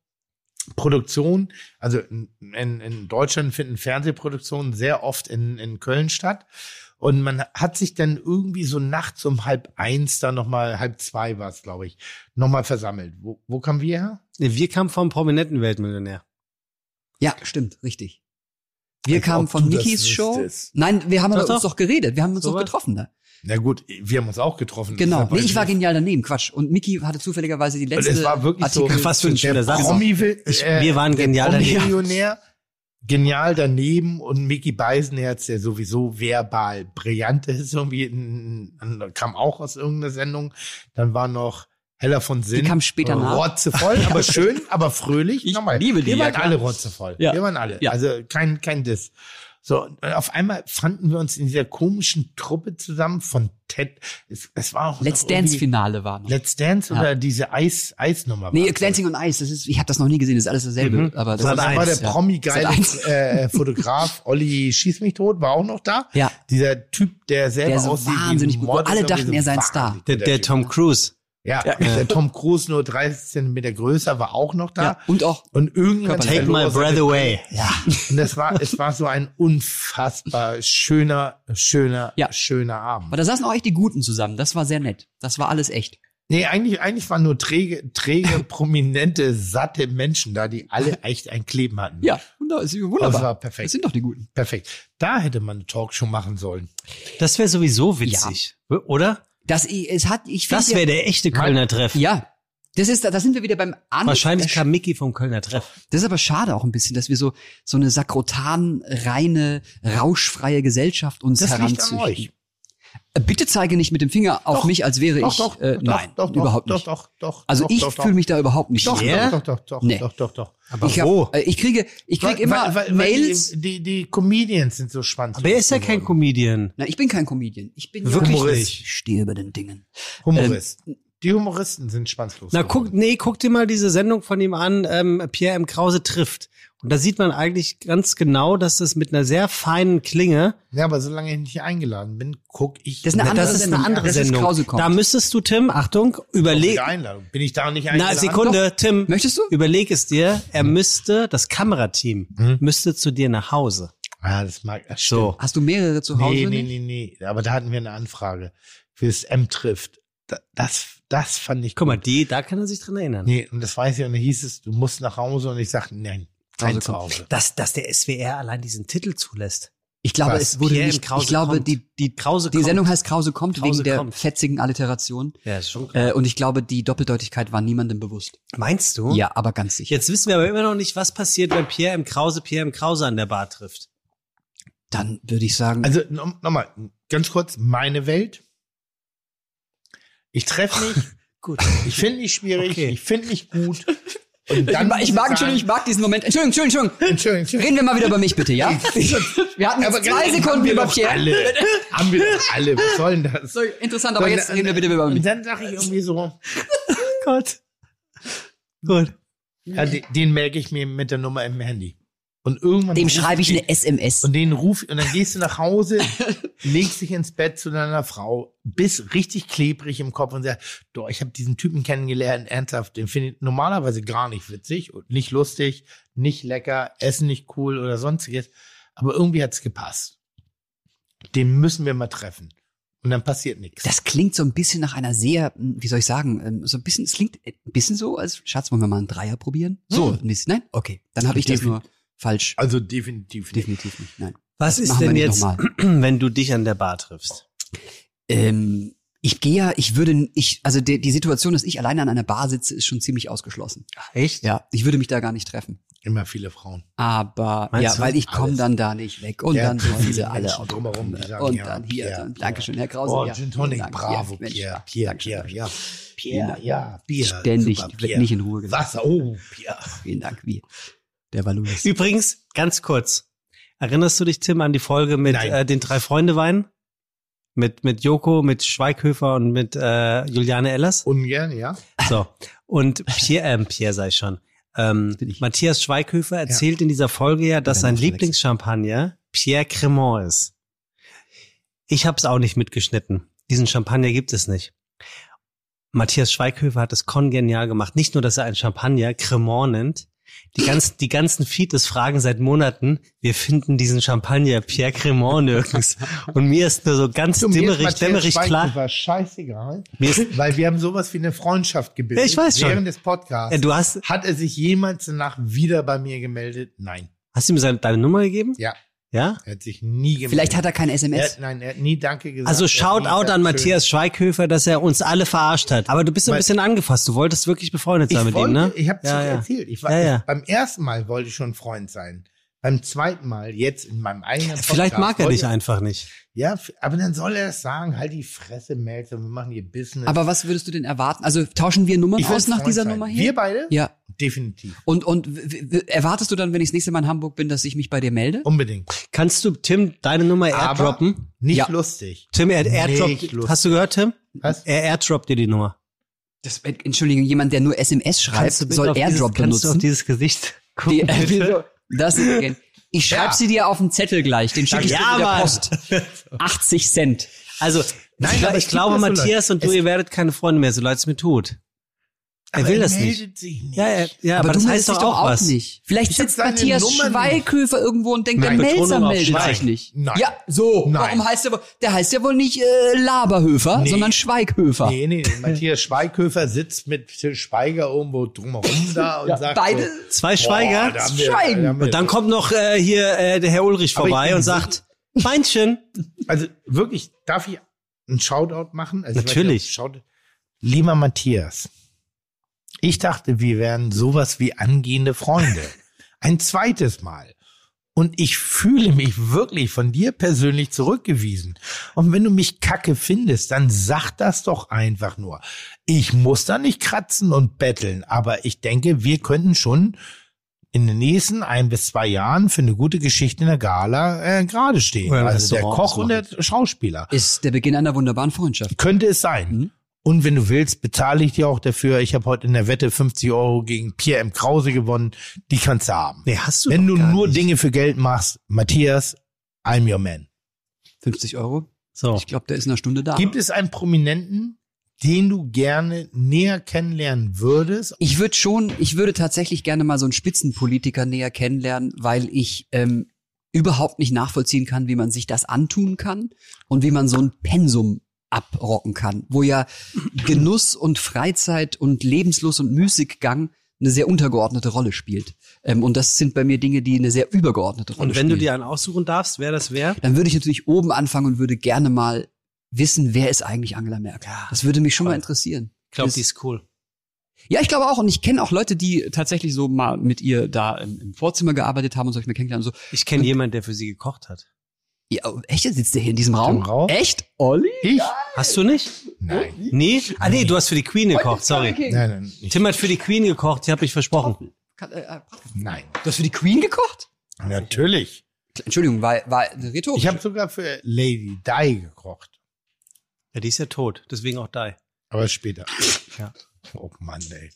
Produktion, also in, in, in Deutschland finden Fernsehproduktionen sehr oft in, in Köln statt. Und man hat sich dann irgendwie so nachts um halb eins da nochmal, halb zwei war es, glaube ich, nochmal versammelt. Wo, wo kamen wir her? Nee, Wir kamen vom prominenten Weltmillionär. Ja, stimmt, richtig. Wir Als kamen ob von du das Nikis Show. wüsstest. Nein, wir haben Doch, doch, uns doch. doch geredet. Wir haben uns So doch was. getroffen. Ne? Na gut, wir haben uns auch getroffen. Genau. Das Nee, ist ich war aber- genial daneben. Quatsch. Und Miki hatte zufälligerweise die Und letzte. es war wirklich so, Artikel- Was für ein schöner der Satz. Promi will, Ich- äh, wir waren der genial daneben. Promi-Millionär, genial daneben und Mickey Beisenherz, der sowieso verbal brillant ist, irgendwie in, in, kam auch aus irgendeiner Sendung. Dann war noch Hella von Sinn. Äh, kam später nach. Rotzevoll, aber schön, aber fröhlich. Ich Nochmal, liebe die, Wir ja, waren klar. alle rotzevoll. Ja. Wir waren alle. Ja. Also kein, kein Diss. So, und auf einmal fanden wir uns in dieser komischen Truppe zusammen von Ted. Es, es war auch Let's noch irgendwie- Dance Finale war noch. Let's Dance Ja. oder diese Eis, Eisnummer? nee, war's. Dancing on Ice. Das ist, ich habe das noch nie gesehen. Das ist alles dasselbe. Mhm. Aber das Sat. war Da war der eins, ja. promi-geile Sat. eins. äh, äh, Fotograf Olli Schieß mich tot, war auch noch da. Ja. Dieser Typ, der selber Der so aussieht wie ein wahnsinnig gut war. Model, Alle irgendwie dachten, so er sei ein Star. wahnsinnig Der, guter der Typ. Tom Cruise. Ja, der Tom Cruise nur 30 Zentimeter größer, war auch noch da. Ja. Und auch. Und irgendwann Take verlor my er seine breath away. Ja. Und das war, es war so ein unfassbar schöner, schöner, Ja. schöner Abend. Aber da saßen auch echt die Guten zusammen. Das war sehr nett. Das war alles echt. Nee, eigentlich, eigentlich waren nur träge, träge, prominente, satte Menschen da, die alle echt ein Kleben hatten. Ja. Wunder, ist wunderbar. Das war perfekt. Das sind doch die Guten. Perfekt. Da hätte man eine Talkshow machen sollen. Das wäre sowieso witzig, oder? Das, es hat, ich finde. Das wäre der echte Kölner Treff. Ja. Das ist, da sind wir wieder beim An Wahrscheinlich kam Mickey vom Kölner Treff. Das ist aber schade auch ein bisschen, dass wir so, so eine sakrotan, reine, rauschfreie Gesellschaft uns Das liegt an heranzüchten. euch. Bitte zeige nicht mit dem Finger auf Doch. mich, als wäre Doch, ich. doch, äh, doch, nein, doch, doch, überhaupt doch, nicht. Doch, doch, also doch, ich doch, fühle mich da überhaupt nicht. doch, schwer. doch, doch, doch, doch, Nee. doch, doch, doch. Aber ich, hab, wo? äh, ich kriege, ich krieg Weil- immer weil, weil, Mails. Weil die, die, die Comedians sind so spannend. Aber er ist ja kein Comedian. Na, ich bin kein Comedian. Ich bin Wirklich ja, nicht. Ich stehe über den Dingen. Humorist. Ähm, die Humoristen sind spannungslos. Na, guck, nee, guck dir mal diese Sendung von ihm an, ähm, Pierre M. Krause trifft. Und da sieht man eigentlich ganz genau, dass das mit einer sehr feinen Klinge, Ja, aber solange ich nicht eingeladen bin, guck ich. Das ist eine Na, andere das ist eine Sendung. andere Das ist Sendung. Krause kommt. Da müsstest du, Tim, Achtung, überleg, Mit Einladung. Bin ich da nicht na, eingeladen? Sekunde, Tim, Möchtest du? überleg es dir, er müsste, das Kamerateam, müsste zu dir nach Hause. Ah, das mag. Das So. Hast du mehrere zu stimmt. Hause? Nee, nee, nee, nee. Aber da hatten wir eine Anfrage fürs M trifft. Da- Das, das fand ich. Guck mal, gut. die, da kann er sich dran erinnern. Nee, und das weiß ich. Und dann hieß es, du musst nach Hause. Und ich sagte, nein, kein Also zu komm. Hause. Dass, dass der SWR allein diesen Titel zulässt. Ich glaube, Was? es wurde Pierre M. nicht. Krause ich glaube, kommt. die, die, Krause die kommt. Sendung heißt Krause kommt Krause wegen der kommt. fetzigen Alliteration. Ja, ist schon Äh, und ich glaube, die Doppeldeutigkeit war niemandem bewusst. Meinst Oh. du? Ja, aber ganz sicher. Jetzt wissen wir aber immer noch nicht, was passiert, wenn Pierre M. Krause Pierre M. Krause an der Bar trifft. Dann würde ich sagen, Also no- nochmal, ganz kurz, meine Welt. Ich treffe mich. Gut. Ich finde nicht schwierig. Okay. Ich finde nicht gut. Und ich, dann mag- ich muss mag, sagen- Entschuldigung, ich mag diesen Moment. Entschuldigung, Entschuldigung, Entschuldigung. Entschuldigung, Entschuldigung. Reden wir mal wieder über mich bitte, ja? Wir hatten Aber jetzt zwei ganz ehrlich, haben Sekunden wir über doch Pierre. Alle, haben wir doch alle. Was soll denn das? So, interessant, aber jetzt reden wir bitte über Und mich. dann sage ich irgendwie so, Gott. Gut. ja, den, den merke ich mir mit der Nummer im Handy. Und irgendwann. Dem ruf schreibe ich den- eine SMS. Und den ruf, und dann gehst du nach Hause, legst dich ins Bett zu deiner Frau, bist richtig klebrig im Kopf und sagst, du, ich habe diesen Typen kennengelernt, ernsthaft, den finde ich normalerweise gar nicht witzig und nicht lustig, nicht lecker, Essen nicht cool oder sonstiges. Aber irgendwie hat's gepasst. Den müssen wir mal treffen. Und dann passiert nichts. Das klingt so ein bisschen nach einer sehr, hm, wie soll ich sagen, ähm, so ein bisschen, es klingt äh, ein bisschen so, als Schatz, wollen wir mal einen Dreier probieren? Hm. So, ein bisschen, nein? Okay, dann habe ich das nur falsch. Also definitiv nicht. Definitiv nicht, nein. Was ist machen wir denn nicht jetzt, nochmal. wenn du dich an der Bar triffst? Also Ähm, ich gehe ja, ich würde, ich, also die, die Situation, dass ich alleine an einer Bar sitze, ist schon ziemlich ausgeschlossen. Echt? Ja, ich würde mich da gar nicht treffen. Immer viele Frauen. Aber Meinst ja, du? weil ich komme Alles. dann da nicht weg. Und Ja, dann zu wollen viele sie alle äh, Menschen drumherum, die sagen, Und ja, dann hier, Pierre, dann, Pierre. Dankeschön, Herr Krause. Oh, ja, Gin vielen Tonic, Dank. bravo, Ja, Mensch, Pierre, Pierre, Dankeschön, Pierre, Dankeschön. ja. Vielen Pierre, Dank. ja, Pierre. Ständig super, wird Pierre. nicht in Ruhe gelassen. Wasser, oh, Pierre. Vielen Dank, wie der Valulis. Übrigens, ganz kurz. Erinnerst du dich, Tim, an die Folge mit Nein. äh, den drei Freunde Wein? Mit, mit Joko, mit Schweighöfer und mit äh, Juliane Ellers? Ungern, ja. So. Und Pierre, ähm, Pierre sei schon. Ähm, Bin ich. Matthias Schweighöfer erzählt in dieser Folge ja, dass Ja, sein nicht verwechseln. Lieblingschampagner Pierre Cremant ist. Ich hab's auch nicht mitgeschnitten. Diesen Champagner gibt es nicht. Matthias Schweighöfer hat es kongenial gemacht. Nicht nur, dass er einen Champagner Cremant nennt. Die ganzen, die ganzen Feeds fragen seit Monaten, wir finden diesen Champagner Pierre Cremant nirgends. Und mir ist nur so ganz Du, mir ist dämmerig, Matthias dämmerig klar. Schweighöfer scheißegal, Mir ist, weil wir haben sowas wie eine Freundschaft gebildet. Ja, ich weiß schon. Während des Podcasts. äh, du hast, Hat er sich jemals danach wieder bei mir gemeldet? Nein. hast du ihm seine, deine Nummer gegeben? Ja, Ja? er hat sich nie gemeldet. Vielleicht hat er kein er SMS. hat, Nein, er hat nie Danke gesagt. Also Er hat shout nie out gesagt, an schön. Matthias Schweighöfer, dass er uns alle verarscht hat. Aber du bist so ein Weil- bisschen angefasst. Du wolltest wirklich befreundet Ich sein mit wollte, ihm, ne? Ich habe es Ja, ja, ja. erzählt. Ich war, Ja, ja. Ich, beim ersten Mal wollte ich schon Freund sein. Beim zweiten Mal, jetzt in meinem eigenen Podcast. Vielleicht mag er wollte- dich einfach nicht. Ja, f- aber dann soll er es sagen. Halt die Fresse, Melzer, wir machen hier Business. Aber was würdest du denn erwarten? Also tauschen wir Nummern Ich will aus nach Freund dieser sein. Nummer Wir hier? beide? Ja. Definitiv. Und, und w- w- erwartest du dann, wenn ich das nächste Mal in Hamburg bin, dass ich mich bei dir melde? Unbedingt. Kannst du Tim deine Nummer Aber- airdroppen? Nicht Ja. lustig. Tim, er airdroppt. Nicht lustig. Hast du gehört, Tim? Was? Er airdroppt dir die Nummer. Das, Entschuldigung, jemand, der nur SMS schreibt, Kannst du bitte soll auf Airdrop dieses, Kannst du auf benutzen. dieses Gesicht gucken? Die, äh, bitte? wieso? das ist, okay. ich schreibe Ja. sie dir auf den Zettel gleich, den schicke ich Ja, dir mit der Mann. Post. 80 Cent. Also, Nein, ich, glaub- aber ich es glaube, gibt das so Matthias Leute. und du, Es- ihr werdet keine Freunde mehr, so leid es mir tut. Er will das nicht. meldet sich nicht. Ja, er, ja aber, aber das du heißt meldest dich doch auch was. nicht. Vielleicht Ich hab sitzt seine Matthias Nummer nicht. Schweighöfer irgendwo und denkt, Nein. der Betonung Melzer auf meldet Schweig. sich nicht. Nein. Ja, so. Nein. Warum heißt der, der heißt ja wohl nicht äh, Laberhöfer, Nee. sondern Schweighöfer. Nee, nee, nee. Matthias Schweighöfer sitzt mit Schweiger irgendwo drumherum da und sagt. Beide. So, Zwei boah, Schweiger. da haben wir- Schweigen. da haben wir- Und dann kommt noch äh, hier äh, der Herr Ulrich Aber ich vorbei bin und sicher- sagt, Beinchen. Also wirklich, darf ich einen Shoutout machen? Also ich weiß Natürlich. nicht, ob Shoutout. Lieber Matthias, Ich dachte, wir wären sowas wie angehende Freunde. Ein zweites Mal. Und ich fühle mich wirklich von dir persönlich zurückgewiesen. Und wenn du mich kacke findest, dann sag das doch einfach nur. Ich muss da nicht kratzen und betteln, aber ich denke, wir könnten schon in den nächsten ein bis zwei Jahren für eine gute Geschichte in der Gala äh, gerade stehen. Oder im also der Restaurant Koch und der ausmachen. Schauspieler. Ist der Beginn einer wunderbaren Freundschaft. Könnte es sein. Mhm. Und wenn du willst, bezahle ich dir auch dafür. Ich habe heute in der Wette 50 Euro gegen Pierre M. Krause gewonnen. Die kannst du haben. Nee, hast wenn doch du gar nur nicht. Dinge für Geld machst, Matthias, I'm your man. 50 Euro? Oh. So. Ich glaube, der ist in einer Stunde da. Gibt es einen Prominenten, den du gerne näher kennenlernen würdest? Ich würde schon, ich würde tatsächlich gerne mal so einen Spitzenpolitiker näher kennenlernen, weil ich ähm, überhaupt nicht nachvollziehen kann, wie man sich das antun kann und wie man so ein Pensum abrocken kann, wo ja Genuss und Freizeit und Lebenslust und Müßiggang eine sehr untergeordnete Rolle spielt. Ähm, und das sind bei mir Dinge, die eine sehr übergeordnete Rolle Und wenn spielen. du dir einen aussuchen darfst, wer das wäre? dann würde ich natürlich oben anfangen und würde gerne mal wissen, wer ist eigentlich Angela Merkel. Ja, das würde mich schon mal voll. interessieren. Ich glaube, Das- die ist cool. ja, ich glaube auch. Und ich kenne auch Leute, die tatsächlich so mal mit ihr da im, im Vorzimmer gearbeitet haben und so hab ich mir kennengelernt. Und so, Ich kenne jemanden, der für sie gekocht hat. ja, oh, echt, jetzt sitzt der hier in diesem Raum? Im Raum? Echt? Olli? Ich? Hast du nicht? Nein. Nee? Ah, nee, du hast für die Queen gekocht, sorry. King. Nein, nein, nicht. Tim hat für die Queen gekocht, die hab ich versprochen. Kann- äh, äh, nein. Du hast für die Queen gekocht? Natürlich. Entschuldigung, war, war eine Rhetorik. Ich habe sogar für Lady Di gekocht. Ja, die ist ja tot, deswegen auch die. Aber später. Ja. Oh Mann, ey.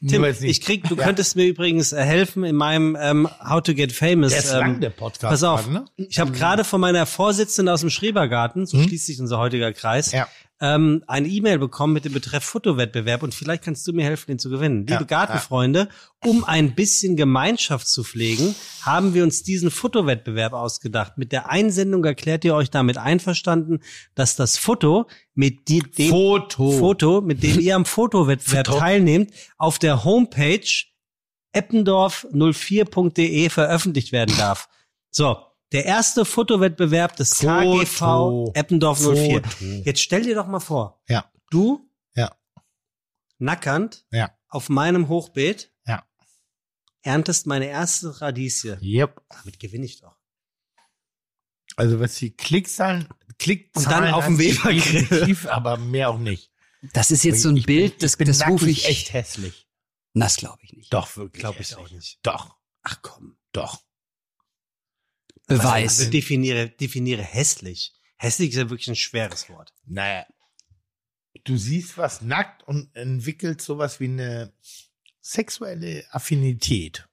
Tim, Nehmen wir jetzt ich nicht. krieg, du könntest mir übrigens äh, helfen in meinem ähm, How to Get Famous. Der ist ähm, lang, der Podcast. pass auf, gerade, ne? ich habe gerade von meiner Vorsitzenden aus dem Schrebergarten, so Mhm. schließt sich unser heutiger Kreis, Ja. ähm, eine E-Mail bekommen mit dem Betreff Fotowettbewerb und vielleicht kannst du mir helfen, den zu gewinnen. Liebe Ja, Gartenfreunde, um ein bisschen Gemeinschaft zu pflegen, haben wir uns diesen Fotowettbewerb ausgedacht. Mit der Einsendung erklärt ihr euch damit einverstanden, dass das Foto mit die, dem Foto. Foto, mit dem ihr am Fotowettbewerb Foto. teilnehmt, auf der Homepage eppendorf04.de veröffentlicht werden darf. So, der erste Fotowettbewerb des Foto. KGV Eppendorf 04. Foto. Jetzt stell dir doch mal vor, Ja. du Ja. nackernd Ja. auf meinem Hochbeet Ja. erntest meine erste Radieschen. Yep. Damit gewinne ich doch. Also was die Klickzahlen, Klickzahlen Und dann auf dem angeht, Webergrill. definitiv, aber mehr auch nicht. das ist jetzt so ein Ich bin- Bild, das, ich bin das nackig rufe ich echt hässlich. Na, Das glaube ich nicht. Doch wirklich. Glaub ich hässlich. auch nicht. Doch, Ach komm. doch. Beweis. Also definiere, definiere hässlich. Hässlich ist ja wirklich ein schweres Wort. Naja, du siehst was nackt und entwickelst sowas wie eine sexuelle Affinität.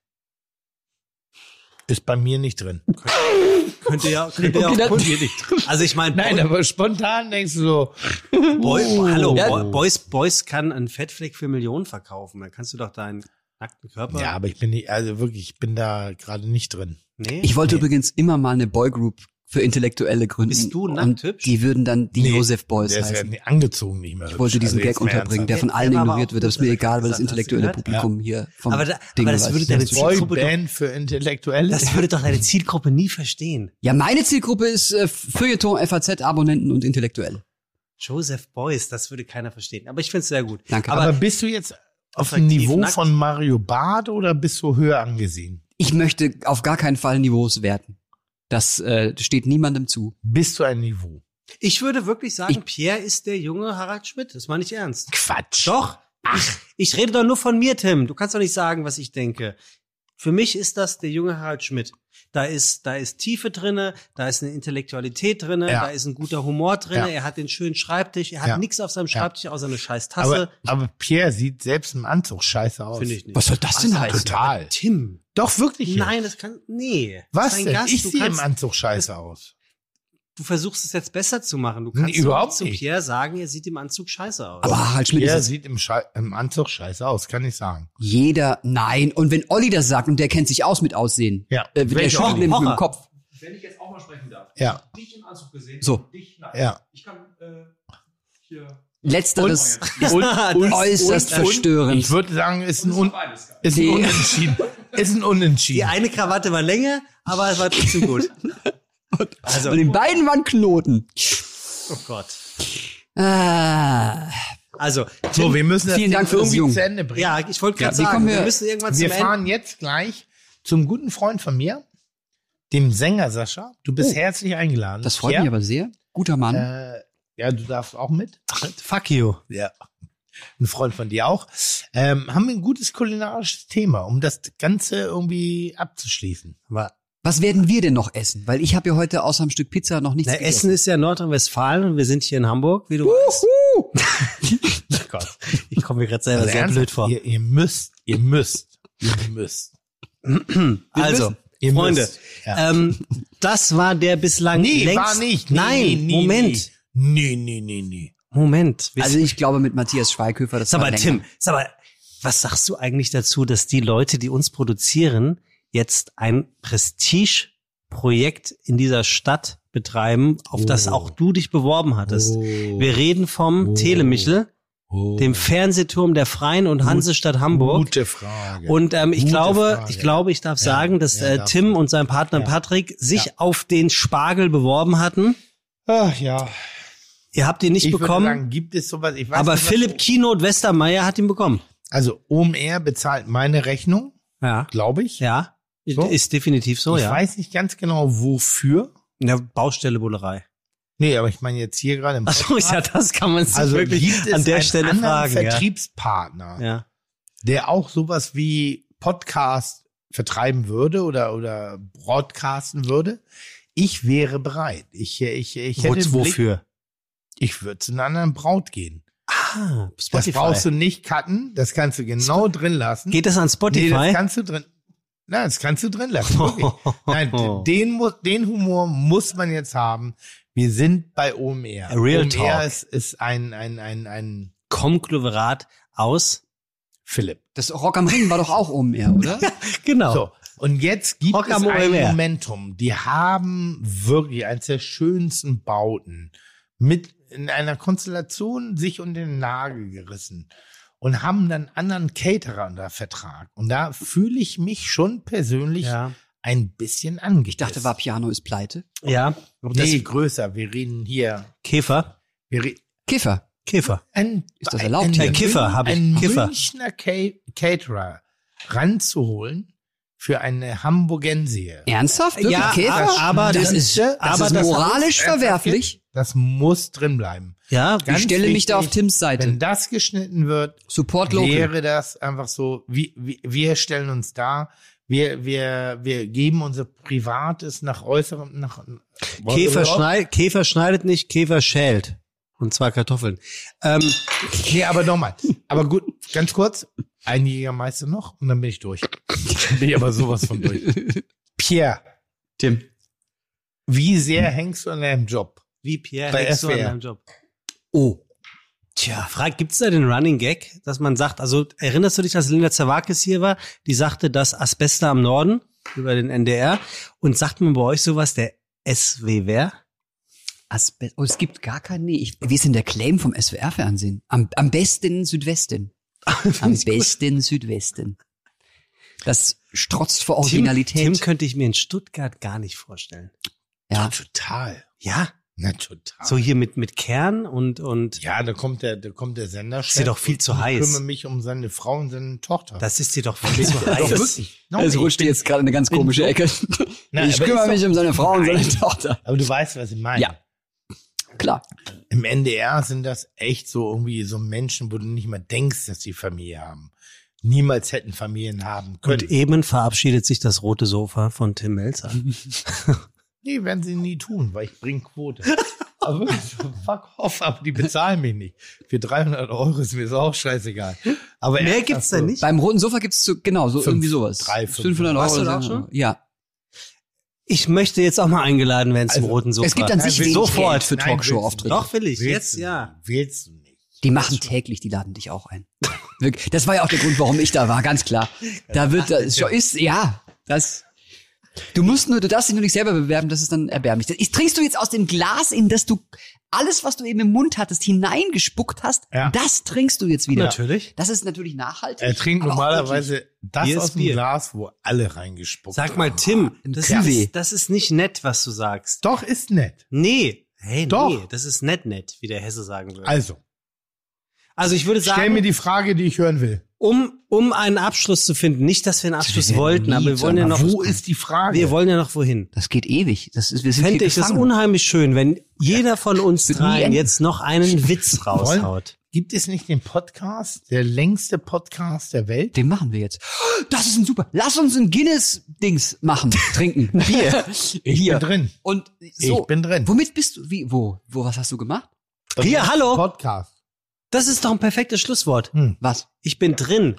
Ist bei mir nicht drin. Könnte ja, könnte ja auch Bei mir nicht drin. Also ich meine, Nein, aber spontan denkst du so. Boy, oh. hallo, Ja. Boy, Boys, Boys kann einen Fettfleck für Millionen verkaufen. Dann kannst du doch deinen nackten Körper. Ja, aber ich bin nicht, also wirklich, ich bin da gerade nicht drin. nee. Ich wollte übrigens immer mal eine Boygroup für Intellektuelle gründen. Bist du nackt und hübsch? Die würden dann die Nee, Joseph Boys Der ist ja heißen. nie- angezogen nicht Also mehr. Ich wollte diesen Gag unterbringen, der von allen Der war aber ignoriert auch wird. gut, Aber ist mir dass er egal, weil gesagt das hat, intellektuelle hast du Publikum hier vom Aber da- aber Ding das weiß. würde deine Ziel- Boyband für Intellektuelle. das würde doch deine Zielgruppe nie verstehen. Ja, meine Zielgruppe ist äh, Feuilleton, FAZ-Abonnenten und Intellektuelle. Joseph Boys, das würde keiner verstehen. Aber ich finde es sehr gut. Danke. Aber, Aber bist du jetzt auf attraktiv dem Niveau nackt? von Mario Barth oder bist du höher angesehen? Ich möchte auf gar keinen Fall Niveaus werten. Das äh, steht niemandem zu. Bist du ein Niveau? ich würde wirklich sagen, Pierre ist der junge Harald Schmidt. Das meine ich ernst. Quatsch. Doch. Ach. Ich, ich rede doch nur von mir, Tim. Du kannst doch nicht sagen, was ich denke. Für mich ist das der junge Harald Schmidt. Da ist, da ist Tiefe drinne, da ist eine Intellektualität drinne, Ja. da ist ein guter Humor drinne, Ja. er hat den schönen Schreibtisch, er hat Ja. nichts auf seinem Schreibtisch außer eine scheiß Aber, Tasse. aber Pierre sieht selbst im Anzug scheiße aus. Finde ich nicht. Was soll das denn Ach, heißen? Total. Tim. Doch, wirklich. nicht. Nein, das kann. Nee. Das Was ist ein denn? Gast, ich du sehe im kannst- Anzug scheiße aus. Du versuchst es jetzt besser zu machen. Du kannst Nee, überhaupt zu nicht. Pierre sagen, er sieht im Anzug scheiße aus. Aber Harald Schmidt Pierre ist das sieht im, Schei im Anzug scheiße aus, kann ich sagen. jeder. Nein. Und wenn Olli das sagt und der kennt sich aus mit Aussehen, Ja. äh, der Welcher schüttelt Olli? nämlich mit Hocher. dem Kopf. wenn ich jetzt auch mal sprechen darf, Ja, dich im Anzug gesehen, So. dich nackt. ja. Ich kann äh, hier Letzteres ist Und, äußerst verstörend. ich würde sagen, ist ein, un beides kann. ist ein Nee. Unentschieden. Ist ein Die Unentschieden. eine Krawatte war länger, aber es war trotzdem gut. Also, und in beiden waren Knoten. Oh Gott. Ah, Also, So, wir müssen das Vielen Ding Dank für das irgendwie Jung. zu Ende bringen. ja, ich wollte gerade Ja, wie sagen, kommen wir- wir, müssen irgendwann Wir zum Ende. fahren jetzt gleich zum guten Freund von mir, dem Sänger Sascha. Du bist Oh. herzlich eingeladen. Das freut ja. mich aber sehr. Guter Mann. Äh, ja, du darfst auch mit. Fuck you. Ja. Ein Freund von dir auch. Ähm, haben wir ein gutes kulinarisches Thema, um das Ganze irgendwie abzuschließen. Aber, Was werden wir denn noch essen? Weil ich habe ja heute außer einem Stück Pizza noch nichts na, gegessen. Essen ist ja Nordrhein-Westfalen und wir sind hier in Hamburg, wie du weißt. Oh Gott. Ich komme mir gerade selber Also sehr ernsthaft, blöd vor. Ihr, ihr müsst, ihr müsst, ihr müsst. Also, Ihr Freunde, müsst. Ja. ähm, das war der bislang nee, längst... war nicht. Nee, Nein, nee, nee, Moment, Nee, nee, nee, nee. Moment. Wir Also ich glaube mit Matthias Schweighöfer, das Sag war mal, länger. Tim, sag mal, was sagst du eigentlich dazu, dass die Leute, die uns produzieren, jetzt ein Prestigeprojekt in dieser Stadt betreiben, auf das Oh. auch du dich beworben hattest? Wir reden vom Oh. Telemichel, Oh. dem Fernsehturm der Freien und Hansestadt Hamburg. Gute Frage. Und ähm, ich Gute glaube, Frage. ich glaube, ich darf Ja, sagen, dass ja, äh, darfst Tim du. und sein Partner Ja. Patrick sich auf den Spargel beworben hatten. Ach ja. Ihr habt ihn nicht ich bekommen, Würde sagen, gibt es sowas? Ich weiß aber nicht, was- Philipp Kino Westermeier hat ihn bekommen. Also OMR bezahlt meine Rechnung, Ja, glaube ich. ja, So? ist definitiv so. ich ja. weiß nicht ganz genau wofür. In der Baustelle Bullerei. Nee, aber ich meine jetzt hier gerade im Achso, Podcast. ja, das kann man sich also wirklich gibt es an der einen Stelle anderen fragen. Vertriebspartner, ja. Ja. der auch sowas wie Podcast vertreiben würde oder oder broadcasten würde. Ich wäre bereit. Ich ich ich hätte einen Blick. Ich würde zu einer anderen Braut gehen. Ah, Das Spotify. brauchst du nicht cutten, das kannst du genau drin lassen. Geht das an Nee, das Spotify? kannst du drin. Nein, das kannst du drin lassen. wirklich. Nein, Oh. d- den, mu- den Humor muss man jetzt haben. Wir sind bei OMR. A real OMR talk. Ist, ist ein, ein, ein, ein Konglomerat aus. Philipp. Das Rock am Ring war doch auch oben eher, oder? Genau. So. Und jetzt gibt Rock es am ein OMR. Momentum. Die haben wirklich eines der schönsten Bauten mit in einer Konstellation sich um den Nagel gerissen und haben dann anderen Caterer unter Vertrag. Und da fühle ich mich schon persönlich Ja. ein bisschen angepisst. Ich dachte, Vapiano ist pleite. Ja. Nee, größer. Wir reden hier. Käfer. Wir re Kiffer. Käfer. ein, Ist das erlaubt ein, hier? Mün- Kiffer hab ich, Ein Kiffer. Münchner Ca- Caterer ranzuholen für eine Hamburgensie. Ernsthaft? Wirklich? Ja, Käfer? aber das das- ist, das das aber ist das- moralisch verwerflich. Das muss drin bleiben. Ja. Ich äh, Ganz stelle mich da auf wichtig, Tims Seite. Wenn das geschnitten wird, Support local. wäre das einfach so, wir, wir stellen uns da, wir, wir, wir geben unser Privates nach äußerem, nach Käfer, schneid, Käfer schneidet nicht, Käfer schält. Und zwar Kartoffeln. Ähm, Nee, aber nochmal. Aber gut, ganz kurz. Ein Jägermeister noch und dann bin ich durch. bin ich aber sowas von durch. Pierre, Tim. wie sehr hängst du an deinem Job? wie Pierre, Bei hängst du an SWR. deinem Job? Oh. Tja, frag, gibt's da den Running Gag, dass man sagt, also erinnerst du dich, als Linda Zerwakis hier war, die sagte das Asbester am Norden über den NDR und sagt man bei euch sowas, der SWWR? Asbest. Oh, es gibt gar keinen. Nee, ich, wie ist denn der Claim vom SWR-Fernsehen? Am, am besten Südwesten. Am besten Südwesten. Das strotzt vor Tim, Originalität. Tim könnte ich mir in Stuttgart gar nicht vorstellen. ja. Total. Ja, Na, total. so hier mit, mit Kern und, und ja, da kommt der, da kommt der Sender. Ist dir doch viel zu heiß. Ich kümmere mich um seine Frau und seine Tochter. das ist dir doch viel zu doch heiß. wirklich. No, Also rutscht ich, dir jetzt gerade in eine ganz komische Ecke. Nein, ich aber kümmere ist mich doch- um seine Frau und seine Nein. Tochter. aber du weißt, was ich meine. Ja. Klar. Im NDR sind das echt so irgendwie so Menschen, wo du nicht mal denkst, dass die Familie haben. Niemals hätten Familien haben Und können. eben verabschiedet sich das rote Sofa von Tim Melzer. Nee, werden sie nie tun, weil ich bringe Quote. aber wirklich so, fuck off, aber die bezahlen mich nicht. Für 300 Euro ist mir das auch scheißegal. Aber Mehr ernsthaft gibt's da so, nicht. Beim roten Sofa gibt's so, genau, so Fünf, irgendwie sowas. drei, fünf. 500 Euro. Warst du da oder so. schon? Ja. Ich möchte jetzt auch mal eingeladen werden zum Also, roten Sofa. Es gibt an Nein, sich will- wenig sofort. Geld für Nein, willst du Talkshow-Auftritte. Doch, will ich. Willst Jetzt, du ja. nicht, Willst du nicht. Die machen täglich, die laden dich auch ein. Wirklich. Das war ja auch der Grund, warum ich da war, ganz klar. Da wird, das ist, ja, das. Du musst nur, du darfst dich nur nicht selber bewerben, das ist dann erbärmlich. Das- Ich trinkst du jetzt aus dem Glas, in das du alles, was du eben im Mund hattest, hineingespuckt hast, Ja. das trinkst du jetzt wieder. Natürlich. Das ist natürlich nachhaltig. Er trinkt aber auch wirklich- normalerweise das Bier ist aus dem Bier. Glas, wo alle reingespuckt Sag haben. mal, Tim, Ah, Im das Café. ist, das ist nicht nett, was du sagst. Doch, ist nett. Nee. Hey, Doch. nee, das ist nett nett, wie der Hesse sagen würde. Also, Also ich würde Stell mir sagen, die Frage, die ich hören will. um, um einen Abschluss zu finden, nicht, dass wir einen Abschluss wollten, nie aber wir zu wollen ja einem noch, Wo ist die Frage? wir wollen ja noch wohin. Das geht ewig. Das ist, wir sind Fände hier ich das gefangen. unheimlich schön, wenn jeder von uns Wird nie dreien enden. jetzt noch einen Witz raushaut. Gibt es nicht den Podcast, der längste Podcast der Welt? Den machen wir jetzt. Das ist ein super. Lass uns ein Guinness-Dings machen, trinken. Bier. Hier. Ich bin drin. Und so. Ich bin drin. Womit bist du? Wie? Wo? Wo? Was hast du gemacht? Hier, hallo. Podcast. Das ist doch ein perfektes Schlusswort. Was? Ich bin drin.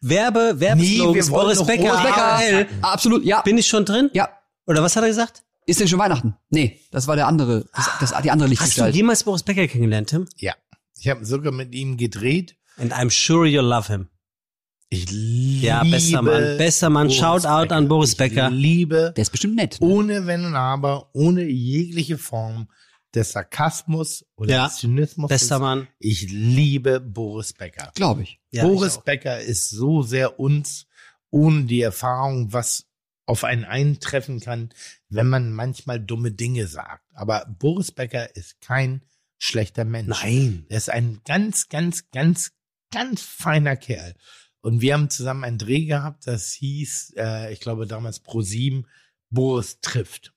Werbe, Werbeslogans, Nee, wir wollen Boris doch Becker, Boris Becker. AOL. Ah, absolut. Ja. Bin ich schon drin? ja. Oder was hat er gesagt? Ist denn schon Weihnachten? Nee, das war der andere, das, das, die andere Hast du Lichtgestalt. jemals Boris Becker kennengelernt, Tim? Ja. Ich habe sogar mit ihm gedreht. And I'm sure you'll love him. Ich liebe Ja, besser Mann. Besser Mann. Boris Shoutout Becker. an Boris Becker. Ich liebe der ist bestimmt nett. ne? ohne Wenn und Aber, ohne jegliche Form des Sarkasmus oder Ja. des Zynismus. Bester Mann. Ich liebe Boris Becker. Glaube ich. Ja, Boris ich auch. Becker ist so sehr uns ohne die Erfahrung, was auf einen eintreffen kann, wenn man manchmal dumme Dinge sagt. Aber Boris Becker ist kein schlechter Mensch. Nein. Er ist ein ganz, ganz, ganz, ganz feiner Kerl. Und wir haben zusammen einen Dreh gehabt, das hieß, äh, ich glaube damals Pro 7, Boris trifft.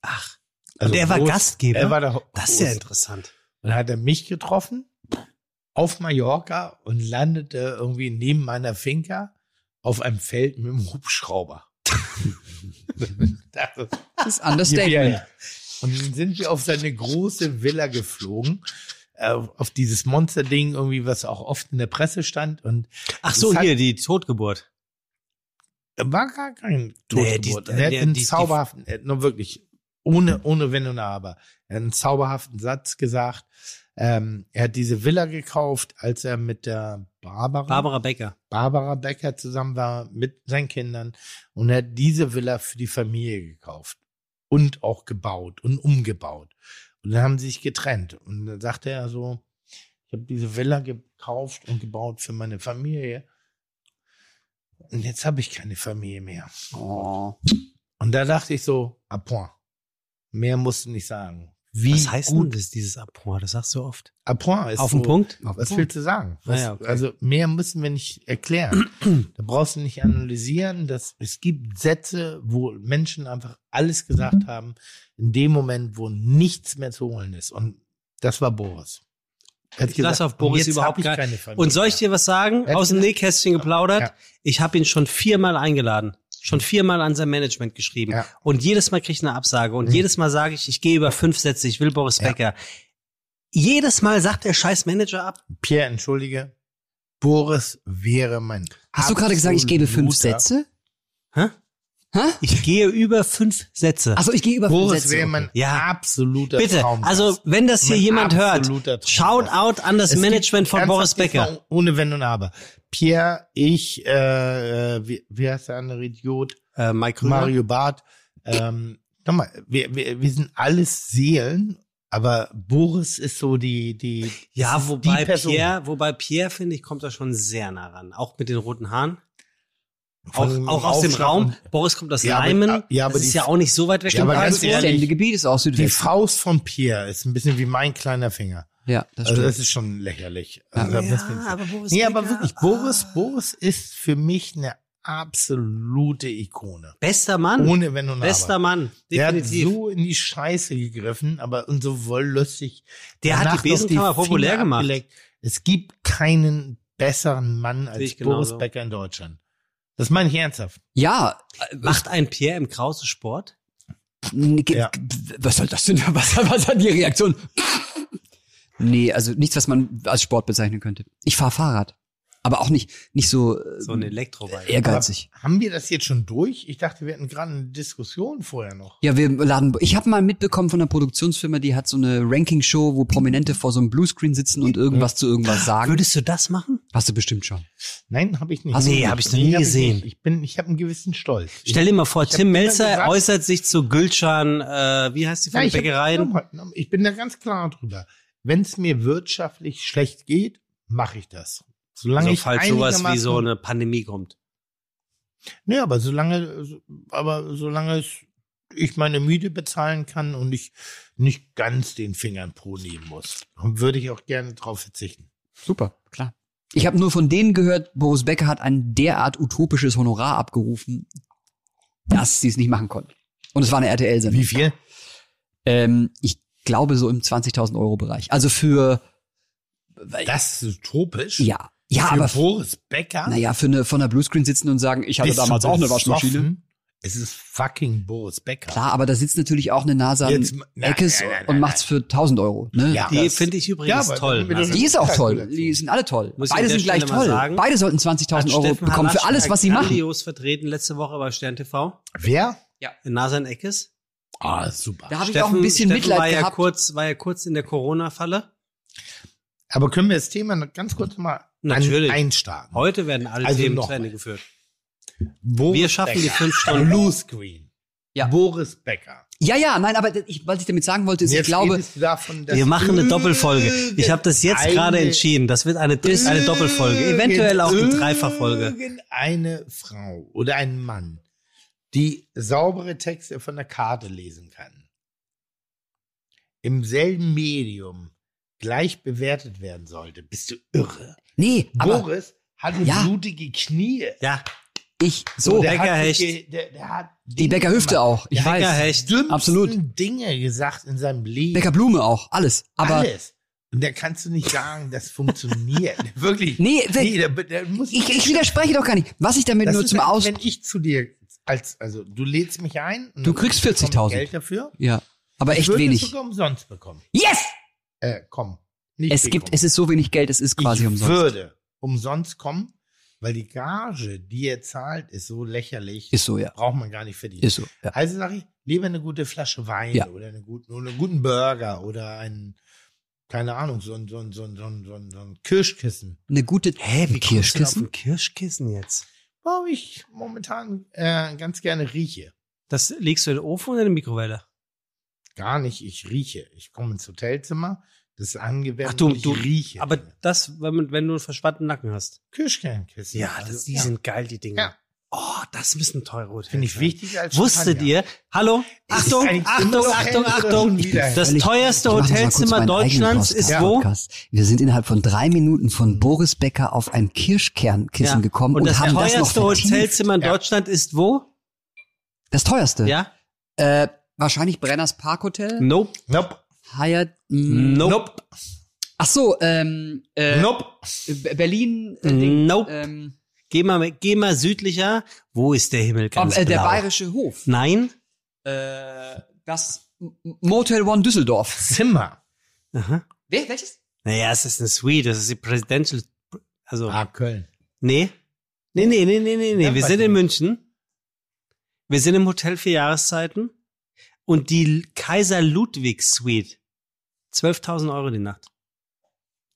Also Ach. Und er war Gastgeber? Er war der Ho- Das ist ja Host. interessant. Und dann hat er mich getroffen auf Mallorca und landete irgendwie neben meiner Finca auf einem Feld mit einem Hubschrauber. das ist Das ist Understatement. und dann sind wir auf seine große Villa geflogen, äh, auf dieses Monsterding irgendwie, was auch oft in der Presse stand. Und Ach so, Das hat- hier, die Totgeburt. er war gar kein Nee, Totgeburt. die- er hat die- einen die- die- zauberhaften, er hat nur wirklich, ohne, ohne Wenn und Aber, er hat einen zauberhaften Satz gesagt. Ähm, er hat diese Villa gekauft, als er mit der Barbara, Barbara Becker. Barbara Becker zusammen war mit seinen Kindern und er hat diese Villa für die Familie gekauft und auch gebaut und umgebaut. Und dann haben sie sich getrennt und dann sagte er so, ich habe diese Villa gekauft und gebaut für meine Familie und jetzt habe ich keine Familie mehr. Oh. Und da dachte ich so, à point. Mehr musst du nicht sagen. Wie Was heißt denn gut das, dieses Appoint? Das sagst du oft. à point ist Auf den so, Punkt? was willst du sagen? Was, Naja, okay. Also mehr müssen wir nicht erklären. da brauchst du nicht analysieren. Dass, es gibt Sätze, wo Menschen einfach alles gesagt haben, in dem Moment, wo nichts mehr zu holen ist. Und das war Boris. Er hat Ich lass auf Boris und jetzt überhaupt hab ich gar- keine Familie. Und soll ich dir was sagen? Ja, Aus dem Nähkästchen geplaudert. Ja. Ich habe ihn schon viermal eingeladen. Schon viermal an sein Management geschrieben. Ja. Mhm. Und jedes Mal krieg ich eine Absage. Und jedes Mal sage ich, ich gehe über fünf Sätze, ich will Boris Ja. Becker. Jedes Mal sagt der scheiß Manager ab. Pierre, entschuldige. Boris wäre mein. Hast du gerade gesagt, ich gebe fünf absoluter- Sätze? Hä? Hä? Ich gehe über fünf Sätze. Achso, ich gehe über fünf Boris Sätze. wäre mein Ja. absoluter Bitte, Traumgast. also wenn das hier Mein jemand hört, absoluter Traumgast. shout out an das Es gibt Management von ernsthaft Boris jetzt mal Becker. Ohne Wenn und Aber. Pierre, ich, äh, äh, wie, wie heißt der andere Idiot? Äh, Mike Krüger. Mario Barth. Ähm, nochmal, wir, wir, wir sind alles Seelen, aber Boris ist so die, die, Ja, die wobei Person. Pierre, wobei Pierre, finde ich, kommt da schon sehr nah ran. Auch mit den roten Haaren. Auch, Von auch aus dem Aufschlag Raum. und- Boris kommt aus Ja, aber- Leimen. ja, aber das die- ist ja auch nicht so weit weg. Ja, aber Aber ganz das ehrlich, Ländliche Gebiet ist aus Die Südwest. Faust von Pierre ist ein bisschen wie mein kleiner Finger. Ja, das Also stimmt. das ist schon lächerlich. Also, da muss man- aber Boris nee, aber Becker, wirklich, ah, Boris, Boris ist für mich eine absolute Ikone. Bester Mann. Ohne Wenn und Aber. Bester Mann. Der hat Definitiv. so in die Scheiße gegriffen, aber und so wollüstig. Der hat die danach noch Besenkammer Finger populär gemacht. abgeleckt. Es gibt keinen besseren Mann Sehe als ich genauso. Boris Becker in Deutschland. Das meine ich ernsthaft. ja, Macht ein Pierre im Krause Sport? N- ge- Ja. g- Was soll das denn? Was, was hat die Reaktion? nee, also nichts, was man als Sport bezeichnen könnte. Ich fahre Fahrrad. Aber auch nicht, nicht so, äh, So ein Ähm, Elektrobike. ehrgeizig. Haben wir das jetzt schon durch? Ich dachte, wir hatten gerade eine Diskussion vorher noch. Ja, wir laden. Ich habe mal mitbekommen von einer Produktionsfirma, die hat so eine Ranking-Show, wo Prominente vor so einem Bluescreen sitzen und irgendwas zu irgendwas sagen. Würdest du das machen? Hast du bestimmt schon. Nein, habe ich nicht. Hast du- Nee, hab ich noch nie hab gesehen. nicht. Ich bin, ich habe einen gewissen Stolz. Stell dir mal vor, Tim immer Melzer gesagt- äußert sich zu Gülcan, äh, wie heißt die von den Nein, ich, hab, Bäckereien? nochmal, nochmal, ich bin da ganz klar drüber. Wenn es mir wirtschaftlich schlecht geht, mache ich das. Solange Also, ich falls sowas wie so einigermaßen- eine Pandemie kommt. Nee, Ne, aber solange, aber solange es, ich meine Miete bezahlen kann und ich nicht ganz den Fingern pro nehmen muss, würde ich auch gerne drauf verzichten. Super, klar. Ich habe nur von denen gehört, Boris Becker hat ein derart utopisches Honorar abgerufen, dass sie es nicht machen konnten. Und es war eine RTL-Sendung. Wie viel? Ähm, ich glaube so im 20.000 Euro Bereich. Also für Das ist utopisch. Äh, ja, ja, Für aber Boris Becker. naja, für eine von der Bluescreen sitzen und sagen, ich hatte Bist du damals auch eine Waschmaschine. besoffen? Es ist fucking Boris Becker. Klar, aber da sitzt natürlich auch eine NASA Jetzt- an nein, Eckes nein, nein, und nein, macht's für 1000 Euro. Ne? Ja. Die das- finde ich Ja, übrigens aber- toll. Also, wenn du- Lasse. Die ist auch toll. Die sind alle toll. Muss ich an Beide der sind gleich Stelle mal toll. sagen, Beide sollten 20.000 Hat Euro also Steffen bekommen für Halaschka alles, was sie machen. grandios vertreten letzte Woche bei Stern TV Wer? in Nasan Eckes. Ah, super. Da habe ich auch ein bisschen Steffen war Mitleid ja gehabt. kurz, war ja kurz in der Corona-Falle. Aber können wir das Thema noch ganz kurz mal an- Natürlich. einstarten? Heute werden alle Also Themen noch zu Ende mal. geführt. Boris Wir schaffen die Becker. fünf Stunden. Blue Screen. Ja. Boris Becker. Ja, ja, nein, aber ich, was ich damit sagen wollte, ist, ich Jetzt glaube, redest du davon, dass Wir machen eine Doppelfolge. Ich habe das jetzt gerade irgendeine- entschieden. Das wird eine, eine Doppelfolge. Eventuell auch eine Irgend- Dreifachfolge. Irgendeine Frau oder ein Mann, die saubere Texte von der Karte lesen kann, im selben Medium gleich bewertet werden sollte, bist du irre. nee, aber Boris hatte Ja. blutige Knie. Ja, ich, so, der Becker hat, Hecht. sich ge- der, der hat die Becker-Hüfte auch, ich Ja, Becker weiß. Hecht. Dümmsten Absolut. Dinge gesagt in seinem Leben. Becker-Blume auch, alles. Aber Alles. Und da kannst du nicht sagen, das funktioniert. Wirklich. Nee, wenn- da, da muss ich, ich widerspreche doch gar nicht. Was ich damit das nur ist, zum als Aus... Wenn ich zu dir als, also du lädst mich ein. und Du dann kriegst bekomme ich 40.000. Geld dafür. Ja, aber Ich echt würde es wenig. sogar umsonst bekommen. Yes! Äh, komm. Nicht Es gibt, bekommen. es ist so wenig Geld, es ist quasi um. ich umsonst. würde umsonst kommen, weil die Gage, die er zahlt, ist so lächerlich. Ist so, ja. Braucht man gar nicht verdienen. Ist so, ja. Also sage ich, lieber eine gute Flasche Wein Ja. oder, eine guten, oder einen guten Burger oder einen, keine Ahnung, so ein, so ein, so ein, so ein, so ein, so ein Kirschkissen. Eine gute Hä, wie kommst du denn auf Kirschkissen? ein Kirschkissen jetzt? Warum ich momentan äh, ganz gerne rieche. Das legst du in den Ofen oder in die Mikrowelle? Gar nicht, ich rieche. Ich komme ins Hotelzimmer, das ist angewärmt Ach, du- und ich du- rieche. Aber das, wenn, man- wenn du einen verspannten Nacken hast. Kirschkernkissen. Ja, Also, das, die sind geil, die Dinger. Ja. Oh, das müssen teure Hotels Finde ich sein. wichtiger als Wusstet Champagner. ihr? Hallo? Ist Achtung, eigentlich immer Achtung, noch Achtung, hell oder Achtung. schon wieder Das hell? teuerste Ich mach noch mal kurz Hotelzimmer meinen eigenen Deutschlands Podcast- ist wo? Podcast. Wir sind innerhalb von drei Minuten von Boris Becker auf ein Kirschkernkissen Ja. gekommen und, Und das haben das noch teuerste vertieft. Hotelzimmer in Ja. Deutschland ist wo? Das teuerste? Ja? Äh, wahrscheinlich Brenners Hm. Parkhotel. Nope. Nope. Hyatt. mm, Nope. Ach so, ähm, äh, nope. B- Berlin. Äh, Ding, Nope. ähm, Geh mal, geh mal südlicher. Wo ist der Himmel ganz ob, äh, der blau? Bayerische Hof. Nein? Äh, das M- Motel One Düsseldorf. Zimmer. Aha. Wer, welches? Naja, es ist eine Suite, das ist die Presidential. Also, Ah, Köln. nee. Nee, nee, nee, nee, nee, nee. Dann Wir weiß sind ich in nicht. München. Wir sind im Hotel für Jahreszeiten. Und die L- Kaiser Ludwig Suite. 12.000 Euro die Nacht.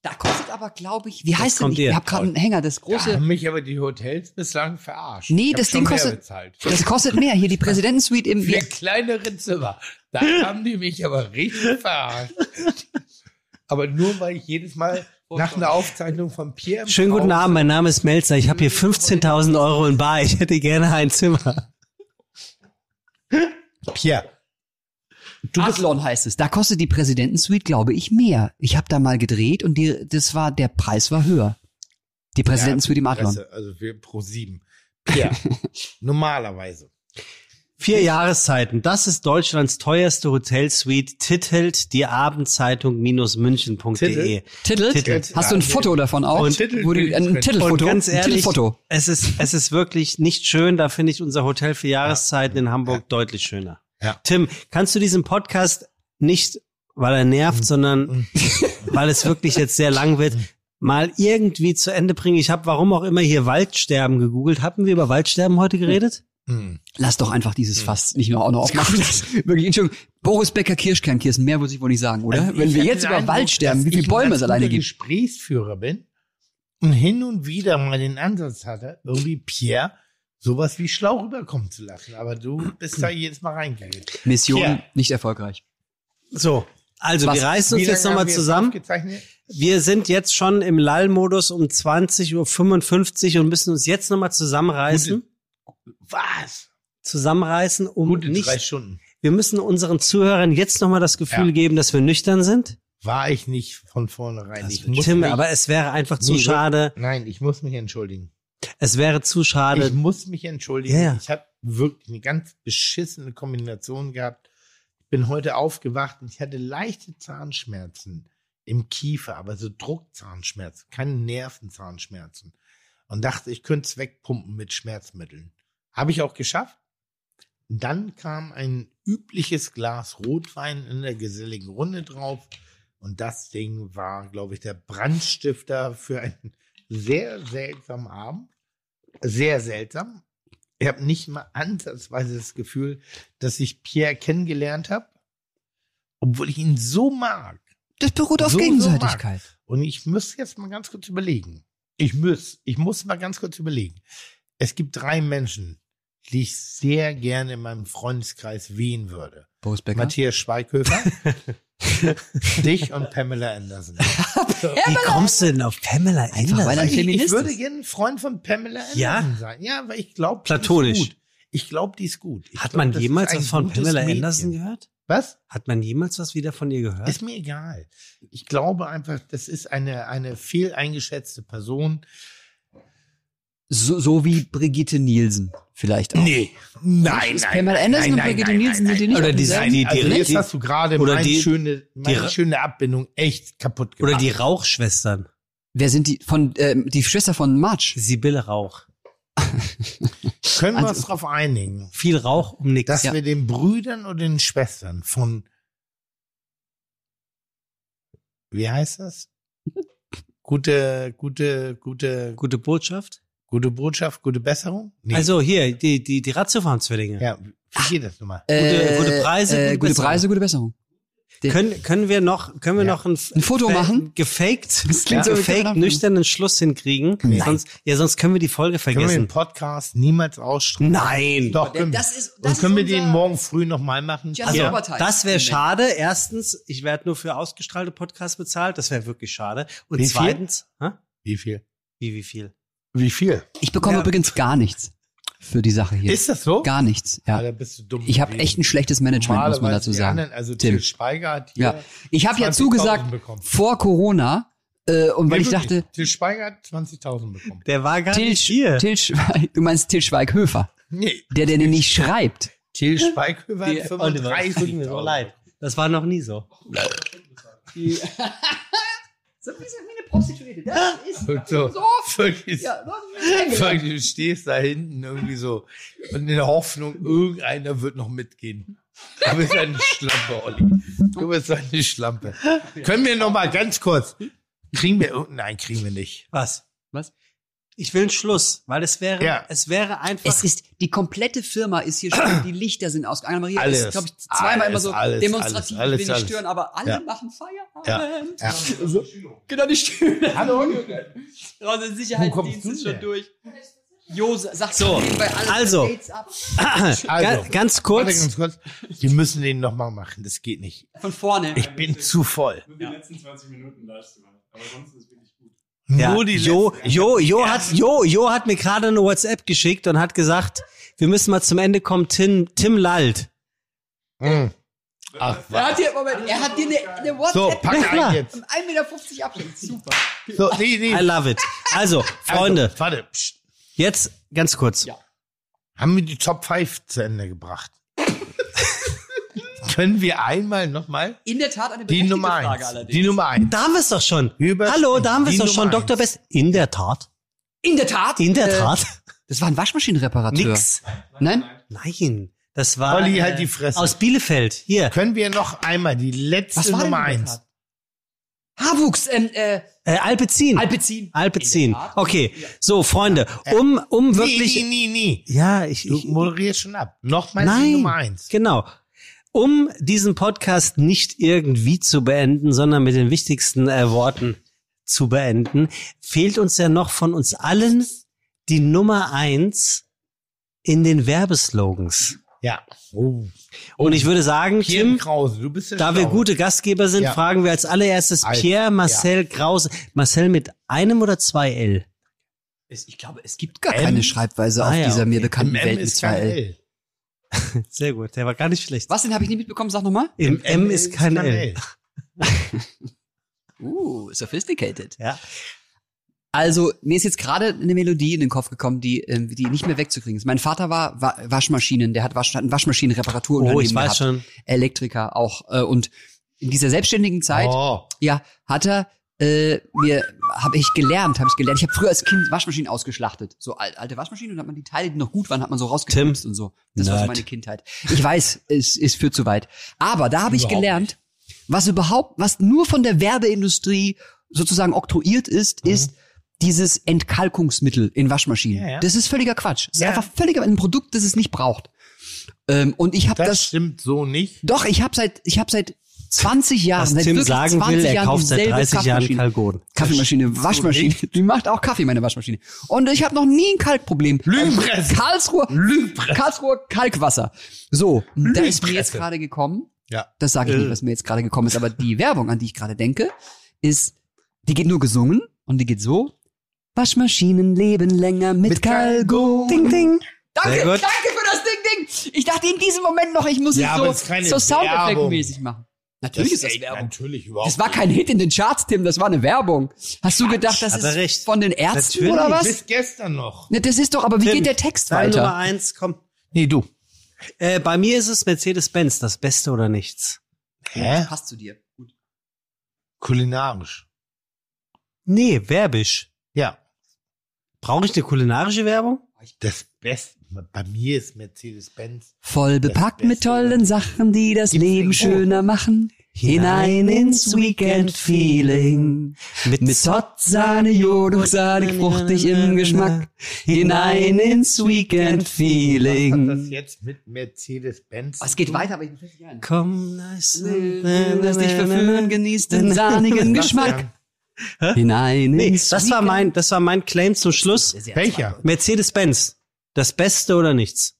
Da kostet aber, glaube ich, wie heißt denn? kommt Ich, ihr. ich habe gerade einen Hänger, das große. Da haben mich aber die Hotels bislang verarscht. Nee, Ich hab das schon Ding mehr kostet- Bezahlt. Das kostet mehr. Hier die Präsidentensuite im. Für kleinere Zimmer. Da haben die mich aber richtig verarscht. aber nur, weil ich jedes Mal nach einer Aufzeichnung von Pierre. im Schönen guten Haus- Abend, mein Name ist Melzer. Ich Mhm. habe hier 15.000 Euro in Bar. Ich hätte gerne ein Zimmer. Pierre. Du Adlon heißt es. Da kostet die Präsidentensuite, glaube ich, mehr. Ich habe da mal gedreht und die, das war, der Preis war höher. Die Präsidentensuite im Adlon. Presse, Also für Pro 7. Pierre. Normalerweise. Vier Jahreszeiten. Das ist Deutschlands teuerste Hotelsuite. Titelt die Abendzeitung münchen.de. Titel? Titel? Titel. Hast du ein Foto davon auch? Und- Titel Wo du, ein Titelfoto? Und ganz ein ehrlich, Titelfoto. es ist, es ist wirklich nicht schön. Da finde ich unser Hotel für Jahreszeiten in Hamburg deutlich schöner. Ja. Tim, kannst du diesen Podcast nicht, weil er nervt, sondern weil es wirklich jetzt sehr lang wird, mal irgendwie zu Ende bringen? Ich habe, warum auch immer, hier Waldsterben gegoogelt. Hatten wir über Waldsterben heute geredet? Hm. Lass doch einfach dieses Fass nicht noch auch noch aufmachen. Das, wirklich, Entschuldigung. Boris Becker Kirschkernkissen, mehr muss ich wohl nicht sagen, oder? Also Wenn ich wir hab jetzt den über Eindruck, Wald sterben, dass wie ich viele ein Bäume es ganz alleine guter gibt. Gesprächsführer bin und hin und wieder mal den Ansatz hatte, irgendwie Pierre sowas wie schlau rüberkommen zu lassen. Aber du bist da jedes Mal reingegangen. Mission Tja. nicht erfolgreich. So. Also, Was- wir reißen uns jetzt nochmal zusammen. Wir sind jetzt schon im Lall-Modus um 20.55 Uhr und müssen uns jetzt nochmal zusammenreißen. Was? Zusammenreißen, um Gute drei nicht. Stunden. Wir müssen unseren Zuhörern jetzt nochmal das Gefühl Ja. geben, dass wir nüchtern sind. war ich nicht von vornherein. Also ich muss Tim, mich, aber es wäre einfach zu Nee, schade. nein, ich muss mich entschuldigen. Es wäre zu Ich schade. muss mich entschuldigen. Ja, ja. Ich habe wirklich eine ganz beschissene Kombination gehabt. Ich bin heute aufgewacht und ich hatte leichte Zahnschmerzen im Kiefer, aber so Druckzahnschmerzen, keine Nervenzahnschmerzen. Und dachte, ich könnte es wegpumpen mit Schmerzmitteln. Habe ich auch geschafft. Dann kam ein übliches Glas Rotwein in der geselligen Runde drauf. Und das Ding war, glaube ich, der Brandstifter für einen sehr seltsamen Abend sehr seltsam. Ich habe nicht mal ansatzweise das Gefühl, dass ich Pierre kennengelernt habe, obwohl ich ihn so mag. Das beruht auf So, so Gegenseitigkeit. Und ich muss jetzt mal ganz kurz überlegen. Ich muss, ich muss mal ganz kurz überlegen. Es gibt drei Menschen, die ich sehr gerne in meinem Freundeskreis wehen würde. Boris Becker. Matthias Schweighöfer, dich und Pamela Anderson. Wie kommst du denn auf Pamela Einfach, weil er ein Anderson? Ich- Feminist Ich würde ist. gerne ein Freund von Pamela Anderson Ja? sein. Ja, weil ich glaube, Platonisch. gut. Ich glaube, die ist gut. Ich Hat glaub, man das jemals ist ein was von gutes Pamela Mädchen. Anderson gehört? Was? Hat man jemals was wieder von ihr gehört? Ist mir egal. Ich glaube einfach, das ist eine, eine fehleingeschätzte Person. So, so wie Brigitte Nielsen vielleicht auch. Nee. Nein, Ist Pamela Anderson und Brigitte Nielsen sind die nicht Oder auf die- demselben- die- Also jetzt hast du gerade oder meine, die- schöne, meine die- schöne Abbindung echt kaputt gemacht. Oder die Rauchschwestern? Wer sind die? Von, ähm, die Schwester von March. Sibylle Rauch. Können wir also- uns drauf einigen, Viel Rauch um nichts. dass Ja. wir den Brüdern oder den Schwestern von wie heißt das? Gute, gute, gute, Gute Botschaft. gute Botschaft, gute Besserung? Nee. Also hier, die, die, die Ratiofarm-Zwillinge. ja, wie geht das nochmal? Äh, gute Preise, äh, gute gute Besserung. Preise, gute Besserung. Der- Können, können wir noch, können wir Ja. noch ein, Ein Foto machen? Gefaked, Das klingt so, wie gefaked Weihnachten. nüchternen Schluss hinkriegen. Nein. Sonst, ja, sonst können wir die Folge Können wir den vergessen. Podcast niemals ausstrahlen? Nein. Doch, können wir. Das ist, das Und können wir ist unser den morgen früh nochmal machen? Just Also, Oberteil. das wäre Moment. schade. Erstens, ich werde nur für ausgestrahlte Podcasts bezahlt. Das wäre wirklich schade. Und Wie viel? zweitens, hä? Wie viel? wie, wie viel? Wie viel? Ich bekomme Ja. übrigens gar nichts für die Sache hier. Ist das so? gar nichts, ja. Ah, da bist du dumm. Ich habe gewesen. echt ein schlechtes Management, muss man Normalerweise dazu die sagen. anderen, also Tim. Till Schweiger hat hier Ja. Ich habe ja 20.000 zugesagt bekommen. vor Corona äh, und weil Nee, wirklich. ich dachte, Till Schweiger hat 20.000 bekommen. Der war gar Til, nicht hier. Til Schweig, du meinst Til Schweighöfer, Nee, der der den nicht schreibt. Till Schweighöfer hat Oliver, es tut mir so 35.000. leid. Das war noch nie so. Und So, wirklich, wirklich, du stehst da hinten irgendwie so und in der Hoffnung, irgendeiner wird noch mitgehen. Du bist eine Schlampe, Olli. Du bist eine Schlampe. Können wir noch mal ganz kurz, kriegen wir, irgend- nein, kriegen wir nicht. Was? Was? Ich will einen Schluss, weil es wäre, Ja. es wäre einfach. Es ist, die komplette Firma ist hier schon, die Lichter sind ausgegangen. Anna-Maria Alles, ist, glaube ich, zweimal alles, immer so alles, demonstrativ, ich alles, will alles. nicht stören, aber alle Ja. machen Feierabend. Ja. Ja. So, genau, die Stühle. Hallo? Raus in Wo kommst Sicherheitsdienst du ist schon her? durch. Jose, sag So, bei allen also. Dates ab. Also. Ga- ganz Warte kurz. ganz kurz. Wir müssen den noch mal machen, das geht nicht. Von vorne. Ich bin zu voll. Nur die letzten 20 Minuten leicht zu machen. Aber sonst ist wirklich gut. Ja, Nur die jo, letzten- jo, jo, hat, jo, jo hat mir gerade eine WhatsApp geschickt und hat gesagt, wir müssen mal zum Ende kommen. Tim, Tim lallt. Mm. Ach, Er was. hat dir, Moment, er hat dir eine, eine So, WhatsApp pack ein jetzt. um 1,50 Meter Abstand. Super. So, nee, nee. I love it. Also, Freunde, Also, warte. Psst. jetzt ganz kurz. Ja. Haben wir die Top 5 zu Ende gebracht? Können wir einmal nochmal In der Tat eine die berechtigte Nummer 1. Frage allerdings. Die Nummer 1. Da haben wir es doch schon. Über- Hallo, da haben wir es die doch schon. Nummer Dr. Best. In der Tat. In der Tat? In der Äh, Tat. Das war ein Waschmaschinenreparateur. Nix. Nein? Nein. Das war Olli, äh, halt die Fresse. aus Bielefeld. Hier. Können wir noch einmal die letzte Was war denn Nummer in der 1? Tat? Haarwuchs, ähm, äh, Äh, Alpezin. Alpezin. Alpezin. In der Tat. Okay. So, Freunde, um, um wirklich. Nee, nee, nee, nee. Ja, ich, Äh, Du ich, moderierst schon ab. Nochmal die Nein. Nummer 1. Genau. Um diesen Podcast nicht irgendwie zu beenden, sondern mit den wichtigsten äh, Worten zu beenden, fehlt uns ja noch von uns allen die Nummer eins in den Werbeslogans. Ja. Oh. Und ich würde sagen, Pierre Tim, Krause, du bist ja da wir schlau. gute Gastgeber sind, Ja. fragen wir als allererstes Als- Pierre Marcel Krause. Marcel mit einem oder zwei L? Ich glaube, es gibt gar M? keine Schreibweise Ah, auf ja, dieser mir Im bekannten M Welt mit ist zwei kein L. L. Sehr gut, der war gar nicht schlecht. Was denn, habe ich nicht mitbekommen? Sag nochmal. Im M ist kein L. Uh, sophisticated. Ja. Also, mir ist jetzt gerade eine Melodie in den Kopf gekommen, die, ähm, die nicht mehr wegzukriegen ist. Mein Vater war Wa Waschmaschinen, der hat, Wasch hat ein Waschmaschinenreparaturunternehmen Oh, ich weiß gehabt. schon. Elektriker auch. Äh, und in dieser selbstständigen Oh. Zeit, ja, hat er äh, mir, habe ich gelernt, habe ich gelernt. Ich habe früher als Kind Waschmaschinen ausgeschlachtet. So al- alte Waschmaschinen und hat man die Teile, die noch gut waren, hat man so rausgeknipst und so. Das war so Nerd. meine Kindheit. Ich weiß, es, es führt zu weit. Aber da habe ich Überhaupt gelernt, was überhaupt, was nur von der Werbeindustrie sozusagen oktroyiert ist, ist dieses Entkalkungsmittel in Waschmaschinen. Mhm. Ja, ja. Das ist völliger Quatsch. Das Ja. ist einfach völliger ein Produkt, das es nicht braucht. Ähm, und ich habe Das, das stimmt so nicht. doch, ich habe seit ich habe seit 20 Jahren, Was seit Tim wirklich sagen 20 will, er Jahren kauft seit dieselbe 30 Jahren Kaffeemaschine. Kalgoden. Kaffeemaschine, Waschmaschine, die macht auch Kaffee, meine Waschmaschine. Und ich habe noch nie ein Kalkproblem. Lügenpresse. Karlsruhe, Lügenpresse. Karlsruhe Kalkwasser. So, da ist mir Lügenpresse. jetzt gerade gekommen. Ja. Das sage ich Äh. nicht, was mir jetzt gerade gekommen ist, aber die Werbung, an die ich gerade denke, ist, die geht nur gesungen und die geht so. Waschmaschinen leben länger mit, Mit Kalgo. Ding, ding. Danke, Sehr danke gut. für das Ding, ding. Ich dachte in diesem Moment noch, ich muss Ja, aber es ist so, keine so Soundeffekt-mäßig Werbung. machen. Natürlich ist das echt Werbung. Natürlich überhaupt. Das war kein Hit in den Charts, Tim, das war eine Werbung. Hast du gedacht, das Hat er ist recht. von den Ärzten Natürlich. oder was? Bis gestern noch. Ne, das ist doch, aber wie Tim, geht der Text Deine Nummer weiter? eins, komm. Nee, du. Äh, bei mir ist es Mercedes-Benz, das Beste oder nichts. Hä? Passt zu dir. Gut. Kulinarisch. Nee, werbisch. Ja. Brauche ich eine kulinarische Werbung? Das Beste. Bei mir ist Mercedes-Benz. Voll bepackt mit Beste. tollen Sachen, die das Gibt's Leben den- schöner machen. Hinein ins Weekend-Feeling. Mit Zott, Sahne, Joghurt, sahnig, fruchtig im Geschmack. Hinein ins Was hat das Weekend-Feeling. jetzt mit Mercedes-Benz? Es geht weiter, aber ich nicht rein. Komm, lass Lass dich verführen, genieß den sahnigen Geschmack. Hinein Nee, ins das war mein, das war mein Claim zum Schluss. Welcher? Mercedes-Benz, das Beste oder nichts.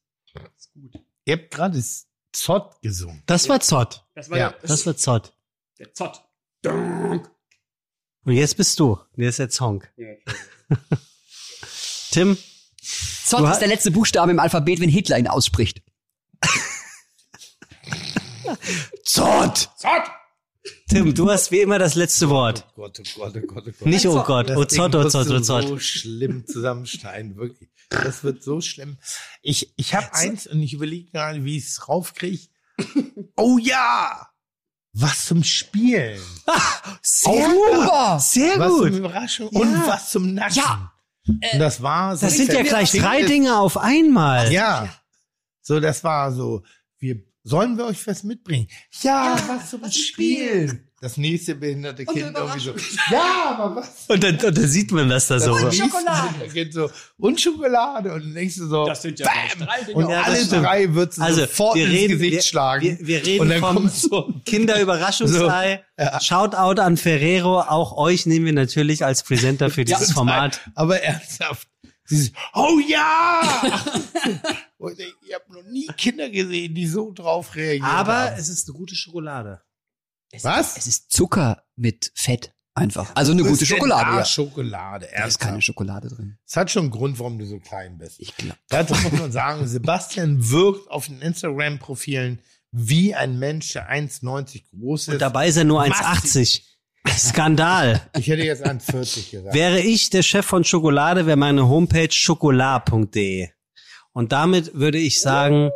Ihr habt gerade Zott gesungen. Das war Zott. Das war Ja. der, Das war Zott. der Zott. Und jetzt bist du. Jetzt ist der Song. Tim, Zott ist der letzte Buchstabe im Alphabet, wenn Hitler ihn ausspricht. Zott! Tim, du hast wie immer das letzte Wort. Oh Gott, oh Gott, oh Gott, oh Gott. Nicht oh Gott, Das oh Ding Zott, oh musst Zott, du oh so Zott. schlimm zusammenschneiden, wirklich. Das wird so schlimm. Ich, ich habe eins und ich überlege gerade, wie ich es raufkriege. Oh ja! Was zum Spielen. Sehr gut. Sehr was zum gut. äh, Überraschung und was zum Naschen. Ja. und das war so Das sind ja Fett- gleich drei Fett- Dinge auf einmal. Ja. So, das war so, wir sollen wir euch was mitbringen? Ja, was zum Spielen. Das nächste behinderte Kind irgendwie so. Ja, aber was? Und dann, und dann sieht man das da so. nächste behinderte Kind so und Schokolade und nächste so. Das sind ja gleich drei Dinge. und Ja, das alle stimmt. drei wird sie Also, sofort wir reden, ins Gesicht wir, schlagen. Wir, wir reden und dann vom kommt so. Kinderüberraschungsei. Shoutout an Ferrero. Auch euch nehmen wir natürlich als Präsenter für dieses Format. Nein, aber ernsthaft. Dieses, oh ja! und ich ich habe noch nie Kinder gesehen, die so drauf reagieren. Aber haben. es ist eine gute Schokolade. was? Es ist Zucker mit Fett einfach. Also eine gute ist denn Schokolade. Da Ja. Schokolade. Da ist keine ernsthaft? Schokolade drin. Es hat schon einen Grund, warum du so klein bist. Ich glaube. Dazu muss man sagen, Sebastian wirkt auf den Instagram-Profilen wie ein Mensch, der 1,90 groß Und ist. dabei ist er nur Massiv. 1,80. Skandal. ich hätte jetzt 1,40 gesagt. Wäre ich der Chef von Schokolade, wäre meine Homepage schokolar.de. Und damit würde ich sagen,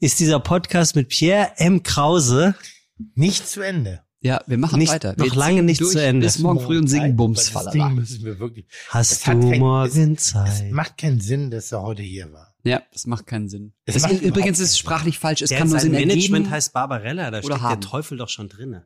ist dieser Podcast mit Pierre M. Krause Nicht zu Ende. Ja, wir machen Nicht- weiter. noch Wir lange ziehen nicht durch zu Ende. Bis morgen früh und singen Bums Das Fallala. Ding müssen wir wirklich. hast Es du hat kein- morgen Es Zeit. macht keinen Sinn, dass er heute hier war. Ja, das macht keinen Sinn. Es Das macht ist, überhaupt übrigens keinen ist sprachlich falsch. Es Der kann nur sein Sinn Management ergeben. heißt Barbarella, da Oder steckt haben. der Teufel doch schon drinne.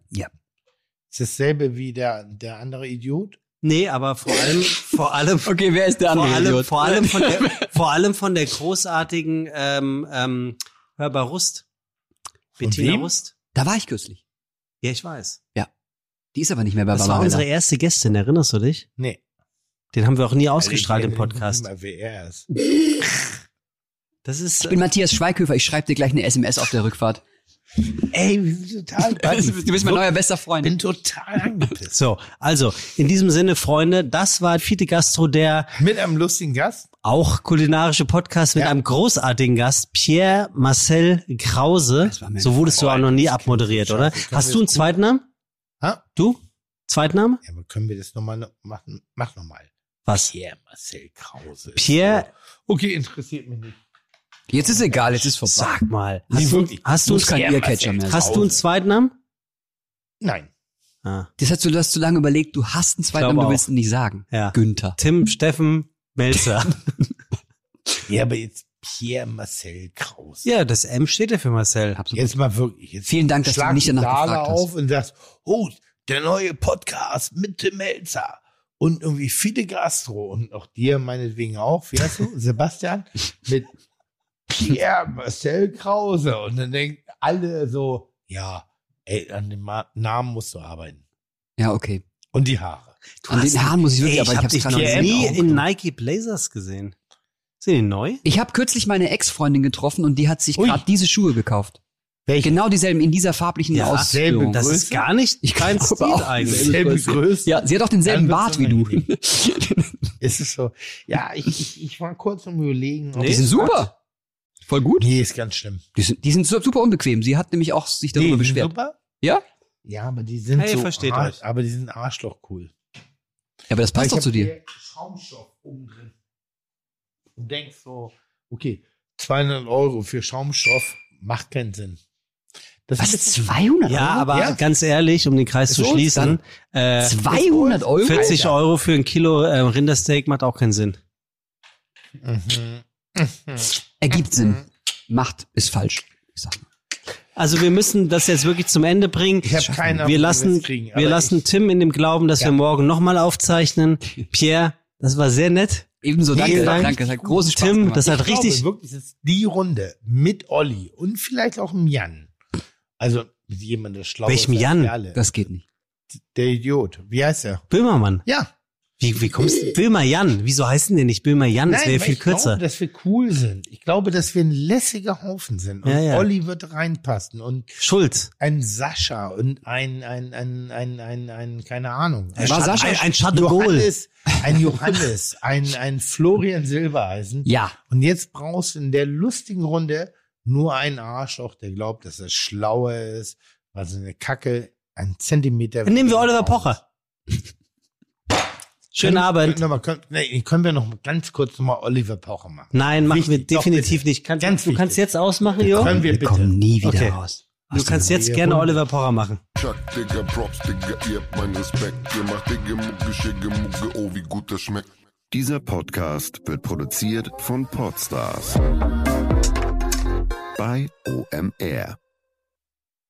Es ist dasselbe wie der, der andere Idiot. Nee, aber vor allem, vor allem, okay, wer ist der vor andere allem, Idiot? vor allem von der, vor allem von der großartigen ähm, ähm, Hörbar Rust. Von Bettina wem? Rust. da war ich kürzlich. Ja, ich weiß. Die ist aber nicht mehr bei Das war unsere Barbarella. erste Gästin, erinnerst du dich? Nee. Den haben wir auch nie ausgestrahlt im Also ich erinnere Podcast. mich nicht mal, wer er ist. Das Ich ist, bin Matthias Schweighöfer. Ich schreibe dir gleich eine SMS auf der Rückfahrt. Ey, wir sind total Du bist mein neuer bester Ich Freund. bin total angepisst. so, also, in diesem Sinne, Freunde, das war Fiete Gastro, der Mit einem lustigen Gast. auch kulinarische Podcast mit Ja. einem großartigen Gast, Pierre Marcel Krause. Das war mir So wurdest du auch noch nie abmoderiert, oder? Scheiße, können Hast wir du einen jetzt zweiten Namen? Ha? Du? Zweitname? Ja, aber können wir das nochmal machen? Mach nochmal. Was? Pierre Marcel Krause. Pierre- Okay, interessiert mich nicht. Jetzt ist egal, jetzt ist vorbei. Sag mal. Hast du, wirklich. hast du, Muss kein Pierre Marcel Earcatcher mehr. sein. hast du einen Zweitnamen? Nein. Ah. Das hast du, du hast zu lange überlegt, du hast einen zweiten glaube Namen, du auch. willst ihn nicht sagen. Ja. Günther. Tim Steffen Melzer. Ja, aber jetzt Pierre Marcel Krause. ja, das M steht ja für Marcel. Absolut. Jetzt mal wirklich. Jetzt Vielen Dank, dass du schlag nicht danach die Saale gefragt hast. auf und sagst, oh, der neue Podcast mit Tim Melzer. Und irgendwie viele Gastro und auch dir meinetwegen auch, wie heißt du, Sebastian, mit Pierre Marcel Krause. Und dann denken alle so, ja, ey, an dem Ma Namen musst du arbeiten. Ja, okay. Und die Haare. An den Haaren muss ich wirklich, Ey, aber ich hab hab's dich gerade noch Pierre gesehen. nie auch. in Nike Blazers gesehen. Sind die neu? Ich habe kürzlich meine Ex-Freundin getroffen und die hat sich Ui. gerade diese Schuhe gekauft. Welche? Genau dieselben, in dieser farblichen Ja, selbe Ausführung. Das ist Größe? gar nicht Ich kein glaube Stil auch. eigentlich. Selbe Größe. Ja, sie hat auch denselben Dann wird's Bart wie du. unangenehm. Es ist so, ja, ich, ich, ich war kurz am überlegen. ob- Die sind super. Voll gut. Nee, ist ganz schlimm. Die sind, die sind su- super unbequem. Sie hat nämlich auch sich darüber die sind beschwert. super. Ja? Ja, aber die sind Hey, so, versteht Arsch- euch. aber die sind Arschloch cool. Ja, aber das passt Ich doch hab zu dir. hier Schaumstoff oben drin. Und denkst so, okay, 200 Euro für Schaumstoff macht keinen Sinn. Das Was? ist- 200 Ja, Euro? aber Ja. ganz ehrlich, um den Kreis zu So, schließen, äh, 200 Euro? 40 Euro für ein Kilo äh, Rindersteak macht auch keinen Sinn. Mhm. Ergibt Sinn. Macht ist falsch. Ich sag mal. Also wir müssen das jetzt wirklich zum Ende bringen. Ich habe keine Ahnung, wie wir lassen, wir's kriegen, aber wir lassen ich- Tim in dem Glauben, dass Ja. wir morgen nochmal aufzeichnen. Pierre, das war sehr nett. Ebenso, danke. Vielen Dank. Danke, das hat großen Spaß Tim, gemacht. das hat Ich glaube, richtig. wirklich, das ist die Runde mit Olli und vielleicht auch dem Jan. Also mit jemandem, der schlau Welchem ist. als Jan? wir alle. das geht nicht. der Idiot. Wie heißt er? Böhmermann. Ja. Wie, wie kommst du? Bilmer Jan. Wieso heißen die nicht Bilmer Jan? Das Nein, wäre weil viel ich glaube, kürzer. dass wir cool sind. Ich glaube, dass wir ein lässiger Haufen sind. Und Ja, ja. Olli wird reinpassen. Und Schulz. ein Sascha und ein, ein, ein, ein, ein, ein keine Ahnung. Ein, War Sascha- ein, ein Chateau Gaulle. Johannes, ein Johannes, ein, ein Florian Silbereisen. Ja. Und jetzt brauchst du in der lustigen Runde nur einen Arschloch, der glaubt, dass er schlauer ist, was eine Kacke, ein Zentimeter. Dann nehmen wir Oliver Pocher. Können- Schöne Arbeit. Können, wir mal- können, nee, können wir noch ganz kurz nochmal Oliver Pocher machen? Nein, machen wir Wichtig, doch, definitiv bitte. nicht. Kannst, Ganz du kannst wichtig. jetzt ausmachen, Jo. Können wir wir bitte? kommen nie wieder Okay. raus. Du kannst jetzt gerne Oliver Pocher machen. Chuck, Digga, Props, Digga, ihr habt meinen Respekt. Ihr macht Digga, Mucke, Schicke, Mucke, oh, wie gut das schmeckt. Dieser Podcast wird produziert von Podstars bei OMR.